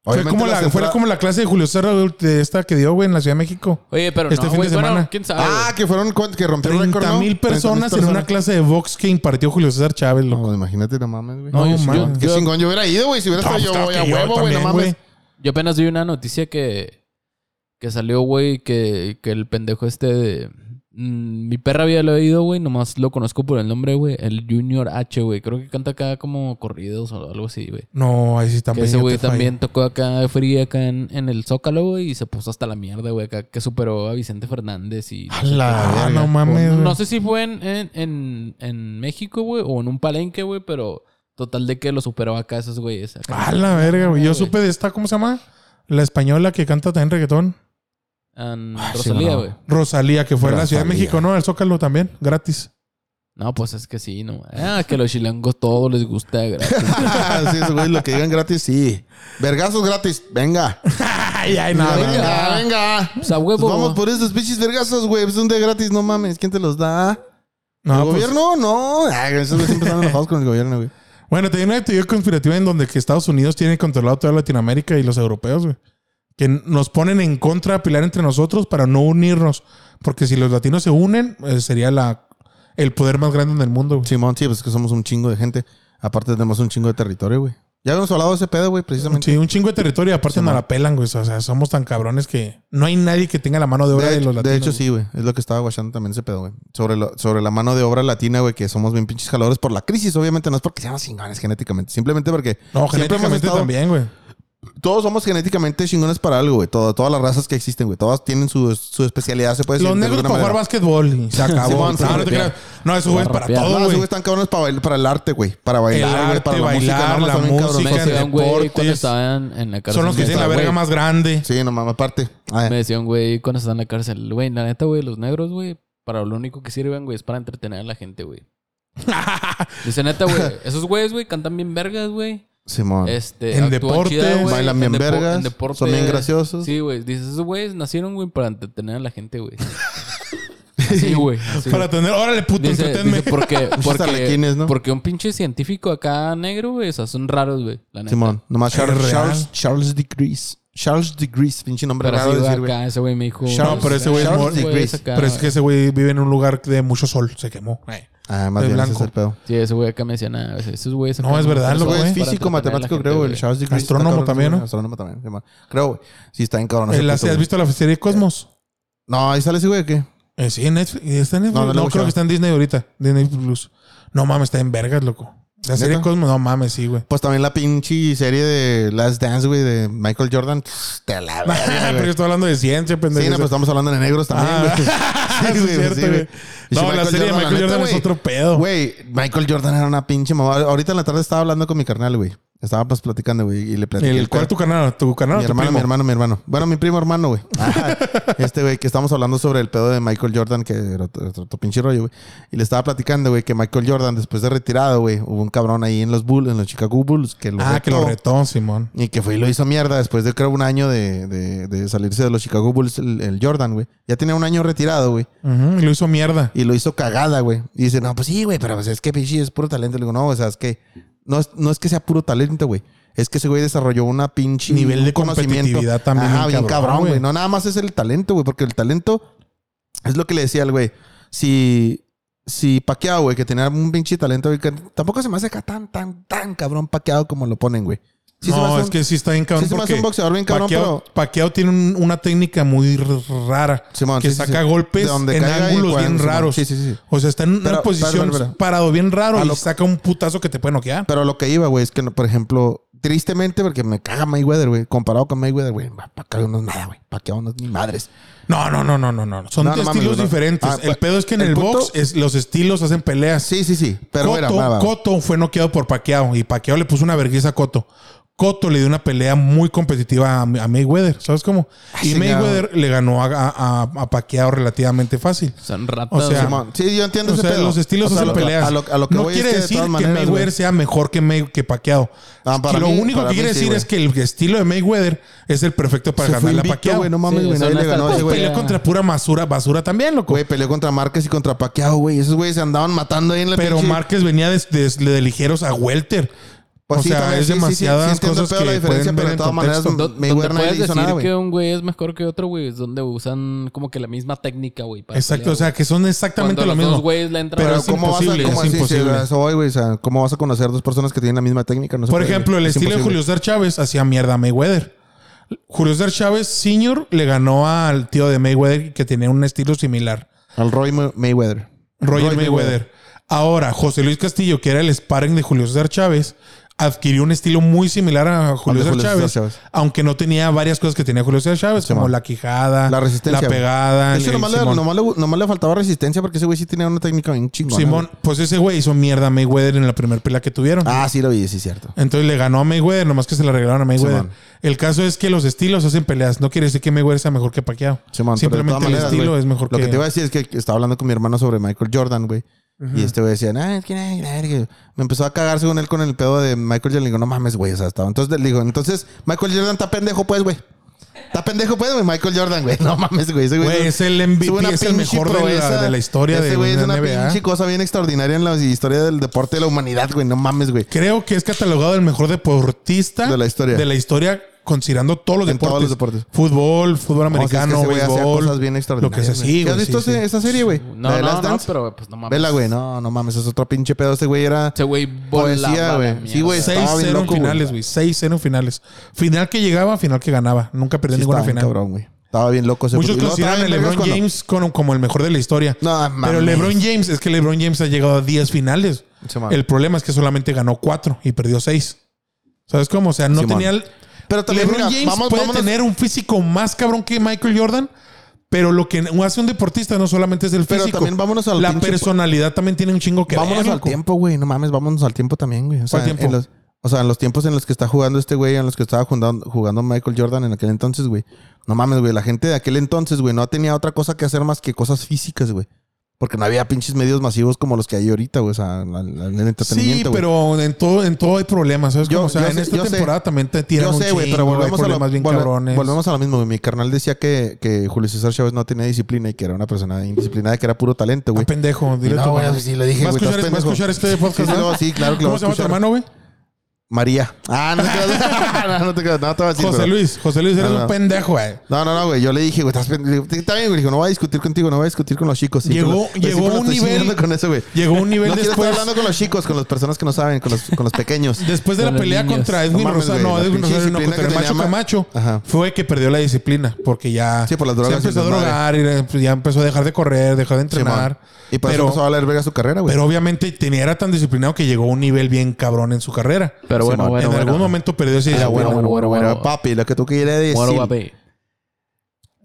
[SPEAKER 1] Fue
[SPEAKER 2] obviamente
[SPEAKER 1] como la,
[SPEAKER 2] las
[SPEAKER 1] fue
[SPEAKER 2] entradas-
[SPEAKER 1] como la clase de Julio Serra güey, de esta que dio, güey, en la Ciudad de México.
[SPEAKER 3] Oye, pero
[SPEAKER 1] Este
[SPEAKER 3] no,
[SPEAKER 1] fin
[SPEAKER 3] güey,
[SPEAKER 1] de
[SPEAKER 3] bueno,
[SPEAKER 1] semana.
[SPEAKER 3] quién sabe.
[SPEAKER 2] Ah, que fueron cuan- que rompieron el récord.
[SPEAKER 1] 30
[SPEAKER 2] ¿no?
[SPEAKER 1] mil
[SPEAKER 2] 30,000
[SPEAKER 1] personas en una clase de box que impartió Julio César Chávez,
[SPEAKER 2] No,
[SPEAKER 1] loco.
[SPEAKER 2] pues, imagínate, no mames, güey.
[SPEAKER 1] No,
[SPEAKER 3] yo- yo-
[SPEAKER 1] mames.
[SPEAKER 2] Qué chingón. Yo hubiera ido, güey. Si hubiera
[SPEAKER 1] No,
[SPEAKER 2] estado yo,
[SPEAKER 1] pues,
[SPEAKER 2] güey, a
[SPEAKER 1] claro que yo
[SPEAKER 2] huevo, güey. No
[SPEAKER 1] también,
[SPEAKER 2] mames.
[SPEAKER 1] güey.
[SPEAKER 3] Yo apenas vi una noticia que, que salió, güey, que, que el pendejo este de... mm, mi perra había lo oído, güey, nomás lo conozco por el nombre, güey. El Junior H, güey. Creo que canta acá como corridos o algo así, güey.
[SPEAKER 1] No, ahí sí
[SPEAKER 3] Que
[SPEAKER 1] también.
[SPEAKER 3] ese
[SPEAKER 1] yo
[SPEAKER 3] güey
[SPEAKER 1] te fallo.
[SPEAKER 3] también tocó acá de fría acá en, en el Zócalo, güey, y se puso hasta la mierda, güey, acá que superó a Vicente Fernández y...
[SPEAKER 2] A la
[SPEAKER 1] Ah,
[SPEAKER 2] verga.
[SPEAKER 1] no mames. güey.
[SPEAKER 3] No sé si fue en, en, en, en México, güey, o en un palenque, güey, pero total de que lo superó acá esos güeyes. acá.
[SPEAKER 1] A la verga, güey. Yo
[SPEAKER 3] güey.
[SPEAKER 1] supe de esta, ¿cómo se llama? La española que canta también reggaetón.
[SPEAKER 3] En
[SPEAKER 2] Ah, sí,
[SPEAKER 3] Rosalía,
[SPEAKER 2] no.
[SPEAKER 3] güey.
[SPEAKER 1] Rosalía, que fue en la Ciudad de
[SPEAKER 2] Rosalía.
[SPEAKER 1] México, ¿no? Al Zócalo también, gratis.
[SPEAKER 3] No, pues es que sí, no. Ah, que los chilangos todo les gusta
[SPEAKER 1] [laughs]
[SPEAKER 3] gratis.
[SPEAKER 2] [laughs] sí, eso, güey, lo que digan gratis, sí. Vergazos gratis, venga.
[SPEAKER 1] Ay, ay,
[SPEAKER 2] Venga,
[SPEAKER 1] nada.
[SPEAKER 3] verga.
[SPEAKER 2] venga, venga.
[SPEAKER 3] Pues a
[SPEAKER 2] Pues
[SPEAKER 3] huevo.
[SPEAKER 2] vamos por esos pinches vergazos, güey. Pues Son de gratis, no mames. ¿Quién te los da? ¿El
[SPEAKER 1] No, pues,
[SPEAKER 2] gobierno? No. Ay, esos güeyes siempre están enojados con el gobierno, güey.
[SPEAKER 1] Bueno, tenía una teoría conspirativa en donde que Estados Unidos tiene controlado toda Latinoamérica y los europeos, güey. Que nos ponen en contra a pilar entre nosotros para no unirnos. Porque si los latinos se unen, eh, sería la, el poder más grande del mundo, güey.
[SPEAKER 2] Simón, sí, pues es que somos un chingo de gente. Aparte tenemos un chingo de territorio, güey. Ya habíamos hablado de ese pedo, güey, precisamente.
[SPEAKER 1] Sí, un chingo de territorio y aparte nos la pelan, güey. O sea, somos tan cabrones que no hay nadie que tenga la mano de obra de,
[SPEAKER 2] De,
[SPEAKER 1] los
[SPEAKER 2] de
[SPEAKER 1] latinos.
[SPEAKER 2] hecho, sí, güey. Es lo que estaba guachando también ese pedo, güey. Sobre, lo- sobre la mano de obra latina, güey, que somos bien pinches jaladores por la crisis. Obviamente no es porque seamos chingones genéticamente. Simplemente porque...
[SPEAKER 1] No,
[SPEAKER 2] siempre hemos
[SPEAKER 1] genéticamente
[SPEAKER 2] estado-
[SPEAKER 1] también, güey.
[SPEAKER 2] Todos somos genéticamente chingones para algo, güey. Todo- todas las razas que existen, güey. Todas tienen su, su especialidad, se puede decir.
[SPEAKER 1] Los
[SPEAKER 2] de
[SPEAKER 1] negros
[SPEAKER 2] alguna
[SPEAKER 1] para jugar
[SPEAKER 2] manera.
[SPEAKER 1] básquetbol y se acabó.
[SPEAKER 2] [laughs] Simón,
[SPEAKER 1] no,
[SPEAKER 2] sí,
[SPEAKER 1] no, te
[SPEAKER 2] rapear.
[SPEAKER 1] creas. no, eso, güey, es para
[SPEAKER 3] Rapear.
[SPEAKER 1] todo,
[SPEAKER 2] No, esos
[SPEAKER 1] güey.
[SPEAKER 2] güeyes están cabrones para, bail- para el arte, güey. Para bailar,
[SPEAKER 1] El
[SPEAKER 2] güey. Para
[SPEAKER 1] arte,
[SPEAKER 2] la música.
[SPEAKER 1] bailar,
[SPEAKER 2] no,
[SPEAKER 1] la
[SPEAKER 2] están bien
[SPEAKER 1] música,
[SPEAKER 2] cabrones.
[SPEAKER 3] Me decía un güey
[SPEAKER 1] deportes.
[SPEAKER 3] cuando estaba en, en la cárcel.
[SPEAKER 1] Son los que
[SPEAKER 3] me-
[SPEAKER 1] tienen la
[SPEAKER 2] güey.
[SPEAKER 1] verga más grande.
[SPEAKER 2] Sí, no mames, aparte. Ay,
[SPEAKER 3] Me decía un güey cuando estaba en la cárcel. Güey, la neta, güey, los negros, güey, para lo único que sirven, güey, es para entretener a la
[SPEAKER 1] [laughs]
[SPEAKER 3] gente, güey. Dice, neta, güey, esos güeyes, güey, cantan bien vergas, güey.
[SPEAKER 2] Simón.
[SPEAKER 3] Este,
[SPEAKER 1] Ah. En
[SPEAKER 3] actúan
[SPEAKER 1] deportes,
[SPEAKER 3] güey.
[SPEAKER 2] bailan bien
[SPEAKER 3] En depo-
[SPEAKER 2] vergas,
[SPEAKER 3] en deportes.
[SPEAKER 2] son bien graciosos.
[SPEAKER 3] Sí, güey. Dices, esos güeyes nacieron, güey, para entretener a la
[SPEAKER 1] [laughs]
[SPEAKER 3] gente, güey. Sí, güey. así,
[SPEAKER 1] Para tener, órale, puto,
[SPEAKER 3] Dice,
[SPEAKER 1] entretenme.
[SPEAKER 2] [laughs]
[SPEAKER 3] dice, porque, porque,
[SPEAKER 2] arlequines, ¿no?
[SPEAKER 3] porque un pinche científico acá negro, güey, o sea, son raros, güey. La neta.
[SPEAKER 2] Simón. Nomás
[SPEAKER 1] Es
[SPEAKER 2] Charles,
[SPEAKER 1] real.
[SPEAKER 2] Charles, Charles de Gris. Charles de Gris, pinche nombre
[SPEAKER 3] Pero
[SPEAKER 2] raro
[SPEAKER 3] así
[SPEAKER 2] de
[SPEAKER 3] va
[SPEAKER 2] decir, güey.
[SPEAKER 3] acá, ese güey me dijo.
[SPEAKER 1] No, pero ese güey es
[SPEAKER 3] Charles
[SPEAKER 1] mor-
[SPEAKER 3] de Gris acá,
[SPEAKER 1] Pero es que
[SPEAKER 3] güey.
[SPEAKER 1] ese güey vive en un lugar de mucho sol. Se quemó. Eh.
[SPEAKER 2] Ah, más
[SPEAKER 1] de
[SPEAKER 2] bien ese es
[SPEAKER 1] blanco.
[SPEAKER 2] el pedo.
[SPEAKER 3] Sí, ese güey acá me decía nada. o sea, Esos güeyes. acá
[SPEAKER 1] No, es verdad,
[SPEAKER 3] para
[SPEAKER 1] lo
[SPEAKER 2] Ese güey
[SPEAKER 1] güey.
[SPEAKER 2] es
[SPEAKER 3] para
[SPEAKER 2] físico,
[SPEAKER 3] entretener a la
[SPEAKER 2] matemático,
[SPEAKER 3] gente,
[SPEAKER 2] creo,
[SPEAKER 3] güey.
[SPEAKER 2] el Charles de Gris.
[SPEAKER 1] Astrónomo
[SPEAKER 2] Está cabrón,
[SPEAKER 1] también, ¿no?
[SPEAKER 2] Astrónomo también, Simón. Creo, güey. Sí, está en cabrón. ese
[SPEAKER 1] Eh, la-
[SPEAKER 2] puto,
[SPEAKER 1] ¿Has
[SPEAKER 2] güey.
[SPEAKER 1] visto la serie Cosmos?
[SPEAKER 2] No, ahí sale ese güey, ¿o ¿qué?
[SPEAKER 1] Eh, sí, en Netflix. ¿Está en Netflix? No,
[SPEAKER 2] No, no la he
[SPEAKER 1] creo
[SPEAKER 2] escuchado.
[SPEAKER 1] que está en Disney ahorita. Disney Plus. No mames, está en vergas, loco. La serie
[SPEAKER 2] ¿Neta?
[SPEAKER 1] Cosmos, no mames, sí, güey.
[SPEAKER 2] Pues también la pinche serie de Last Dance, güey, de Michael Jordan. Pff,
[SPEAKER 1] [laughs]
[SPEAKER 2] Te la verga,
[SPEAKER 1] Pero yo
[SPEAKER 2] güey.
[SPEAKER 1] estoy hablando de ciencia, pendejo.
[SPEAKER 2] Sí, no,
[SPEAKER 1] [laughs]
[SPEAKER 2] pues estamos hablando de negros también,
[SPEAKER 1] Ah,
[SPEAKER 2] güey.
[SPEAKER 1] sí, es
[SPEAKER 2] güey,
[SPEAKER 1] cierto,
[SPEAKER 2] sí,
[SPEAKER 1] güey.
[SPEAKER 2] Y si
[SPEAKER 1] No, la
[SPEAKER 2] Michael
[SPEAKER 1] serie de
[SPEAKER 2] Jordan,
[SPEAKER 1] Michael
[SPEAKER 2] la neta,
[SPEAKER 1] Jordan es
[SPEAKER 2] güey,
[SPEAKER 1] otro pedo.
[SPEAKER 2] Güey, Michael Jordan era una pinche mamada. Ahorita en la tarde estaba hablando con mi carnal, güey. Estaba pues platicando, güey, y le platicé.
[SPEAKER 1] ¿El cuál
[SPEAKER 2] pedo.
[SPEAKER 1] tu canal? ¿Tu canal o
[SPEAKER 2] Mi
[SPEAKER 1] Ah, tu
[SPEAKER 2] hermano,
[SPEAKER 1] primo? Ah.
[SPEAKER 2] mi hermano, mi hermano. Bueno, mi primo
[SPEAKER 1] [laughs]
[SPEAKER 2] hermano, güey. Ajá. [laughs] Este, güey, que estamos hablando sobre el pedo de Michael Jordan, que era otro, otro- otro pinche rollo, güey. Y le estaba platicando, güey, que Michael Jordan, después de retirado, güey, hubo un cabrón ahí en los Bulls, en los Chicago Bulls, que lo
[SPEAKER 1] Ah, que lo retó, Simón.
[SPEAKER 2] y que fue y lo hizo mierda después de creo un año de, de- de salirse de los Chicago Bulls, el, el Jordan, güey. Ya tenía un año retirado, güey.
[SPEAKER 1] Ujú, y Lo hizo mierda.
[SPEAKER 2] Y lo hizo cagada, güey. Y dice, no, pues sí, güey, pero pues es que Pichi es puro talento. Le digo, no, o sea, es que no es, no es que sea puro talento, güey. Es que ese güey desarrolló una pinche...
[SPEAKER 1] Nivel de
[SPEAKER 2] un conocimiento.
[SPEAKER 1] competitividad también
[SPEAKER 2] Ajá,
[SPEAKER 1] bien
[SPEAKER 2] bien
[SPEAKER 1] cabrón,
[SPEAKER 2] cabrón,
[SPEAKER 1] güey.
[SPEAKER 2] güey. No, nada más es el talento, güey, porque el talento es lo que le decía al güey. Si, si Paqueado, güey, que tenía un pinche talento, güey, que tampoco se me hace acá tan, tan, tan cabrón Paqueado como lo ponen, güey. Sí se me
[SPEAKER 1] no,
[SPEAKER 2] hace
[SPEAKER 1] es
[SPEAKER 2] un-
[SPEAKER 1] que sí está bien cabrón.
[SPEAKER 2] sí se me hace
[SPEAKER 1] porque
[SPEAKER 2] un boxeador bien cabrón,
[SPEAKER 1] Pacquiao-
[SPEAKER 2] pero-
[SPEAKER 1] Pacquiao tiene un- una técnica muy r- rara.
[SPEAKER 2] Simón,
[SPEAKER 1] que
[SPEAKER 2] sí, sí,
[SPEAKER 1] saca
[SPEAKER 2] sí.
[SPEAKER 1] golpes
[SPEAKER 2] De donde
[SPEAKER 1] en
[SPEAKER 2] caiga y
[SPEAKER 1] ángulos
[SPEAKER 2] cuadra,
[SPEAKER 1] bien
[SPEAKER 2] Simón.
[SPEAKER 1] raros.
[SPEAKER 2] Sí, sí, sí.
[SPEAKER 1] O sea, está en una
[SPEAKER 2] Pero-
[SPEAKER 1] posición
[SPEAKER 2] pero- pero-
[SPEAKER 1] parado bien raro
[SPEAKER 2] A
[SPEAKER 1] y
[SPEAKER 2] lo-
[SPEAKER 1] saca un putazo que te puede noquear.
[SPEAKER 2] Pero lo que iba, güey, es que, no- por ejemplo, tristemente, porque me caga Mayweather, güey, comparado con Mayweather, güey, Paqueado no es nada, güey. Paqueado no es ni madres.
[SPEAKER 1] No, no, no, no, no, no. Son
[SPEAKER 2] No, no mames,
[SPEAKER 1] estilos
[SPEAKER 2] no.
[SPEAKER 1] diferentes.
[SPEAKER 2] Ah,
[SPEAKER 1] el
[SPEAKER 2] pues,
[SPEAKER 1] pedo es que en el,
[SPEAKER 2] el punto-
[SPEAKER 1] box es- los estilos hacen peleas.
[SPEAKER 2] Sí, sí, sí. Pero
[SPEAKER 1] Cotto,
[SPEAKER 2] bueno, va, va, va.
[SPEAKER 1] Cotto fue noqueado por Paqueado y Paqueado le puso una vergüenza a Cotto. Cotto le dio una pelea muy competitiva a, a Mayweather, ¿sabes cómo? y
[SPEAKER 2] sí,
[SPEAKER 1] Mayweather le ganó a, a, a- a Pacquiao relativamente fácil.
[SPEAKER 3] Son ratas.
[SPEAKER 1] O sea,
[SPEAKER 3] güey.
[SPEAKER 2] Simón. Sí, yo entiendo
[SPEAKER 1] O
[SPEAKER 2] ese
[SPEAKER 1] sea,
[SPEAKER 2] pedo.
[SPEAKER 1] los estilos
[SPEAKER 2] O sea,
[SPEAKER 1] hacen
[SPEAKER 2] lo-
[SPEAKER 1] peleas.
[SPEAKER 2] A lo, a lo que
[SPEAKER 1] no
[SPEAKER 2] voy es
[SPEAKER 1] quiere
[SPEAKER 2] que de
[SPEAKER 1] decir que,
[SPEAKER 2] todas maneras, güey,
[SPEAKER 1] Mayweather sea mejor que, May- que Paqueado.
[SPEAKER 2] Ah, para
[SPEAKER 1] lo
[SPEAKER 2] mí-
[SPEAKER 1] único
[SPEAKER 2] para
[SPEAKER 1] que
[SPEAKER 2] mí
[SPEAKER 1] quiere
[SPEAKER 2] sí,
[SPEAKER 1] decir
[SPEAKER 2] güey.
[SPEAKER 1] es que el estilo de Mayweather es el perfecto para
[SPEAKER 2] se fue
[SPEAKER 1] ganarle a
[SPEAKER 2] invicto,
[SPEAKER 1] Pacquiao.
[SPEAKER 2] güey, no mames,
[SPEAKER 3] Sí,
[SPEAKER 2] güey, nadie
[SPEAKER 3] son
[SPEAKER 2] le
[SPEAKER 3] hasta
[SPEAKER 2] ganó a
[SPEAKER 3] el
[SPEAKER 2] ese güey.
[SPEAKER 1] Peleó
[SPEAKER 3] ya.
[SPEAKER 1] contra pura basura, basura también, loco.
[SPEAKER 2] Güey, peleó contra Márquez y contra Paqueado, güey. Esos güeyes se andaban matando ahí en la
[SPEAKER 1] Pero
[SPEAKER 2] pues, pinche-
[SPEAKER 1] Márquez venía de, de- de ligeros a Welter.
[SPEAKER 2] Pues
[SPEAKER 1] o
[SPEAKER 2] sí,
[SPEAKER 1] sea,
[SPEAKER 2] también,
[SPEAKER 1] es
[SPEAKER 2] sí, sí, sí,
[SPEAKER 1] demasiadas
[SPEAKER 2] sí entiendo el
[SPEAKER 1] cosas
[SPEAKER 2] pedo, la
[SPEAKER 1] que
[SPEAKER 2] diferencia,
[SPEAKER 1] pueden ver
[SPEAKER 2] pero de
[SPEAKER 1] en
[SPEAKER 2] todas maneras,
[SPEAKER 1] contexto.
[SPEAKER 3] Do-
[SPEAKER 2] Mayweather
[SPEAKER 3] donde
[SPEAKER 2] nadie
[SPEAKER 3] puedes
[SPEAKER 2] le hizo
[SPEAKER 3] decir
[SPEAKER 2] nada, güey.
[SPEAKER 3] que un güey es mejor que otro, güey. Es donde usan como que la misma técnica, güey.
[SPEAKER 2] pues,
[SPEAKER 3] para
[SPEAKER 1] Exacto,
[SPEAKER 3] pelear,
[SPEAKER 1] o sea,
[SPEAKER 3] güey.
[SPEAKER 1] que son exactamente lo
[SPEAKER 3] Cuando los
[SPEAKER 1] mismo.
[SPEAKER 3] dos güeyes le entran
[SPEAKER 1] Pero
[SPEAKER 2] Pero
[SPEAKER 3] a
[SPEAKER 1] es
[SPEAKER 2] ¿cómo vas, a,
[SPEAKER 1] imposible,
[SPEAKER 2] cómo,
[SPEAKER 1] es
[SPEAKER 2] sí, sí,
[SPEAKER 1] imposible.
[SPEAKER 2] a eso voy, güey. O sea, ¿cómo vas a conocer dos personas que tienen la misma técnica? No se
[SPEAKER 1] Por
[SPEAKER 2] puede,
[SPEAKER 1] ejemplo, el
[SPEAKER 2] güey. Es
[SPEAKER 1] estilo de
[SPEAKER 2] imposible.
[SPEAKER 1] Julio César Chávez hacía mierda a Mayweather. Julio César Chávez Sr. le ganó al tío de Mayweather que tenía un estilo similar.
[SPEAKER 2] Al Roy May- Mayweather.
[SPEAKER 1] Roger
[SPEAKER 2] Roy
[SPEAKER 1] Mayweather. Ahora, José Luis Castillo, que era el sparring de Julio César Chávez, adquirió un estilo muy similar a Julio César
[SPEAKER 2] Julio César
[SPEAKER 1] Chávez,
[SPEAKER 2] Chávez.
[SPEAKER 1] aunque no tenía varias cosas que tenía Julio César Chávez, como
[SPEAKER 2] man.
[SPEAKER 1] la quijada,
[SPEAKER 2] La resistencia.
[SPEAKER 1] Ah, la
[SPEAKER 2] güey.
[SPEAKER 1] pegada.
[SPEAKER 2] De hecho,
[SPEAKER 1] el-
[SPEAKER 2] nomás le,
[SPEAKER 1] Simón.
[SPEAKER 2] nomás le- nomás le faltaba resistencia porque ese güey sí tenía una técnica bien chingona.
[SPEAKER 1] Simón,
[SPEAKER 2] güey.
[SPEAKER 1] pues ese güey hizo mierda a Mayweather en la primera pelea que tuvieron.
[SPEAKER 2] Ah, sí lo vi, sí, cierto.
[SPEAKER 1] Entonces le ganó a Mayweather, nomás que se la regalaron a Mayweather.
[SPEAKER 2] Simón.
[SPEAKER 1] El caso es que los estilos hacen peleas. No quiere decir que Mayweather sea mejor que Pacquiao.
[SPEAKER 2] Simón, pero de todas
[SPEAKER 1] Simplemente el
[SPEAKER 2] maneras,
[SPEAKER 1] estilo
[SPEAKER 2] güey,
[SPEAKER 1] es mejor
[SPEAKER 2] Lo
[SPEAKER 1] que...
[SPEAKER 2] que te iba a decir es que estaba hablando con mi hermano sobre Michael Jordan, güey. Y este güey decía, "Nah, es que, nah, nah, que-". me empezó a cagar según él con el pedo de Michael Jordan. Le digo, no mames, güey. O sea, estaba. Entonces le digo, entonces Michael Jordan está pendejo, pues, güey. Está pendejo, pues, güey. Michael Jordan, güey. [laughs] No mames, güey. Ese
[SPEAKER 1] Güey, es el MVP, es el mejor de la-
[SPEAKER 2] proeza.
[SPEAKER 1] de la historia
[SPEAKER 2] Ese
[SPEAKER 1] de
[SPEAKER 2] güey es
[SPEAKER 1] la
[SPEAKER 2] una
[SPEAKER 1] NBA.
[SPEAKER 2] pinche cosa bien extraordinaria en la historia del deporte de la humanidad, güey. No mames, güey.
[SPEAKER 1] Creo que es catalogado el mejor deportista
[SPEAKER 2] De la historia.
[SPEAKER 1] de la historia, considerando todos los
[SPEAKER 2] En
[SPEAKER 1] deportes.
[SPEAKER 2] todos los deportes.
[SPEAKER 1] Fútbol, fútbol
[SPEAKER 2] No, si es que
[SPEAKER 1] americano,
[SPEAKER 2] ese güey hacía
[SPEAKER 1] béisbol.
[SPEAKER 2] cosas bien
[SPEAKER 1] lo que
[SPEAKER 2] extraordinarias,
[SPEAKER 1] es así,
[SPEAKER 2] güey. ¿Has
[SPEAKER 1] güey.
[SPEAKER 2] visto
[SPEAKER 1] sí,
[SPEAKER 2] ese-
[SPEAKER 1] sí.
[SPEAKER 2] esa serie, güey? La
[SPEAKER 3] No,
[SPEAKER 2] de
[SPEAKER 3] no,
[SPEAKER 2] Last
[SPEAKER 3] no,
[SPEAKER 2] Dance.
[SPEAKER 3] pero pues no mames.
[SPEAKER 2] Vela, güey. No, no mames. Es otro pinche pedo. Ese güey era...
[SPEAKER 3] Ese güey
[SPEAKER 2] Poesía,
[SPEAKER 3] volaba
[SPEAKER 2] güey.
[SPEAKER 3] la mierda.
[SPEAKER 2] Sí, güey. Estaba bien
[SPEAKER 1] 6-0 en
[SPEAKER 2] loco, güey.
[SPEAKER 1] finales, güey. 6-0 en finales. Final que llegaba, final que ganaba. Nunca perdió
[SPEAKER 2] Sí,
[SPEAKER 1] ninguna
[SPEAKER 2] estaba bien
[SPEAKER 1] final.
[SPEAKER 2] cabrón, güey. Estaba bien loco ese
[SPEAKER 1] Muchos
[SPEAKER 2] güey. Y luego
[SPEAKER 1] consideran a
[SPEAKER 2] estaban bien
[SPEAKER 1] LeBron
[SPEAKER 2] vergas cuando-
[SPEAKER 1] James con- como el mejor de la historia.
[SPEAKER 2] No, mames.
[SPEAKER 1] Pero LeBron James, es que LeBron James ha llegado a 10 finales.
[SPEAKER 2] Simón.
[SPEAKER 1] El problema es que solamente ganó 4 y perdió 6. ¿Sabes cómo? O sea, no
[SPEAKER 2] Simón.
[SPEAKER 1] tenía. el-
[SPEAKER 2] Pero también,
[SPEAKER 1] LeBron
[SPEAKER 2] mira,
[SPEAKER 1] James
[SPEAKER 2] vamos-
[SPEAKER 1] puede
[SPEAKER 2] vámonos-
[SPEAKER 1] tener un físico más cabrón que Michael Jordan. Pero lo que hace un deportista no solamente es el
[SPEAKER 2] Pero
[SPEAKER 1] físico.
[SPEAKER 2] también vámonos al
[SPEAKER 1] La
[SPEAKER 2] pinche-
[SPEAKER 1] personalidad también tiene un chingo que ver,
[SPEAKER 2] Vámonos al
[SPEAKER 1] loco.
[SPEAKER 2] tiempo, güey. No mames, vámonos al tiempo también, güey. O sea,
[SPEAKER 1] ¿Cuál tiempo?
[SPEAKER 2] En los, o sea, en los tiempos en los que está jugando este güey, en los que estaba jugando, jugando Michael Jordan en aquel entonces, güey. No mames, güey. La gente de aquel entonces, güey, no tenía otra cosa que hacer más que cosas físicas, güey. Porque no había pinches medios masivos como los que hay ahorita, güey. O sea, la- la- el
[SPEAKER 1] Sí,
[SPEAKER 2] entretenimiento, güey.
[SPEAKER 1] pero en todo, en todo hay problemas. ¿Sabes?
[SPEAKER 2] Yo-
[SPEAKER 1] cómo? o sea,
[SPEAKER 2] yo
[SPEAKER 1] en
[SPEAKER 2] sé-
[SPEAKER 1] esta
[SPEAKER 2] yo sé.
[SPEAKER 1] temporada también te tiran
[SPEAKER 2] Yo
[SPEAKER 1] un
[SPEAKER 2] sé, güey,
[SPEAKER 1] chingo,
[SPEAKER 2] pero
[SPEAKER 1] hay
[SPEAKER 2] volvemos a, lo,
[SPEAKER 1] problemas bien
[SPEAKER 2] volve-
[SPEAKER 1] cabrones.
[SPEAKER 2] volvemos a lo mismo, güey. Mi carnal decía que, que Julio César Chávez no tenía disciplina y que era una persona indisciplinada, que era puro talento,
[SPEAKER 1] Ah,
[SPEAKER 2] güey.
[SPEAKER 1] pendejo, dile a tu
[SPEAKER 2] No, güey,
[SPEAKER 1] mamá.
[SPEAKER 2] sí lo dije,
[SPEAKER 1] ¿Vas, a escuchar,
[SPEAKER 2] güey, estás
[SPEAKER 1] vas a
[SPEAKER 2] pendejo.
[SPEAKER 1] escuchar este
[SPEAKER 2] Sí,
[SPEAKER 1] podcast?
[SPEAKER 2] sí,
[SPEAKER 1] no?
[SPEAKER 2] no, sí, claro que lo
[SPEAKER 1] ¿Cómo
[SPEAKER 2] voy
[SPEAKER 1] se
[SPEAKER 2] a
[SPEAKER 1] llama tu
[SPEAKER 2] escuchar.
[SPEAKER 1] hermano, güey?
[SPEAKER 2] María. Ah, no te
[SPEAKER 1] [laughs]
[SPEAKER 2] creas. [laughs] no, no te creas. No, te voy a decir,
[SPEAKER 1] José
[SPEAKER 2] pero-
[SPEAKER 1] Luis. José Luis, eres
[SPEAKER 2] No,
[SPEAKER 1] un
[SPEAKER 2] no.
[SPEAKER 1] pendejo, güey.
[SPEAKER 2] No, no, no, güey. Yo le dije, güey, estás pendejo. Está bien, güey. Dijo, no voy a discutir contigo, no voy a discutir con los chicos. Siempre
[SPEAKER 1] Llegó-
[SPEAKER 2] lo- siempre
[SPEAKER 1] llegó
[SPEAKER 2] lo
[SPEAKER 1] un
[SPEAKER 2] estoy
[SPEAKER 1] nivel-
[SPEAKER 2] chingando con eso, güey.
[SPEAKER 1] Llegó a un nivel
[SPEAKER 2] No quiero estar
[SPEAKER 1] después.
[SPEAKER 2] hablando con los chicos, con las personas que no saben, con los, con los pequeños.
[SPEAKER 1] Después de la
[SPEAKER 3] Con los
[SPEAKER 1] pelea
[SPEAKER 3] niños.
[SPEAKER 1] contra
[SPEAKER 2] No
[SPEAKER 1] Edwin
[SPEAKER 2] mames,
[SPEAKER 1] Rosario,
[SPEAKER 2] güey,
[SPEAKER 1] no,
[SPEAKER 2] la
[SPEAKER 1] Edwin
[SPEAKER 2] pinche
[SPEAKER 1] Rosario no,
[SPEAKER 2] disciplina
[SPEAKER 1] contra el
[SPEAKER 2] que
[SPEAKER 1] macho
[SPEAKER 2] tenía Ma-
[SPEAKER 1] Camacho,
[SPEAKER 2] Ajá.
[SPEAKER 1] fue que perdió la disciplina porque ya
[SPEAKER 2] Sí, por las
[SPEAKER 1] se
[SPEAKER 2] drogas y
[SPEAKER 1] empezó a
[SPEAKER 2] el
[SPEAKER 1] drogar, y eh, pues ya empezó a dejar de correr, dejar de
[SPEAKER 2] Simón.
[SPEAKER 1] entrenar.
[SPEAKER 2] Y por eso
[SPEAKER 1] pero,
[SPEAKER 2] empezó a valer verga su carrera, güey.
[SPEAKER 1] pero obviamente tenía, era tan disciplinado que llegó a un nivel bien cabrón en su carrera.
[SPEAKER 3] Pero bueno,
[SPEAKER 2] Simón.
[SPEAKER 3] bueno,
[SPEAKER 1] en
[SPEAKER 3] bueno.
[SPEAKER 1] algún momento perdió ese
[SPEAKER 2] Ya,
[SPEAKER 1] disciplina.
[SPEAKER 2] bueno, bueno, bueno,
[SPEAKER 3] bueno,
[SPEAKER 2] bueno, papi, lo que tú quieres decir.
[SPEAKER 3] Bueno, papi.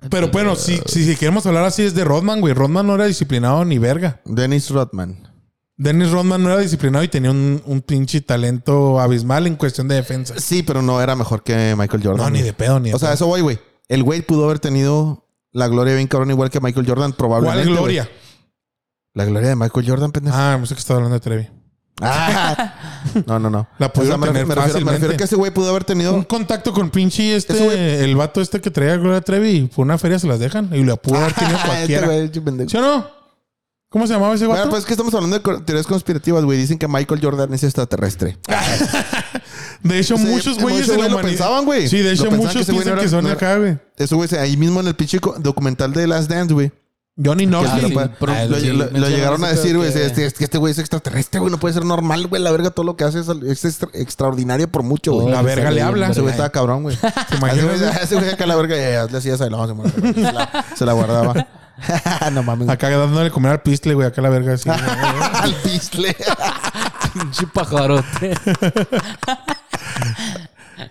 [SPEAKER 1] Pero bueno, si, si, si queremos hablar así es de Rodman, güey. Rodman no era disciplinado ni verga.
[SPEAKER 2] Dennis Rodman.
[SPEAKER 1] Dennis Rodman no era disciplinado y tenía un, un pinche talento abismal en cuestión de defensa.
[SPEAKER 2] Sí, pero no era mejor que Michael Jordan.
[SPEAKER 1] No, ni de pedo, ni de
[SPEAKER 2] O sea,
[SPEAKER 1] pedo.
[SPEAKER 2] eso voy, güey. El güey pudo haber tenido la gloria bien cabrón igual que Michael Jordan,
[SPEAKER 1] ¿Cuál
[SPEAKER 2] probablemente.
[SPEAKER 1] es Gloria?
[SPEAKER 2] güey. La gloria de Michael Jordan, pendejo.
[SPEAKER 1] Ah, no sé que estaba hablando de Trevi.
[SPEAKER 2] Ah. No, no, no.
[SPEAKER 1] La pudieron
[SPEAKER 2] me,
[SPEAKER 1] tener
[SPEAKER 2] refiero, me refiero- me refiero
[SPEAKER 1] fácilmente.
[SPEAKER 2] que ese güey pudo haber
[SPEAKER 1] Un
[SPEAKER 2] tenido...
[SPEAKER 1] contacto con pinche este,
[SPEAKER 2] Ese güey-
[SPEAKER 1] el vato este que traía a Gloria Trevi, por una feria se las dejan y lo pudo haber tenido
[SPEAKER 2] [laughs] [laughs] Ah, este
[SPEAKER 1] cualquiera.
[SPEAKER 2] güey, este pendejo.
[SPEAKER 1] ¿Sí o no? ¿Cómo se llamaba ese vato?
[SPEAKER 2] Bueno, pues es que estamos hablando de co- teorías conspirativas, güey. Dicen que Michael Jordan es extraterrestre. Ah,
[SPEAKER 1] de hecho,
[SPEAKER 2] sí,
[SPEAKER 1] muchos
[SPEAKER 2] muchos
[SPEAKER 1] güeyes de la
[SPEAKER 2] güeyes lo
[SPEAKER 1] humanidad-
[SPEAKER 2] pensaban, güey.
[SPEAKER 1] Sí, de
[SPEAKER 2] Lo
[SPEAKER 1] hecho,
[SPEAKER 2] pensaban
[SPEAKER 1] muchos
[SPEAKER 2] que ese güey
[SPEAKER 1] piensan
[SPEAKER 2] no era-
[SPEAKER 1] que son
[SPEAKER 2] no era-
[SPEAKER 1] acá, güey.
[SPEAKER 2] Eso, güey, ahí mismo en el pinche co- documental de Last Dance, güey.
[SPEAKER 1] Johnny
[SPEAKER 2] Que
[SPEAKER 1] Knoxville.
[SPEAKER 2] lo, pueda-
[SPEAKER 3] pro-
[SPEAKER 2] lo-
[SPEAKER 3] sí,
[SPEAKER 2] lo- lo
[SPEAKER 3] mencionan
[SPEAKER 2] llegaron a
[SPEAKER 3] ese
[SPEAKER 2] decir,
[SPEAKER 3] pedo
[SPEAKER 2] güey.
[SPEAKER 3] que-
[SPEAKER 2] Este, este- este güey es extraterrestre, güey. No puede ser normal, güey. La verga, todo lo que hace es, es extra- extraordinario por mucho, güey.
[SPEAKER 1] La verga le habla.
[SPEAKER 2] Ese güey estaba
[SPEAKER 1] [laughs]
[SPEAKER 2] cabrón, güey. ¿Te
[SPEAKER 1] imaginas, güey?
[SPEAKER 2] Ese güey acá la verga, eh, hazle así, ya se no, se muere. Se la, se la guardaba. [laughs] no mames.
[SPEAKER 1] Acá dándole comer al pistle, güey. Acá la verga
[SPEAKER 2] [laughs]
[SPEAKER 1] así. [laughs]
[SPEAKER 2] Al pisle.
[SPEAKER 3] Pinche pajarote.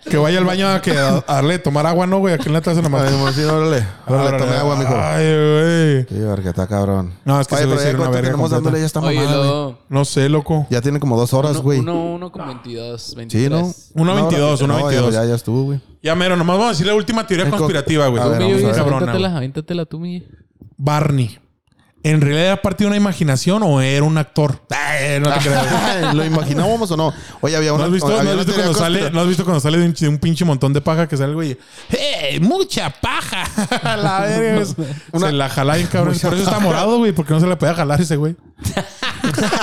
[SPEAKER 1] que vaya al baño a, que, a darle de tomar agua, ¿no, güey? Aquí en la taza nomás.
[SPEAKER 2] Sí, órale. Órale, tome Ah, agua, mijo.
[SPEAKER 1] Ay, güey.
[SPEAKER 2] Sí, verga, está cabrón.
[SPEAKER 1] No, es que
[SPEAKER 2] Oye,
[SPEAKER 1] ese güey sí era una
[SPEAKER 2] pero ya cuánto
[SPEAKER 1] verga
[SPEAKER 2] tenemos
[SPEAKER 1] completa.
[SPEAKER 2] dándole ya esta
[SPEAKER 3] Oye,
[SPEAKER 2] mamada, güey.
[SPEAKER 3] luego...
[SPEAKER 1] No sé, loco.
[SPEAKER 2] Ya tiene como dos horas,
[SPEAKER 3] Uno,
[SPEAKER 2] güey.
[SPEAKER 3] uno, uno con 22, 23.
[SPEAKER 2] Sí, ¿no?
[SPEAKER 1] Una 22,
[SPEAKER 2] hora-
[SPEAKER 1] una
[SPEAKER 2] no,
[SPEAKER 1] 22.
[SPEAKER 2] Ya, ya estuvo, güey.
[SPEAKER 1] Ya, mero, nomás vamos a decir la última teoría
[SPEAKER 2] El co-
[SPEAKER 1] conspirativa, güey.
[SPEAKER 2] A ver,
[SPEAKER 3] Tú, Millo,
[SPEAKER 2] vamos a ver.
[SPEAKER 1] Cabrona,
[SPEAKER 3] avéntatela,
[SPEAKER 1] güey.
[SPEAKER 3] avéntatela tú, Millo.
[SPEAKER 2] [laughs]
[SPEAKER 1] Barney. ¿En realidad era parte de una imaginación o era un actor? Ay, no te creas.
[SPEAKER 2] [laughs] ¿Lo imaginábamos o no? Oye, había
[SPEAKER 1] ¿No
[SPEAKER 2] una.
[SPEAKER 1] has visto,
[SPEAKER 2] había
[SPEAKER 1] no has
[SPEAKER 2] una
[SPEAKER 1] visto
[SPEAKER 2] teoría
[SPEAKER 1] cuando sale,
[SPEAKER 2] conspira-
[SPEAKER 1] no has visto cuando sale de un, de un pinche montón de paja que sale el güey? ¡Eh! ¡Mucha paja! [laughs] la verga. es-
[SPEAKER 2] Una-
[SPEAKER 1] se la jala bien cabrón.
[SPEAKER 2] Mucha
[SPEAKER 1] Por eso está morado, güey, porque no se la podía jalar ese güey.
[SPEAKER 3] [laughs]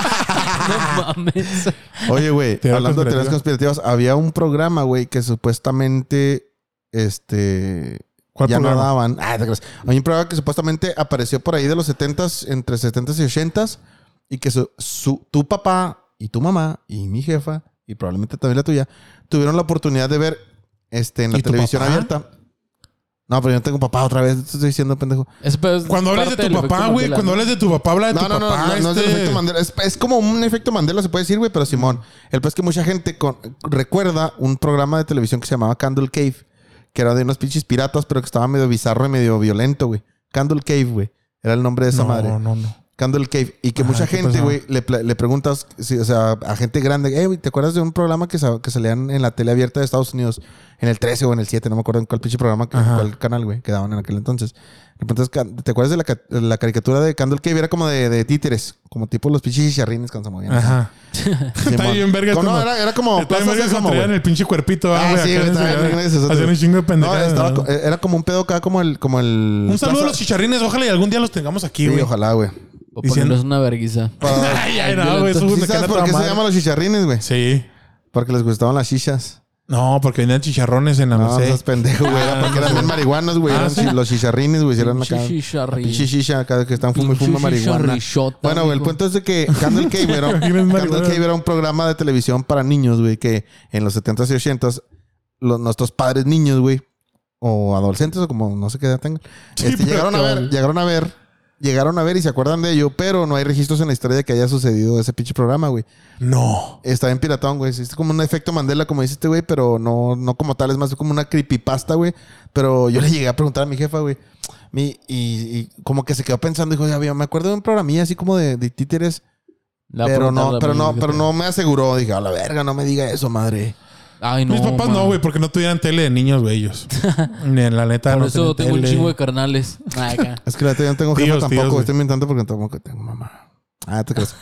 [SPEAKER 3] No mames.
[SPEAKER 2] Oye, güey,
[SPEAKER 1] Teoría
[SPEAKER 2] hablando de teorías
[SPEAKER 1] conspirativa.
[SPEAKER 2] conspirativas, había un programa, güey, que supuestamente. Este.
[SPEAKER 1] ¿Cuál
[SPEAKER 2] ya
[SPEAKER 1] programa?
[SPEAKER 2] no daban. Ah, te creas. Hay un programa que supuestamente apareció por ahí de los 70s, entre 70s y 80s, y que su, su- tu papá y tu mamá y mi jefa, y probablemente también la tuya, tuvieron la oportunidad de ver este, en la
[SPEAKER 1] ¿Y tu
[SPEAKER 2] televisión
[SPEAKER 1] papá?
[SPEAKER 2] abierta. No, pero yo no tengo papá otra vez, te estoy diciendo, pendejo.
[SPEAKER 3] Ese pedo es
[SPEAKER 1] Cuando hablas
[SPEAKER 3] parte
[SPEAKER 1] de tu
[SPEAKER 3] del
[SPEAKER 1] papá,
[SPEAKER 3] efecto
[SPEAKER 1] güey,
[SPEAKER 3] Mandela,
[SPEAKER 1] cuando hablas de tu papá, habla de tu
[SPEAKER 2] No, no, no,
[SPEAKER 1] papá.
[SPEAKER 2] no, no es el
[SPEAKER 1] este-
[SPEAKER 2] efecto Mandela. Es, es como un efecto Mandela, se puede decir, güey, pero Simón. El pues que mucha gente con- recuerda un programa de televisión que se llamaba Candle Cave, que era de unos pinches piratas, pero que estaba medio bizarro y medio violento, güey. Candle Cave, güey. Era el nombre de esa
[SPEAKER 1] no,
[SPEAKER 2] madre.
[SPEAKER 1] no, no.
[SPEAKER 2] Candle Cave. Y que
[SPEAKER 1] Ajá,
[SPEAKER 2] mucha
[SPEAKER 1] ¿qué
[SPEAKER 2] gente,
[SPEAKER 1] pasó?
[SPEAKER 2] güey, le, pla- le preguntas, si- o sea, a gente grande, "Eh, güey, ¿te acuerdas de un programa que, sa- que salían en la tele abierta de Estados Unidos? En el 13 o en el 7, no me acuerdo en cuál pinche programa, en
[SPEAKER 1] Ajá.
[SPEAKER 2] cuál canal, güey, que daban en aquel entonces. Le preguntas, "Ca- ¿te acuerdas de la, ca- la caricatura de Candle Cave? Era como de, de títeres, como tipo los pinches chicharrines cuando se movían.
[SPEAKER 1] Ajá.
[SPEAKER 2] Simón.
[SPEAKER 1] Está bien verga.
[SPEAKER 2] Como-
[SPEAKER 1] tu
[SPEAKER 2] No,
[SPEAKER 1] ma-
[SPEAKER 2] era, era como
[SPEAKER 1] Está bien
[SPEAKER 2] Plaza
[SPEAKER 1] verga
[SPEAKER 2] Sésamo,
[SPEAKER 1] cuando te
[SPEAKER 2] güey.
[SPEAKER 1] dan el pinche cuerpito.
[SPEAKER 2] Ah, sí, güey,
[SPEAKER 1] acá
[SPEAKER 2] está
[SPEAKER 1] se-
[SPEAKER 2] bien, güey, eso te-
[SPEAKER 1] Hacen un chingo de
[SPEAKER 2] No,
[SPEAKER 1] pendejadas.
[SPEAKER 2] estaba
[SPEAKER 1] ¿no?
[SPEAKER 2] co- eh, era como un pedo acá, como el. Como el
[SPEAKER 1] Un saludo a
[SPEAKER 2] Plaza-
[SPEAKER 1] los chicharrines. Ojalá y algún día los tengamos aquí,
[SPEAKER 2] Sí,
[SPEAKER 1] güey.
[SPEAKER 2] ojalá, güey.
[SPEAKER 3] O
[SPEAKER 1] Diciendo-
[SPEAKER 3] ponernos una vergüenza.
[SPEAKER 1] [laughs] Ay, ay, no,
[SPEAKER 3] Ay,
[SPEAKER 1] güey. Eso
[SPEAKER 2] ¿Sí
[SPEAKER 1] me
[SPEAKER 2] ¿Sabes
[SPEAKER 1] queda
[SPEAKER 2] por
[SPEAKER 1] toda
[SPEAKER 2] qué se
[SPEAKER 1] madre.
[SPEAKER 2] llaman los chicharrines, güey?
[SPEAKER 1] Sí.
[SPEAKER 2] Porque les gustaban las shishas.
[SPEAKER 1] No, porque venían chicharrones en la
[SPEAKER 2] No,
[SPEAKER 1] merced.
[SPEAKER 2] seas pendejo, güey. Era porque eran bien marihuanos, güey.
[SPEAKER 1] Ah,
[SPEAKER 2] Eran
[SPEAKER 1] ¿sí?
[SPEAKER 2] chi- los chicharrines, güey. Hicieron acá.
[SPEAKER 3] Pinche chicharrín.
[SPEAKER 2] Pinche shisha, acá que están fumando
[SPEAKER 3] Pinche
[SPEAKER 2] fuma marihuana.
[SPEAKER 3] chicharrichota,
[SPEAKER 2] Bueno, güey, el
[SPEAKER 3] mijo.
[SPEAKER 2] punto es de que Candle
[SPEAKER 1] [laughs]
[SPEAKER 2] Cave era,
[SPEAKER 1] Bien marihuana.
[SPEAKER 2] Candle Cave era un programa de televisión para niños, güey, que en los 70s y 80s, los, nuestros padres niños, güey, o adolescentes o como no sé qué edad tengan,
[SPEAKER 1] Sí,
[SPEAKER 2] este,
[SPEAKER 1] pero
[SPEAKER 2] llegaron a ver,
[SPEAKER 1] cabrón.
[SPEAKER 2] llegaron a ver, llegaron a ver y se acuerdan de ello, pero no hay registros en la historia de que haya sucedido ese pinche programa, güey.
[SPEAKER 1] No.
[SPEAKER 2] Está bien piratón, güey. Es como un efecto Mandela, como dice este güey, pero no, no como tal. Es más como una creepypasta, güey. Pero yo le llegué a preguntar a mi jefa, güey. Mi, y, y como que se quedó pensando, dijo, ya, veo, me acuerdo de un programilla así como de, de títeres.
[SPEAKER 3] La
[SPEAKER 2] pero no,
[SPEAKER 3] pregunta
[SPEAKER 2] pero no,
[SPEAKER 3] también,
[SPEAKER 2] pero
[SPEAKER 3] fíjate.
[SPEAKER 2] no me aseguró. Dije, a la verga, no me diga eso, madre.
[SPEAKER 3] Ay, no.
[SPEAKER 1] Mis papás
[SPEAKER 3] man.
[SPEAKER 1] no, güey, porque no tuvieran tele de niños, güey,
[SPEAKER 3] [laughs]
[SPEAKER 1] ellos. Ni en la neta.
[SPEAKER 3] Por
[SPEAKER 1] no tenían
[SPEAKER 3] eso tengo un
[SPEAKER 1] tele.
[SPEAKER 3] chingo
[SPEAKER 1] [laughs]
[SPEAKER 3] de carnales. Ay, acá.
[SPEAKER 2] [laughs] Es que la neta, yo no tengo jefa
[SPEAKER 1] Tíos,
[SPEAKER 2] tampoco.
[SPEAKER 1] tíos, güey.
[SPEAKER 2] Estoy mintiendo porque tampoco tengo mamá. Ah, te crees.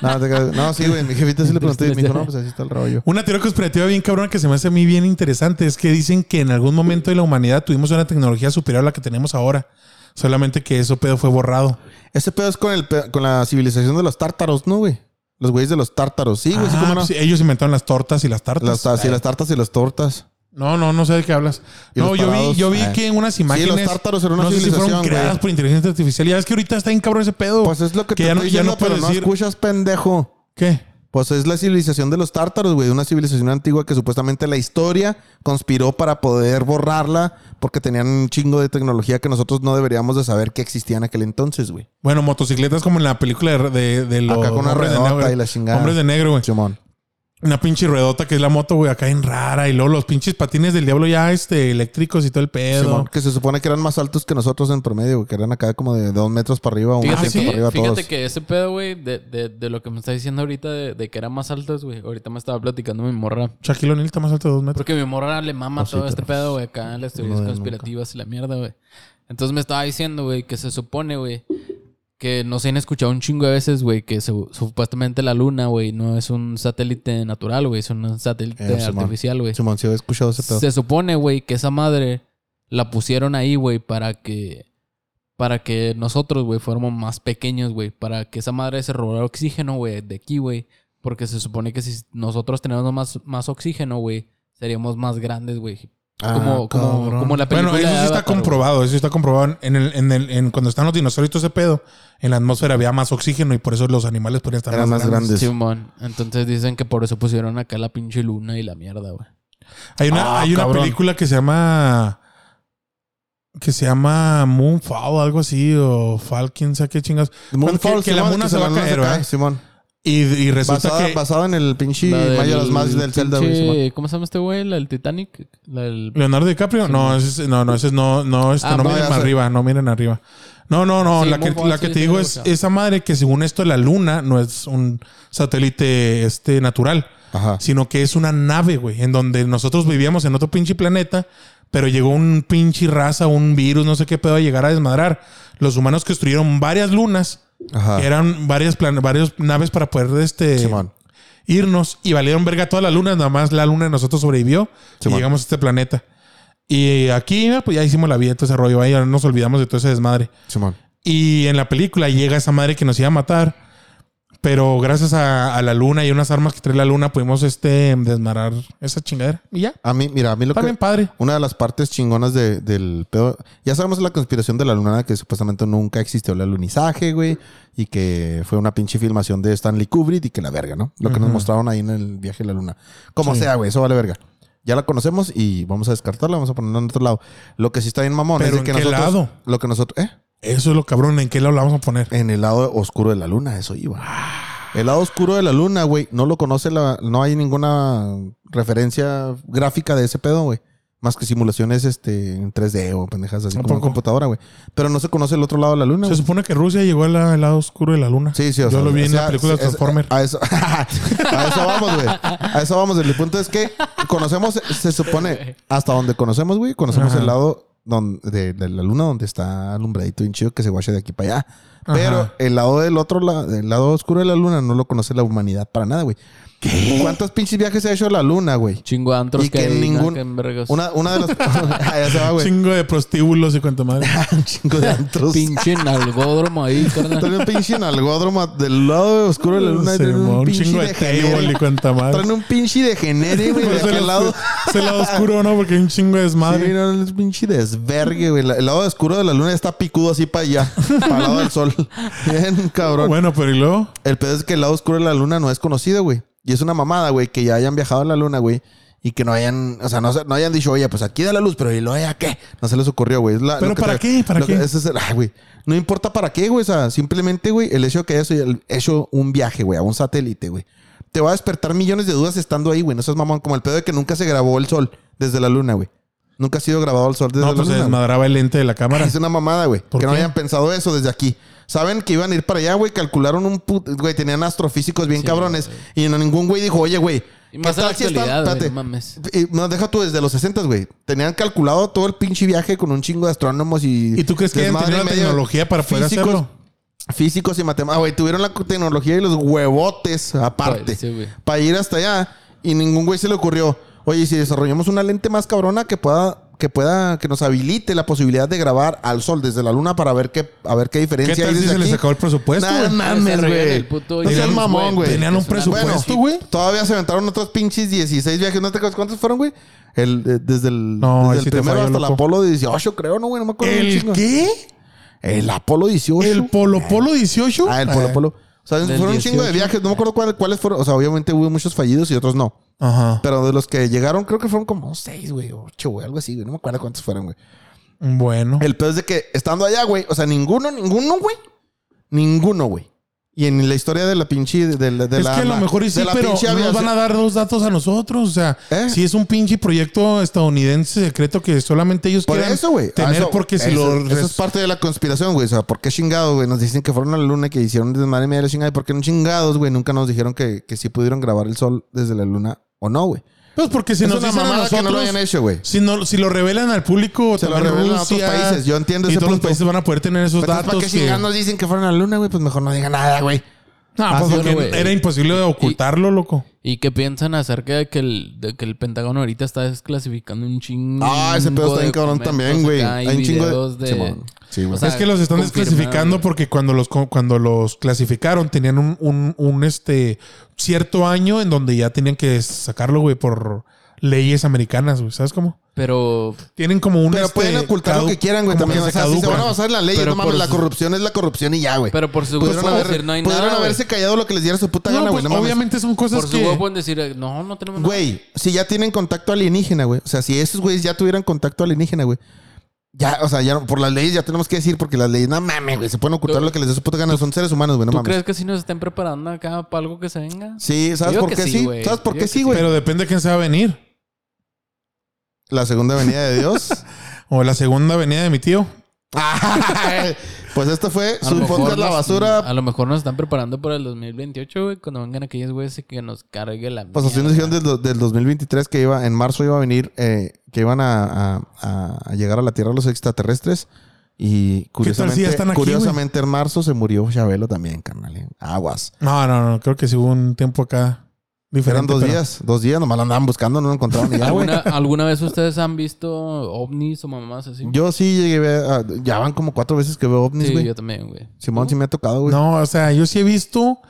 [SPEAKER 2] no, te crees. No, sí, güey. Mi jefita sí le pregunté y me dijo, no, pues así está el rollo.
[SPEAKER 1] Una teoría conspirativa bien cabrona que se me hace a mí bien interesante es que dicen que en algún momento de la humanidad tuvimos una tecnología superior a la que tenemos ahora. Solamente que eso pedo fue borrado.
[SPEAKER 2] Ese pedo es con, el, pe- con la civilización de los tártaros, ¿no, güey? Los güeyes de los tártaros, sí, güey. sí,
[SPEAKER 1] Ah,
[SPEAKER 2] cómo no.
[SPEAKER 1] pues, ellos inventaron las tortas y las tartas.
[SPEAKER 2] Las, tar- sí, las tartas y las tortas.
[SPEAKER 1] No, no, no sé de qué hablas.
[SPEAKER 2] Y
[SPEAKER 1] No,
[SPEAKER 2] los
[SPEAKER 1] yo vi,
[SPEAKER 2] parados.
[SPEAKER 1] yo vi
[SPEAKER 2] Eh.
[SPEAKER 1] que en unas
[SPEAKER 2] los
[SPEAKER 1] imágenes.
[SPEAKER 2] tártaros eran una
[SPEAKER 1] no sé si fueron
[SPEAKER 2] civilización,
[SPEAKER 1] creadas
[SPEAKER 2] güey.
[SPEAKER 1] por inteligencia artificial. Ya ves que ahorita está bien cabrón ese pedo.
[SPEAKER 2] Pues es lo que,
[SPEAKER 1] Que
[SPEAKER 2] te
[SPEAKER 1] ya no-
[SPEAKER 2] estoy
[SPEAKER 1] ya
[SPEAKER 2] diciendo,
[SPEAKER 1] no
[SPEAKER 2] pero
[SPEAKER 1] puedes
[SPEAKER 2] no
[SPEAKER 1] decir-
[SPEAKER 2] escuchas, pendejo.
[SPEAKER 1] ¿Qué?
[SPEAKER 2] Pues es la civilización de los tártaros, güey. Una civilización antigua que supuestamente la historia conspiró para poder borrarla porque tenían un chingo de tecnología que nosotros no deberíamos de saber que existía en aquel entonces, güey.
[SPEAKER 1] Bueno, motocicletas como en la película de, de, de los
[SPEAKER 2] Acá con una
[SPEAKER 1] hombres de
[SPEAKER 2] redota
[SPEAKER 1] negro.
[SPEAKER 2] y la chingada.
[SPEAKER 1] Hombres de negro, güey.
[SPEAKER 2] Simón.
[SPEAKER 1] Una pinche ruedota que es la moto, güey, acá en rara. Y luego los pinches patines del diablo ya este, eléctricos y todo el pedo.
[SPEAKER 2] Simón, que se supone que eran más altos que nosotros en promedio, güey. Que eran acá como de dos metros para arriba o un
[SPEAKER 3] Fíjate,
[SPEAKER 2] metro
[SPEAKER 1] sí,
[SPEAKER 2] para
[SPEAKER 3] que,
[SPEAKER 2] arriba
[SPEAKER 3] fíjate
[SPEAKER 2] todos.
[SPEAKER 3] que ese pedo, güey, de, de, de lo que me estás diciendo ahorita, de, de que era más altos, güey. Ahorita me estaba platicando mi morra.
[SPEAKER 1] Shaquille O'Neal está más alto de dos metros.
[SPEAKER 3] Porque mi morra le mama todo este pedo, güey, acá las teorías
[SPEAKER 2] de nunca.
[SPEAKER 3] conspirativas y la mierda, güey. Entonces me estaba diciendo, güey, que se supone, güey, que nos han escuchado un chingo de veces, güey, que su- supuestamente la luna, güey, no es un satélite natural, güey, es un satélite
[SPEAKER 2] Eh, Simón.
[SPEAKER 3] artificial, güey.
[SPEAKER 2] Simón, sí, he escuchado ese pedo.
[SPEAKER 3] Se supone, güey, que esa madre la pusieron ahí, güey, para que. Para que nosotros, güey, fuéramos más pequeños, güey. Para que esa madre se robara oxígeno, güey, de aquí, güey. Porque se supone que si nosotros tenemos más, más oxígeno, güey, seríamos más grandes, güey.
[SPEAKER 2] Ah,
[SPEAKER 3] como, como,
[SPEAKER 2] cabrón.
[SPEAKER 3] como la película.
[SPEAKER 1] Bueno, eso
[SPEAKER 3] de
[SPEAKER 1] sí está
[SPEAKER 3] Avatar, güey.
[SPEAKER 1] comprobado, eso está comprobado. En el, en el, en cuando están los dinosaurios y todo ese pedo, en la atmósfera había más oxígeno y por eso los animales podían estar
[SPEAKER 2] Eran
[SPEAKER 1] más,
[SPEAKER 2] más
[SPEAKER 1] grandes.
[SPEAKER 2] grandes.
[SPEAKER 3] Simón. Entonces dicen que por eso pusieron acá la pinche luna y la mierda, güey.
[SPEAKER 1] Hay una,
[SPEAKER 2] Ah,
[SPEAKER 1] hay una
[SPEAKER 2] cabrón.
[SPEAKER 1] película que se llama. Que se llama Moonfall, algo así, o Fall, quién sabe qué chingados.
[SPEAKER 2] Moonfall,
[SPEAKER 1] que, que la
[SPEAKER 2] Simón,
[SPEAKER 1] mona
[SPEAKER 2] que
[SPEAKER 1] se va a
[SPEAKER 2] luna
[SPEAKER 1] caer,
[SPEAKER 2] cae,
[SPEAKER 1] ¿verdad?
[SPEAKER 2] Simón.
[SPEAKER 1] Y, y resulta
[SPEAKER 2] Basada-
[SPEAKER 1] que.
[SPEAKER 2] Basado en el pinche
[SPEAKER 3] La del
[SPEAKER 2] Mayoras Mask del Zelda, güey.
[SPEAKER 3] pinche-
[SPEAKER 2] Simón.
[SPEAKER 3] ¿Cómo se llama este güey? ¿La del Titanic? La del...
[SPEAKER 1] Leonardo DiCaprio, no, ese es- no, no, ese es- no, no, este,
[SPEAKER 3] Ah,
[SPEAKER 1] no
[SPEAKER 3] no,
[SPEAKER 1] miren
[SPEAKER 2] ya sé.
[SPEAKER 1] arriba, no miren arriba. No, no, no,
[SPEAKER 3] Sí,
[SPEAKER 1] la que,
[SPEAKER 3] Moonfall,
[SPEAKER 1] la que
[SPEAKER 3] sí,
[SPEAKER 1] te
[SPEAKER 3] sí,
[SPEAKER 1] digo
[SPEAKER 3] sí,
[SPEAKER 1] es
[SPEAKER 3] o sea.
[SPEAKER 1] esa madre que según esto la luna no es un satélite este natural,
[SPEAKER 2] Ajá.
[SPEAKER 1] sino que es una nave, güey, en donde nosotros vivíamos en otro pinche planeta, pero llegó un pinche raza, un virus, no sé qué pedo a llegar a desmadrar. Los humanos construyeron varias lunas,
[SPEAKER 2] Ajá.
[SPEAKER 1] que eran varias plan- varias naves para poder este
[SPEAKER 2] Simón.
[SPEAKER 1] irnos y valieron verga todas las lunas, nada más la luna de nosotros sobrevivió
[SPEAKER 2] Sí,
[SPEAKER 1] y
[SPEAKER 2] man.
[SPEAKER 1] llegamos a este planeta. Y aquí, eh, pues ya hicimos la vida, todo ese rollo, ahí ya nos olvidamos de todo ese desmadre.
[SPEAKER 2] Simón.
[SPEAKER 1] Y en la película llega esa madre que nos iba a matar, pero gracias a, a la luna y unas armas que trae la luna pudimos este desmarar esa chingadera. Y ya,
[SPEAKER 2] A mí, mira, a mí lo
[SPEAKER 1] está
[SPEAKER 2] que...
[SPEAKER 1] bien padre.
[SPEAKER 2] Una de las partes chingonas de- del pedo. Ya sabemos la conspiración de la luna, que supuestamente nunca existió el alunizaje, güey. Y que fue una pinche filmación de Stanley Kubrick y que la verga, ¿no? Lo que nos mostraron ahí en el viaje a la luna. Como sea, güey, eso vale verga. Ya la conocemos y vamos a descartarla, vamos a ponerla en otro lado. Lo que sí está bien mamón
[SPEAKER 1] ¿Pero
[SPEAKER 2] es de
[SPEAKER 1] en
[SPEAKER 2] que
[SPEAKER 1] qué
[SPEAKER 2] nosotros.
[SPEAKER 1] lado?
[SPEAKER 2] Lo que nosotros. ¿Eh?
[SPEAKER 1] Eso es lo cabrón, ¿en qué lado la vamos a poner?
[SPEAKER 2] En el lado oscuro de la luna, eso iba. El lado oscuro de la luna, güey, no lo conoce la, no hay ninguna referencia gráfica de ese pedo, güey. Más que simulaciones este en 3D o pendejas así
[SPEAKER 1] ¿A
[SPEAKER 2] como en
[SPEAKER 1] poco?
[SPEAKER 2] computadora, güey. Pero no se conoce el otro lado de la luna.
[SPEAKER 1] Se
[SPEAKER 2] güey.
[SPEAKER 1] supone que Rusia llegó al al lado oscuro de la luna.
[SPEAKER 2] Sí, sí,
[SPEAKER 1] Yo
[SPEAKER 2] o sea,
[SPEAKER 1] lo vi
[SPEAKER 2] o
[SPEAKER 1] en
[SPEAKER 2] sea,
[SPEAKER 1] la película de
[SPEAKER 2] es- ah, es-
[SPEAKER 1] Transformer.
[SPEAKER 2] A eso, [laughs] a eso vamos, güey. A eso vamos. El punto es que conocemos, se supone, hasta donde conocemos, güey, conocemos
[SPEAKER 1] Ajá.
[SPEAKER 2] el lado donde, de, de la luna donde está alumbradito bien chido que se guache de aquí para allá. Pero
[SPEAKER 1] Ajá.
[SPEAKER 2] el lado del otro, la- el lado oscuro de la luna no lo conoce la humanidad para nada, güey. ¿Cuántos pinches viajes se ha hecho a la luna, güey?
[SPEAKER 3] Chingo de antros
[SPEAKER 2] Y que
[SPEAKER 3] hay,
[SPEAKER 2] ningún-
[SPEAKER 3] acá en vergas.
[SPEAKER 2] Una, una de las... [laughs] Ah, ya se va, güey.
[SPEAKER 1] Chingo de prostíbulos y cuanto madre.
[SPEAKER 2] Un chingo de antros.
[SPEAKER 3] Pinche nalgódromo
[SPEAKER 2] [laughs]
[SPEAKER 3] ahí, carnal.
[SPEAKER 2] Traen un pinche nalgódromo del lado oscuro de la luna.
[SPEAKER 1] Sí,
[SPEAKER 2] traen
[SPEAKER 1] mo,
[SPEAKER 2] un
[SPEAKER 1] un
[SPEAKER 2] pinche
[SPEAKER 1] chingo de table
[SPEAKER 2] degenere.
[SPEAKER 1] y cuanta madre.
[SPEAKER 2] Traen un pinche degenere,
[SPEAKER 1] [laughs]
[SPEAKER 2] güey,
[SPEAKER 1] Por
[SPEAKER 2] de
[SPEAKER 1] eso
[SPEAKER 2] aquel
[SPEAKER 1] el-
[SPEAKER 2] lado.
[SPEAKER 1] Es el lado oscuro, ¿no? Porque hay un chingo de desmadre.
[SPEAKER 2] Sí, no, es pinche desvergue, güey. La- El lado oscuro de la luna está picudo así para allá, [laughs] para el lado del sol. Bien, cabrón.
[SPEAKER 1] Bueno, pero y luego.
[SPEAKER 2] El pedo es que el lado oscuro de la luna no es conocido, güey. Y es una mamada, güey, que ya hayan viajado a la luna, güey. Y que no hayan, o sea, no, se- no hayan dicho, oye, pues aquí da la luz, pero ¿y lo ya qué? No se les ocurrió, güey. Es la-
[SPEAKER 1] ¿Pero
[SPEAKER 2] lo que
[SPEAKER 1] para
[SPEAKER 2] se-
[SPEAKER 1] qué? ¿Para
[SPEAKER 2] lo que-
[SPEAKER 1] qué?
[SPEAKER 2] ese es el- ay, güey. No importa para qué, güey. O sea, simplemente, güey, el hecho de que hayas hecho un viaje, güey, a un satélite, güey. Te va a despertar millones de dudas estando ahí, güey. No seas mamón, como el pedo de que nunca se grabó el sol desde la luna, güey. Nunca ha sido grabado el sol desde
[SPEAKER 1] No,
[SPEAKER 2] la
[SPEAKER 1] pues se
[SPEAKER 2] luna. güey.
[SPEAKER 1] desmadraba el lente de la cámara.
[SPEAKER 2] Es una mamada, güey. Que
[SPEAKER 1] ¿Por
[SPEAKER 2] no
[SPEAKER 1] qué?
[SPEAKER 2] hayan pensado eso desde aquí. Saben que iban a ir para allá, güey. Calcularon un puto... Güey, tenían astrofísicos bien
[SPEAKER 3] Sí,
[SPEAKER 2] cabrones. Y no- ningún güey dijo, oye, güey.
[SPEAKER 3] Y más en la actualidad, güey, no mames.
[SPEAKER 2] Y No, deja tú desde los 60, güey. Tenían calculado todo el pinche viaje con un chingo de astrónomos y...
[SPEAKER 1] ¿Y tú crees que hayan
[SPEAKER 2] desmadre
[SPEAKER 1] tenido la
[SPEAKER 2] y medio.
[SPEAKER 1] tecnología para poder
[SPEAKER 2] Físicos-
[SPEAKER 1] hacerlo?
[SPEAKER 2] Físicos y matemáticos. Ah, Güey, tuvieron la tecnología y los huevotes aparte.
[SPEAKER 3] Pues, sí, güey.
[SPEAKER 2] para ir hasta allá. Y ningún güey se le ocurrió. Oye, ¿y si desarrollamos una lente más cabrona que pueda, que pueda, que nos habilite la posibilidad de grabar al sol desde la luna para ver qué, a ver qué
[SPEAKER 1] ¿Qué
[SPEAKER 2] diferencia
[SPEAKER 1] tal
[SPEAKER 2] hay
[SPEAKER 1] si
[SPEAKER 2] desde
[SPEAKER 1] se les
[SPEAKER 2] aquí?
[SPEAKER 1] sacó el presupuesto,
[SPEAKER 2] Nah,
[SPEAKER 1] güey?
[SPEAKER 2] nah, Mames,
[SPEAKER 3] Desarrollan
[SPEAKER 2] güey.
[SPEAKER 3] el puto
[SPEAKER 2] No seas
[SPEAKER 3] James
[SPEAKER 2] mamón,
[SPEAKER 3] Webb,
[SPEAKER 2] güey.
[SPEAKER 3] que
[SPEAKER 1] Tenían
[SPEAKER 3] es
[SPEAKER 1] un
[SPEAKER 3] una
[SPEAKER 1] presupuesto,
[SPEAKER 3] mamada.
[SPEAKER 1] Supuesto, güey.
[SPEAKER 2] Todavía se aventaron otros pinches 16 viajes. ¿No te acuerdas cuántos fueron, güey? El, eh, desde el,
[SPEAKER 1] No, ahí
[SPEAKER 2] desde el
[SPEAKER 1] sí te
[SPEAKER 2] primero
[SPEAKER 1] fallo,
[SPEAKER 2] hasta el
[SPEAKER 1] loco.
[SPEAKER 2] Apolo 18, creo, ¿no, güey? No me acuerdo. un
[SPEAKER 1] ¿El
[SPEAKER 2] chingo.
[SPEAKER 1] qué?
[SPEAKER 2] El Apolo 18.
[SPEAKER 1] ¿El Polo Polo Eh, 18?
[SPEAKER 2] Ah, el Polo Polo. O sea,
[SPEAKER 3] Del
[SPEAKER 2] fueron un chingo de
[SPEAKER 3] 18.
[SPEAKER 2] viajes. No me acuerdo cuál- cuáles fueron. O sea, obviamente hubo muchos fallidos y otros no.
[SPEAKER 1] Ajá.
[SPEAKER 2] Pero de los que llegaron, creo que fueron como seis, güey, ocho, güey, algo así, güey. No me acuerdo cuántos fueron, güey.
[SPEAKER 1] Bueno.
[SPEAKER 2] El pedo es de que estando allá, güey, o sea, ninguno, ninguno, güey. Ninguno, güey. Y en la historia de la pinche. De, la- de
[SPEAKER 1] es
[SPEAKER 2] la,
[SPEAKER 1] que a lo mejor y sí,
[SPEAKER 2] de la
[SPEAKER 1] pero
[SPEAKER 2] pinche
[SPEAKER 1] nos van
[SPEAKER 2] aviación.
[SPEAKER 1] a dar los datos a nosotros. O sea,
[SPEAKER 2] ¿Eh?
[SPEAKER 1] si es un pinche proyecto estadounidense secreto que solamente ellos
[SPEAKER 2] Por
[SPEAKER 1] quieren
[SPEAKER 2] eso, güey. A
[SPEAKER 1] tener,
[SPEAKER 2] eso-
[SPEAKER 1] porque si
[SPEAKER 2] eso-
[SPEAKER 1] lo...
[SPEAKER 2] Eso es parte de la conspiración, güey. O sea, ¿por qué chingado, güey? Nos dicen que fueron a la luna, que hicieron desmadre y media de la chingada. ¿Y por qué no chingados, güey? Nunca nos dijeron que, que sí pudieron grabar el sol desde la luna o no, güey.
[SPEAKER 1] Pues porque si
[SPEAKER 2] es
[SPEAKER 1] nos
[SPEAKER 2] una
[SPEAKER 1] dicen a
[SPEAKER 2] mamada que no lo
[SPEAKER 1] nosotros-
[SPEAKER 2] hayan hecho, güey.
[SPEAKER 1] Si, no, si lo revelan al público,
[SPEAKER 2] Se lo
[SPEAKER 1] también
[SPEAKER 2] revelan a otros
[SPEAKER 1] Rusia,
[SPEAKER 2] países. Yo entiendo
[SPEAKER 1] Y
[SPEAKER 2] ese
[SPEAKER 1] todos los
[SPEAKER 2] punto.
[SPEAKER 1] países van a poder tener esos
[SPEAKER 2] Entonces,
[SPEAKER 1] datos.
[SPEAKER 2] ¿Para qué chingados nos dicen que fueron a la luna, güey? Pues mejor no digan nada, güey.
[SPEAKER 1] No,
[SPEAKER 3] Ah,
[SPEAKER 1] pues,
[SPEAKER 3] sí,
[SPEAKER 1] porque
[SPEAKER 3] güey.
[SPEAKER 1] era imposible de ocultarlo, loco.
[SPEAKER 3] ¿Y qué piensan acerca de que el, de que el Pentágono ahorita está desclasificando un chingo?
[SPEAKER 2] Ah, ese pedo está bien
[SPEAKER 3] de
[SPEAKER 2] cabrón
[SPEAKER 3] documentos
[SPEAKER 2] también, güey.
[SPEAKER 3] acá y
[SPEAKER 2] Hay un chingo de-
[SPEAKER 3] videos de.
[SPEAKER 2] Simón. Sí, güey.
[SPEAKER 3] o sea,
[SPEAKER 1] es que los están
[SPEAKER 3] confirmado,
[SPEAKER 1] desclasificando
[SPEAKER 3] güey.
[SPEAKER 1] porque cuando los cuando los clasificaron tenían un, un, un, este cierto año en donde ya tenían que sacarlo, güey, por leyes americanas, güey. ¿Sabes cómo?
[SPEAKER 3] Pero
[SPEAKER 1] Tienen como un.
[SPEAKER 2] Pero
[SPEAKER 1] este,
[SPEAKER 2] pueden ocultar lo
[SPEAKER 1] cadu-
[SPEAKER 2] que quieran, güey.
[SPEAKER 1] como
[SPEAKER 2] También,
[SPEAKER 1] que se
[SPEAKER 2] o sea, si se
[SPEAKER 1] caducan.
[SPEAKER 2] van a basar en la ley,
[SPEAKER 3] Pero
[SPEAKER 2] no mames,
[SPEAKER 3] por
[SPEAKER 2] la
[SPEAKER 3] su-
[SPEAKER 2] corrupción es la corrupción y ya, güey.
[SPEAKER 3] Pero por su
[SPEAKER 2] pudieron
[SPEAKER 3] grupo
[SPEAKER 2] haber-
[SPEAKER 3] decir no hay
[SPEAKER 2] pudieron
[SPEAKER 3] nada,
[SPEAKER 2] haberse callado lo que les diera su puta
[SPEAKER 1] No,
[SPEAKER 2] gana, güey.
[SPEAKER 1] pues,
[SPEAKER 2] No mames.
[SPEAKER 1] obviamente son cosas
[SPEAKER 3] por su
[SPEAKER 1] que.
[SPEAKER 3] huevo pueden decir, eh, no, no tenemos nada.
[SPEAKER 2] Güey, si ya tienen contacto alienígena, güey. O sea, si esos güeyes ya tuvieran contacto alienígena, güey. Ya, o sea, ya no- por las leyes ya tenemos que decir, porque las leyes, no mames, güey, se pueden ocultar
[SPEAKER 3] Tú-
[SPEAKER 2] lo que les dé su puta gana. Son seres humanos, güey, no
[SPEAKER 3] ¿Tú
[SPEAKER 2] mames.
[SPEAKER 3] crees que si nos estén preparando acá para algo que se venga?
[SPEAKER 2] [laughs] Sí, ¿sabes
[SPEAKER 3] Yo
[SPEAKER 2] por
[SPEAKER 3] que
[SPEAKER 2] qué
[SPEAKER 3] sí,
[SPEAKER 2] sí?
[SPEAKER 3] güey.
[SPEAKER 2] ¿Sabes por
[SPEAKER 3] Yo
[SPEAKER 2] qué
[SPEAKER 3] que
[SPEAKER 2] sí,
[SPEAKER 3] sí.
[SPEAKER 2] güey?
[SPEAKER 1] Pero depende de quién se va a venir.
[SPEAKER 2] La segunda venida de Dios.
[SPEAKER 1] O la segunda venida de mi tío.
[SPEAKER 2] pues esto fue
[SPEAKER 3] A lo
[SPEAKER 2] su
[SPEAKER 3] mejor
[SPEAKER 2] podcast La
[SPEAKER 3] nos-
[SPEAKER 2] Basura.
[SPEAKER 3] A lo mejor nos están preparando para el 2028, güey. Cuando vengan aquellos güeyes y que nos cargue la
[SPEAKER 2] Pues así
[SPEAKER 3] mierda.
[SPEAKER 2] nos dijeron del, do- del 2023 que iba, en marzo iba a venir, eh, que iban a, a- a- a llegar a la Tierra los extraterrestres. Y curiosamente,
[SPEAKER 1] si ya están aquí,
[SPEAKER 2] curiosamente en marzo se murió Chabelo también, carnal. eh. Aguas.
[SPEAKER 1] No, no, no. Creo que sí hubo un tiempo acá diferente.
[SPEAKER 2] Eran dos
[SPEAKER 1] pero-
[SPEAKER 2] días, dos días, nomás lo andaban buscando, no lo encontraron
[SPEAKER 3] [laughs]
[SPEAKER 2] ni ya, Ah, güey.
[SPEAKER 3] ¿Alguna, ¿Alguna vez ustedes han visto ovnis o mamás así?
[SPEAKER 2] Yo sí llegué a, ya van como cuatro veces que veo ovnis,
[SPEAKER 3] sí,
[SPEAKER 2] güey.
[SPEAKER 3] yo también, güey.
[SPEAKER 2] Simón sí me ha tocado, [laughs] güey.
[SPEAKER 1] No, o sea, yo sí he visto,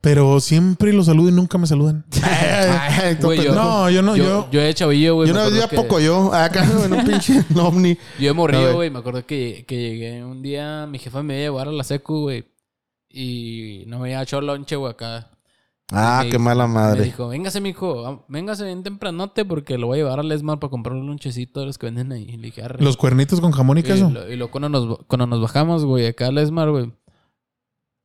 [SPEAKER 1] pero siempre los saludo y nunca me saludan.
[SPEAKER 2] Ay, todo
[SPEAKER 3] Güey,
[SPEAKER 2] pendejo.
[SPEAKER 3] yo-
[SPEAKER 1] No, yo no,
[SPEAKER 3] pues, yo,
[SPEAKER 1] yo-
[SPEAKER 3] yo he chavillo, güey.
[SPEAKER 2] yo
[SPEAKER 3] me
[SPEAKER 2] una vez vi a
[SPEAKER 3] acuerdo que-
[SPEAKER 2] poco yo, acá en un
[SPEAKER 3] [laughs]
[SPEAKER 2] pinche ovni.
[SPEAKER 3] Yo he
[SPEAKER 2] A ver.
[SPEAKER 3] morrido, güey. Me acuerdo que, que llegué un día, mi jefa me iba a llevar a la secu, güey. Y no me había hecho lonche, güey, acá.
[SPEAKER 2] Ah,
[SPEAKER 3] Me-
[SPEAKER 2] qué mala
[SPEAKER 3] Me
[SPEAKER 2] madre.
[SPEAKER 3] dijo, véngase, mijo, ah, véngase bien tempranote porque lo voy a llevar al Esmar para comprar un lonchecito de los que venden ahí. Y le dije, "Arre".
[SPEAKER 1] Los cuernitos con jamón y
[SPEAKER 3] Y,
[SPEAKER 1] queso.
[SPEAKER 3] lo- y luego cuando nos, cuando nos bajamos, güey, acá al Esmar, güey.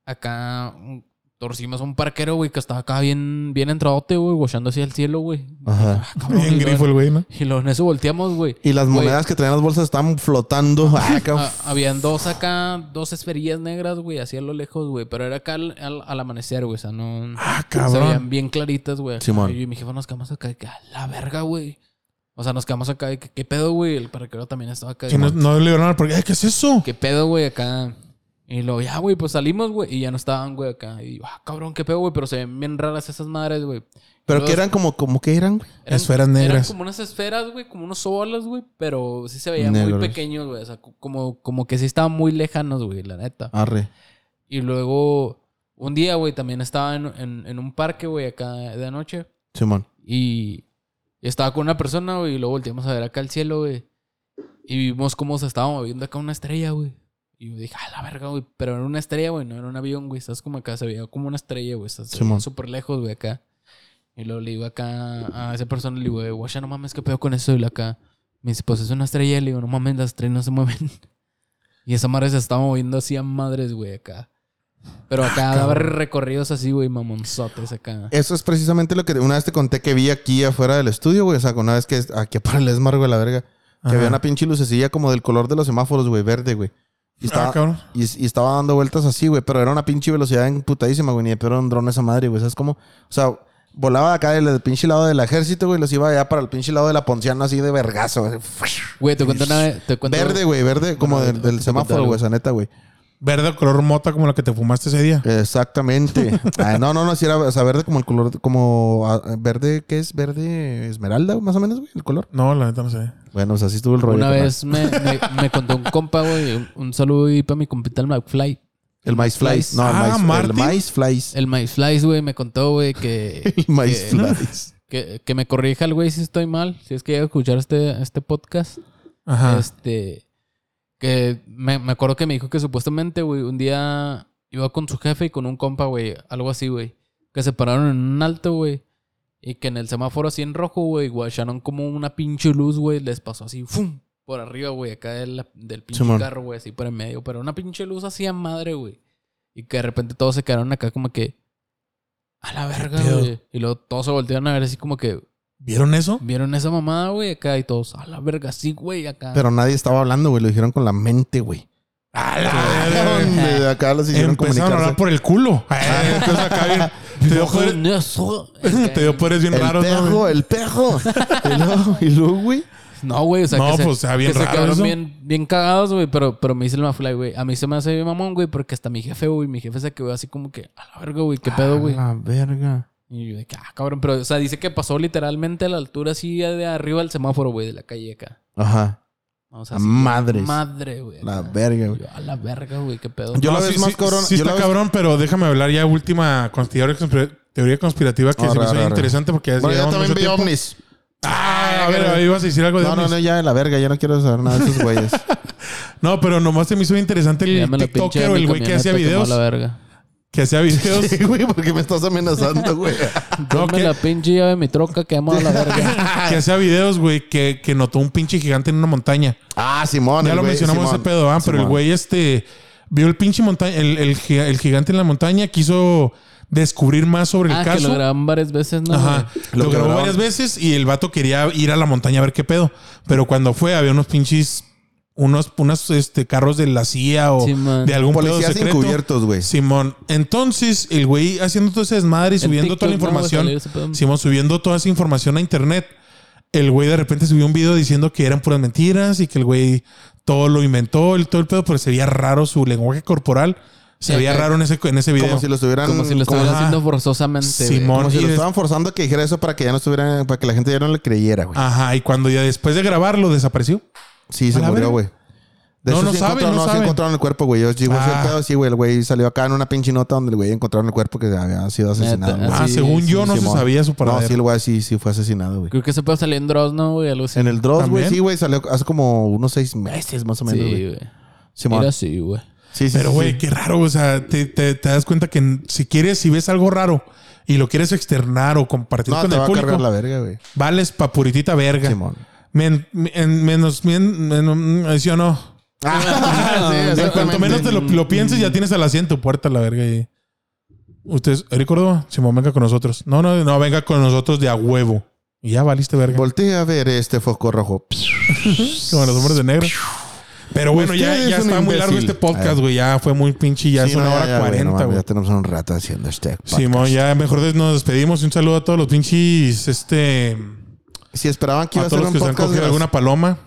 [SPEAKER 3] Acá mm, torcimos a un parquero, güey, que estaba acá bien, bien entradote, güey, guachando hacia el cielo, güey.
[SPEAKER 2] Ajá.
[SPEAKER 3] Ah, cabrón,
[SPEAKER 1] en
[SPEAKER 3] y luego-
[SPEAKER 1] grifo el güey, ¿no?
[SPEAKER 3] Y luego en eso volteamos, güey.
[SPEAKER 2] Y las
[SPEAKER 3] Güey.
[SPEAKER 2] monedas que traían las bolsas estaban flotando. Ah, qué-
[SPEAKER 3] Ah, habían dos acá, dos esferillas negras, güey, así a lo lejos, güey. Pero era acá al, al- al amanecer, güey. O sea, no.
[SPEAKER 1] Ah,
[SPEAKER 3] Se
[SPEAKER 1] cabrón.
[SPEAKER 3] veían bien claritas, güey.
[SPEAKER 2] Simón.
[SPEAKER 3] Y mi jefa nos quedamos acá de que a la verga, güey. O sea, nos quedamos acá de que qué pedo, güey. El parquero también estaba acá. de
[SPEAKER 1] Que no,
[SPEAKER 3] que,
[SPEAKER 1] no le dieron porque, "Ay, ¿qué es eso?
[SPEAKER 3] ¿Qué pedo, güey? Acá. Y luego, ya, güey, pues salimos, güey. Y ya no estaban, güey, acá. Y yo, ah, cabrón, qué pedo, güey. Pero se ven bien raras esas madres, güey.
[SPEAKER 2] Pero
[SPEAKER 3] Los-
[SPEAKER 2] que eran como, como que eran, güey.
[SPEAKER 3] Eran-
[SPEAKER 1] Esferas
[SPEAKER 3] Eran
[SPEAKER 1] negras.
[SPEAKER 3] como unas esferas, güey, como unos óvalos, güey, pero sí se veían
[SPEAKER 2] Negros.
[SPEAKER 3] muy pequeños, güey. O sea, co- como, como que sí estaban muy lejanos, güey, la neta.
[SPEAKER 1] Ah.
[SPEAKER 2] Arre.
[SPEAKER 3] Y luego, un día, güey, también estaba en, en- en un parque, güey, acá de noche.
[SPEAKER 2] Simón.
[SPEAKER 3] Y, y estaba con una persona, güey, y luego volteamos a ver acá al cielo, güey. Y vimos cómo se estaba moviendo acá una estrella, güey. Y yo dije, ah, la verga, güey. Pero era una estrella, güey, no era un avión, güey. Estás como acá, se veía como una estrella, güey. Estás se veía
[SPEAKER 2] Simón.
[SPEAKER 3] súper lejos, güey, acá. Y luego le digo acá a esa persona, le digo, "Eh, guacha, no mames, ¿qué pedo con eso? Y la acá, me dice, pues es una estrella. Y le digo, no mames, las estrellas no se mueven. [laughs] Y esa madre se estaba moviendo así a madres, güey, acá. Pero acá
[SPEAKER 2] Ah,
[SPEAKER 3] daba recorridos así, güey, mamonzotes acá.
[SPEAKER 2] Eso es precisamente lo que una vez te conté que vi aquí afuera del estudio, güey. O sea, una vez que aquí para el Esmar, güey, la verga. Que
[SPEAKER 1] Ajá.
[SPEAKER 2] había una pinche lucecilla como del color de los semáforos, güey, verde, güey.
[SPEAKER 1] Ah,
[SPEAKER 2] Y estaba,
[SPEAKER 1] cabrón.
[SPEAKER 2] y, y estaba dando vueltas así, güey. Pero era una pinche velocidad emputadísima, güey. Ni de pedo era un dron esa madre, güey. ¿Sabes cómo? O sea, volaba de acá del, del pinche lado del ejército, güey. y Los iba allá para el pinche lado de la Ponciana así de vergazo. güey.
[SPEAKER 3] Güey, te cuento una vez. Te cuento,
[SPEAKER 2] Verde, güey, verde, como
[SPEAKER 3] Bueno,
[SPEAKER 2] del, del
[SPEAKER 3] te
[SPEAKER 2] semáforo,
[SPEAKER 3] contaré,
[SPEAKER 2] güey,
[SPEAKER 3] güey.
[SPEAKER 2] esa neta, güey.
[SPEAKER 1] Verde color mota como la que te fumaste ese día.
[SPEAKER 2] Exactamente. Ah, no, no, no, si era, o sea, verde como el color, como ah, verde, ¿qué es? Verde esmeralda, más o menos, güey, el color.
[SPEAKER 1] No, la neta no sé.
[SPEAKER 2] Bueno, o sea, así estuvo el rollo.
[SPEAKER 3] Una
[SPEAKER 2] carnal.
[SPEAKER 3] vez me, me, me contó un compa, güey. un- Un saludo ahí para mi compita el McFly.
[SPEAKER 2] El maíz flies. No, el
[SPEAKER 1] Ah,
[SPEAKER 2] maíz, el
[SPEAKER 1] Martin.
[SPEAKER 2] maíz flies.
[SPEAKER 3] El McFly, güey, me contó, güey, que,
[SPEAKER 2] [laughs] El maíz
[SPEAKER 3] que,
[SPEAKER 2] flies.
[SPEAKER 3] que, que me corrija el güey si estoy mal. Si es que llega a escuchar este, este podcast.
[SPEAKER 1] Ajá.
[SPEAKER 3] Este. Que me, me acuerdo que me dijo que supuestamente, güey, un día iba con su jefe y con un compa, güey. Algo así, güey. Que se pararon en un alto, güey. Y que en el semáforo así en rojo, güey, guacharon como una pinche luz, güey. Les pasó así, ¡fum! Por arriba, güey, acá del, del pinche
[SPEAKER 2] Simón.
[SPEAKER 3] carro, güey, así por en medio. Pero una pinche luz así a madre, güey. Y que de repente todos se quedaron acá como que... A la verga,
[SPEAKER 1] pedo?
[SPEAKER 3] güey. Y luego todos se voltearon a ver así como que...
[SPEAKER 1] ¿Vieron eso?
[SPEAKER 3] Vieron esa mamada, güey, acá. Y todos, a la verga, sí, güey, acá.
[SPEAKER 2] Pero nadie estaba hablando, güey, lo dijeron con la mente, güey.
[SPEAKER 1] Ah,
[SPEAKER 2] Donde de acá los hicieron
[SPEAKER 1] Eh, Empezaron a
[SPEAKER 2] comunicarse. Ah,
[SPEAKER 1] hablar por el culo. Eh, entonces acá
[SPEAKER 2] [laughs]
[SPEAKER 1] bien- [laughs] te dio poderes- [laughs] te dio poderes bien
[SPEAKER 2] El
[SPEAKER 1] raros, ¿no,
[SPEAKER 2] pejo,
[SPEAKER 1] güey?
[SPEAKER 2] el pejo. y luego, y luego, güey.
[SPEAKER 3] No, güey, o sea,
[SPEAKER 1] No,
[SPEAKER 3] que
[SPEAKER 1] pues,
[SPEAKER 3] se,
[SPEAKER 1] está bien
[SPEAKER 3] que se
[SPEAKER 1] raro
[SPEAKER 3] quedaron
[SPEAKER 1] eso.
[SPEAKER 3] bien, bien cagados, güey, pero, pero me dice el Mafly, güey. A mí se me hace bien mamón, güey, porque hasta mi jefe, güey, mi jefe se quedó así como que, a la verga, güey, qué
[SPEAKER 1] Ah.
[SPEAKER 3] pedo, güey.
[SPEAKER 2] La verga.
[SPEAKER 3] Y yo de que, ah, cabrón, pero, o sea, dice que pasó literalmente a la altura así de arriba del semáforo, güey, de la calle acá.
[SPEAKER 2] Ajá.
[SPEAKER 3] O sea,
[SPEAKER 2] A
[SPEAKER 3] así,
[SPEAKER 2] madres.
[SPEAKER 3] Madre, güey.
[SPEAKER 2] La
[SPEAKER 3] acá.
[SPEAKER 2] verga, güey.
[SPEAKER 3] Yo, a la verga, güey, qué pedo.
[SPEAKER 2] Yo
[SPEAKER 1] No,
[SPEAKER 2] la vez
[SPEAKER 1] sí,
[SPEAKER 2] más
[SPEAKER 1] sí,
[SPEAKER 2] cabrón.
[SPEAKER 1] Sí,
[SPEAKER 2] yo la
[SPEAKER 1] está
[SPEAKER 2] vez-
[SPEAKER 1] cabrón, pero déjame hablar ya última con- teoría conspira- teoría conspirativa que se
[SPEAKER 2] Ahora,
[SPEAKER 1] me hizo
[SPEAKER 2] ahora, ahora.
[SPEAKER 1] interesante porque ya
[SPEAKER 2] Bueno, yo
[SPEAKER 1] llevamos
[SPEAKER 2] también
[SPEAKER 1] mucho
[SPEAKER 2] vi
[SPEAKER 1] tiempo.
[SPEAKER 2] ovnis.
[SPEAKER 1] Ah, a ver, ahí vas a decir algo de
[SPEAKER 2] No, no,
[SPEAKER 1] ovnis.
[SPEAKER 2] no, ya en la verga, ya no quiero saber nada de
[SPEAKER 1] [laughs]
[SPEAKER 2] esos güeyes.
[SPEAKER 1] No, pero nomás se me hizo interesante
[SPEAKER 3] Ya
[SPEAKER 1] el
[SPEAKER 3] me lo pinché
[SPEAKER 1] TikToker o
[SPEAKER 3] mi
[SPEAKER 1] el güey que hacía
[SPEAKER 3] camioneta, quemó
[SPEAKER 1] videos.
[SPEAKER 3] la verga.
[SPEAKER 1] Que hacía videos.
[SPEAKER 2] Sí, güey, porque me estás amenazando, güey.
[SPEAKER 1] [laughs] No,
[SPEAKER 3] Dame
[SPEAKER 1] que-
[SPEAKER 3] la pinche llave de mi troca que amo a
[SPEAKER 1] [laughs]
[SPEAKER 3] la verga.
[SPEAKER 1] que hacía videos, güey, que, que notó un pinche gigante en una montaña.
[SPEAKER 2] Ah, Simón.
[SPEAKER 1] Ya
[SPEAKER 2] el
[SPEAKER 1] lo
[SPEAKER 2] güey,
[SPEAKER 1] mencionamos
[SPEAKER 2] Simón.
[SPEAKER 1] ese pedo, ah, pero el
[SPEAKER 2] Simón.
[SPEAKER 1] güey este vio el pinche montaña, el, el gi- el gigante en la montaña, quiso descubrir más sobre el
[SPEAKER 3] Ah, que
[SPEAKER 1] caso.
[SPEAKER 3] lo graban varias veces, ¿no?
[SPEAKER 1] Ajá.
[SPEAKER 3] güey?
[SPEAKER 1] Lo,
[SPEAKER 2] Lo
[SPEAKER 1] grabó
[SPEAKER 2] grabaron.
[SPEAKER 1] varias veces y el vato quería ir a la montaña a ver qué pedo. Pero cuando fue, había unos pinches. Unos, unos este, carros de la CIA o
[SPEAKER 3] Sí, man.
[SPEAKER 1] de algún pedo
[SPEAKER 2] Policías
[SPEAKER 1] secreto.
[SPEAKER 2] encubiertos, güey.
[SPEAKER 1] Simón. Entonces, el güey haciendo todo ese desmadre y subiendo toda
[SPEAKER 3] TikTok,
[SPEAKER 1] la
[SPEAKER 3] ¿no? Va a
[SPEAKER 1] información.
[SPEAKER 3] salir ese pedo.
[SPEAKER 1] Simón, subiendo toda esa información a internet. El güey de repente subió un video diciendo que eran puras mentiras y que el güey todo lo inventó, el, todo el pedo, pero se veía raro su lenguaje corporal. Se
[SPEAKER 3] Sí,
[SPEAKER 1] veía
[SPEAKER 3] acá.
[SPEAKER 1] raro en ese, en ese video.
[SPEAKER 2] Como si lo estuvieran.
[SPEAKER 3] Como si lo
[SPEAKER 2] como-
[SPEAKER 3] estuviera
[SPEAKER 1] ajá.
[SPEAKER 3] haciendo forzosamente. güey.
[SPEAKER 1] Simón.
[SPEAKER 2] como si
[SPEAKER 1] Y
[SPEAKER 2] lo
[SPEAKER 1] des-
[SPEAKER 2] estaban forzando a que dijera eso para que ya no estuvieran, para que la gente ya no le creyera, güey.
[SPEAKER 1] Ajá, y cuando ya después de grabarlo desapareció.
[SPEAKER 2] Sí, se
[SPEAKER 1] Ah, A la
[SPEAKER 2] murió,
[SPEAKER 1] verga.
[SPEAKER 2] güey.
[SPEAKER 1] No,
[SPEAKER 2] De hecho,
[SPEAKER 1] no
[SPEAKER 2] sí
[SPEAKER 1] saben,
[SPEAKER 2] encontraron-
[SPEAKER 1] no
[SPEAKER 2] sí
[SPEAKER 1] saben.
[SPEAKER 2] encontraron el cuerpo, güey. Yo digo, sí,
[SPEAKER 1] Ah.
[SPEAKER 2] el pedo, sí, güey. El güey salió acá en una pinche nota donde el güey encontraron el cuerpo que había sido asesinado.
[SPEAKER 3] Neta,
[SPEAKER 2] güey.
[SPEAKER 1] Ah,
[SPEAKER 3] Sí,
[SPEAKER 1] según yo
[SPEAKER 2] Sí,
[SPEAKER 1] no
[SPEAKER 2] Simón.
[SPEAKER 1] se sabía su paradero.
[SPEAKER 2] No, sí, el güey sí, sí fue asesinado, güey.
[SPEAKER 3] Creo que ese pedo salió en Dross, ¿no, güey? Algo así.
[SPEAKER 2] En el Dross, güey,
[SPEAKER 1] ¿También?
[SPEAKER 2] sí, güey, salió hace como unos seis meses más o menos,
[SPEAKER 3] Sí,
[SPEAKER 2] güey.
[SPEAKER 3] güey.
[SPEAKER 2] Simón.
[SPEAKER 3] Era
[SPEAKER 1] [laughs]
[SPEAKER 3] así, güey.
[SPEAKER 2] Sí, sí,
[SPEAKER 1] Pero,
[SPEAKER 2] sí,
[SPEAKER 1] güey,
[SPEAKER 2] sí.
[SPEAKER 1] qué raro. O sea, te, te- te das cuenta que n- si quieres, si ves algo raro y lo quieres externar o compartir Pues
[SPEAKER 2] No,
[SPEAKER 1] con
[SPEAKER 2] te
[SPEAKER 1] el
[SPEAKER 2] va a
[SPEAKER 1] público,
[SPEAKER 2] cargar la verga, güey.
[SPEAKER 1] vales pa' puritita verga.
[SPEAKER 2] Simón.
[SPEAKER 1] Men- en- menos, men- men- ¿sí o no?
[SPEAKER 2] Ah, sí,
[SPEAKER 1] Cuanto menos te lo, lo pienses, ya tienes al asiento, puerta a la verga. Y... Ustedes, Eric Córdoba, Simón, venga con nosotros. No, no, no, venga con nosotros de a huevo. Y ya valiste verga.
[SPEAKER 2] Voltea a ver este foco rojo.
[SPEAKER 1] Como los hombres de negro. Pero bueno, ya,
[SPEAKER 2] Usted es
[SPEAKER 1] ya
[SPEAKER 2] un
[SPEAKER 1] está muy
[SPEAKER 2] imbécil.
[SPEAKER 1] largo este podcast, güey. Ya fue muy pinche, ya
[SPEAKER 2] Sí,
[SPEAKER 1] es una
[SPEAKER 2] no, ya,
[SPEAKER 1] hora
[SPEAKER 2] ya, güey, no
[SPEAKER 1] cuarenta,
[SPEAKER 2] mames,
[SPEAKER 1] güey.
[SPEAKER 2] Ya tenemos un rato haciendo este podcast.
[SPEAKER 1] Simón, ya mejor des- nos despedimos. Y Un saludo a todos los pinches, este...
[SPEAKER 2] Si esperaban que
[SPEAKER 1] A
[SPEAKER 2] iba a,
[SPEAKER 1] todos los
[SPEAKER 2] ser un
[SPEAKER 1] que se han
[SPEAKER 2] podcast...
[SPEAKER 1] cogido
[SPEAKER 2] gra-
[SPEAKER 1] alguna
[SPEAKER 2] [laughs]
[SPEAKER 1] paloma.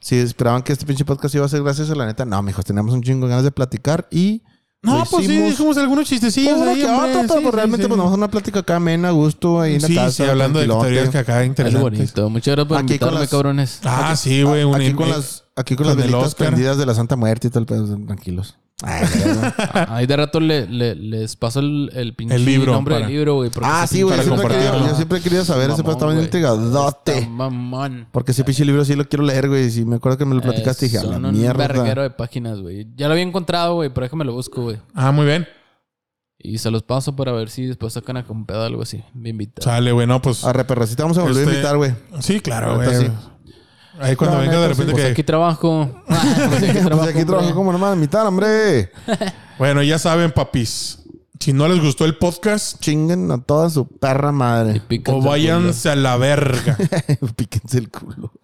[SPEAKER 2] si esperaban que este pinche podcast iba a ser gracioso, la neta, no, mijos, teníamos un chingo de ganas de platicar y...
[SPEAKER 1] No,
[SPEAKER 2] lo
[SPEAKER 1] pues sí,
[SPEAKER 2] hicimos.
[SPEAKER 1] dejamos algunos
[SPEAKER 2] Pues
[SPEAKER 1] chistecillos
[SPEAKER 2] uno
[SPEAKER 1] ahí,
[SPEAKER 2] que
[SPEAKER 1] hombre.
[SPEAKER 2] otro, pero
[SPEAKER 1] Sí,
[SPEAKER 2] pues,
[SPEAKER 1] sí,
[SPEAKER 2] realmente
[SPEAKER 1] sí.
[SPEAKER 2] pues nos vamos a una plática acá amena, a gusto, ahí en la
[SPEAKER 1] Sí,
[SPEAKER 2] casa.
[SPEAKER 1] sí, hablando de
[SPEAKER 2] tranquilote.
[SPEAKER 1] teorías que acá
[SPEAKER 3] Es
[SPEAKER 1] interesante.
[SPEAKER 3] bonito. Muchas gracias por
[SPEAKER 2] Aquí con
[SPEAKER 3] invitarme,
[SPEAKER 2] las-
[SPEAKER 1] [laughs]
[SPEAKER 3] cabrones.
[SPEAKER 1] Ah, sí, güey. un-
[SPEAKER 2] Aquí con
[SPEAKER 1] eh,
[SPEAKER 2] las... Aquí con las
[SPEAKER 1] con el
[SPEAKER 2] velitas
[SPEAKER 1] Oscar.
[SPEAKER 2] prendidas de la Santa Muerte y todo el pedo,
[SPEAKER 1] [laughs]
[SPEAKER 2] tranquilos. Ay, ya, güey.
[SPEAKER 3] Ahí de rato le- le- les paso el, el pinche
[SPEAKER 1] El libro,
[SPEAKER 3] nombre
[SPEAKER 1] para-
[SPEAKER 3] del libro, güey. porque
[SPEAKER 2] Ah,
[SPEAKER 3] ese
[SPEAKER 2] sí, güey.
[SPEAKER 1] para
[SPEAKER 2] Yo,
[SPEAKER 3] pinche
[SPEAKER 2] siempre he
[SPEAKER 1] compartirlo.
[SPEAKER 2] querido- yo siempre he querido saber. Ese pedo estaba bien
[SPEAKER 3] Mamón, güey.
[SPEAKER 2] intrigadote.
[SPEAKER 3] Mamón.
[SPEAKER 2] Porque ese pinche libro sí lo quiero leer, güey. Y si me acuerdo que me lo platicaste, dije, a la
[SPEAKER 3] Son un verguero
[SPEAKER 2] mierda.
[SPEAKER 3] de páginas, güey. Ya lo había encontrado, güey, pero déjame lo busco, güey.
[SPEAKER 1] Ah, muy bien.
[SPEAKER 3] Y se los paso para ver si después sacan a comprar algo así. Me invitan.
[SPEAKER 1] Sale, güey. No, pues...
[SPEAKER 2] A reperracita vamos a volver
[SPEAKER 1] Este-
[SPEAKER 2] a invitar, [laughs] güey.
[SPEAKER 1] Sí, claro,
[SPEAKER 2] Ahorita
[SPEAKER 1] güey.
[SPEAKER 2] Ah, sí.
[SPEAKER 1] Ahí cuando
[SPEAKER 2] No,
[SPEAKER 1] venga
[SPEAKER 2] neta,
[SPEAKER 1] de
[SPEAKER 2] sí,
[SPEAKER 1] repente
[SPEAKER 3] Pues
[SPEAKER 1] que...
[SPEAKER 3] aquí trabajo. Pues aquí
[SPEAKER 2] [laughs] Pues aquí trabajo
[SPEAKER 3] hombre.
[SPEAKER 2] como nomás, invitar, hombre.
[SPEAKER 1] Bueno, ya saben, papis. Si no les gustó el podcast, pues,
[SPEAKER 2] Chinguen a toda su perra
[SPEAKER 3] Y
[SPEAKER 2] madre.
[SPEAKER 3] pican
[SPEAKER 1] o
[SPEAKER 3] su culo.
[SPEAKER 1] váyanse a la verga.
[SPEAKER 2] [laughs] Píquense el culo.